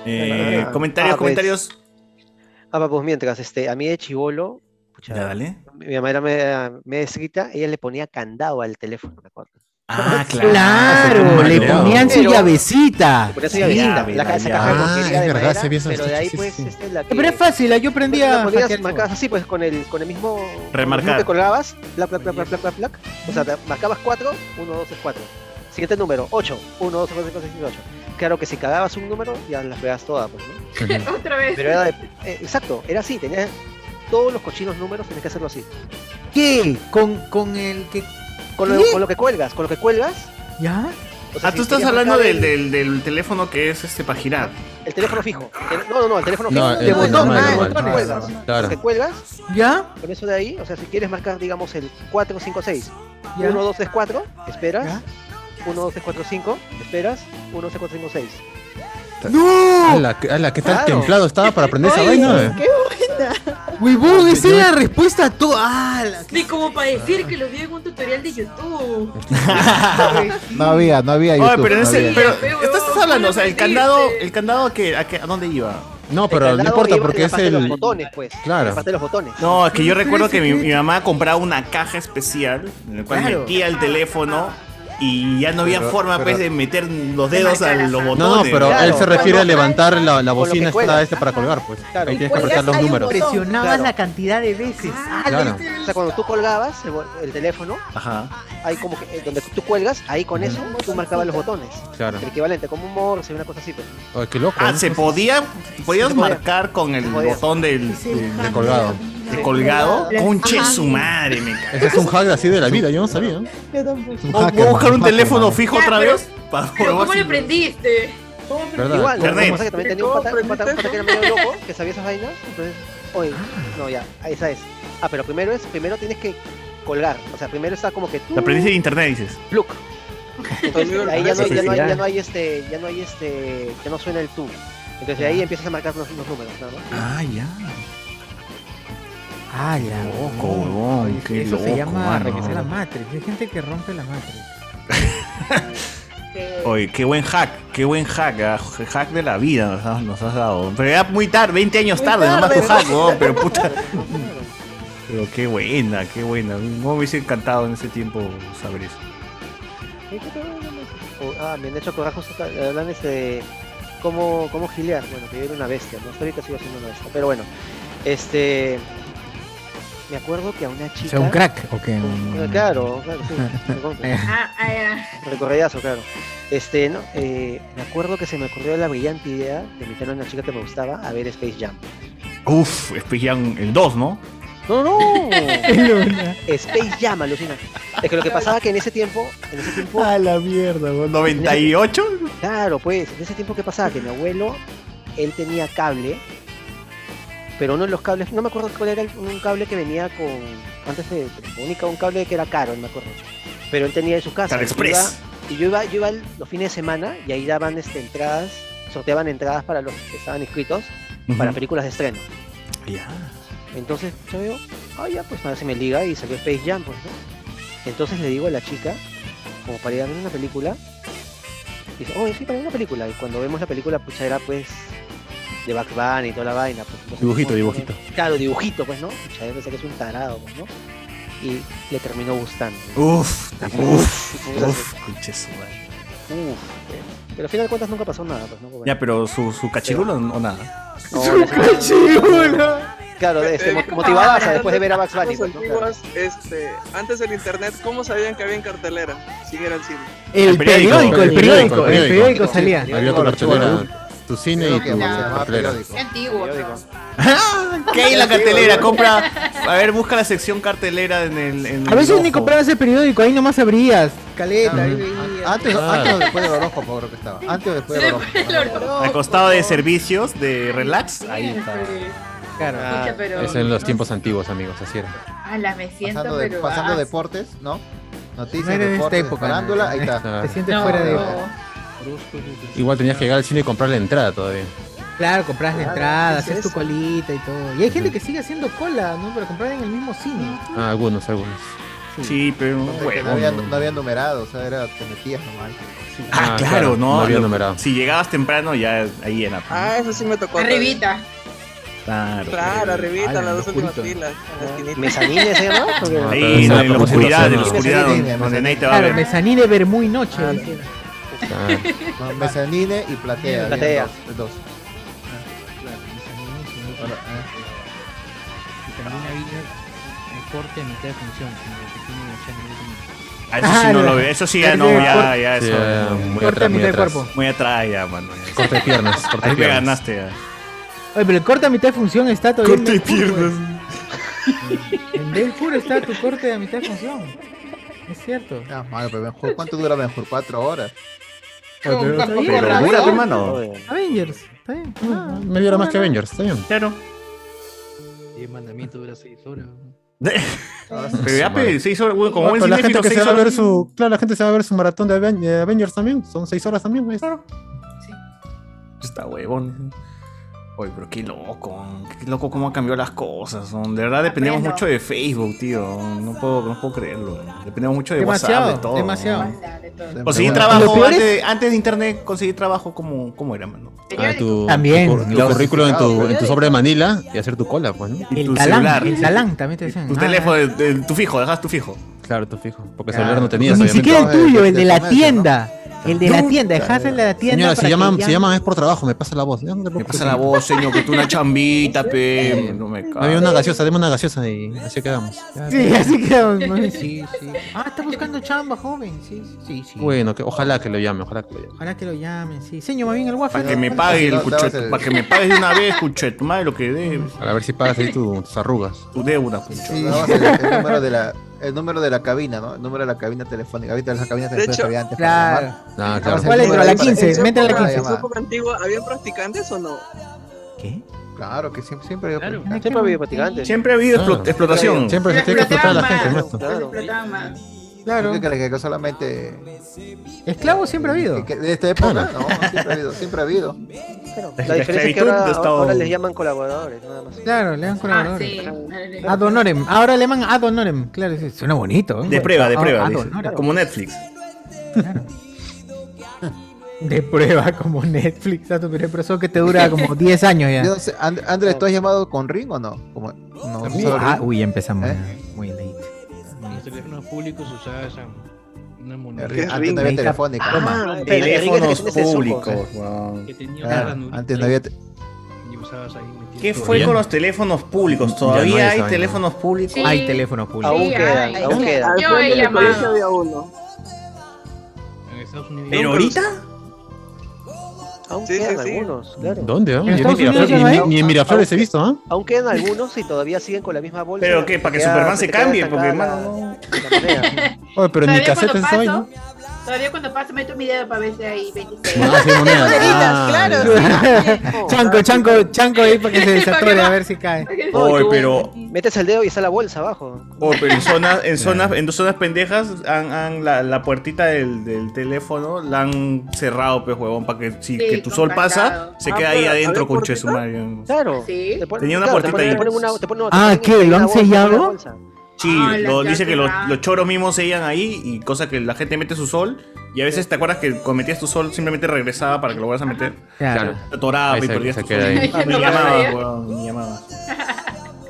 Eh, comentarios, comentarios. pues. Ah, va, pues mientras, este, a mí de chivolo, pucha, Ya, dale. mi mamá era media, media estricta, ella le ponía candado al teléfono, me acuerdo. (laughs) Ah, Claro, le ponían su Pero- llavecita. Le ponían su Sí. llavecita, la ca- esa Ya. caja de porquería de es verdad, madera, se había esas- pero de ahí sí, sí, pues, sí. esta es la que... Pero es fácil, ¿ah? yo aprendí La a ponías hackear marcadas así, pues con el, con el mismo. con el mismo Remarcar. que colgabas, plac, plac, plac, plac, plac, plac, plac. O sea, te marcabas 4, 1, 2, 3, 4. Siguiente número, 8, 1, 2, 3, 4, 5, 6, 8. Claro que si cagabas un número, ya las pegabas todas, pues, ¿no? (laughs) Otra Pues. vez. Pero era de, eh, exacto, era así, tenías todos los cochinos números, tenías que hacerlo así. ¿Qué? Con, con el que. Con lo, con lo que cuelgas, con lo que cuelgas. ¿Ya? o sea, Ah, si tú estás querías hablando marcar del, el- del, del teléfono que es este para girar. El teléfono fijo. El- no, no, no, el teléfono No, fijo. el- de el botón, normal, ah, igual. botón, Ah, cuelgas. claro. Te cuelgas. ¿Ya? Con eso de ahí, o sea, si quieres marcar, digamos, el 4, 5, 6. ¿Ya? 1, 2, 3, 4, esperas. 1, 2, 3, 4, 5, esperas. 1, 2, 3, 4, 5, 6. ¡No! Ala, que- ala, ¿qué tal Claro. templado estaba para aprender esa vaina? eh? Huevón, esa es la respuesta a todo. ¡Ah! la- Ni como para decir que lo vi en un tutorial de YouTube. No había, no había Oye, YouTube. pero, en no ese, había. pero esto estás hablando, o sea, el candado, el candado a, qué- a, qué- a dónde iba. No, pero no importa porque es el. botones, pues. Claro. La parte de los botones. No, es que yo recuerdo que mi, mi mamá compraba una caja especial en la cual Claro. metía el teléfono y ya no había Pero- forma pero- pues de meter los dedos a los botones. No, no, pero él se refiere a levantar la, la Con lo que bocina cuelgas. esta, esta para colgar, pues. Claro. Ahí Y tienes que cuelgas, apretar los hay un números. botón. Presionabas Claro. la cantidad de veces. Ah, la- Claro. O sea, cuando tú colgabas el, bo- el teléfono, Ajá. ahí como que eh, donde tú cuelgas, ahí con eso tú marcabas los botones. Claro. El equivalente, como un morse, una cosa así. pues. Ay, qué loco. Ah, ¿no? se podía, podías Se podía. marcar con el podía. botón del, del- De colgado. del colgado. Conche su madre, me cago. Ese es un hack así de la vida, yo no sabía. Ah, Ah, Voy voy a buscar un teléfono fijo otra vez. para Pero ¿cómo probar le si- aprendiste? Este, ¿Verdad? Igual, lo que Internet. pasa es que también tenía un pata, un pata- un pata que era medio loco, que sabía esas vainas, entonces, oye, no, ya, esa es. Ah, pero primero es, primero tienes que colgar, o sea, primero está como que tú, Te aprendiste de internet, dices. Look. Amigo, ahí ya no, ya, no hay, ya. ya no hay este, ya no hay este, ya no suena el tú. Entonces de ahí empiezas a marcar los, los números, nada más. Ah, ya. Ah, la Loco, huevón, Oye, qué Eso se loco, llama mano. regresar a la matriz. Hay gente que rompe la matriz. Oye, qué buen hack, qué buen hack, ah, hack de la vida nos has, nos has dado. Pero ya muy tarde, 20 años tarde, nomás tu hack, huevón, pero puta. Pero qué buena, qué buena. No me hubiese encantado en ese tiempo saber eso. O- ah, me han hecho acordar justo acá, eh, hablan es de cómo, cómo gilear. Bueno, que yo era una bestia, ¿no? Hasta ahorita sigo siendo una bestia. Pero bueno, este. Me acuerdo que a una chica. sea, un crack o Ah, qué? Eh, Claro, claro, (laughs) sí. Recorridazo, claro. Este, no, eh, me acuerdo que se me ocurrió la brillante idea de invitar a una chica que me gustaba a ver Space (laughs) Jam. Uf, Space Jam, el 2, ¿no? No, no. Space Jam, alucina. Es que lo que pasaba que en ese tiempo, en ese tiempo A la mierda, weón. 98. Claro, pues, en ese tiempo que pasaba, que mi abuelo, él tenía cable, pero uno de los cables, no me acuerdo cuál era el- un cable que venía con, antes de Telefónica, un cable que era caro, no me acuerdo. Pero él tenía en su casa. Cable Y yo Express. iba- Y yo iba, yo iba el- los fines de semana y ahí daban este, entradas, sorteaban entradas para los que estaban inscritos para Ujú. películas de estreno. Ya. Entonces yo veo, ah, ya, pues nada, se me liga y salió Space Jam, pues, ¿no? Entonces le digo a la chica, como para ir a ver una película, dice, oh, sí, para ver una película. Y cuando vemos la película, pucha, era pues de Back Bunny y toda la vaina. Pues, entonces, Dibujito, como- dibujito. Claro, dibujito, pues, ¿no? Pucha, yo pensé que es un tarado, pues, ¿no? Y le terminó gustando. Uf, uf, Uf. uf, conche su madre. Uf, pero- pero al final de cuentas nunca pasó nada, pues, ¿no? Bueno. Ya, pero su, su cachirulo o nada. No, no, no. Claro, este, mo- motivadaza después de ver a Bugs Bunny. pues, ¿no? Claro. Antiguas, este, antes del internet, ¿cómo sabían que había en cartelera? Sin ir al cine. El periódico, el periódico, el periódico salía. Había tu cartelera, tu cine y tu cartelera. Qué antiguo. (laughs) pero- (laughs) ¿Qué hay en la cartelera? Compra. A ver, busca la sección cartelera en el. en A el veces ojo. ni comprabas el periódico, ahí nomás abrías. Caleta, Ah. ahí Antes, antes o después de Orojo, por lo que estaba. Antes o después de Orojo. Al costado de servicios, de relax. Ahí está. Claro. Escucha, pero- Es en los tiempos antiguos, amigos, así era. Ala, me siento, Pasando, de- pero. pasando ah, deportes, ¿no? Noticias, No era de esta deportes, época, farándula, ¿no? ahí está. Te sientes No, fuera de no. época. Igual tenías que llegar al cine y comprar la entrada todavía. Claro, compras la Claro, entrada, es haces tu eso. colita y todo. Y hay gente que sigue haciendo cola, ¿no? Para comprar en el mismo cine. Ah, algunos, algunos. Sí, pero O sea, que no, había, no había numerado, o sea, era, te metías nomás. Ah, Ah, claro, claro, no. no había lo- numerado. Si llegabas temprano, ya ahí era. Ah, eso sí me tocó. Arribita. Claro. Claro, Ah, arribita, en las dos los últimas puntos. filas. en la esquinita. ¿Mezanines (laughs) se llama? Porque- Ahí, pero esa en era la como oscuridad, en la oscuración, oscuridad, ¿no? Ah, donde donde nadie te va a Claro, ver. mezanine ver muy noche. decía. No, Mezanine y Platea. platea. Platea. Dos, dos. Ahora, ah, y también había deporte a mitad de función, como lo que tiene el Channel Ultimate. Ah, Eso sí, no lo veo. Eso sí, ya no, ya, ya, eso. Sí, ya, no. muy Corte atrás, muy mitad de atrás. cuerpo. Muy atrás, ya, mano. ya. Corte de piernas, corte de Ahí me piernas. ganaste, ya. Oye, pero el corte a mitad de función está todavía. Corte en de Belfur, piernas. güey. (laughs) En Belfur está tu corte a mitad de función. Es cierto. Ah, madre, pero Ben Hur, ¿cuánto dura Ben Hur? ¿Cuatro horas? Pero- pero está bien. Pero dura, pe, mano. Avengers, está bien. Ah, Media hora más que bueno. Avengers, está bien. Claro. Y el mandamiento dura 6 horas. ¿no? Pero ya, pe, seis horas, güey, como Ah, buen pero la gente cinéfilo, que se seis va a ver horas. su. Claro, la gente se va a ver su maratón de Aven- de Avengers también. Son seis horas también, güey. Está huevón. Oye, pero qué loco, qué loco cómo han cambiado las cosas. son. De verdad dependemos Aprendo. mucho de Facebook, tío. No puedo, no puedo creerlo. Dependemos mucho de Demasiado, WhatsApp, de todo. demasiado. Conseguí Bueno, lo trabajo peor antes, es- de- antes de internet, conseguí trabajo como, como era, mano. Ah, tu, También. Tu, cur- tu Los- currículum en tu, en tu sobre de Manila y hacer tu cola, pues, ¿no? El talán, el talán también te decían. Tu Ah, teléfono, el- el- tu fijo, dejas tu fijo. Claro, tu fijo. Porque Claro. celular no tenías, Ni obviamente. siquiera el tuyo, el de la comercio, tienda. El de la No, tienda, dejás el de la tienda. Señora, para si que llaman, si llamen. llaman es por trabajo, me pasa la voz. Me Pasa la voz, señor, que tú una chambita, pe. No me cago. Dame una gaseosa, dame una gaseosa y así quedamos. Ya, (laughs) Sí, (laughs) ya. así que. mami, Sí, sí. Ah, está buscando chamba, joven. Sí, sí, sí. Bueno, que, ojalá que lo llame, ojalá que lo llame. Ojalá que lo llamen, sí. Señor, más bien el WhatsApp. Para que me pague el cucheto, para que me pagues de una vez, cucheto, madre, lo que debes. A ver si pagas ahí tu- tus arrugas. Tu deuda, cucheto. Sí, dabas el, el número de la, el número de la cabina, ¿no? El número de la cabina telefónica. Ahorita las cabinas De telefónicas hecho, había antes claro. Ah, Dabas ¿Cuál el entró? número La ahí para- 15, mete a la para 15. llamar. época antigua, ¿habían practicantes o no? Claro, que siempre, siempre había Claro. Siempre ha habido practicantes. Siempre ha habido Claro. explo- explotación. Ah, Siempre se tiene que explotar a la gente, maestro. Claro. Claro. ¿Tú qué crees que solamente. Esclavo siempre ha habido. Ah, que- que de esta época? No, siempre ha habido, siempre ha habido. La diferencia es que esclavitud ahora, de Estado. ahora les llaman colaboradores, nada más. Claro, le dan Ah, colaboradores. sí. Ad honorem. Ahora le llaman ad honorem. Claro, sí. Suena bonito. ¿eh? De prueba, de Ah, prueba. ad dice. honorem. Como Netflix. De prueba como Netflix, a tu primer profesor que te (laughs) dura (laughs) como 10 años ya. Yo no sé, And- Andrés, ¿tú has llamado con Ring o no? Como, no Uy, solo ah, Ring. uy, ya empezamos. ¿Eh? Muy late. Los teléfonos públicos usaban esa- una Ring, antes no había Ring. telefónica. Ah, Toma. pero Ring es el que Teléfonos tiene ese ¿eh? públicos, surco. weón. Que tenía Claro, una ranurita antes no ahí. había te- Y usabas ahí metido ¿Qué todo. fue Ya. con los teléfonos públicos? Ya no hay ¿Todavía esa hay vaina. teléfonos públicos? Sí. Hay teléfonos públicos. Aún queda, aún queda. Yo he llamado. había uno. En Estados Unidos. ¿Pero ahorita? Aún Sí, sí, quedan sí. algunos, claro. ¿Dónde? ah? En Ni en Estados Unidos Miraflores- ya no ni- hay. Ni en Miraflores he Aún- visto, ¿ah? Aún quedan algunos y todavía siguen con la misma bolsa. Pero que para que queda- Superman se queda cambie, porque estancada mano, la- la moneda. Oye, pero ni Todavía cuando casetes paso, hay, ¿no? (laughs) todavía cuando paso meto mi dedo para ver si hay 26. Ah, sí, (laughs) moneda. Ah, (laughs) chanco, chanco, chanco ahí para que se desature a ver si cae. Oye, pero Metes el dedo y está la (laughs) bolsa abajo. Oh, pero en zonas, en zonas, en dos zonas pendejas, han, han- la, la puertita del, del teléfono la han cerrado, pues huevón, para que si Sí, que tu con sol pasa, candado. se Ah, queda ahí pero, adentro, ¿había conche su madre. Claro. Te ponen- Tenía una claro, puertita te ponen- ahí. te ponen una- te ponen- te Ah, ponen ¿qué? ¿Lo han una bolsa, te ponen una sellado? bolsa. Sí, Ah, la lo, dice clase, que los, ah. los choros mismos seguían ahí y cosa que la gente mete su sol y a veces te acuerdas que cuando metías tu sol simplemente regresaba para que lo vuelvas a meter. Claro. Te atoraba Ahí y se- perdías se tu sol. queda (laughs) ahí. Ni No llamabas, sabía. huevón, ni llamabas.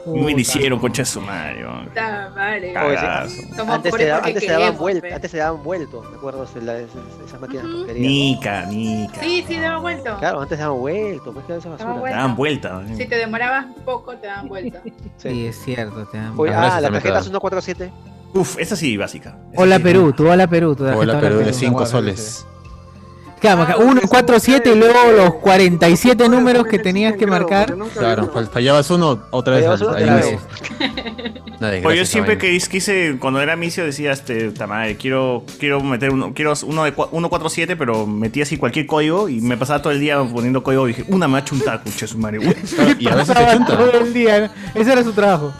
Muy hicieron, concha su madre, huevón. Puta madre. Cagazo. Somos Antes pobres se, da- porque antes se daban queremos, vueltas, pe. antes se daban vueltos, me acuerdo, se la- esas, esas máquinas de porquería. Nica, nica. Sí, sí, daban vuelto. Claro, antes se daban vueltos, pues que esa Daban basura. vuelto. Daban vuelta. Si te demorabas un poco, te daban vuelta. (laughs) Sí, es cierto. Te dan- Oye, Las ah, gracias la también te tarjeta dan. es 147. Uf, esa sí, básica. Hola Perú, tú hola Perú. Tu tarjeta Hola, pero de 5 Perú. soles. Claro, acá, 1, 4, 7 y luego los 47 números que tenías que marcar. Claro, fal- fallabas uno, otra vez Fallabas al uno, al otra vez. inicio. Una (laughs) desgracia Pues yo esa siempre vaina. quis- quise, cuando era misio decía, este, "Ta madre, quiero, quiero meter uno, quiero uno de cua- 147, pero metí así cualquier código y me pasaba todo el día poniendo código y dije, una me va a chuntar, cuche su madre. (laughs) Y a veces Pasaba (laughs) todo el día. ¿no? Ese era su trabajo.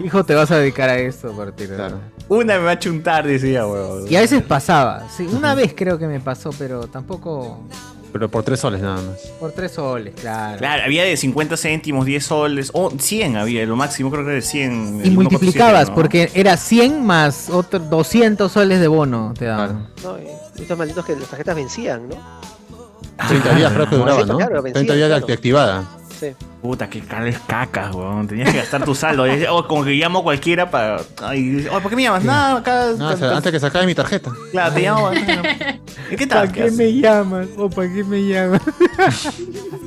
Hijo, te vas a dedicar a esto a partir de ahora. Una me va a chuntar, decía, weón. Y a veces pasaba. Sí, una vez creo que me pasó, pero tampoco Pero por 3 soles nada más. por 3 soles, claro. Claro, había de 50 céntimos, 10 soles, o 100 había, lo máximo creo que era de 100. Y el multiplicabas, 147, ¿no? porque era 100 más otro 200 soles de bono te daban. No, eh, estos malditos que las tarjetas vencían, ¿no? 30 días creo que duraba, Claro, ¿no? claro, 30 vencía, días claro. de activada. Sí. Puta, qué caro es cacas, weón. Tenías que gastar tu saldo. (laughs) Y, oh, como que llamo a cualquiera para. Ay, oh, ¿por qué me llamas? Nada, acá. No, o sea, antes que sacaba mi tarjeta. Claro, te llamo. ¿Qué tal? ¿Para qué me llamas? ¿O para qué me (laughs) llamas?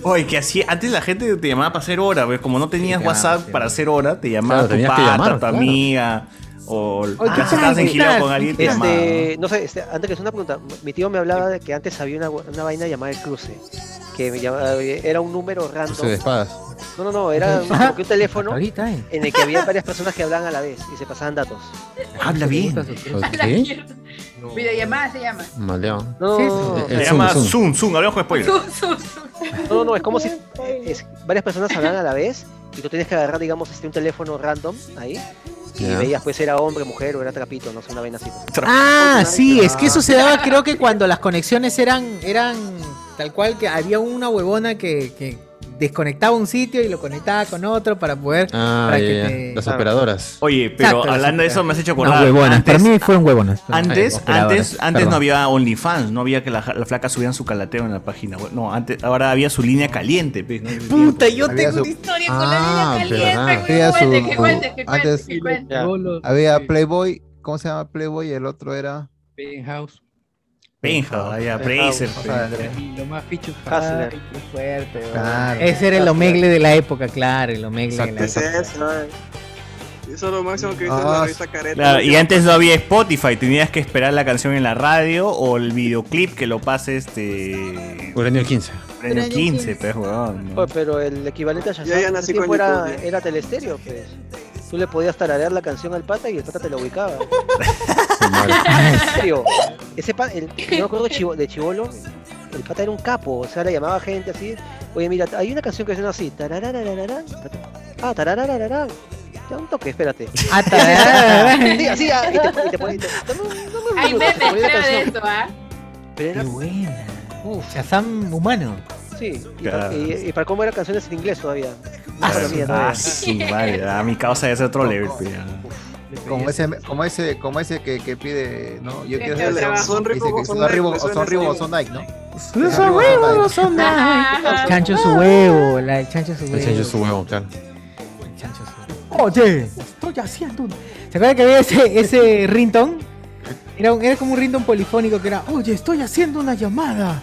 Oye, que así, antes la gente te llamaba para hacer hora, güey. Como no tenías claro, WhatsApp para hacer hora, te llamaba Claro, tenías tu que pata, llamar, tu claro. amiga, o Oye, ya si estabas enjilado con alguien, te llamaba. Este, no sé, este, antes que es una pregunta, mi tío me hablaba de que antes había una, una vaina llamada el cruce, que me llamaba- eh, era un número random. Cruce de espadas. No, no, (laughs) no, era un- como que un teléfono Ahorita, eh. en el que había varias personas que hablaban a la vez y se pasaban datos. Habla bien. ¿Sí? Videollamada se llama. Maleado. No, no, no. El Se Zoom, llama Zoom. Zoom, Zoom, hablamos con spoiler. Su, su, su. No, no, no, es como si es- varias personas hablaban a la vez y tú tenías que agarrar, digamos, este, un teléfono random ahí y Ya. veías, pues era hombre, mujer o era trapito, no sé, una vaina así. pues. Ah, sí, es que eso se daba creo que cuando las conexiones eran, eran tal cual que había una huevona que, que desconectaba un sitio y lo conectaba con otro para poder... Ah, para ya, que ya. te- Las operadoras. Oye, pero Exacto, las hablando de eso operadoras. me has hecho No, acordar. huevonas, antes- para mí fueron huevonas. Antes, Ay, antes, operadoras, antes perdón. no había OnlyFans, no había que la, la flaca subían su calateo en la página web. No, antes, ahora había su línea caliente. pe, ¿no? Puta, yo Había tengo su- una historia con la Ah, línea caliente, Había que cuente, su- que cuente, que cuente, antes- que cuente. Había Playboy, ¿cómo se llama Playboy? El otro era. Penthouse. Penja, ya, Bracer. pe. Penthouse, o sea, Y lo más ficho. Hustler. Ay, qué fuerte, weón. Claro. Ese era el omegle de la época, claro, el omegle de la Es época. eso, eh. Eso es lo máximo que viste en Ah, la revista Careta. Claro, y antes no había Spotify, tenías que esperar la canción en la radio o el videoclip que lo pase este. Uranio 15. Premio 15, pues, weón. ¿no? Oye, pero el equivalente a Shazam Ya, ya en ese nací tiempo con era, YouTube, era telestéreo, pues. Tú le podías tararear la canción al pata y el pata te la ubicaba. (laughs) en serio. Ese pata, el, yo me acuerdo de Chivo- de Chivolo, el pata era un capo, o sea, le llamaba gente así. Oye, mira, hay una canción que suena así. tarararararán, Ah, tarararararán. Ya un toque, espérate. Ah, tarararararán. Sí, así, ah, y te, y te ponía- y te- dame un- dame un Hay minuto, te memes, ponía creo, la de canción. eso, ¿ah? Pero Qué era- buena. uf, Shazam humano. sí. Y, Claro. y- y para cómo eran canciones en inglés todavía. Ah, Para mí, todavía. ah, su madre, a mi causa de ese otro level, pe, ya. Como ese, como ese, como ese que, que pide, ¿no? Yo Que quiero quiero ser trabajo. dice que son arriba o son Reebok o son Nike, ¿no? Los huevos no (laughs) son nada. Chancho su huevo, la del chancho su huevo. El chancho su huevo, claro. Oye, estoy haciendo un- ¿Se acuerdan que había ese, ese ringtone? Era, un- era como un ringtone polifónico que era, oye, estoy haciendo una llamada.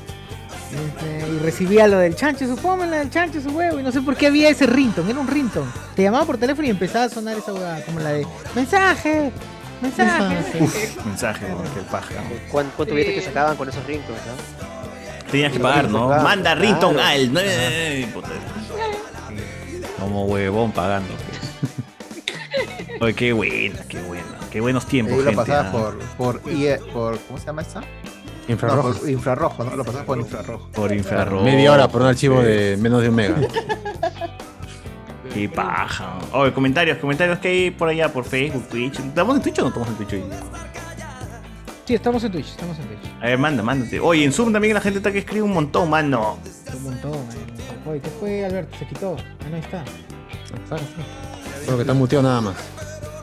Este, y recibía lo del chancho, supongo, la del chancho, su huevo. Y no sé por qué había ese ringtone, era un ringtone. Te llamaba por teléfono y empezaba a sonar esa huevada, como la de, mensaje, Ah, mensaje. Uf, mensaje, que paja. ¿Cuánto, cuánto billete que sacaban con esos ringtos, no? (laughs) Tenías que pagar, ¿no? Claro, Manda Rington claro. al 9. puta. Como huevón pagando. Oye, qué buena, qué buena. Qué buenos tiempos, Ahí lo gente. pasabas ¿ah? por, por, IE por. ¿Cómo se llama esa? Infrarrojo. No, por infrarrojo, ¿no? Lo pasabas por infrarrojo. Por infrarrojo. Media hora por un archivo de menos de un mega. Qué paja. Oye, comentarios, comentarios que hay por allá, por Facebook, Twitch. ¿Estamos en Twitch o no estamos en Twitch hoy? Sí, estamos en Twitch, estamos en Twitch. A ver, manda, mándate. Oye, en Zoom también la gente está que escribe un montón, mano. Un montón, eh, man. Oye, ¿qué fue Alberto? Se quitó. Ah, no ahí está. Creo que está muteado nada más.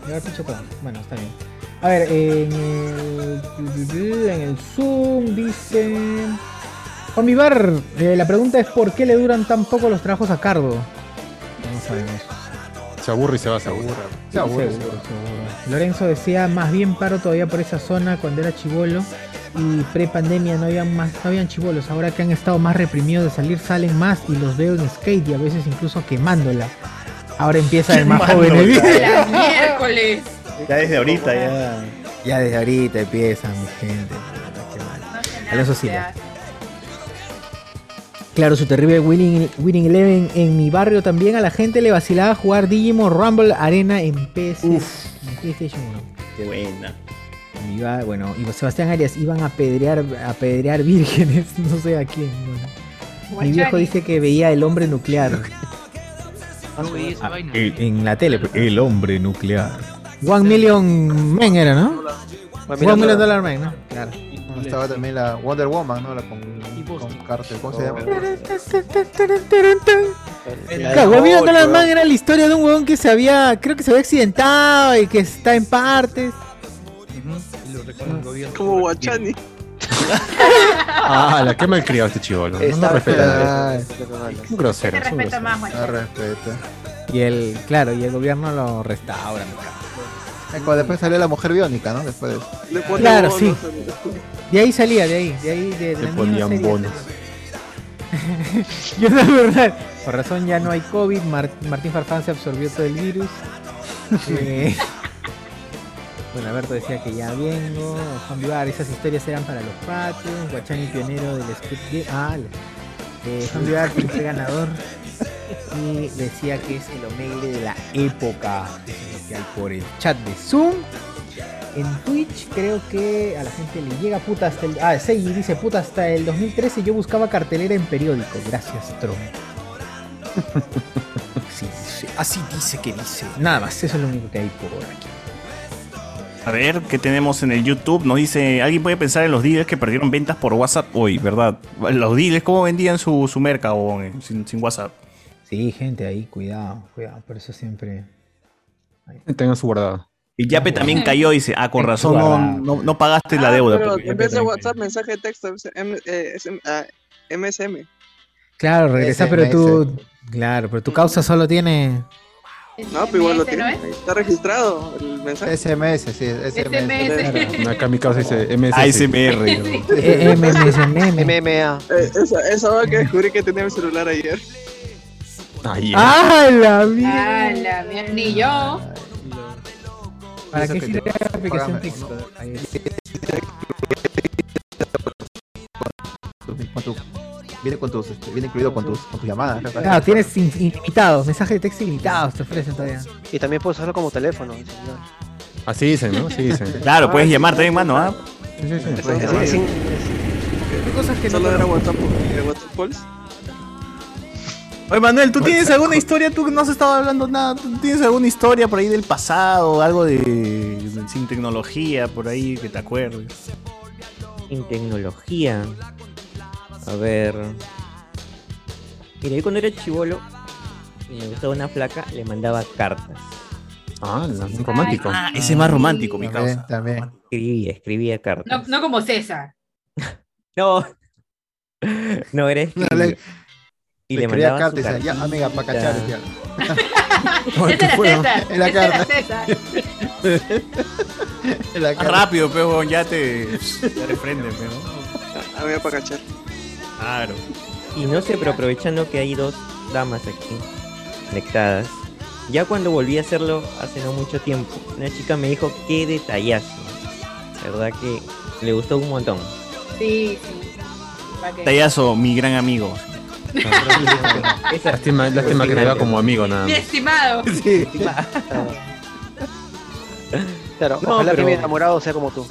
Ya haber dicho todo. Bueno, está bien. A ver, en el, en el Zoom dice. Juan Vivar, eh, la pregunta es: ¿por qué le duran tan poco los trabajos a cargo? No sabemos. Se aburre y se va, se aburre. Se aburre, Lorenzo decía: más bien paro todavía por esa zona cuando era chivolo. Y pre-pandemia no, había más- no habían chivolos. Ahora que han estado más reprimidos de salir, salen más y los veo en skate y a veces incluso quemándola. (laughs) Ahora empieza el más joven el video. La miércoles. Ya desde ahorita, ya. Ya desde ahorita empiezan, mi gente. puta, qué mal. Alonso Silva. Claro, su terrible Winning, winning Eleven en mi barrio también a la gente le vacilaba jugar Digimon Rumble Arena en PC. en PlayStation 1. Qué buena. Iba- bueno, y Sebastián Arias iban a apedrear, a apedrear vírgenes, (laughs) no sé a quién. bueno. Mi Guachani. viejo dice que veía el hombre (laughs) nuclear El- en la tele, pues, el hombre nuclear. One Million Men era, ¿no? One Million, Dollar Man, ¿no? Claro. Estaba también la Wonder Woman, ¿no? La con, con Carter. ¿Cómo se llama? Claro, One Million Dollar Man era la historia de un huevón que se había, creo que se había accidentado y que está en partes. Como Guachani. Ah, la que malcriado este chivo. No, no Está respeta. ¿eh? mal. Es Un grosero. es un grosero. más, Y el, claro, y el gobierno lo restaura. Eh, cuando después salió la mujer biónica, ¿no? Después de eso. Claro, sí. De ahí salía, de ahí, de ahí, de, de la misma serie. Yo no, verdad. Por razón ya no hay COVID, Mar- Martín Farfán se absorbió todo el virus. Eh, bueno, Alberto decía que ya vengo, Juan Vivar, esas historias eran para los patios, Guachani pionero del script game. Ah, la- eh, Juan Vivar que fue ganador. Y decía que es el Omegle de la época. Eso es lo que hay por el chat de Zoom. En Twitch creo que a la gente le llega puta hasta el... Ah, Seiji dice puta hasta el 2013 yo buscaba cartelera en periódico. Gracias, Tron. Sí, sí, así dice que dice. Nada más, eso es lo único que hay por aquí. A ver, ¿qué tenemos en el YouTube? Nos dice, alguien puede pensar en los dealers que perdieron ventas por WhatsApp hoy, ¿verdad? Los dealers, ¿cómo vendían su, su merca huevón, eh, sin, sin WhatsApp? Sí, gente, ahí, cuidado, cuidado, por eso siempre... Tengan su guardado. Y Yape (laughs) también cayó, dice, ah, con razón, no, no, no pagaste la deuda. Pero porque en Yape vez de también- WhatsApp, mensaje de texto, es M- eh, es M- ah, MSM. Claro, regresa, pero SMS. tú... Claro, pero tu causa solo tiene... No, pero igual lo tiene. Está registrado el mensaje. SMS, sí, SMS. Una kamikaze dice MS. ASMR. Eh, (laughs) E, MMA. Eh, esa, esa hora que descubrí que tenía mi celular ayer. ¡Ah, la mierda! Ah, la mierda. Ni yo. ¿Para Eso qué que sirve te- la aplicación págame, texto? Con tu- viene, con tus, este, viene incluido con tus, con tus llamadas. ¿no? Claro, tienes in- ilimitados, mensajes de texto ilimitados te ofrecen todavía. Y también puedes usarlo como teléfono. el celular. Así dicen, ¿no? Así dicen. Claro, puedes llamar también, mano, ¿ah? Sí, sí, sí. Puedes Es- llamar. es- es- cosas que Solo era WhatsApp, eh, WhatsApp Calls. Oye, Manuel, ¿tú tienes alguna historia? Tú no has estado hablando nada. ¿Tú tienes alguna historia por ahí del pasado? Algo de, de- sin tecnología por ahí que te acuerdes. Sin tecnología. A ver. Mira, yo cuando era chivolo, me gustaba una flaca, le mandaba cartas. Ah, un romántico. Ah, ese es más romántico, mi También, causa. también. Escribía, escribía cartas. No, no como César. No. (laughs) No, era escribir. le- y le le escribía mandaban su cartas y decía, "Ya, amiga, pa' cachar", cartita. Este Ay, ¿qué fue, no? (laughs) En la carta. En la carta. Rápido, pero ya te, ya reprenden, pero. A ver, para cachar. Claro. Y no sé, pero aprovechando que hay dos damas aquí conectadas, ya cuando volví a hacerlo hace no mucho tiempo, una chica me dijo qué detallazo. La verdad que le gustó un montón. Sí, sí. ¿Para qué? Tallazo, mi gran amigo. Ah. Lástima, lástima que te vea como amigo nada Mi más. estimado. Sí. Claro, No, ojalá pero- que mi enamorado sea como tú.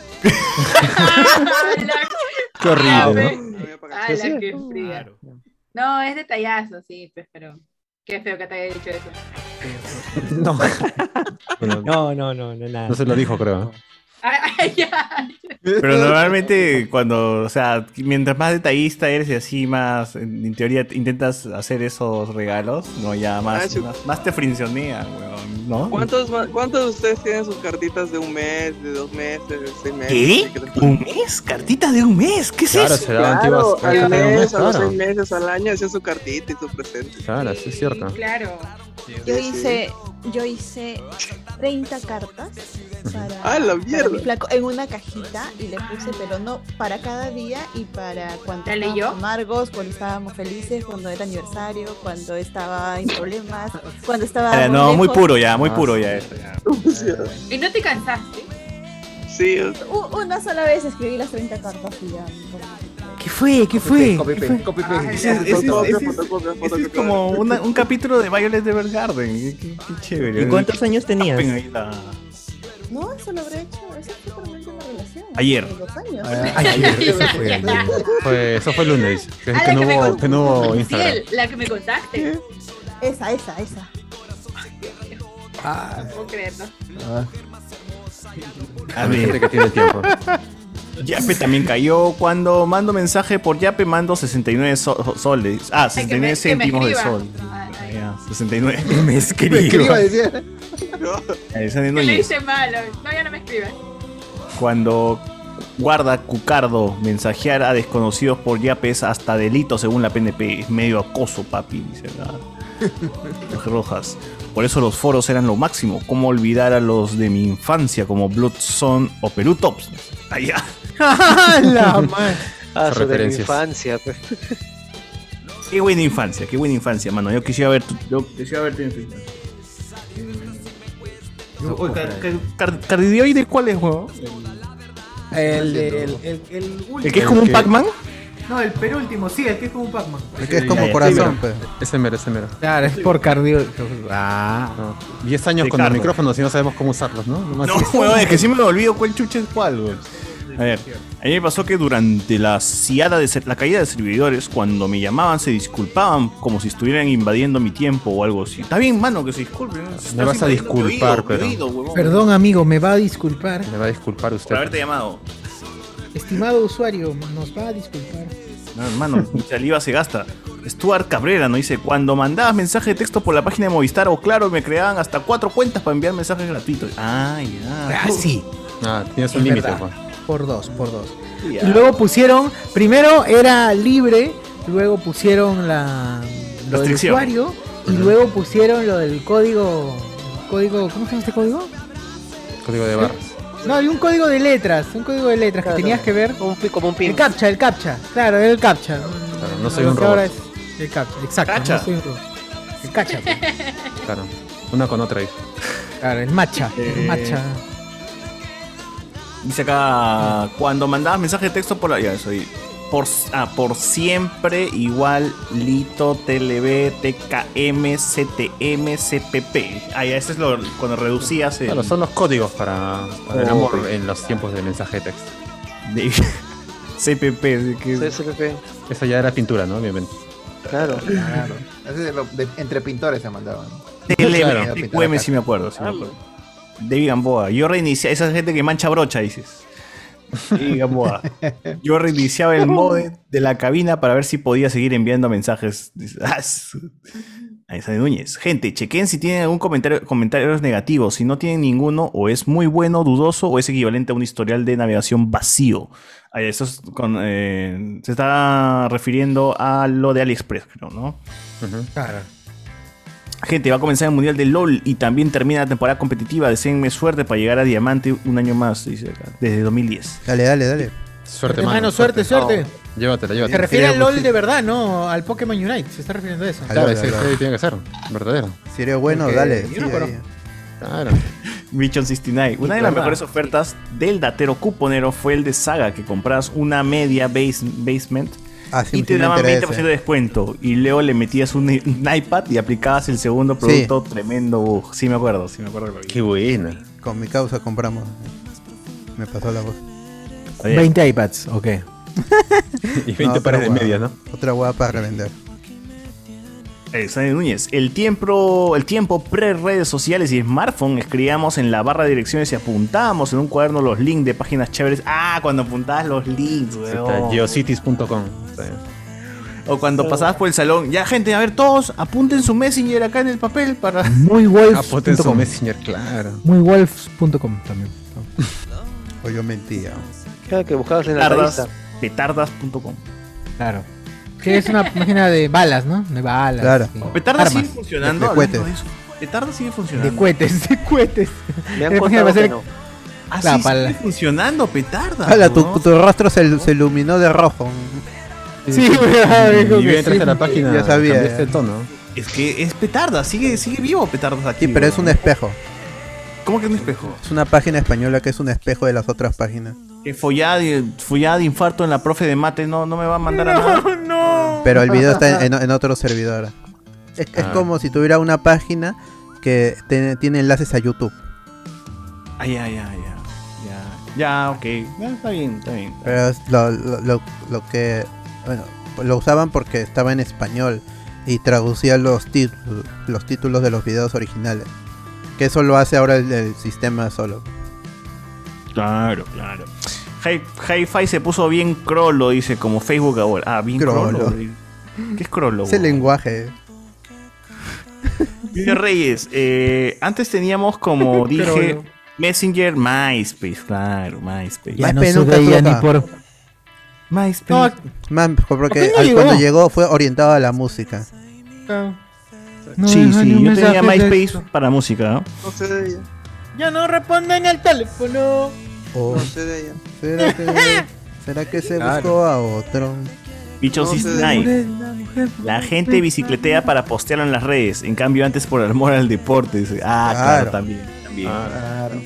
Qué horrible, ¿no? Ah, Sí, la que fría. No, es detallazo, sí, pues, pero qué feo que te haya dicho eso. No. No, no, no, no, nada. No se lo dijo, creo. Ay, ay, ya. Pero normalmente cuando, o sea, mientras más detallista eres y así más, en en teoría te- intentas hacer esos regalos, no ya Ah, más, sí. más, más te frincionea, weón, ¿no? ¿Cuántos, ma- ¿Cuántos de ustedes tienen sus cartitas de un mes, de dos meses, de seis meses? ¿Qué? de que les- ¿Un mes? ¿Cartitas de un mes? ¿Qué es Claro, eso? se daban antiguas Claro, cartas al de un mes, mes, a los claro. seis meses, al año, hacían su cartita y su presente. Claro, sí es cierto. Claro. Yo hice, yo hice 30 cartas para, ¡Ah, la para mierda! mi (laughs) flaco en una cajita y le puse, pero no para cada día y para cuando ¿La estábamos leyó? amargos, cuando estábamos felices, cuando era aniversario, cuando estaba en problemas, cuando estaba. Ah, no, muy lejos. puro ya, muy Ah, puro sí. ya esto. ya. (laughs) ¿Y no te cansaste? Sí, U- una sola vez escribí las 30 cartas y ya. ¿Qué fue? ¿Qué fue? Copy paste, copy Ah, paste. Ah, Ese es- ese es- ese es- fotocopia, ese es como una- un capítulo de Violet Evergarden. Qué, qué- qué chévere. ¿Y cuántos años tenías? Tapen ahí la- No, eso lo habré hecho. Eso fue realmente una relación. Ayer. Ah, hace Dos años. Ah, (laughs) Ay, ayer, eso fue. (laughs) Fue- eso fue el lunes. Este Ah, Que, que no hubo, que no hubo Instagram. Ciel, la que me contaste. Esa, esa, esa. Ah. No puedo creerlo. A ver. gente que tiene tiempo. (laughs) Yape también cayó. Cuando mando mensaje por Yape, mando 69 so- soles. Ah, Ay, que me- que 69 me céntimos de escriba. sol. Ay, Ah, ya, (laughs) 69. Me escriba. decía. Ahí está que le Núñez. hice malo. No, ya no me escribas. Cuando guarda Cucardo mensajear a desconocidos por Yape es hasta delito según la PNP. Es medio acoso, papi, dice la- Jorge Rojas. Por eso los foros eran lo máximo. ¿Cómo olvidar a los de mi infancia como Bloodson o Pelutops? (laughs) Allá. la Ah, Son su de mi referencias. infancia, pues. Qué buena infancia, qué buena infancia, mano. Yo quisiera ver tu, yo quisiera verte en tu infancia. Oye, Car- Car- Car- Cardioide, ¿cuál es, huevón? El, el- el, el, último. ¿El que es como un Pac-Man? No, el penúltimo, sí, el que es como un Pac-Man. Es que es como Ya, ya, corazón, sí, pues. Ese mero, ese mero. Claro, es por cardio. Ah. No. 10 años De con cargo. el micrófono, si no sabemos cómo usarlos, ¿no? Nomás No, así. huevón, es que siempre me olvido cuál chucha es cuál, huevón. A ver, a mí me pasó que durante la ciada de ser- la caída de servidores, cuando me llamaban, se disculpaban como si estuvieran invadiendo mi tiempo o algo así. Está bien, mano, que se disculpen. ¿no? Estás Me vas a invadiendo mi oído, disculpar, mi pero. oído, huevón. Perdón, amigo, me va a disculpar. Me va a disculpar usted. Por haberte llamado. Estimado usuario, nos va a disculpar. No, (laughs) hermano, mi saliva se gasta. Stuart Cabrera nos dice, cuando mandabas mensaje de texto por la página de Movistar o Claro, me creaban hasta cuatro cuentas para enviar mensajes gratuitos. Ah, ya. Ah, sí. Ah, tienes Es un límite, verdad. Juan. Por dos, por dos. Ya. Y luego pusieron, primero era libre, luego pusieron la lo del Restricción. usuario y luego pusieron lo del código código, ¿cómo se llama este código? pues, Código de barras. No, había un código de letras, un código de letras que tenías que ver como un pin. el captcha, el captcha. Claro, era el captcha. Claro, no soy Lo un que ahora robot. es el captcha, exacto, Cacha. no soy un robot. El captcha. Claro. Una con otra ahí. Claro, el matcha, Eh, el matcha. Dice acá, cuando mandabas mensaje de texto por la... Ya, soy... Por, ah, por siempre igual Lito, TLB, TKM, CTM, CPP. Ah, ya, ese es lo, cuando reducías el... Claro, son los códigos para, para el Oh. amor en los tiempos de mensaje de texto. de- (laughs) CPP. de que- CSPP. Esa ya era pintura, ¿no? Obviamente. Claro. Claro. Ese de lo- de- entre pintores se mandaban. TLM, Claro. TQM, si me acuerdo. sí me acuerdo. David Gamboa. Yo reiniciaba. Esa gente que mancha brocha, dices. David Gamboa. Yo (laughs) reiniciaba el modem de la cabina para ver si podía seguir enviando mensajes. Dice, "Ah, su-". Alexander Núñez. Gente, chequen si tienen algún comentario, comentarios negativos. Si no tienen ninguno, o es muy bueno, dudoso, o es equivalente a un historial de navegación vacío. Ay, Eso es con, eh, se está refiriendo a lo de AliExpress, creo, ¿no? Gente, va a comenzar el Mundial de LOL y también termina la temporada competitiva. Deseenme suerte para llegar a Diamante un año más, dice acá, desde 2010. Dale, dale, dale. Suerte, Mano, suerte, suerte. Oh, llévatela, llévatela. Se refiere al LOL de verdad, no al Pokémon Unite. Se está refiriendo a eso. Claro, ese ese tiene que ser. Verdadero. Si eres bueno, Porque dale. yo no sigue conozco. ahí. Claro. (laughs) Mission 69. Una de las Claro. mejores ofertas del datero cuponero fue el de Saga, que compras una media base- basement Ah, sí, y sí te me daban interesa. 20% de descuento. Y luego le metías un, (laughs) i- un iPad y aplicabas el segundo producto. Tremendo bug. Sí, me acuerdo, sí, me acuerdo. Qué buena. Con mi causa compramos. Me pasó la voz. 20 iPads, ok. (laughs) Y 20 pares de media, ¿no? Otra hueá para revender. Alexander Eh, Núñez. El tiempo, el tiempo pre-redes sociales y smartphone escribíamos en la barra de direcciones y apuntábamos en un cuaderno los links de páginas chéveres. Ah, cuando apuntabas los links, weón. Geocities.com. O cuando pasabas por el salón. Ya, gente, a ver, todos apunten su Messenger acá en el papel para. Apunten su Muywolf.com. Messenger, claro. Muywolf.com también. O yo mentía. Claro que buscabas en la Petardas, revista. petardas.com. Claro. (laughs) Que es una página de balas, ¿no? De balas. Claro. sí. Petardas Armas. sigue funcionando. De hablando cohetes. de eso. Petardas sigue funcionando. De cohetes, de cohetes. Me Era han página contado para que hacer- no. Ah, Claro, sí, para la- sigue funcionando, petardas. Hala, Ah, tu, weón. tu rostro se, se iluminó de rojo. Sí, weón, Y bien entraste a la página. Ya sabía. Cambiaste el tono. Es que es petarda, sigue, sigue vivo petardas aquí. Sí, pero es un weón. espejo. ¿Cómo que es un espejo? Es una página española que es un espejo de las otras páginas. Que follada de, follada de infarto en la profe de mate no, no me va a mandar a (laughs) nada. Pero el video está en, en- en otro servidor. Es, es Ah. como si tuviera una página que te- tiene enlaces a YouTube. (laughs) Ay, ay, ay, ya. Ya, ya ok. Ya, está bien, está bien. Pero es lo, lo- lo- lo que. Bueno, lo usaban porque estaba en español y traducía los, tit- los títulos de los videos originales. Que eso lo hace ahora el, el sistema solo. Claro, claro. Hi- Hi-Fi se puso bien crolo, dice, como Facebook ahora. Ah, bien crolo. Crollo. ¿Qué es crolo? Ese lenguaje. Dice Reyes, eh, antes teníamos (laughs) como dije Crollo. Messenger, MySpace, claro, MySpace. Ya no MySpace se nunca veía explota. ni por- MySpace. Man, porque Apenas al- llegó. cuando llegó fue orientado a la música. Ah, sí, no, sí, ni yo un tenía mensaje de MySpace para música, ¿no? No sé de ella. Ya no responden el teléfono. O- No sé de ella. Oh. ¿será, que, será que se Claro. buscó a otro? Bichos No sé de Night. ella. La gente bicicletea para postearlo en las redes. En cambio, antes por amor al deporte. dice. Ah, claro, Claro. también. también.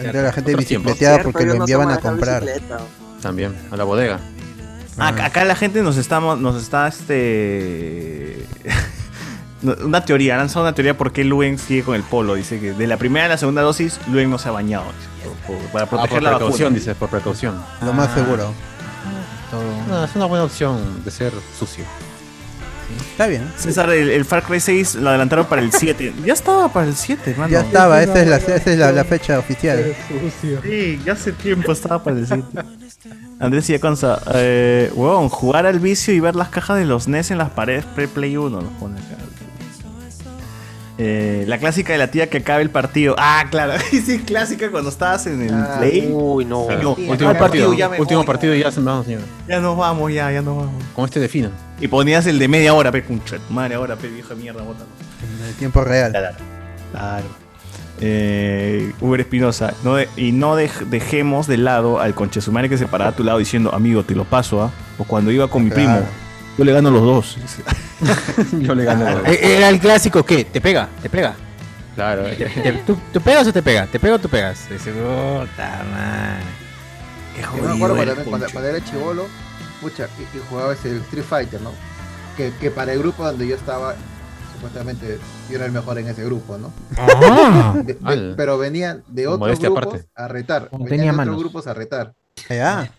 Era la gente Otros tiempos. bicicleteada porque Pero lo no sé enviaban a manejar comprar. bicicleta. También, a la bodega. Ah, acá- acá la gente nos estamos, nos está este. no, una teoría, han lanzado una teoría por qué Luen sigue con el polo. Dice que de la primera a la segunda dosis, Luen no se ha bañado. dice, por- por- para Ah, proteger por la precaución, vacuna. Ah. dices, por precaución. Lo más seguro. Ah. No, es una buena opción de ser sucio. Está bien. César, el, el Far Cry 6 lo adelantaron para el 7. (laughs) ya estaba para el 7, mano. Ya estaba, esa es la, esa es la, la fecha oficial. Sí, ya hace tiempo estaba para el 7. Andrés Iaconza, eh, huevón, jugar al vicio y ver las cajas de los NES en las paredes pre-play 1, nos pone acá. Eh, la clásica de la tía que acaba el partido. Ah, claro, (laughs) sí, clásica cuando estabas en el play. Ah, Uy, no. Sí, no, Sí, último Último partido, partido, ya me último voy. partido y ya se me vamos, señor. Ya nos vamos, ya, ya nos vamos. Con este defina. Y ponías el de media hora, pe, cuncha de tu madre, ahora, pe, viejo de mierda, bótalo. En el tiempo real. Claro. Claro. Eh, Uber Espinosa, no de- y no dej- dejemos de lado al conchesumare que se paraba a tu lado diciendo, amigo, te lo paso, ¿ah? O cuando iba con mi Claro. primo, yo le gano los dos. (laughs) Yo le (laughs) gané. la- Eh, Era el clásico que te pega, te pega. Claro. Te- ¿Tú, tú pegas o te pega? ¿Te pega o tú pegas? Dice, puta madre. Qué Yo me acuerdo jodido cuando, era el cuando- concho. cuando era chivolo, pucha, y, y jugaba ese Street Fighter, ¿no? Que, que para el grupo donde yo estaba, supuestamente yo era el mejor en ese grupo, ¿no? Ah. (laughs) De- de- Al. pero venían de Con otros modestia grupos aparte. a retar. Como venían tenía de manos. otros grupos a retar. Ya.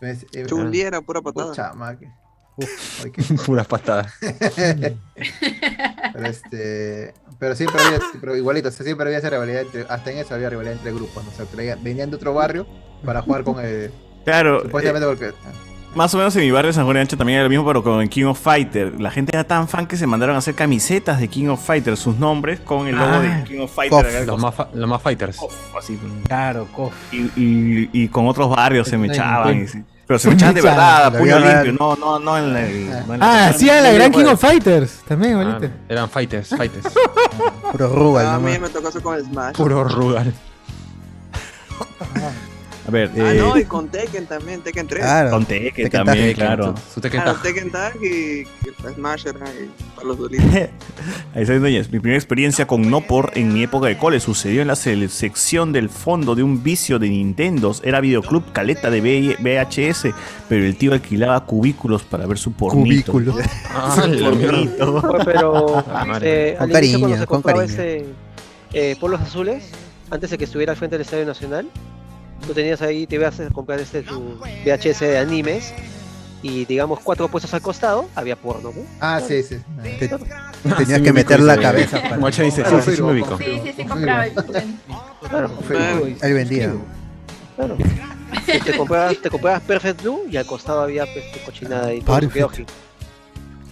Entonces, eh, Chuliera, pura patada. pucha, ma, que- uf, ay, que- (laughs) Puras (laughs) patadas. pero este pero siempre había pero igualito o sea, siempre había esa rivalidad entre, hasta en eso había rivalidad entre grupos ¿no? o sea, traía- venían de otro barrio para jugar con el Claro, eh, supuestamente porque Más o menos en mi barrio de San Juan de Ancho también era lo mismo, pero con el King of Fighter. La gente era tan fan que se mandaron a hacer camisetas de King of Fighter, sus nombres con el logo Ah. de King of Fighter. acá al costado. los, Ah, más fa- los más fighters. Oh, así. Claro, cof. Y, y- y con otros barrios se me echaban. y sí. Pero se me Se echaban de verdad, a mechaban. puño La vida limpio. No, no, no en la. no en Ah, sí, a la no en gran el King juego. of Fighters. Ah, También, bolita. Ah, Eran fighters, fighters. (laughs) Puro Rugal, a no mí más. me tocó eso con Smash. Puro Rugal. A ver, Ah, eh, no, y con Tekken también, Tekken 3. Con Tekken, Tekken también, Tag, claro. su- su Tekken Claro, Tag. Tekken Tag y, y Smash era eh, para los (laughs) dolidos. Ahí está Núñez. Mi primera experiencia con No Por en mi época de cole sucedió en la sele- sección del fondo de un vicio de Nintendo. Era videoclub caleta de V- VHS, pero el tío alquilaba cubículos para ver (laughs) su pornito. Cubículo. Ah, la mierda. (laughs) Fue, pero Ah, madre. eh, Con al inicio cariño, cuando se con compraba cariño. ese eh, polos azules, antes de que estuviera al frente del Estadio Nacional, tú tenías ahí, te ibas a comprar este tu VHS de animes y digamos cuatro puestos al costado, había porno, ¿no? Ah, sí, Ah, sí. Te- tenías que meter la cabeza para- Guacha dice, sí, Confirmo, sí, sí me ubico. Sí, sí, sí, compraba. Confirmo. Ahí vendía. Claro. Y te, comprabas, te comprabas Perfect Blue y al costado había pues, tu cochinada ahí. Perfect. Perfect.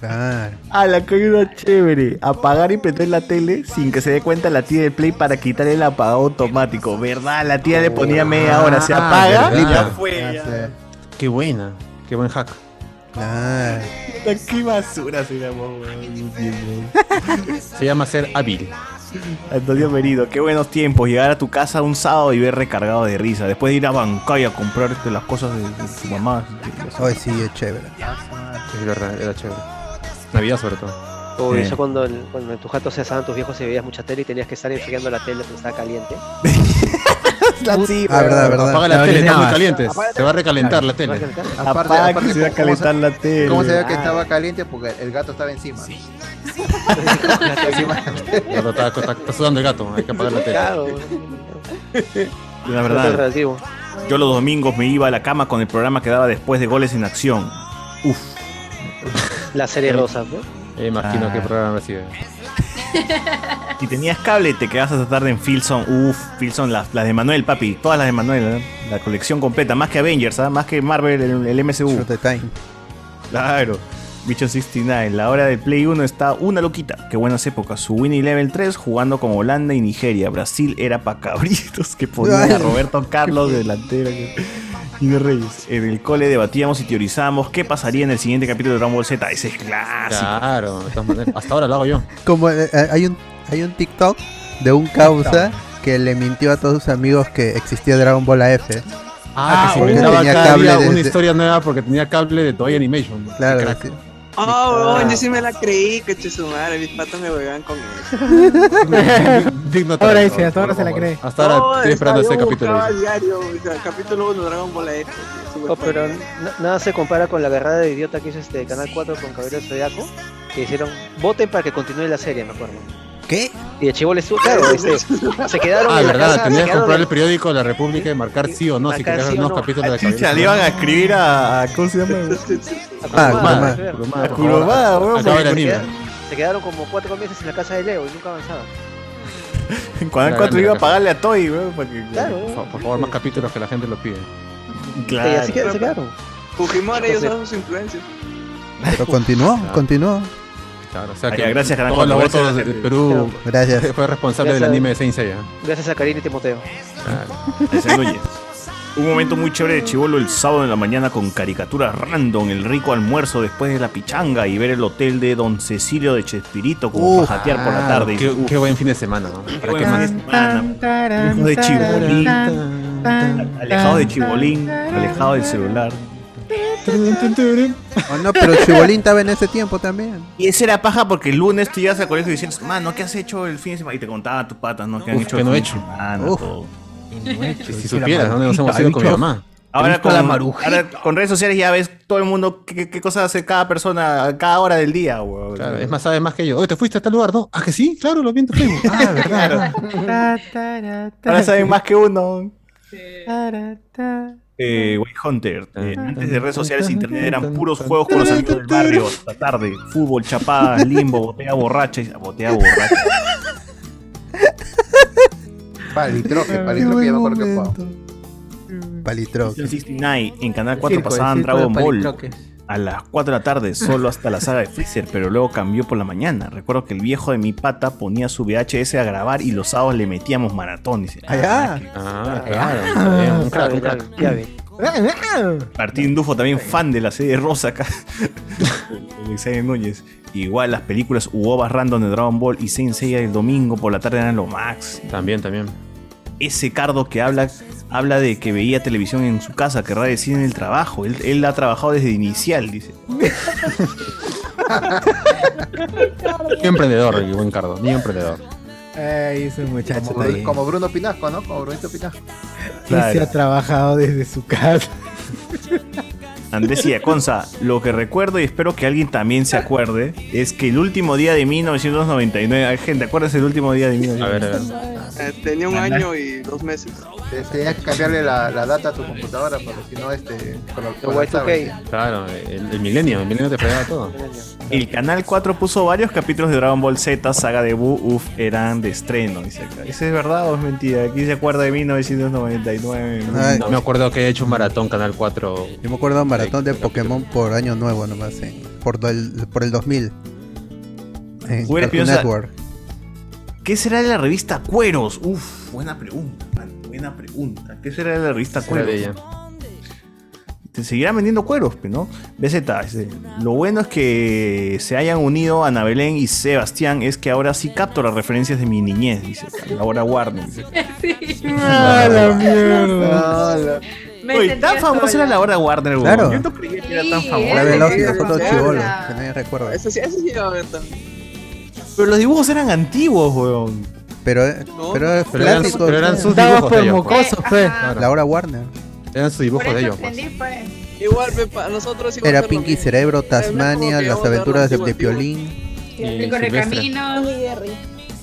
Claro. A Ah, la que hay una chévere. Apagar y prender la tele sin que se dé cuenta la tía del play para quitar el apagado automático. ¿Verdad? La tía le ponía media hora, se Ah, apaga y ¿verdad? ya fue. ya. Qué buena. Qué buen hack. Puta, Qué basura se llamó, weón. (laughs) Se llama ser hábil. Antonio Merido, qué buenos tiempos. Llegar a tu casa un sábado y ver recargado de risa. Después de ir a Bancay a comprar este, las cosas de, de su mamá. Ay, sí, es chévere. Es verdad, era chévere. Navidad sobre todo. O Eh. eso Ah, cuando, el- cuando en tu jato se asaban tus viejos y veías mucha tele y tenías que estar enfriando la tele porque estaba (laughs) caliente. (laughs) Ah, verdad, verdad. Apaga la No, ni tele, está muy nada. caliente. Se va a recalentar va la a tele. recalentar. Aparte, Apaga aparte, que se va a ¿cómo calentar sa- la tele. ¿Cómo se ve que Ah. estaba caliente? Porque el gato estaba encima. Ya lo Está, está- está sudando el gato, hay que apagar la Claro. tele. La verdad. Relativo. Yo los domingos me iba a la cama con el programa que daba después de goles en acción. Uf. La serie rosa, ¿no? Eh, Imagino Ah. qué programa recibe. Si tenías cable, te quedabas hasta tarde en Filson. Uf, Filson, las, las de Manuel, papi. Todas las de Manuel, ¿eh? la colección completa. Más que Avengers, ¿ah? más que Marvel, el, el MCU. Claro. Bicho 69, la hora del Play 1 está una loquita. Qué buenas épocas. Su Winnie Level 3 jugando como Holanda y Nigeria. Brasil era pa' cabritos que ponía Ay. a Roberto Carlos delantera. Y de Reyes. En el cole debatíamos y teorizábamos qué pasaría en el siguiente capítulo de Dragon Ball Z. Ese es clásico. Claro, de todas maneras. hasta ahora lo hago yo. Como eh, eh, hay un hay un TikTok de un causa que le mintió a todos sus amigos que existía Dragon Ball AF. Ah, que se Porque inventaba tenía cada día cable una desde- historia nueva porque tenía cable de Toy Animation. Claro, Qué crack. sí. Ah, weón, yo sí me la creí, que su madre, mis patas me huevean con Digno Ahora talento, dice, hasta ahora se la por cree. favor. Hasta ahora estoy esperando ese capítulo. Yo buscaba diario, o sea, capítulo 1, Dragon Ball AF. sí, súper No, Oh, pero fan. na- nada se compara con la agarrada de idiota que hizo este Canal 4 con Caballero del Zodiaco, que hicieron voten para que continúe la serie, me acuerdo. ¿Qué? Y de Chivo les claro, este, se quedaron Ah, en la casa, se verdad, tenías que quedaron comprar el en- periódico de la República y marcar sí o no si marcar querías sí ver o unos no. capítulos de Chucha, le Caballero del iban a Zodiaco. escribir a. a- ¿Cómo se llama? Ah, Kurumada, A Kurumada, Kurumada. por favor. Kurumada, weón. Se porque- quedaron- Se quedaron como cuatro meses en la casa de Leo y nunca avanzaban. Cuando La cuatro grande iba a caja. pagarle a Toy, weón. para que- Claro. Por, fa- por favor, más capítulos que la gente lo pide. Ah, Claro. Y así que se quedaron. Fujimori, ellos son sus influencias. Pero continuó, continuó. Claro, o sea Ah, que ya, gracias, Canal todos los cuatro, votos gracias. de Perú Gracias. fue responsable del Gracias. anime de Saint Seiya. Gracias a Karina y Timoteo. Ahí se oye. Un momento muy chévere de Chivolo el sábado en la mañana con caricaturas random, el rico almuerzo después de la pichanga y ver el hotel de Don Cecilio de Chespirito como Uf. Ah, para jatear por la tarde. Qué, qué buen fin de semana, ¿no? Para que más. Uno de Chibolín, alejado de Chibolín, alejado del celular. Oh, (laughs) no, pero Chibolín estaba en ese tiempo también. Y esa era paja porque el lunes tú llegas al colegio diciendo, mano, ¿qué has hecho el fin de semana? Y te contaban tus patas, ¿no? ¿Qué han Uf, hecho ¿qué el no fin he de hecho? semana, Uf. todo? Si, si supieras, ¿dónde nos hemos ido con mi mamá? Ahora con, la ahora con redes sociales ya ves todo el mundo qué, qué cosas hace cada persona a cada hora del día, weón. Claro, es más, sabes más que yo. Oye, ¿te fuiste a tal lugar? No. Ah, que sí, claro, lo vi en tu Facebook. (laughs) Ah, verdad. Ahora saben más que uno. Eh, Way Hunter, eh, antes de redes sociales e internet eran puros juegos con los amigos del barrio hasta tarde. Fútbol, chapadas, limbo, botella borracha y botella borracha. Palitroque, palitroque, ya me acuerdo que jugaba. Palitroque. 69 en Canal El 4 circo, el pasaban circo de Dragon Ball palitroques. a las 4 de la tarde, solo hasta la saga de Freezer, pero luego cambió por la mañana. Recuerdo que el viejo de mi pata ponía su VHS a grabar y los sábados le metíamos maratón. Dice, Allá. Ah, claro. claro. Un crack, un Claro, crack. claro. Martín Dufo, también fan de la serie Rosa (laughs) acá. El Xavier Núñez. Igual las películas Uobas Random de Dragon Ball y Saint Seiya el domingo por la tarde eran lo max. También, también. Ese cardo que habla, habla de que veía televisión en su casa, querrá decir en el trabajo. Él, él ha trabajado desde inicial, dice. (laughs) Qué emprendedor, Ricky, buen cardo. Bien emprendedor. Ay, ese muchacho Como, está Bru- bien. como Bruno Pinasco, ¿no? Como Brunito Pinasco. Y se ha trabajado desde su casa. Andrés y Aconza, lo que recuerdo y espero que alguien también se acuerde es que el último día de 1999, Ay, gente, acuérdense el último día de 1999. Eh, tenía un Anda. año y dos meses. Te- Tenías que cambiarle la, la data a tu computadora, porque si no, este. con lo- con la tablet. Claro, el, milenio, el milenio te fregaba todo. El canal 4 puso varios capítulos de Dragon Ball Z, saga de Buu, uf, eran de estreno, dice acá. ¿Eso es verdad o es mentira? Aquí se acuerda de 1999. no me acuerdo que haya hecho un maratón Canal 4. Yo me acuerdo de un maratón de Pokémon por año nuevo nomás, en- por, do- el, por el 2000. En Hubiera Cartoon piensa- Network. ¿Qué será de la revista Cueros? Uf, buena pregunta, man, buena pregunta. ¿Qué será de la revista Será Cueros? de ella. Te seguirán vendiendo cueros, pe, ¿no? BZ, dice, lo bueno es que se hayan unido Ana Belén y Sebastián, es que ahora sí capto las referencias de mi niñez, dice. Ahora Warner, dice. Ah, la mierda. Me Oye, sentía tan famosa sola. era la hora Warner, weón. Claro. Yo no creía que era tan Sí, famosa. La velocidad fue todo Sí, chivolo, verdad. que nadie recuerda. Eso sí, eso sí iba a ver también. Pero los dibujos eran antiguos, weón. Pero, eh, pero, es Pero eran- clásico, pero eran sus Dados dibujos de por ellos, mocosos, pues. fe. Ajá. La hora Warner. Eran sus dibujos de ellos. pues. Igual, pe, para nosotros iba a Era ser lo Pinky mismo. Cerebro, Tasmania, Las aventuras de, de Piolín. El Silvestre. correcamino.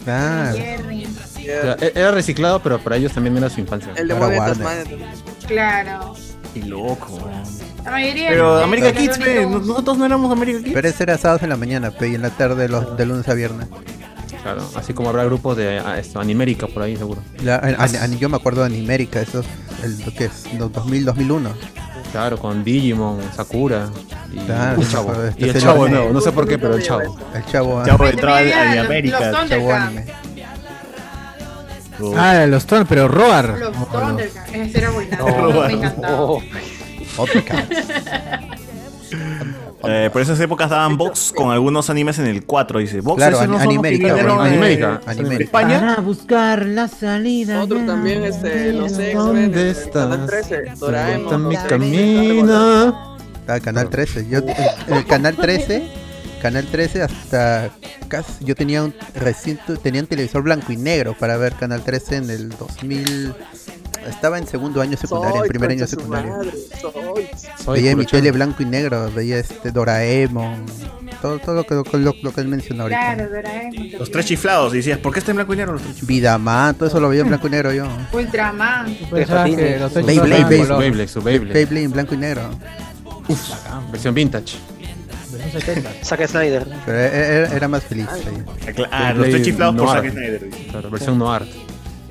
Claro. Jerry. O sea, e- era reciclado, pero para ellos también era su infancia. El de Ahora Warner Warner. Tasmania. Claro. Qué loco, weón. La mayoría. Pero de- América de- Kids, pe, nosotros no éramos América Kids. Pero ese era sábados en la mañana, pe, y en la tarde los, de lunes a viernes. Claro, así como habrá grupos de ah, esto, Animérica por ahí, seguro. La- an- Ah, an- an- yo me acuerdo de Animérica, eso es el lo que es los 2000, 2001. Claro, con Digimon, Sakura y Claro, el chavo. pero este Y el señor- chavo nuevo, no sé por qué, pero el chavo. El chavo. Chavo ah. entraba en Los- los América, Thundercats. chavo Ah, los Thor, pero Roar. Los Oh, no. Thundercats. Ese era buenazo, Robar. Me encantaba. Eh, por esas épocas daban box con algunos animes en el 4, dice. Box Claro, esos an- no son los que Animérica, vinieron, bueno, eh, Animérica, de Animérica. España. Para buscar la salida. Otro también, este, los X-Men. ¿Dónde el Canal estás? 13, Está Doraemon. mi Doraemon. camino. Ah, canal 13. Yo, el, el canal 13, canal 13 hasta casi, yo tenía un recién tu- tenía un televisor blanco y negro para ver canal 13 en el 2000. Estaba en segundo año secundaria, en Soy, primer año concha su secundaria. madre, soy. veía mi tele blanco y negro, veía este Doraemon, todo, todo lo que lo, lo que él mencionó ahorita. Claro, Doraemon. Los tres chiflados, y decías, ¿por qué está en blanco y negro los tres chiflados? Vidaman, todo eso lo veía en blanco y negro yo. Ultraman. Pues, Beyblade, patines. Pues los hechos Beyblade, eran de Beyblade. color. Beyblade, su Beyblade. Beyblade en blanco y negro. Versión vintage. (laughs) Saca Snyder. Pero era, era- era más feliz. ahí. Ah, los tres chiflados por Zack Snyder. Claro, versión no art.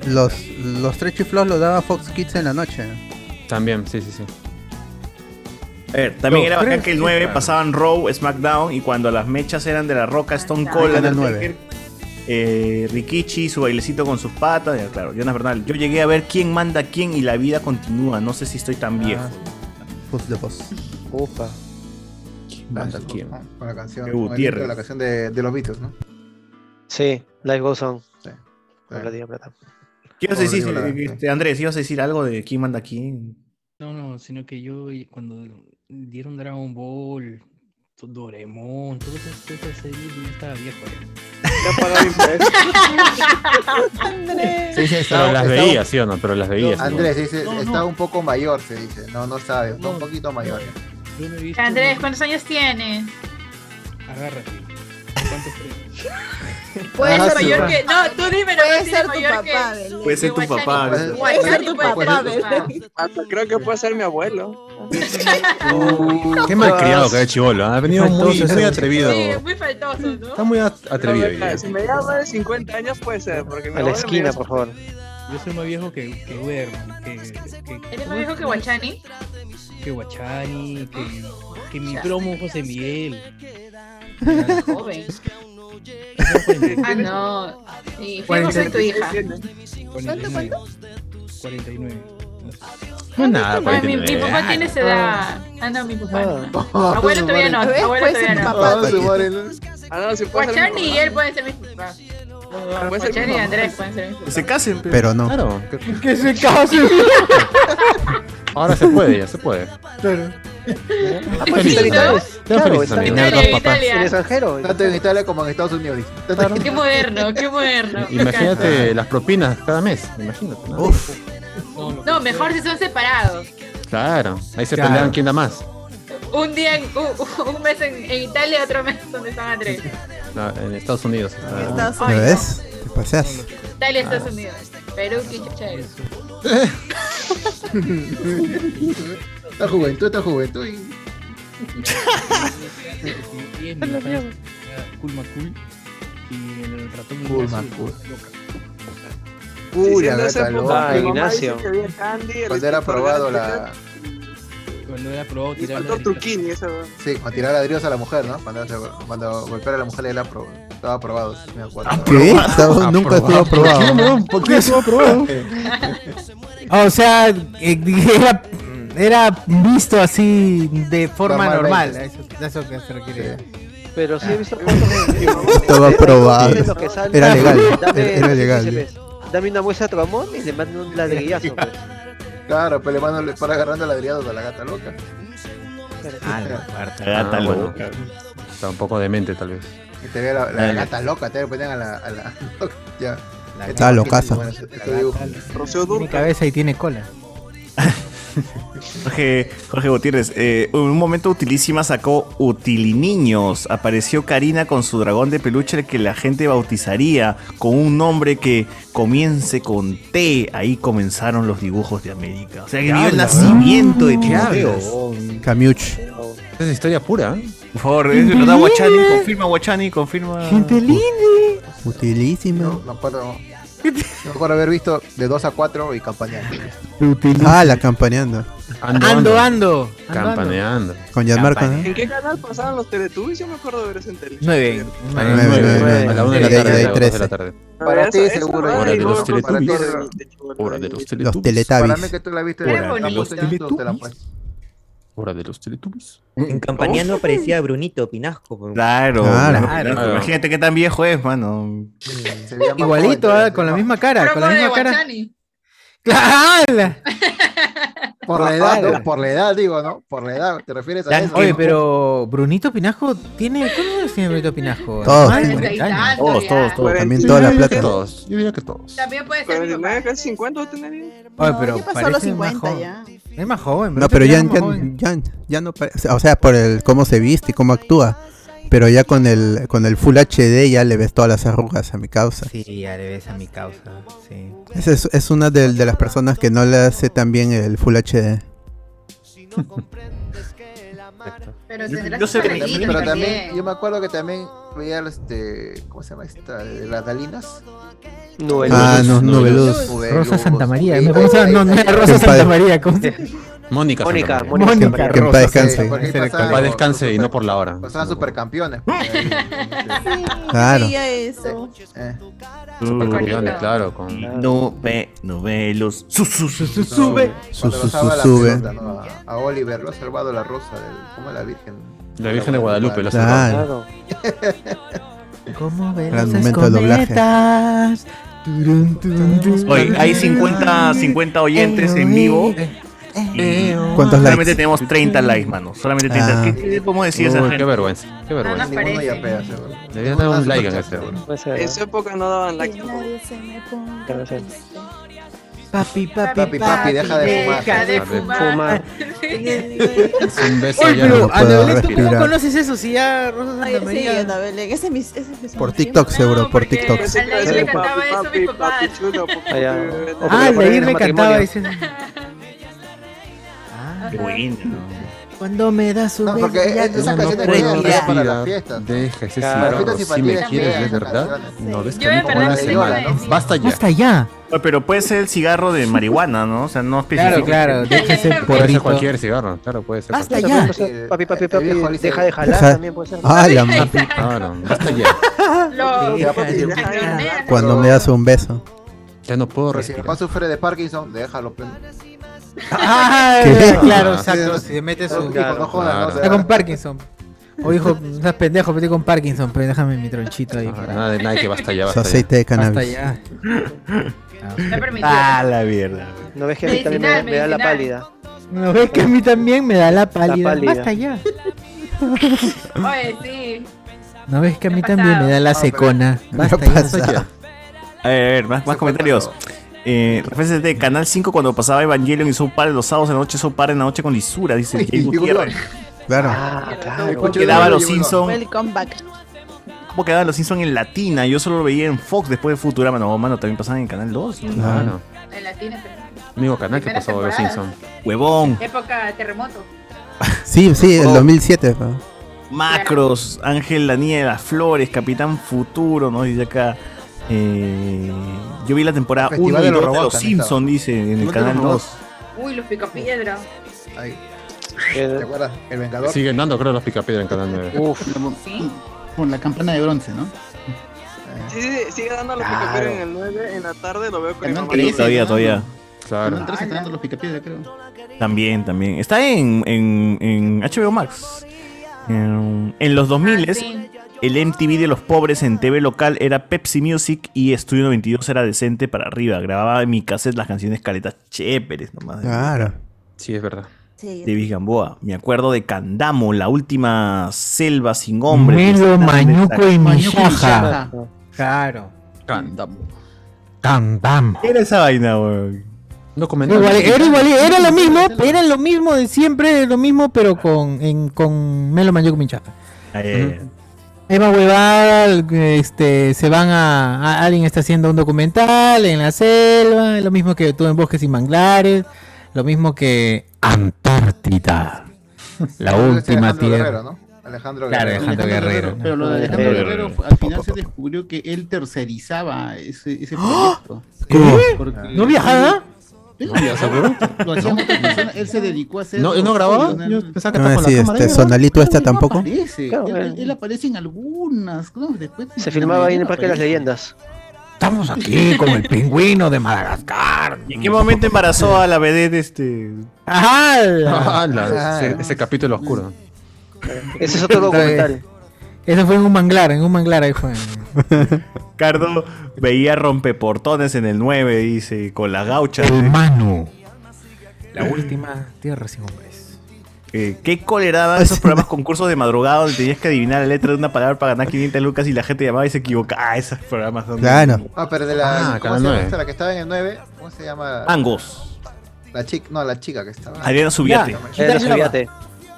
Los, los tres chiflados los daba Fox Kids en la noche. También, sí, sí, sí. A ver, también No, era creo bacán que el que 9 claro. pasaban Raw, SmackDown, y cuando las mechas eran de la roca, Stone Cold, Canal Undertaker, eh, Rikichi, su bailecito con sus patas, ya, claro, Jonas Bernal. Yo llegué a ver quién manda a quién y la vida continúa, no sé si estoy tan Ah, viejo. Fox de Fox. Ufa. Manda quién. Con la canción. Qué con el Gutiérrez. intro de la canción de, de los Beatles, ¿no? Sí, Life Goes On. Con la tía plata. ¿Qué ibas a Pobre decir, Nicolás, eh, este, Andrés? ¿Ibas a decir algo de quién manda a quién? No, no, sino que yo y- cuando dieron Dragon Ball, (laughs) to- Doraemon, todas esas todas esas series, yo estaba viejo. Ya pagaba Andrés. Sí, sí, Estaba- pero las estaba- veía, sí o no, pero las veía. sí, Andrés ¿no? dice, No, no. está un poco mayor, se dice. No, no sabe, está un poquito mayor. Yo no he visto. Andrés, ¿cuántos años tienes? Agárrate. ¿Cuántos crees? Puede Ah, ser sí, mayor va. que. No, tú dime, no Puede si ser eres tu mayor papá, que. Belén. Puede ser tu papá. Puede- ¿no? Puede ser tu pues, Puede ser papá, tu Belén. papá. Hasta creo que puede ser mi abuelo. Uh, Qué malcriado que es chivolo. ¿eh? Ha venido muy, muy atrevido. Sí, muy faltoso, ¿no? Está muy at- atrevido. Si me llama de 50 años puede ser, porque mi A la abuelo me esquina, llama- por favor. Yo soy más viejo que, que Werman, que, que- ¿Eres más viejo que Guachani? que Guachani, que, que mi promo José Miguel. Joven. Ah, no. Sí, fue Cuarenta- José tu hija. 49. 49. No, nada, Ah, mi, mi 49. papá tiene esa edad. Ah, no, mi papá. no. Abuelo todavía no. A ver, Abuelo pues, todavía mi no. papá. Ah, su madre, Ah, no, si puede ser Guachani mi y él pueden ser mis papás. Puede ser mi Guachani y mamá. Andrés pueden ser mis papás. Que se casen, pe. Pero no. Claro. Que se case. Ahora se puede, ya se puede. Claro. pues, Feliz. Italia. Claro, Claro, felices en amigos. Italia, Italia, papás. Italia. En el extranjero. Tanto en Italia como en Estados Unidos. (laughs) Qué moderno, qué moderno. (laughs) Imagínate las propinas cada mes, imagínate. ¿no? No, mejor si son separados. Claro, ahí se Claro. pelean quién da más. Un día, en, un, un mes en, en Italia, otro mes donde están Andrés. No, en Estados Unidos. Ah. Estados ¿Lo ves? Te paseas. Italia, Estados Unidos. Perú, Quiche, (laughs) La juventud, esta juventud. y- Y en mi infancia era Cool Macul y el ratón Cool Ignacio, Macul. loca. Uy, Sí, la en esa gata época, Ah, loca. mi mamá dice que había candy, el Cuando era escritor aprobado de la la. Cuando era aprobado Y tirar faltó Truquini, esa weón. Sí, cuando tirar ladrillos a la mujer, ¿no? Cuando, se- cuando golpear a la mujer era aprobado. Estaba aprobado, sí, me acuerdo. ¿Ah, ¿Qué? Estaba- Nunca estuvo aprobado. ¿Por (laughs) qué estuvo aprobado? O sea, eh, era, era visto así de forma normal. Normalmente. Eso, eso que se requiere. Pero sí he (laughs) Ah. visto fotos (laughs) de- Estaba aprobado. de los que salen. Era legal, Dame- era- era legal. sí, pues, Dame una muestra de tu amor y le mando un ladrillazo. pues. (laughs) Claro, pero le mando, le para agarrando ladrillados a la gata loca. Ah, Ah, gata bueno. loca. Está un poco demente tal vez. Que te vea la, la Dale. gata loca, te ponían a la, a la (laughs) loca. Ya. Estaba locaza. Bueno, este- este dibujo. Tiene cabeza y tiene cola. Jorge, Jorge Gutiérrez, eh, en un momento Utilísima sacó Utiliniños. Apareció Karina con su dragón de peluche que la gente bautizaría con un nombre que comience con T. Ahí comenzaron los dibujos de América. O sea, que vio el nacimiento de Tineo. Camiuch. Es historia pura. ¿eh? Por favor, es verdad, Guachani, confirma, Guachani, confirma. Utilísimo. Me acuerdo, me acuerdo haber visto de 2 a 4 y campaña. Ah, la campaneando. Ando, ando. Campaneando. Con Yadmar con. ¿En qué canal pasaban los Teletubbies? Yo me acuerdo de ver eso en tele. Nueve. A las nueve, nueve, a la una de nueve, la tarde, a nueve, las dos de trece. la tarde. Para ti Eso- eso seguro. no Hora de hay, los no, no, para ti Teletubbies. era- Hora de los Teletubbies. Los Teletubbies. Para mí que tú la viste. Era la bonito. puesto en YouTube, te la puesto. Hora de los Teletubbies. Oh, En Campañano aparecía Brunito Pinasco. pues. Claro, Claro. claro. Claro. Imagínate qué tan viejo es, mano. Se veía más Igualito, joven, ah, con la misma cara. Con Promo la de eh, misma cara. Guachani. ¡Claro! Por Ah, la edad, ¿no? Por la edad, digo, ¿no? Por la edad, ¿te refieres a Ya, eso? Oye, pero Brunito Pinasco tiene. ¿Cuántos años tiene Brunito Pinasco? Todos. Más de 46 40 años. años. Todos, todos, todos. También toda la plata. Todos. Yo diría que todos. También puede ser mi papá. 49, casi 50 va a tener. ahí. Oye, No, pero ya pasó parece los más 50 joven. ya. Es más joven. No, Brunito pero ya, Pinasco es ya, más joven. ya, ya no parece. O sea, por el cómo se viste y cómo actúa. Pero ya con el con el Full HD ya le ves todas las arrugas a mi causa. Sí, ya le ves a mi causa. Sí. Esa es, es una de, de las personas que no le hace tan bien el Full HD. Pero tendrás yo sé que sus también- amiguitos Pero también, yo me acuerdo que también veía este. ¿Cómo se llama esta? De las Dalinas. Nubeluz. Ah, no, Nubeluz. Nubeluz. Rosa Santa María. Sí, No, ¿cómo se llama? No, no era Rosa Qué padre. Santa María. ¿cómo se llama? Mónica. Mónica, Santa María. Mónica. Mónica. Campañano. Que en paz Sí, descanse. porque ahí Ese era el pasaban Capaz los- descanse y no por la hora. Pasaban supercampeones. pues, Claro. Veía eso. Eh, Supercampeones, claro. Con... Nube, nubelos. Su, su, su, su, sube. Su- su- pasaba su- la sube. pelota, ¿no? A- A Oliver lo ha salvado la rosa del. ¿Cómo la Virgen? La Virgen de Guadalupe. Los Claro. Claro. (laughs) ¿Cómo ven Gran los momento de doblaje. escometas? Turun, turun, turun. Oye, hay 50, 50 oyentes en vivo. Eh, Y ¿Cuántos solamente likes? tenemos 30 likes, mano. Solamente 30. Ah. ¿Qué, qué le podemos decir a esa Uy, gente? qué vergüenza. Qué No nos vergüenza. Ninguno Pues ya parece. pega, seguro. Debería dar un like en este, ese. bro. Pues, En su época no daban Que like. nadie se me ponga Gracias. triste. Papi, papi, Papi, papi, deja de fumar. Deja de Deja de fumar. Un beso Oye, ya pero no Anabel, puedo ¿tú cómo respirar. conoces eso? Si ya Rosa Ay, Santa sí, María. Ana Belén, ese es mi- ese es mi Por sueño. TikTok seguro, No, por porque TikTok. A la hija le cantaba Papi, eso a papi, mi papá. papi, chulo, (laughs) papi. Ah, ya. Ah, Porque ponen Leir le el cantaba matrimonio. ese. Qué bueno. Cuando me das un No, porque beso, ya esas no- canciones no puedo que respirar. para las fiestas. Deja ese Claro. Las cigarro. Si fiestas me infantiles quieres de también, verdad, las no ves que Yo me me perdí pongo la ese tipo de señal. cosas. Basta ya. Hasta ya. Oye, Pero puede ser el cigarro de marihuana, ¿no? O sea, no específico. claro, déjese Puede ser porrito. cualquier cigarro, claro, puede ser. Basta cualquier- ya. Papi, papi, papi, jo- deja de jalar Deja- también pues, puede ser. (laughs) Ah, la Deja de madre. Claro, (laughs) basta ya. Cuando me das un beso. Ya no puedo Pero si el respirar. papá sufre de Parkinson, déjalo. pe. Ah, ¿Qué? claro, Ah. exacto. Si te metes Claro, un. claro, no jodas, no, o sea- Está con Parkinson. (laughs) O hijo, estás pendejo, vete con Parkinson, pero déjame mi tronchito ahí. para- Nada de nada que basta ya, Su basta ya. aceite de cannabis. Hasta ya. Ah, la mierda. No ves que a mí también me, Medicinal, me da la medicinal. pálida. No ves que a mí también me da la pálida. pálida. (laughs) Basta ya. Oye, sí. No ves que a mí pasado. también me da la Ah, pero- secona. Me Basta ha ya. pasado. A ver, a ver, más, más comentarios. Eh, referencias de Canal 5 cuando pasaba Evangelion y Soul Park los sábados en la noche, Soul Park en la noche con lisura, dice Ah, Jay Gutiérrez. Claro. ¿Cómo quedaban los Simpsons? Welcome back. ¿Cómo quedaban los Simpsons en Latina? Yo solo lo veía en Fox después de Futurama. No, mano, también pasaban en Canal 2. ¿no? Claro. En latina, pero- Único canal que Primeras pasaba de los temporadas. Simpsons. Huevón. Época terremoto. Sí, sí, el Oh. 2007. pa. Macros, Ángel Daniela Flores, Capitán Futuro, ¿no? Dice acá. eh, yo vi la temporada Festival 1 de y 2 los de los robots también Simpsons, dice, en el Festival de Canal los 2. Uy, los picapiedra. ¿Te acuerdas? El Vengador. Siguen dando, creo, los picapiedra en Canal Uh. 9. Con la campana de bronce, ¿no? Sí, sí, sí, sigue dando los Claro. picapiedra en el 9, en la tarde lo veo con mi Canal mamá. 13, Todavía, ¿no? todavía. Canal 13 está dando los picapiedra, creo. También, también. Está en, en, en HBO Max. En, en los Ah, 2000 el MTV de los pobres en TV local era Pepsi Music y Estudio 92 era decente para arriba. Grababa en mi cassette las canciones caletas chéperes nomás. Ah, Claro. Sí, es verdad. De Viz Gamboa. Me acuerdo de Candamo, la última selva sin hombre. Melo, Mañuco y Mijaja. Mijaja. Claro. Candamo. Candamo. Era esa vaina, weón. No Era igual, era, igual- era lo mismo, era lo mismo de siempre, lo mismo, pero con, en, con Melo Mañuco y Mijaja. Eva Huevada, el- este, se van a, a- Alguien está haciendo un documental en la selva, lo mismo que tú en Bosques y Manglares, lo mismo que Antártida. La Ese es última Alejandro Guerrero, tierra. ¿no? Alejandro Claro, Guerrero. Alejandro Guerrero. Pero lo de Alejandro Alejandro Guerrero Guerrero. al final se descubrió que él tercerizaba ese, ese ¡Ah! proyecto. ¿Qué? Porque- ¿No viajaba? Sí, Lo hacía ¿No? otra persona, él se dedicó a hacer. ¿No, ¿No grababa? Yo pensaba que No, estaba con sí, la cámara. ¿eh? este, ahí, ¿no? Sonalito esta tampoco. Aparece, Claro, él, eh. él aparece en algunas. ¿no? Después, Se filmaba ahí en el Parque de las Leyendas. Estamos aquí con el pingüino de Madagascar. ¿Y en qué momento embarazó a la vedette este? ¡Ajá! Ah, la- ese, ese capítulo oscuro. Ese es otro (laughs) documental. Eso fue en un manglar, en un manglar ahí fue. Cardo veía rompeportones en el 9, dice, con las gauchas. Manu. La última tierra sin hombres. Eh, ¿Qué cólera daban (laughs) esos programas concursos de madrugada donde tenías que adivinar la letra de una palabra para ganar 500 lucas y la gente llamaba y se equivocaba? Ah, esos programas son... Claro. Ah, pero de la. Ah, ¿Cómo Canal se llama 9. esta? La que estaba en el 9. ¿Cómo se llama? Angus. La chica, no, la chica que estaba. Adriana Subiate. Ya, Adriana Ya, ya. Subiate.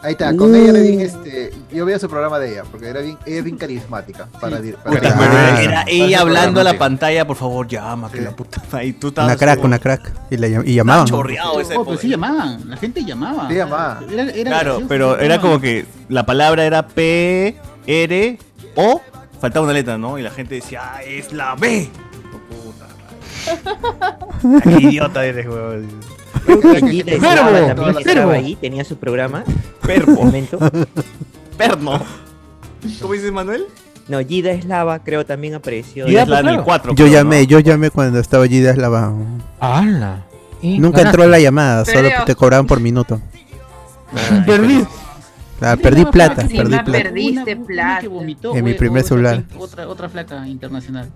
Ahí está, con Uh. ella era bien este. Yo veía su programa de ella, porque era bien, ella es bien carismática. Para, dir- para- Puta, para- pero para Era hacer ella hablando a la programática. pantalla, por favor, llama, que la puta madre. Y tú estabas Una crack, como- una crack. Y, la llam- y llamaban. ¿no? chorreado ese Oh, pero poder. sí llamaban, la gente llamaba. Sí llamaba. Era- Claro, era gracioso, pero sí era llamaban. como que la palabra era P, R, O, faltaba una letra, ¿no? Y la gente decía, ah, es la B. (laughs) Puta madre. Qué idiota eres, weón. Canguita estaba Verbo, también que verbo. estaba ahí, tenía su programa. (laughs) (laughs) Verbo. Momento. Perno. ¿Cómo dices, Manuel? No, Gida Eslava creo también apareció. Gida Eslava en el Claro. 4, Yo llamé, yo llamé cuando estaba allí de Eslava. ¡Hala! Nunca entró la llamada, solo Perdió. te cobraban por minuto. Perdí. Ah, perdí plata, Encima perdí plata. perdiste Una- una plata. que vomitó, En mi güey, primer otra- celular. Otra, otra flaca internacional.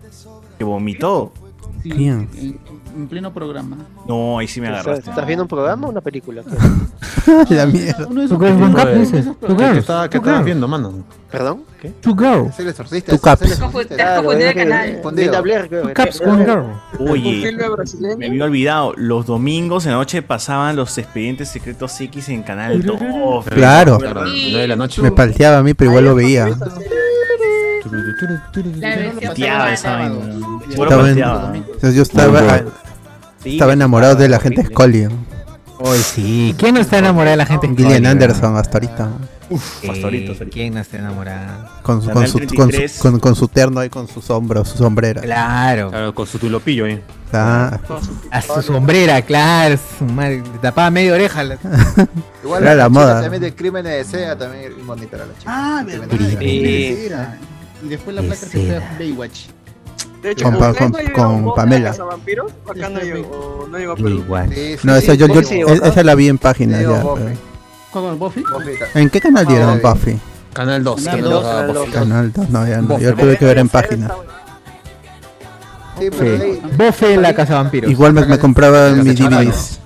Que vomitó. Sí, ¿Quién? En, en pleno programa. No, ahí sí me agarraste. ¿Estás (laughs) viendo un programa o una película? (laughs) la mierda. Uno de Tú esos crees, Juan programas- Cap, dices. uno de esos Tú programas- crees. estaba- qué Tú estabas crees. viendo, mano? ¿Perdón? ¿Qué? To go. Es el exorcista. Tu es- es el caps. exorcista. Te has confundido de canal. Linda Blair, creo. que Caps era. con girl. Oye, filme brasileño. me había olvidado. Los domingos en la noche pasaban los expedientes secretos X en Canal 2. Claro. Nueve de la noche. Me palteaba a mí, pero igual lo veía. La versión Pateaba esa peruana. vaina. Puro Estaba en- pateaba. entonces yo estaba, Bueno. estaba enamorado de la gente Scully. Hoy sí. ¿Quién no está enamorada de la gente? en Gillian Hollywood? Anderson hasta ahorita. Uf, hasta ahorita. Eh, ¿Quién no está enamorada? Con su, con, su, con, su, con, con su terno ahí, con sus hombros, su sombrera. Claro. con su tulopillo, eh. Está- A su sombrera, claro. Su madre, le tapaba media (laughs) oreja. la- Igual Era la la chica moda. También de crímenes de seda también monitor a la chica. Ah, Crímenes verdad, de de seda. cera. Y después la placa se fue a Baywatch. De hecho, Con como pa- ustedes con- no llegaron con a Pamela. Cazavampiros, acá no llegó, no llegó a Perú. No, esa, yo, yo- esa la vi en página Sí, ya. o pero- ¿Con Buffy? ¿En qué canal Ah, Ah, dieron Buffy? Canal 2. Canal dos, Ah, canal Buffy. Canal 2, no, ya no. Buffy. Yo tuve que ver en página. Sí, pero Sí. ahí- Bofe en la casa vampiros. Igual me, me compraba Hasta que mis se separó, DVDs.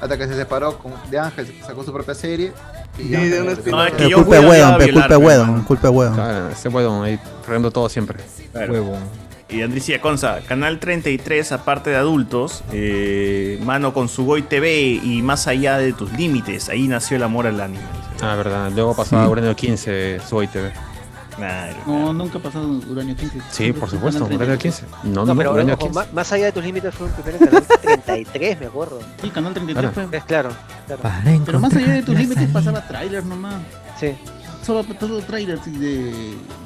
Hasta que se separó con- de Ángel, sacó su propia serie. Y de Ángel una empezó espina- a- No, es Pero culpa de Wedon, pero culpa de Wedon, culpa de Wedon. Claro, ese huevón ahí regando todo siempre. Y Andrés Conza, Canal 33, aparte de adultos, eh, mano con su Goy TV y más allá de tus límites, ahí nació el amor al anime. Ah, verdad. Luego pasaba Sí. Uranio 15, Soy TV. No, nunca ha pasado Uranio 15. Sí, por supuesto, Uranio 15. No, no, No, pero Uranio ojo, 15. ma- más allá de tus límites fue un (laughs) primer canal 33, me acuerdo. Sí, canal 33 fue. Es claro, claro. Pero más allá de tus límites pasaba trailers nomás. Sí. Solo todo trailers y de,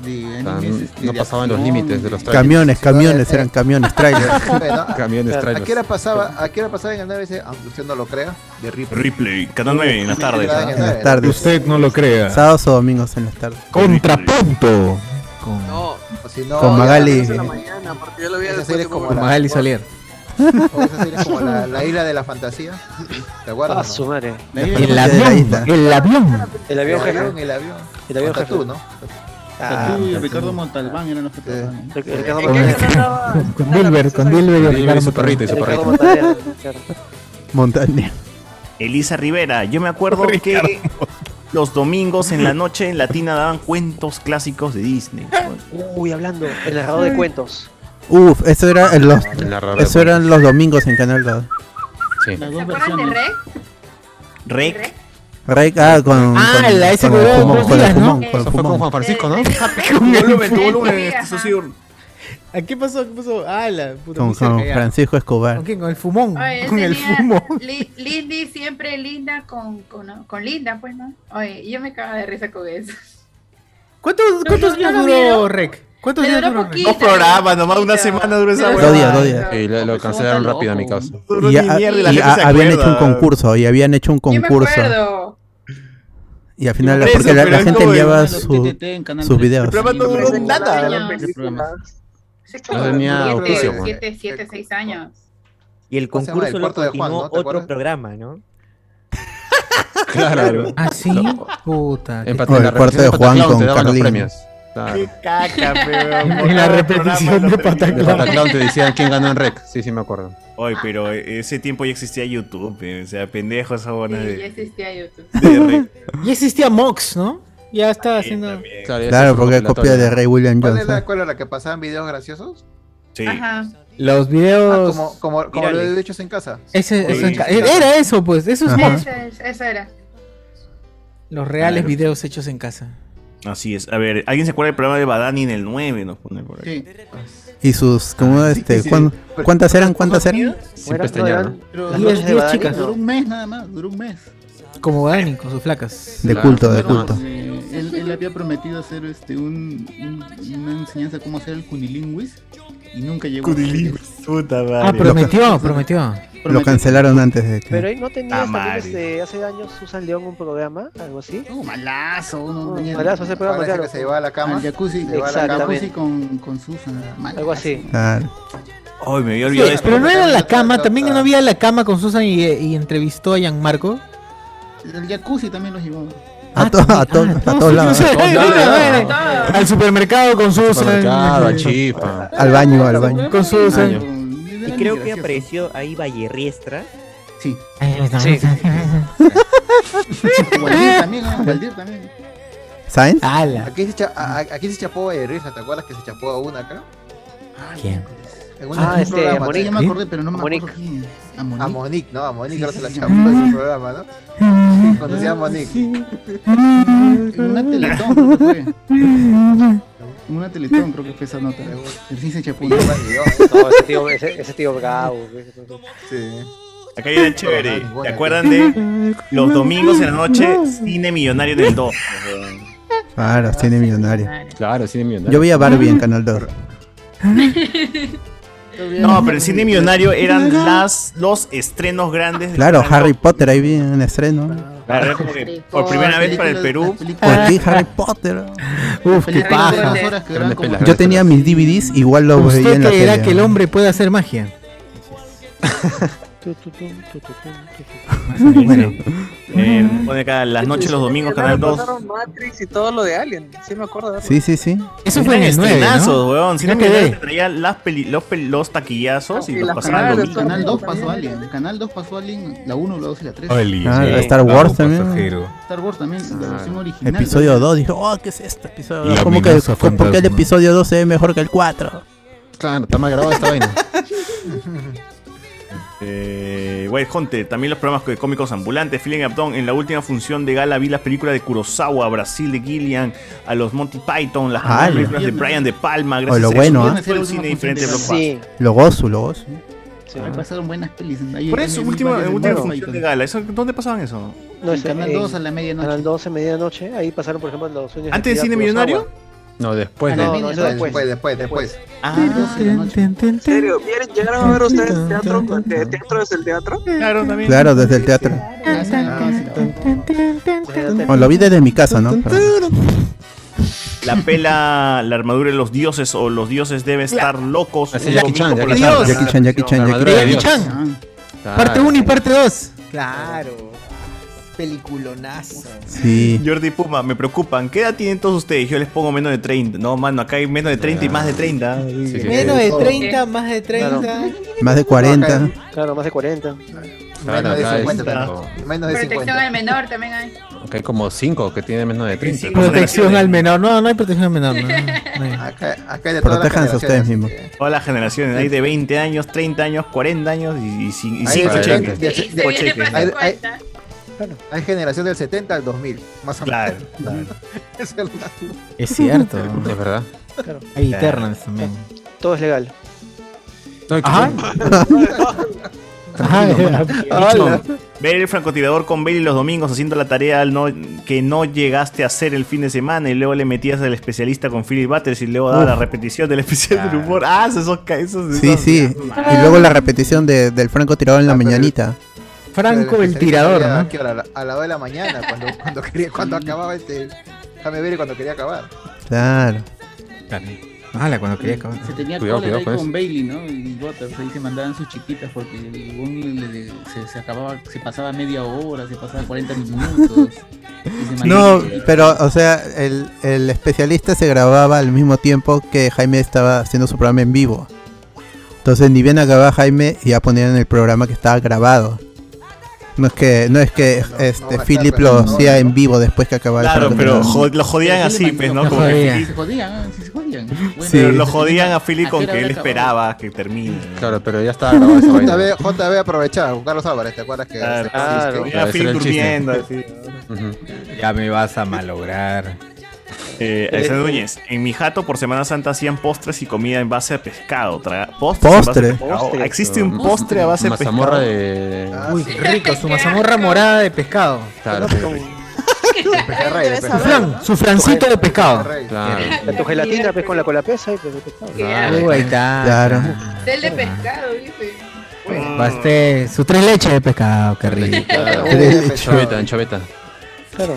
de sea, animes. no- este, no de pasaban los acción, límites de los trailers. Camiones, camiones, eran camiones, trailers. (laughs) (laughs) Bueno, Camiones, ¿A qué hora trailers. pasaba, a qué hora pasaba en el 9 ese? Aunque usted no lo crea, de Ripley. Ripley, Canal 9, en las tardes. En las tardes. Usted no lo crea. Sábados o domingos en las tardes. Contrapunto. No, o si no, Con Magali. en la mañana, porque yo lo vi Esa después serie de es como comer. la- Magali Solier. O esa serie es como la, la isla de la fantasía. ¿Te acuerdas? Ah, no? su madre. La isla de El la fantasía de avión. El la isla. avión. El avión El jefe. avión, el avión. El avión Con jefe. Tatú, ¿no? Tatú y Ah, Ricardo Montalbán eran los que trabajaban. ahí. Con- Con Dilbert, con Dilbert y Ricardo Montaner. Montaña. Elisa Rivera, yo me (laughs) acuerdo que los domingos en la noche en Latina daban cuentos clásicos de Disney. Uy, hablando, el narrador de cuentos. Uf, eso era en los, La rara eso eran los domingos en Canal 2. ¿Se acuerdan de Rey? Rec. Rec, ah, con, Ah, con, la- ese con el huevón, Kumon, dos con el días, ¿no? Kumon, con el Eso fue con Kumon. Juan Francisco, ¿no? este, Ah. ¿A qué pasó? ¿Qué pasó? Ah, la puta. Con muy cerca Juan ya. Francisco Escobar. ¿Con quién? Con el fumón. Oye, yo con el tenía fumo. Li- Lindy siempre linda con, con, con Linda, pues, ¿no? Oye, yo me cago de risa con eso. ¿Cuántos, cuántos no, años no, duró no. Rec? ¿Cuántos Me años duró duró Rec? poquito. Dos programas, nomás una semana duró esa Dos días, dos días. Y lo, lo cancelaron rápido a mi causa. Y, ya- y a- habían hecho un concurso, y habían hecho un Pues concurso. Y al final, Por porque eso, la, pero la es gente como el- enviaba el su- TTT en Canal sus 13. videos. No tenía auspicio, man. 7, 7, 6 años. Y el ¿Cómo se llama? concurso lo El cuarto de Juan, continuó ¿no? ¿Te acuerdas? otro programa, ¿no? Claro. ¿Ah, sí? Puta. qué- Empató Oye, en la el cuarto repetición de Pataclown, Juan con te daban los Carlín. premios. Claro. Caca, (laughs) En la repetición de De Pataclown te Pataclán. decían quién ganó en Rec. Sí, sí, me acuerdo. Oye, pero ese tiempo ya existía YouTube, eh, o sea, pendejo esa buena Sí, ya de... existía YouTube. Ya existía Mox, ¿no? Ya estaba haciendo. Claro, porque es copia de Ray William ¿Cuál es Johnson. la cuál era la que pasaban videos graciosos? Sí. Ah. Los videos. Ah, Como, como, como lo Virales. de Hechos en Casa. Ese- eso Sí. en ca- Era eso, pues. Eso es Ajá. Mox. Eso, es- eso era. Los reales Claro. videos hechos en casa. Así es. A ver, ¿alguien se acuerda del programa de Badani en el 9? Nos pone por aquí. Y sus, como este, sí. ¿cuán- ¿cuántas eran? ¿Cuántas eran? Sin pues, pestañear, ¿no? Pero Las noches de diez Badani, chicas. ¿no? Duró un mes nada más, duró un mes. Como Dani, con sus flacas. De culto, de culto. Eh, él, él había prometido hacer este un, un- una enseñanza de cómo hacer el cunilingüis y nunca llegó. Cunilingüis, puta madre. Ah, prometió, prometió. Lo cancelaron antes de Pero que. ahí no tenía Ah, también madre. este, hace años Susan León un programa, algo así. No, Uh, malazo, no. Tenía- malazo ese programa, Parece claro. que se llevaba a la cama. Al jacuzzi, Se llevaba a la al cama. jacuzzi con, con Susan. Algo así. Ay, me había Sí, olvidado de esto. pero no era la cama, también no había la cama con Susan y, eh, y entrevistó a Gianmarco. El jacuzzi también los llevó. A, to- a, to- a todos lados. Ah, Sí, Al supermercado con Susan. Supermercado, al chifa. Al baño, al baño. Con Susan. Y creo que apareció ahí Valle Riestra. Sí. Sí. (laughs) Waldir también, ¿eh? ¿no? Waldir también. ¿Saben? Aquí se, cha- a- a- aquí se chapó a Risa, ¿te acuerdas que se chapó a una acá? Eh, ¿Quién? En Ah, en este, a Monique. sí, Ya me acordé, pero no me acuerdo quién. A Monique. A Monique, no, a Monique ahora se la sí, chapó sí. en su programa, ¿no? Sí, Conocía a Monique. En una teletón, creo que fue. En una Eh. teletón, creo que fue esa nota. Pero sí se chapó. No, ese tío, ese, ese tío bravo. Sí. Acá hay una chévere. ¿Te acuerdan de los domingos en la noche Cine Millonario (laughs) del 2? Claro, cine millonario. Claro, cine millonario. Yo veía Barbie en Canal 2. No, pero el Cine Millonario eran las, los estrenos grandes. de Claro, Canal Harry Potter, ahí viene un estreno. Claro, era como que por primera vez para el Perú. Por ti, Harry Potter. Uf, qué película de paja. dos horas que duran como Yo tenía mis DVDs, igual los veía ¿Usted en la creerá tele. que el hombre puede hacer magia? Bueno. Eh, pone acá las noches, los domingos, Canal 2. Pasaron Matrix y todo lo de Alien. Sí me acuerdo. de verlo. Sí, sí, sí. Eso fue en Eran el 9, ¿no? estrenazos, weón. Cine Ya quedé. Millonario te traía las peli- los, peli- los taquillazos y Y los Ah, las pasaban los canales, domingos. Canal 2 pasó Alien. Canal 2 pasó Alien, la 1, la 2 y la 3. Alien. Ah, la Star Wars también. Star Wars también, Ah. la versión original. Episodio 2, dije, oh, ¿qué es esto? Episodio La 2. ¿Cómo que, amenaza ¿Por qué el fantasma. episodio 2 se ve mejor que el 4? Claro, está mal grabado esta vaina. Eh, White Hunter, también los programas de cómicos ambulantes, Feeling Abdon, en la última función de gala vi las películas de Kurosawa, Brasil de Gillian, a los Monty Python, las Ah, películas la- de Brian de Palma, Oh, gracias lo a eso bueno, fue ¿ah? el cine diferente de blockbuster. (laughs) Lo gozo, lo gozo. Ahí pasaron buenas pelis. Por eso, última, en última función de gala, ¿eso- ¿dónde pasaban eso? No, En es Canal 2 a la medianoche. Canal 2 a medianoche. Ahí pasaron, por ejemplo, los sueños. ¿Antes de Akira Cine Kurosawa. Millonario? No, después Ah, no, de. no, eso Después, después, después. ¿En serio? ¿Vieron- ¿Llegaron a ver ustedes teatro? ¿Te- ¿Teatro desde el teatro? Claro, también. Claro, desde el teatro. O Oh, lo vi desde mi casa, ¿no? Pero- (laughs) La pela, la armadura de los dioses o los dioses deben estar locos. Así, un Jackie domingo Chan, por Jackie la Chan, tarde. Jackie Chan, Jackie Chan, La armadura Jackie de Dios. Chan. Ah, Parte 1 y parte 2. Claro. Peliculonazo. Sí. Jordi Puma, me preocupan. ¿Qué edad tienen todos ustedes? Yo les pongo menos de 30. No, mano, acá hay menos de 30 y más de 30. Menos de 30, más de 30. Más de 40. Claro, más de 40. Claro, Menos de acá 50 está- también. Menos de Protección 50. al menor también hay. acá hay como 5 que tienen menos de 30. Protección al menor. No, no hay protección al menor. no. Acá, acá hay de todas las Protéjanse ustedes generaciones. mismos. Todas las generaciones. Hay de 20 años, 30 años, 40 años y, y, cin- y Ahí cinco está, cheques. de- de- Cinco de- cheques. hay- hay- claro, Hay generación del 70 al 2000, más o (laughs) menos. Claro, Es verdad. Es cierto. (laughs) Es verdad. Hay Eternals también. Todo es legal. (laughs) Ajá. Ajá, ya. Hola. Ver el francotirador con Bailey los domingos haciendo la tarea al no- que no llegaste a hacer el fin de semana y luego le metías al especialista con Philip Butters y luego daba Uf. la repetición del especial del humor. Ah, esos, ca- esos, Sí, esos- sí. Y luego la repetición de, del Franco tirado Ah, en la mañanita. Franco el Especialista tirador, salía, ¿no? ¿qué hora? A la, a la hora de la mañana, (laughs) cuando, cuando, quería, cuando acababa este. Déjame ver cuando quería acabar. Claro. Mala, cuando quería acabar. Se tenía Cuidado, cólera cuidado ahí con con, eso. Bailey, ¿no? Y Butters ahí se mandaban sus chiquitas porque el Wong le- le- se, se acababa, se pasaba media hora, se pasaba 40 minutos. y se mandaba No, sus chiquitas. pero, o sea, el, el especialista se grababa al mismo tiempo que Jaime estaba haciendo su programa en vivo. Entonces, ni bien acababa Jaime, ya ponían el programa que estaba grabado. No es que, no es que este, Philip lo hacía en vivo después que acababa Claro, el pero programa. jo- lo jodían Pero sí le así, pues, mandó- ¿no? Como que jodían. Philip- Se jodían, ah, sí se jodían. Bueno, Sí. pero lo jodían a Philip ¿A con qué hora que él acababa? esperaba que termine. Claro, pero ya está grabado esa (laughs) vaina. JB, JB aprovechaba, Carlos Álvarez, ¿te acuerdas que Claro, se- claro. que- Era que- Philip el chiste. durmiendo, así. Ya me vas a malograr. Eh, Alexander Núñez, en mi jato por Semana Santa hacían postres y comida en base a pescado. Tra- postres en base a Postre. pescado. Postre. Existe Ah, un postre a base de pescado. Mazamorra de. Uy, qué rico. (laughs) Su mazamorra morada de pescado. Claro, (laughs) (laughs) Pejerrey, Su pejerrey, flan, ¿no? su flancito de pescado. (laughs) claro. Tu gelatina, pues con la cola pesa y pues de pescado. Uy, ahí está. Claro. Del de pescado, dice. Basté, su tres leches de pescado, qué rico. Claro. Choveta, choveta. Claro.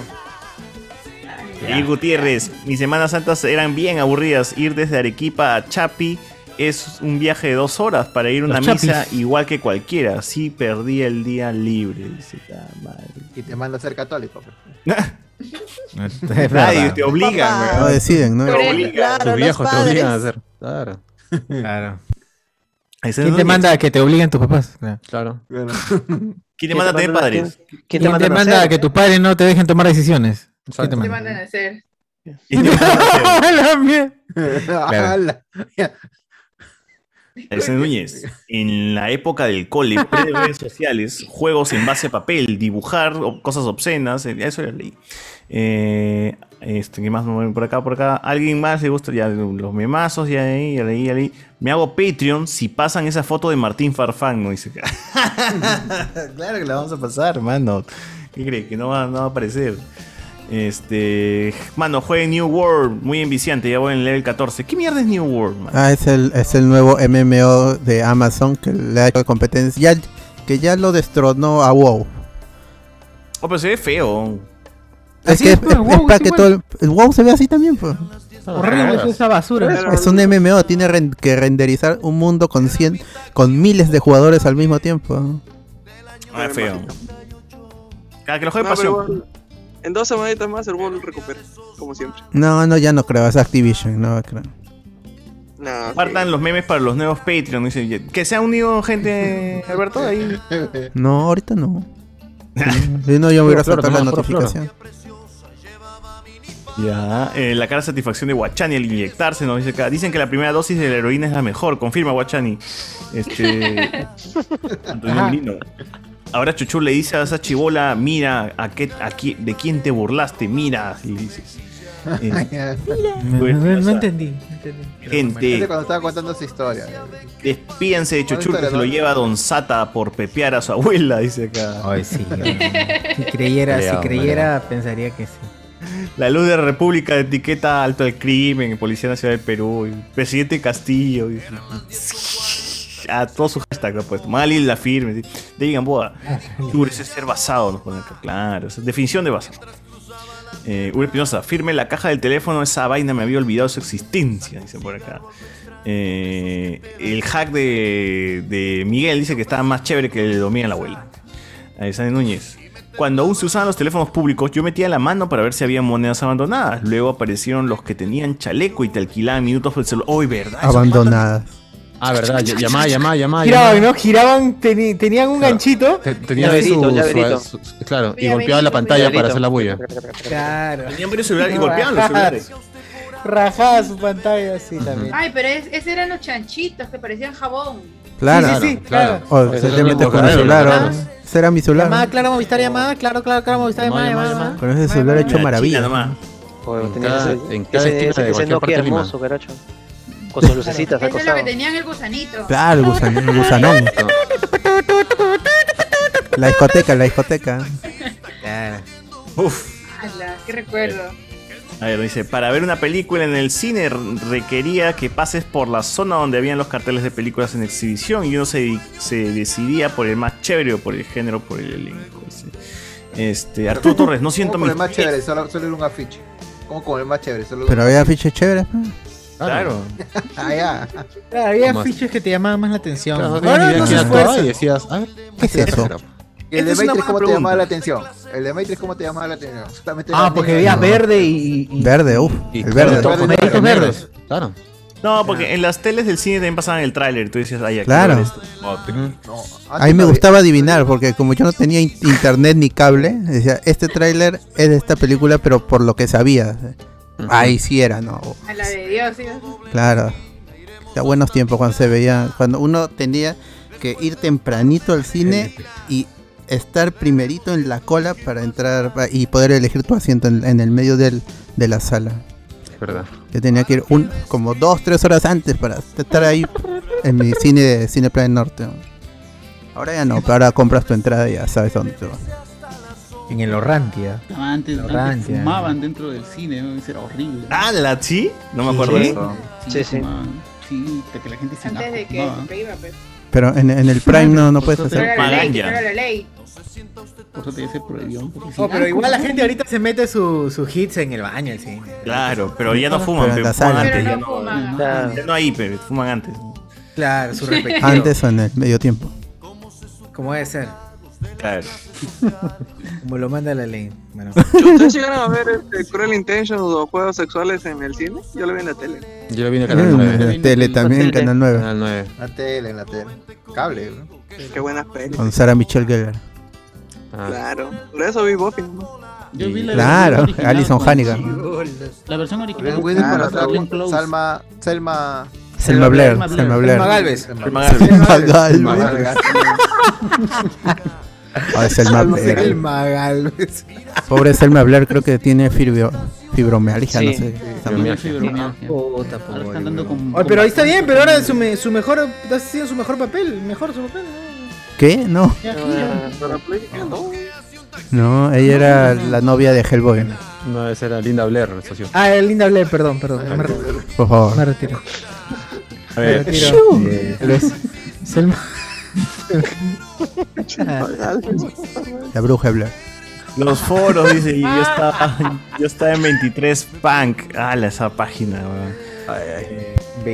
Y Gutiérrez, mis Semanas Santas eran bien aburridas. Ir desde Arequipa a Chapi es un viaje de dos horas para ir a una Los Chapis. misa igual que cualquiera. Sí, perdí el día libre. Dice, "Ta madre". Y te manda a ser católico. pues. Nadie te obliga, No deciden, ¿no? Te obliga. Claro, los padres. hacer. Claro. Claro. ¿Quién ¿Quién te manda que te obliguen tus papás? Claro. Claro. ¿Quién te manda a tener padres? ¿Quién te manda que tus padres no te dejen tomar decisiones? ¿Quién Te te manda? mandan a (laughs) hacer. ¿Quién te manda a tener? ¡A la mierda! Ala. Alexander Núñez, en la época del cole, pre redes sociales, juegos en base a papel, dibujar o- cosas obscenas, eh, eso ya leí. Eh, este, ¿Qué más? Por acá, por acá. ¿Alguien más le gusta? Ya los memazos, ya leí, ya leí, ya leí. Me hago Patreon si pasan esa foto de Martín Farfán, ¿no? Dice. claro que (laughs) la vamos a pasar, hermano. ¿Qué cree? Que no va, no va a aparecer. Este. Mano, juegue New World. Muy enviciante. Ya voy en level 14. ¿Qué mierda es New World, man? Ah, es el, es el nuevo MMO de Amazon que le ha hecho competencia. ya- que ya lo destronó a WoW. Oh, pero se ve feo. Es que es, pues, es para que todo el, el WoW se ve así también, pues. Ah, Horrible es esa basura. Es un MMO, tiene ren- que renderizar un mundo con cien, con miles de jugadores al mismo tiempo. Ah, es feo. Cada que lo juegue No, pero pasión. igual, en dos semanitas más el World recupera, como siempre. No, no, ya no creo, es Activision, no creo. Partan los memes para los nuevos Patreon. Dice, que se ha unido gente, Alberto, ahí. No, (laughs) ahorita no. Si no, yo voy a ir a Flora, saltar la nomás, pura flora. notificación. Ya, eh, la cara de satisfacción de Guachani al inyectarse, nos dice acá. Dicen que la primera dosis de la heroína es la mejor, confirma Guachani. Este. Antonio Ajá. Merino. Ahora Chuchu le dice a esa chibola, mira, a qué, a qui- de quién te burlaste, mira, y dices. (laughs) eh, bueno, o sea, entendí. Gente. cuando estaba contando su historia. eh. Despídense de Chuchur, que Ahorita se lo le- lleva a Don Sata por pepear a su abuela, dice acá. Ay, sí. Si creyera, Leao, si creyera, pensaría que sí. La luz de República etiqueta alto al crimen, Policía Nacional del Perú, y presidente Castillo. y- A todos sus hashtags lo ha puesto. Mali la firme. sí. De Gamboa. Ur, ese es ser basado, nos ponen acá. Claro, esa es definición de basado. Eh, Uri Espinosa, firme la caja del teléfono, esa vaina me había olvidado su existencia, dice por acá. Eh, el hack de, de Miguel dice que estaba más chévere que el de Domina la abuela. Eh, Sandy Núñez. Cuando aún se usaban los teléfonos públicos, yo metía la mano para ver si había monedas abandonadas. Luego aparecieron los que tenían chaleco y te alquilaban minutos por el celular. ¡Uy, verdad! Abandonadas. Ah, verdad, (laughs) ll- llamaba, llamaba, llamaba. Giraban, llamaba. ¿no? Giraban, teni- tenían un ganchito. Te- Tenía Llaverito, su- su- llaverito. su- su- Claro, y Llaverito, golpeaba la pantalla para llaverito. hacer la bulla. Claro. Tenían varios celulares y golpeaban los (laughs) celulares. Rajaba su pantalla así también. Ay, pero es, esos eran los chanchitos que parecían jabón. Claro, Oh, Sí, sí, sí, claro. O Pues se eso te es lo metes que con el ocurre, celular. ¿verdad? ahora. Será mi Llamada, celular. claro, Movistar llamada, claro, claro, claro, Movistar llamada, llamada. llamada. Con ese celular he hecho maravilla. Pues, En cada, en cada esquina de ese cualquier parte Nokia de Lima. hermoso, caracho. Con sus lucecitas al Eso es lo costado. que tenían el gusanito. Claro, el gusanón, (laughs) el gusanón. La discoteca, la discoteca. Uf. Ala, qué recuerdo. A ver, dice, para ver una película en el cine r- requería que pases por la zona donde habían los carteles de películas en exhibición y uno se, di- se decidía por el más chévere o por el género, por el elenco. dice. Este, Arturo Torres, no siento ¿Cómo con mis el más chévere, solo, solo era un afiche. ¿Cómo con el más chévere? Solo Pero había fiches chéveres. pues. Claro. (laughs) ah, ya. Claro, había ¿Cómo así? fiches que te llamaban más la atención. Claro, no Ahora tenías ni no se idea quién actuaba esfuerzan. y decías, "Ah, ¿Qué es eso? ¿Y el Esta de es una Matrix buena cómo te pregunta. llamaba la atención? El de Matrix cómo te llamaba la atención? Solamente Ah, era porque negro. veía verde y- y- Verde, uff. El verde. Claro, Verde, claro, verde. verdes. No, porque en las teles del cine también pasaban el tráiler. Tú dices, ay, aquí Claro. va esto. No, te- A mí me gustaba adivinar, porque como yo no tenía in- internet ni cable, decía, este tráiler es de esta película, pero por lo que sabía. Ahí sí era, ¿no? A la de Dios, ¿sí? Claro. Ya buenos tiempos cuando se veía, cuando uno tenía que ir tempranito al cine y estar primerito en la cola para entrar pa- y poder elegir tu asiento en, en el medio del- de la sala. Es verdad. Yo tenía que ir un, como dos, tres horas antes para estar ahí en mi cine de Cineplan Norte. Ahora ya no, pero ahora compras tu entrada y ya sabes a dónde te vas. En el Orrantia. Antes, antes Rantia. fumaban dentro del cine, ¿no? Eso era horrible. Ah, ¿la sí? No me acuerdo Sí. de eso. Sí, fumaban. sí, hasta que la gente se Antes de que fumaba. se iba, pues. Pero en, en el Prime no, no puedes Pero hacer... era la ley, pero era la ley. Por eso te dice prohibió. porque sí. Oh, pero Ah, igual la ¿cómo? gente ahorita se mete sus sus hits en el baño, el cine. Claro, pero ya no Pero fuman, en pe, la fuman sala. antes. Pero Ya no no, fuman. ya no ahí, pe, fuman (laughs) antes. (laughs) Claro, su respectivo. Antes o en el medio tiempo. Como debe ser. Claro. Como lo manda la ley. (laughs) Bueno. ¿Ustedes llegaron a ver este, Cruel Intentions o juegos sexuales en el cine? Yo lo vi en la tele. Yo lo vi en Mm, el canal 9. en la tele también, en Canal 9. Canal 9. La tele, en la tele. Cable, ¿no? Qué buenas pelis. Con Sara Michelle Gellar. Ah. Claro. Por eso vi Buffy. ¿no? Yo vi la Claro, versión original Alison con- Hannigan. La versión Porque es original. Winnie con para Glenn atrás, Close. Salma, Selma, Selma Blair, Selma Blair. Selma Galvez. Selma Galvez. Selma Galvez. (laughs) Ay, Selma Blair. Selma Galvez. Pobre Selma Blair, creo que tiene fibrio, fibromialgia, Sí. no sé. también. Ah, Oye, pero ahí está bien, pero ahora su, me- su mejor, ha sido su mejor papel, mejor su papel. ¿Qué? No, no, ella era la novia de Hellboy. No, esa era Linda Blair, socio. (laughs) Ah, linda Blair, perdón, perdón. me re- Por favor. Me retiro. A ver. Me retiro. Eh, Luis. Selma. La bruja Blair. Los foros, dice, y Ah. yo estaba, yo estaba en 23 Punk. Ah, esa página, weón.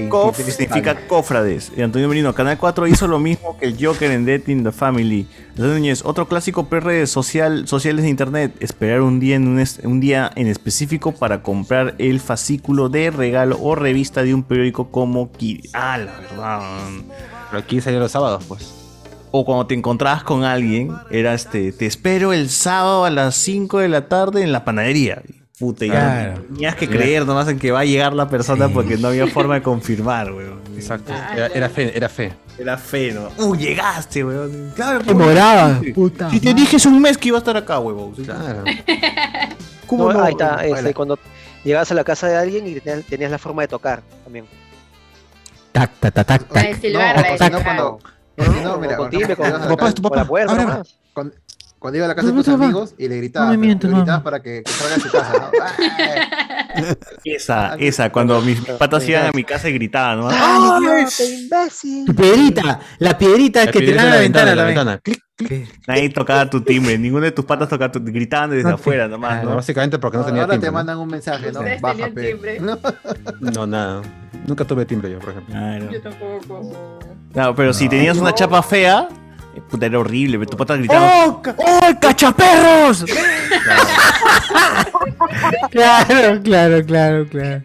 Cof 23 significa cofrades. Y Antonio Merino, Canal 4 hizo lo mismo que el Joker en Death in the Family. Las Núñez, otro clásico PR social, sociales de internet. Esperar un día, en un, es- un día en específico para comprar el fascículo de regalo o revista de un periódico como Kid. Ah, la verdad. Pero aquí salía los sábados, pues. O cuando te encontrabas con alguien, era este, te espero el sábado a las 5 de la tarde en la panadería. Puta, ya Claro. tenías que Claro. creer nomás en que va a llegar la persona porque no había forma de confirmar, weón. Exacto. Era, era fe, era fe. Era fe, ¿no? Uh, llegaste, weón. Claro, Te moraba, puta. Si te dije hace un mes que iba a estar acá, huevón. Claro. No, no? Ahí está, este, Baila. cuando llegabas a la casa de alguien y tenías, tenías la forma de tocar también. Tac, tac, tac, tac, Para tac. silbar, para tac. silbar. cuando- No, mira, con cuando, timbre, con- ibas a la papá, casa- es tu papá. Por la puerta, Ahora, nomás. cuando, cuando iba a la casa de No, no tus te va. amigos y le gritabas, No me mientas, le mamá. gritabas para que, que salga de su casa. ¿no? Esa, Ah, esa, cuando mis patas iban a mi casa y gritaban, ¿no? ¡Ah! ¡Ah, imbécil! Tu piedrita, la piedrita La que te piedrita da en la la ventana, ventana, la en la ventana. Nadie tocaba tu timbre, ninguno de tus patas tocaba tu Gritaban desde No te- afuera nomás, ¿no? Claro, básicamente porque no Ahora tenía ahora timbre, te ¿no? mandan un mensaje, ¿no? Ustedes Baja, tenían pe. (laughs) timbre. No, No, nada. Nunca tuve timbre yo, por ejemplo. Yo tampoco. No, pero si tenías una chapa fea, eh, puta, era horrible, pero tu pata gritaba. ¡Oh, ca- oh, cachaperros! (laughs) Claro, claro, claro, claro.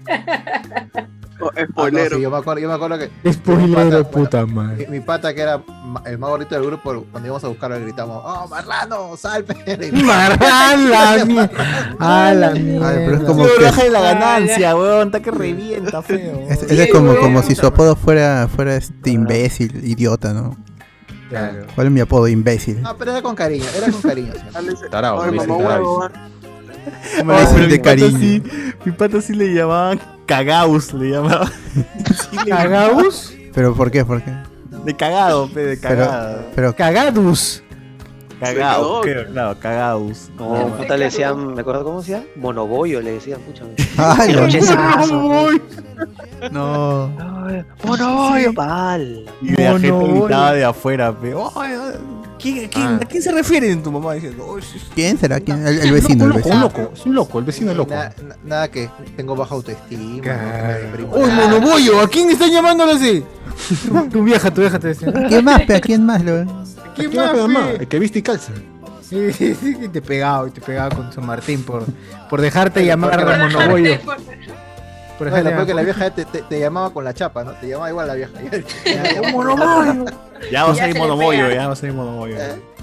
Ah, no, sí, yo me acuerdo, yo me acuerdo que Spoiler de puta madre. mi, mi pata que era ma- el más gordito del grupo, cuando íbamos a buscarlo le gritamos, ¡Oh, marrano! (laughs) ¡Salve! (laughs) Marrala, mierda. A la (laughs) Ay, mierda. pero es como que- Ah, Baja la ganancia, weón, está que (laughs) revienta, feo. Es, ese es como, como si su apodo fuera, fuera este imbécil, idiota, ¿no? Claro. ¿Cuál es mi apodo? Imbécil. No, pero era con cariño, era con cariño. Tarao, Oye, le dicen mamá, tarao. huevo, Me Ah, dicen pero de mi pata cariño. sí- mi pata sí le llamaban cagaus, le llamaban. Sí le llamaban. ¿Cagaus? ¿Pero por qué? ¿Por qué? De cagado, pe, de cagado. Pero, pero Cagadus. Cagao, creo, claro, cagaus. No, puta, le decían, ¿me acuerdo cómo se llama? Monoboyo, le decían, pucha. (laughs) Ay, Era no. un chesimazo. no. eh. Monoboyo, pal. Y la gente Monoboy. gritaba de afuera, pe. "Oh, ¿quién- quién- Ah. ¿A quién se refieren tu mamá? Diciendo, "Oh, ¿Quién será? ¿Quién? El, el vecino, el vecino. es un loco, el vecino es loco. nada que tengo baja autoestima. Uy, monobollo, ¿a quién están llamándolo así? tu vieja, tu vieja te decía. ¿Quién más? pe? ¿A quién más? Lo... ¿Quién más? pe? El que viste y calza. Sí, sí, sí, y te pegaba, y te pegaba con San Martín por, por dejarte llamar Por a dejarte, Monobollo. Por Por ejemplo, ejemplo, porque la vieja este te, te- te llamaba con la chapa, ¿no? Te llamaba igual la vieja. (laughs) Ya va a Ya salir se le monobollo, pega. ya va a salir monobollo.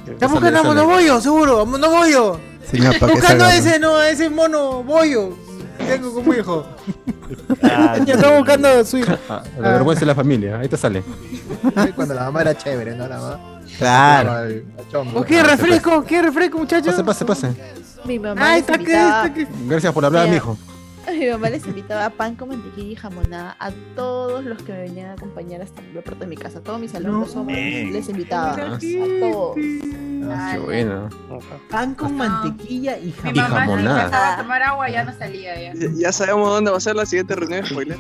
Estás buscando a Monobollo, seguro, a Monobollo. Señor, para que salga, Buscando a ¿no? ese, no, a ese Monobollo. que Tengo como hijo. Ah, (laughs) Yo estaba buscando a su hijo. Ah, la vergüenza de la familia, ahí te sale. Cuando la mamá era chévere, ¿no? La mamá. Claro. La- la chombo. ¿O qué refresco? ¿Qué refresco, muchachos? Ah, Ah. Pase, pase, pase. Mi mamá les Ay, está que, invitaba- este está que. Gracias por hablar, Mira. mijo. (laughs) Mi mamá les invitaba pan con mantequilla y jamonada a todos los que me venían a acompañar hasta la puerta de mi casa. Todos mis alumnos hombres Bien. les invitaba a todos. ah. Qué bueno. Pan con mantequilla y Mi mamá sí jamonada. pasaba Ah. a tomar agua ya no salía ya. Ya sabemos dónde va a ser la siguiente reunión de (laughs) spoiler.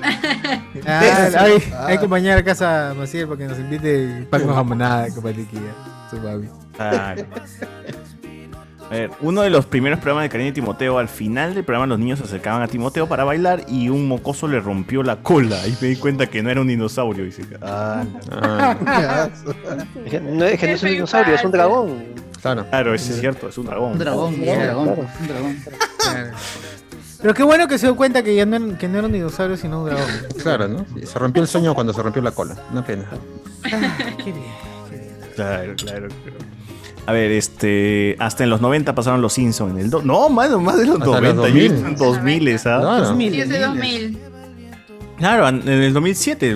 Ah, hay, hay que acompañar a casa a Maciel para que nos invite pan con jamonada, con mantequilla. Su papi. Claro. Ah, A ver, uno de los primeros programas de Karina y Timoteo, al final del programa los niños se acercaban a Timoteo para bailar y un mocoso le rompió la cola y me di cuenta que no era un dinosaurio. Dice, ah, Ah. No, es que no es un dinosaurio, es un dragón. Claro, eso es cierto, es un dragón. Un dragón, Sí, un dragón, claro. un dragón. Pero qué bueno que se dio cuenta que ya no, que no era un dinosaurio sino un dragón. Claro, ¿no? Sí, Se rompió el sueño cuando se rompió la cola. Una pena. (laughs) Claro, claro, claro. A ver, este. Hasta en los 90 pasaron los Simpsons. En el do- no, mano, más de los Hasta los 90. Yo he visto 2000. en 2000, ¿ah? Yo soy 2000. Claro, en el 2007,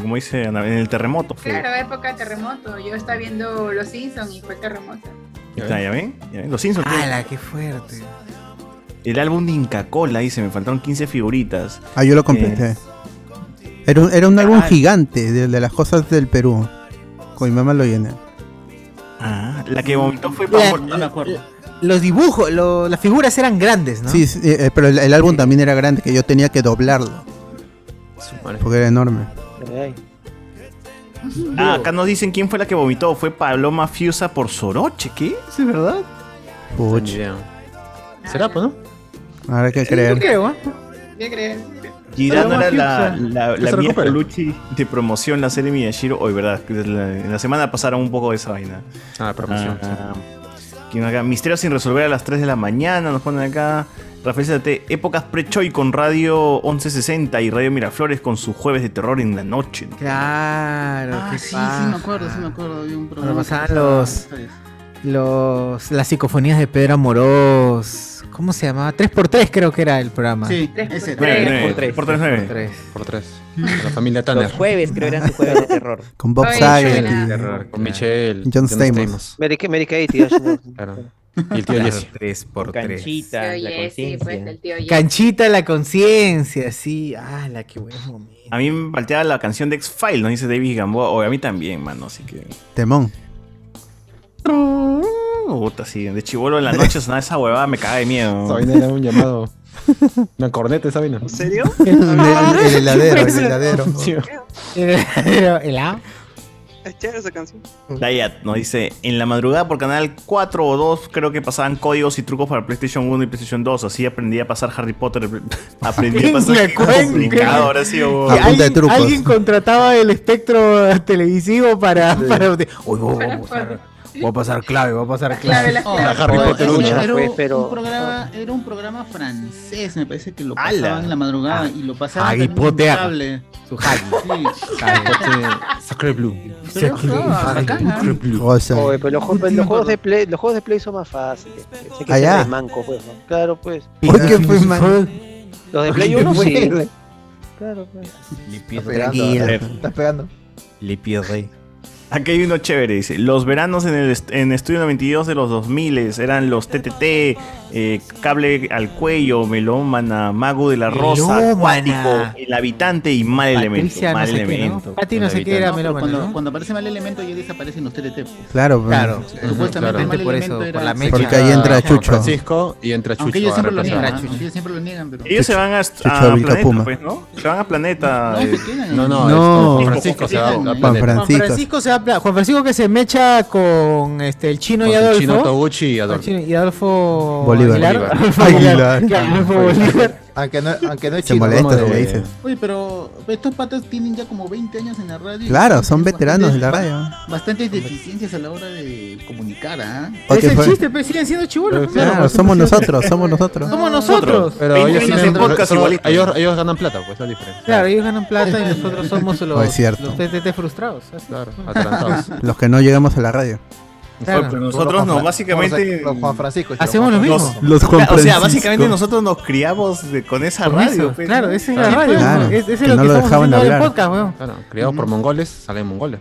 como dice Ana, en el terremoto. Fue. Claro, época de terremoto. Yo estaba viendo Los Simpsons y fue terremoto. Ahí está, ¿Ya ven? ¿Ya ven? Los Simpsons. ¡Hala, qué fuerte! El álbum de Inca Cola, dice, me faltaron 15 figuritas. Eh, Ah, yo lo completé. Era un, era un álbum gigante de, de las cosas del Perú. Con mi mamá lo llené. Ah, la que vomitó fue La- Pablo, no me acuerdo. Los dibujos, lo- las figuras eran grandes, ¿no? Sí, sí, eh, pero el, el álbum también era grande, que yo tenía que doblarlo. Porque era enorme. Ah, acá nos dicen quién fue la que vomitó. Fue Paloma Fiusa por Soroche, ¿qué? ¿Es verdad? Puch, ¿Será, pues, no? ahora hay que creer. creo, Yo creo. Girano Paloma era la, Fiusa. la, Que la se Mia recupere. Colucci de promoción, la serie Miyashiro. Hoy, ¿verdad? que la- En la semana pasaron un poco de esa vaina. Ah, promoción, Ah, ¿quién acá? Misterio sin resolver a las 3 de la mañana, nos ponen acá. Rafael Zárate, épocas pre-choy con Radio 1160 y Radio Miraflores con sus jueves de terror en la noche. ¿no? Claro, qué sí, sí paja. me acuerdo, sí me acuerdo de un Cuando programa. que pasaban pasaba los, historias. los, las psicofonías de Pedro Amorós. ¿Cómo se llamaba? 3x3 creo que era el programa. Sí, Tres ese. por tres. Nueve, Por nueve. tres. Por tres, nueve. Por tres. Por tres. (laughs) La familia Tanner. Los jueves creo eran sus jueves de terror. (laughs) Con Bob Oye, Saget. suena. y- Terror, Con Michelle. John John Stamos. Stamos. Mary Kay, Mary Kay, tío. (laughs) Claro. Y el tío Jesse. Tres por tres. Canchita, la Oye, sí, conciencia. pues el tío Jesse. Canchita la conciencia, sí. Ah, la que bueno. momento. A mí me faltaba la canción de X-File, ¿no? Dice David Gamboa. O a mí también, mano, así que. Temón. uh, Puta, sí, de chivolo en la noche sonaba esa huevada, me caga de miedo. Esa vaina era un llamado. Una corneta esa vaina. ¿En (laughs) serio? El, Ah, el- el heladero, el heladero. ¿Helado? Es chévere esa canción. Dayat nos dice, en la madrugada por canal 4 o 2 creo que pasaban códigos y trucos para PlayStation 1 y PlayStation 2, así aprendí a pasar Harry Potter, (laughs) (laughs) aprendí a pasar Me cuenca. complicado, ahora sí, huevón. Que alguien, alguien contrataba el espectro televisivo para. para- Uy, voy, voy a pasar, voy a pasar clave, voy a pasar clave. Oh, Harry Potter ese uno. era, Pues, un pero- programa, era un programa francés, me parece que lo ¡Hala! pasaban en la madrugada Ah, y lo pasaban Harry también en Potter. cable. Su Harry. Sí. Harry Potter. Sacre Blue. Pero, ah, bacán, ¿ah? Oye, pero los, ju- Pues los juegos de Play, los juegos de Play son más fáciles. Sé que Ah, ya. son de manco, pues, ¿no? Claro, pues. ¿Por qué fue mal? Los de Play 1 sí. Claro, pues. (laughs) Tranquilo. Estás pegando. Le pierde. Aquí hay uno chévere, dice. Los veranos en el est- en Estudio 92 de los 2000 eran los TTT, eh, Cable al Cuello, Melómana, Mago de la Rosa, Melómana. Acuático, El Habitante y Mal Elemento. Patricia no mal sé qué, ¿no? elemento. Pati no sé qué No, Oh. era pero melómano, cuando, ¿no? cuando aparece mal elemento ya desaparecen los TLT. pues. Claro, pues. Claro, Supuestamente claro. mal Por elemento eso, era por la sexual. Porque ahí entra Chucho. Francisco y entra Chucho. Aunque ellos a siempre lo reemplazar. niegan, ¿ah? aunque ellos siempre lo niegan, pero... Ellos se van a, Chucho a Vilca Planeta, Puma. pues, ¿no? Se van a Planeta. No, eh. se quedan. No, no, No. esto, Francisco se va a Juan Francisco. Juan Francisco se va a pla- Juan Francisco que se mecha con este el chino Con y el Adolfo. chino Toguchi y Adolfo. El chino y Adolfo Bolívar. Aguilar. Bolívar. Aguilar. Claro, Adolfo Bolívar. Aunque no, aunque no es Se chino, molesta vamos si de- le dices. Oye, pero estos patas tienen ya como 20 años en la radio. y Claro, tienen son veteranos de la bastantes- radio. Bastantes deficiencias a la hora de comunicar, ¿ah. O que Es el fue- chiste, pero siguen siendo chibolos. pues, Claro, somos nosotros, somos nosotros. Somos nosotros. Pero Veinte ellos, años tienen- de podcast son- igualito. ellos, ellos ganan plata, pues es la diferencia. Claro, ellos ganan plata y nosotros somos los, Oh, es cierto. los TTT frustrados. así. Atrasados. (laughs) Los que no llegamos a la radio. Claro. Pero nosotros Juan nos Fra- básicamente. Los Juan Francisco. los Hacemos Juan lo Francisco. mismo. Los Juan o sea, Francisco. básicamente nosotros nos criamos de- con esa Con radio. eso, pues, claro, ¿no? esa es Sí, la radio. pues. Claro, es, es que lo no que lo dejaban estamos haciendo ahora en hablar. podcast, weón. Claro, criados por mongoles, salen mongoles.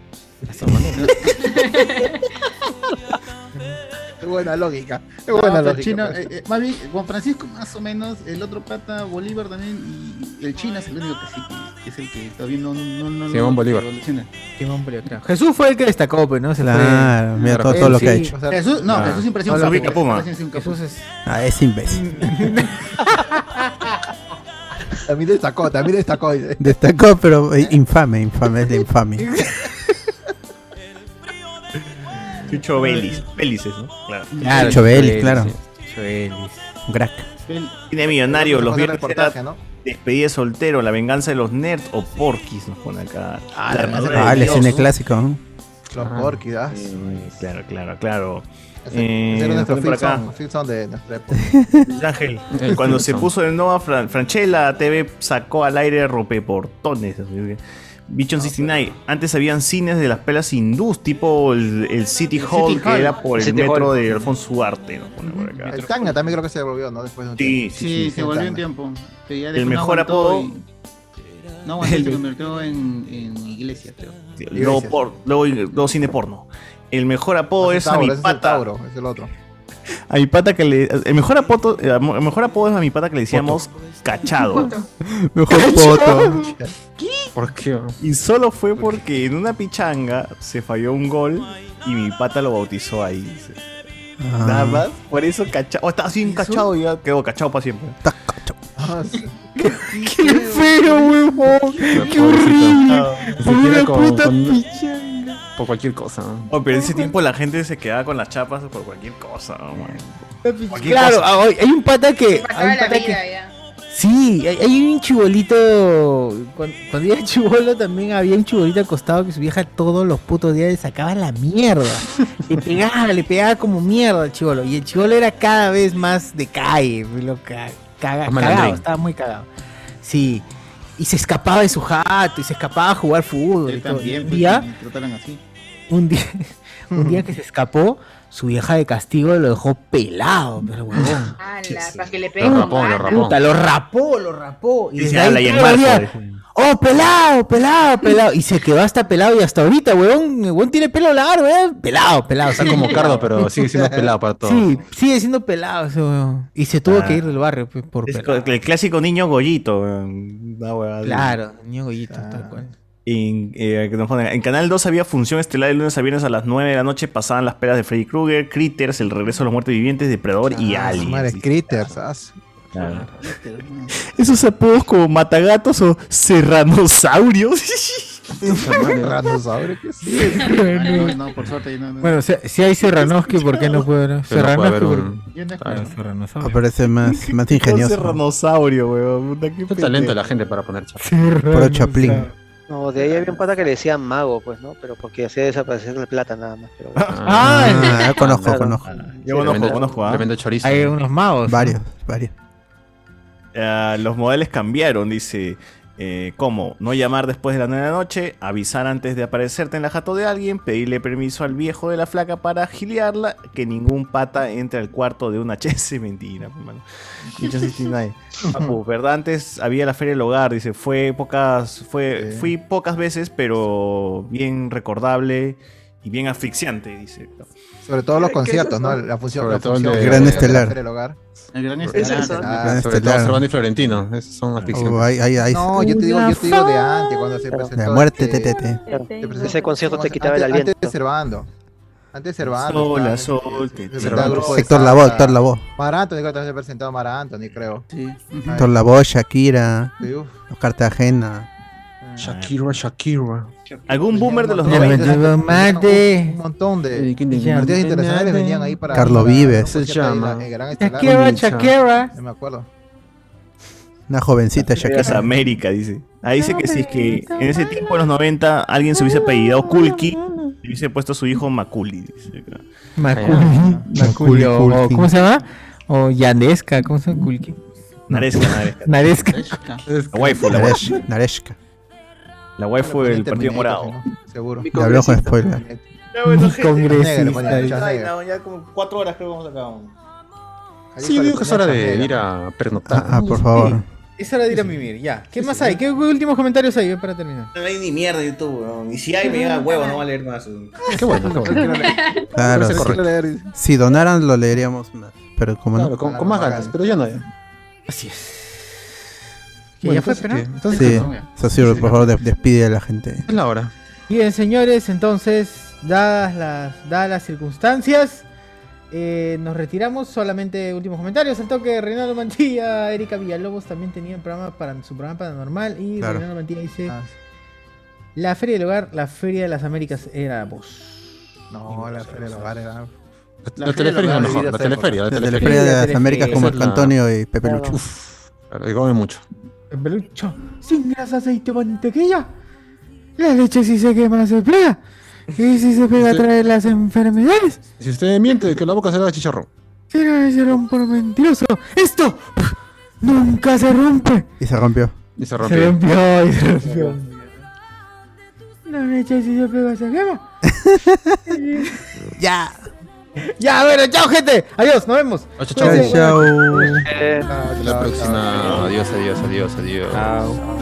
Qué buena lógica. Qué No, buena pero lógica. Chino, pues. eh, eh, más bien, Juan Francisco más o menos, el otro pata, Bolívar también, y el China es el único que sí, que- que es el que todavía no... no, no Simón no- Bolívar. evoluciona. Simón Bolívar, claro. Jesús fue el que destacó, pues, ¿no? Se Claro, fue. mira todo- todo lo que ha Sí. hecho. Jesús, no, Jesús siempre ha sido un Jesús capo, Vilca Puma. siempre ha sido un capo. Jesús es- Ah, es imbécil. (laughs) También destacó, también destacó. dice. Destacó, pero eh, infame, infame, es de infame. Chucho Belis. Belices, ¿no? Claro. Claro, Chucho Belis, Belis, claro. sí, Un Crack. Cine millonario, los Vamos a hacer viernes reportaje, era ¿no? Despedida de soltero, la venganza de los nerds o porquis nos pone acá. Ah, La la armadura madre. Ah, de el Dios. cine clásico. ¿no? Los Ah. Porky, ¿ah? Eh, Claro, claro, claro. Ese- ese Eh, era nuestro por Phil acá. Song, Phil Song de nuestra época. Luis (laughs) Ángel, El cuando Phil se Song. puso de nuevo Fran Franchella TV sacó al aire ropeportones. así que- Bichon 69, antes habían cines de las pelas hindús, tipo el, el City Hall, City que Hall. era por el City metro Hall. de Alfonso Ugarte. nos pone por acá. El Tanga también creo que se devolvió, ¿no? Después de un Sí, tiempo. sí, Sí, sí. se volvió un tiempo. que ya El después no mejor aguantó apodo- y- No, aguanté, se convirtió en, en iglesia, creo. Luego, por- luego- luego cine porno. El mejor apodo es a mi ese es el pata. Tauro, es el otro. A mi pata que le. El mejor apodo, el mejor apodo es a mi pata que le decíamos (laughs) cachado. Mejor foto. ¿Por qué? Y solo fue porque en una pichanga se falló un gol y mi pata lo bautizó ahí. dice. Ah. Nada más, por eso cachado. Oh, estaba así bien cachado y ya quedó cachado para siempre. (laughs) ¡Qué feo, huevón! Pobrecito. Ah, Ni siquiera con- con- pichanga! Por cualquier cosa. ¿no? Oh, pero en ese tiempo la gente se quedaba con las chapas por cualquier cosa. ¿no, man? Cualquier Claro, cosa. ah, oye, hay un pata que. hay un pata que- Sí, hay, hay un chibolito. Cuando, cuando yo era chibolo también había un chibolito acostado que su vieja todos los putos días le sacaba la mierda. Le pegaba, le pegaba como mierda al chibolo. Y el chibolo era cada vez más de calle. pues, Lo ca- caga- Más cagado, malandrín. estaba muy cagado. Sí. Y se escapaba de su jato y se escapaba a jugar fútbol. y todo. Y También, un pues, día, me trataran así. un día, (laughs) un día que se escapó, su vieja de castigo lo dejó pelado. Pero huevón. Ala, para que le peguen Lo con rapó, lo ganas. rapó. Puta, lo rapó, lo rapó. Y Dice, desde ahí "Ala, y en todavía, marzo", dijo. Oh, pelado, pelado, pelado. Y se quedó hasta pelado y hasta ahorita, weón. El weón tiene pelo largo, ¿eh? weón. Pelado, pelado. Está sigue como pelado. Cardo, pero sigue siendo pelado para todos. Sí, sigue siendo pelado ese weón. Y se tuvo Ah. que ir del barrio pues, por Es pelado. co- el clásico niño gollito. weón. Una huevada así. Claro, niño gollito, tal cual. En, eh, que nos ponen, en Canal 2 había función estelar de lunes a viernes a las 9 de la noche. Pasaban las pelas de Freddy Krueger, Critters, El Regreso de los Muertos Vivientes, Depredador y Ah, Alien. Madre, critters. Esos apodos como matagatos o serranosaurios. (laughs) Serranosaurios, No, ¿qué no, por suerte. yo No, no. Bueno, si, si hay Serranoski, ¿por qué no puede? no? Pero no puede Serranoski, haber ¿por- un- Ah, Yo no Aparece (laughs) más, más Un ingenioso. serranosaurio, weón. Puta, qué Qué talento la gente para poner chapa. Pero Chaplin. No, de ahí había un pata que le decían mago, pues, ¿no? Pero porque hacía desaparecer la plata nada más. Pero bueno. Ah, ya conozco, Claro. conozco. Yo conozco, conozco. ¿ah? Hay unos magos. Varios, varios. Ah, los modelos cambiaron, dice. eh, ¿Cómo? No llamar después de la 9 de la noche, avisar antes de aparecerte en la jato de alguien, pedirle permiso al viejo de la flaca para giliarla, que ningún pata entre al cuarto de una (laughs) chese. Mentira, pues, mano. Dicho 69. Papu, Ah, pues, ¿verdad? Antes había la feria del hogar, dice. Fue pocas, fue, fui pocas veces, pero bien recordable y bien asfixiante, dice. Sobre todo los ¿Qué- qué es conciertos, eso? ¿no? La función, Sobre la todo el función de- que Gran hacía Estelar. la Feria del Hogar. El gran Es estelar. eso. Ah, Gran Sobre todo Estelar. Cervantes y Florentino. Esos son las ficciones. Este, Oh, ay, ay, ay. No, yo te digo, yo te digo de antes, cuando se presentó. La muerte, este- TTT. se presentó- Ese concierto te antes- quitaba el aliento. Antes de Cervando. Antes de Cervando. Sol, estaba- la sol, te- se te- presentaba el grupo de Héctor salsa. Lavoe, Héctor Lavoe. Mar Anthony, creo que también se presentaba Mar Anthony, creo. Sí. Héctor Lavoe, Shakira, Sí, uf. los Cartagena. Shakira, Shakira. ¿Algún boomer de los Ya 90? me llevo mate. Un montón de de- partidos internacionales venían ahí para. Carlos para- Vives. para un Se concierto ahí, llama. la- el Gran Estelar. Shakira, Shakira. No me acuerdo. Una jovencita Es Shakira. América, dice. Ahí dice que si es que en ese tiempo, en los 90, alguien se hubiese apellidado Kulki, le hubiese puesto a su hijo Makuli. dice acá. Maculi. Maculi. o- o- ¿Cómo se llama? O Yandesca, ¿cómo se llama? Kulki. (laughs) Naresca, Naresca. Naresca. La waifu, la Naresh- waifu. Nareshka. La waifu del Partido Morado. Seguro. Ya habló con spoiler. Ay, no, ya como cuatro horas creo que vamos acá. vamos. Sí, digo que es hora de ir a pernotar. Ah, por favor. Es hora de ir a mimir, ya. ¿Qué más hay? ¿Qué últimos comentarios hay para terminar? No hay ni mierda en YouTube, weón. Y si hay, me llega huevo, no va a leer más. Qué bueno, qué bueno. Claro, Pero se correcto. quiere leer. Si donaran lo leeríamos más. Pero como Claro, no. con, con más ganas, pero ya no hay. Así es. Que ya fue, pero- Sí, Entonces, no, ya. Sosiro, por favor, des- despide a la gente. es la hora. Bien, señores, entonces, dadas las, dadas las circunstancias, eh, nos retiramos. Solamente últimos comentarios. El toque de Reinaldo Mantilla, Erika Villalobos también tenían programa para, su programa paranormal. Y Claro. Reinaldo Mantilla dice: Ah, La Feria del Hogar, la Feria de las Américas era vos. No, la Feria del Hogar era. La teleferia es lo mejor. La teleferia. La teleferia de las Américas como el Antonio y Pepe Lucho. Claro, y come mucho. Pelucho, sin grasa, aceite, mantequilla. La leche si se quema se plega. Y si se pega Sí. trae las enfermedades. Si usted miente, que la boca se haga chicharrón. Si no me hicieron por mentiroso. Esto pf, nunca se rompe. Y se rompió. Y se Se rompió. rompió y se rompió. La leche si se pega se quema. ya. Ya, bueno, chao gente. Adiós, nos vemos. Chao, chao. Cuídense. Chao. Hasta la próxima. Adiós, adiós, adiós, adiós. Chao.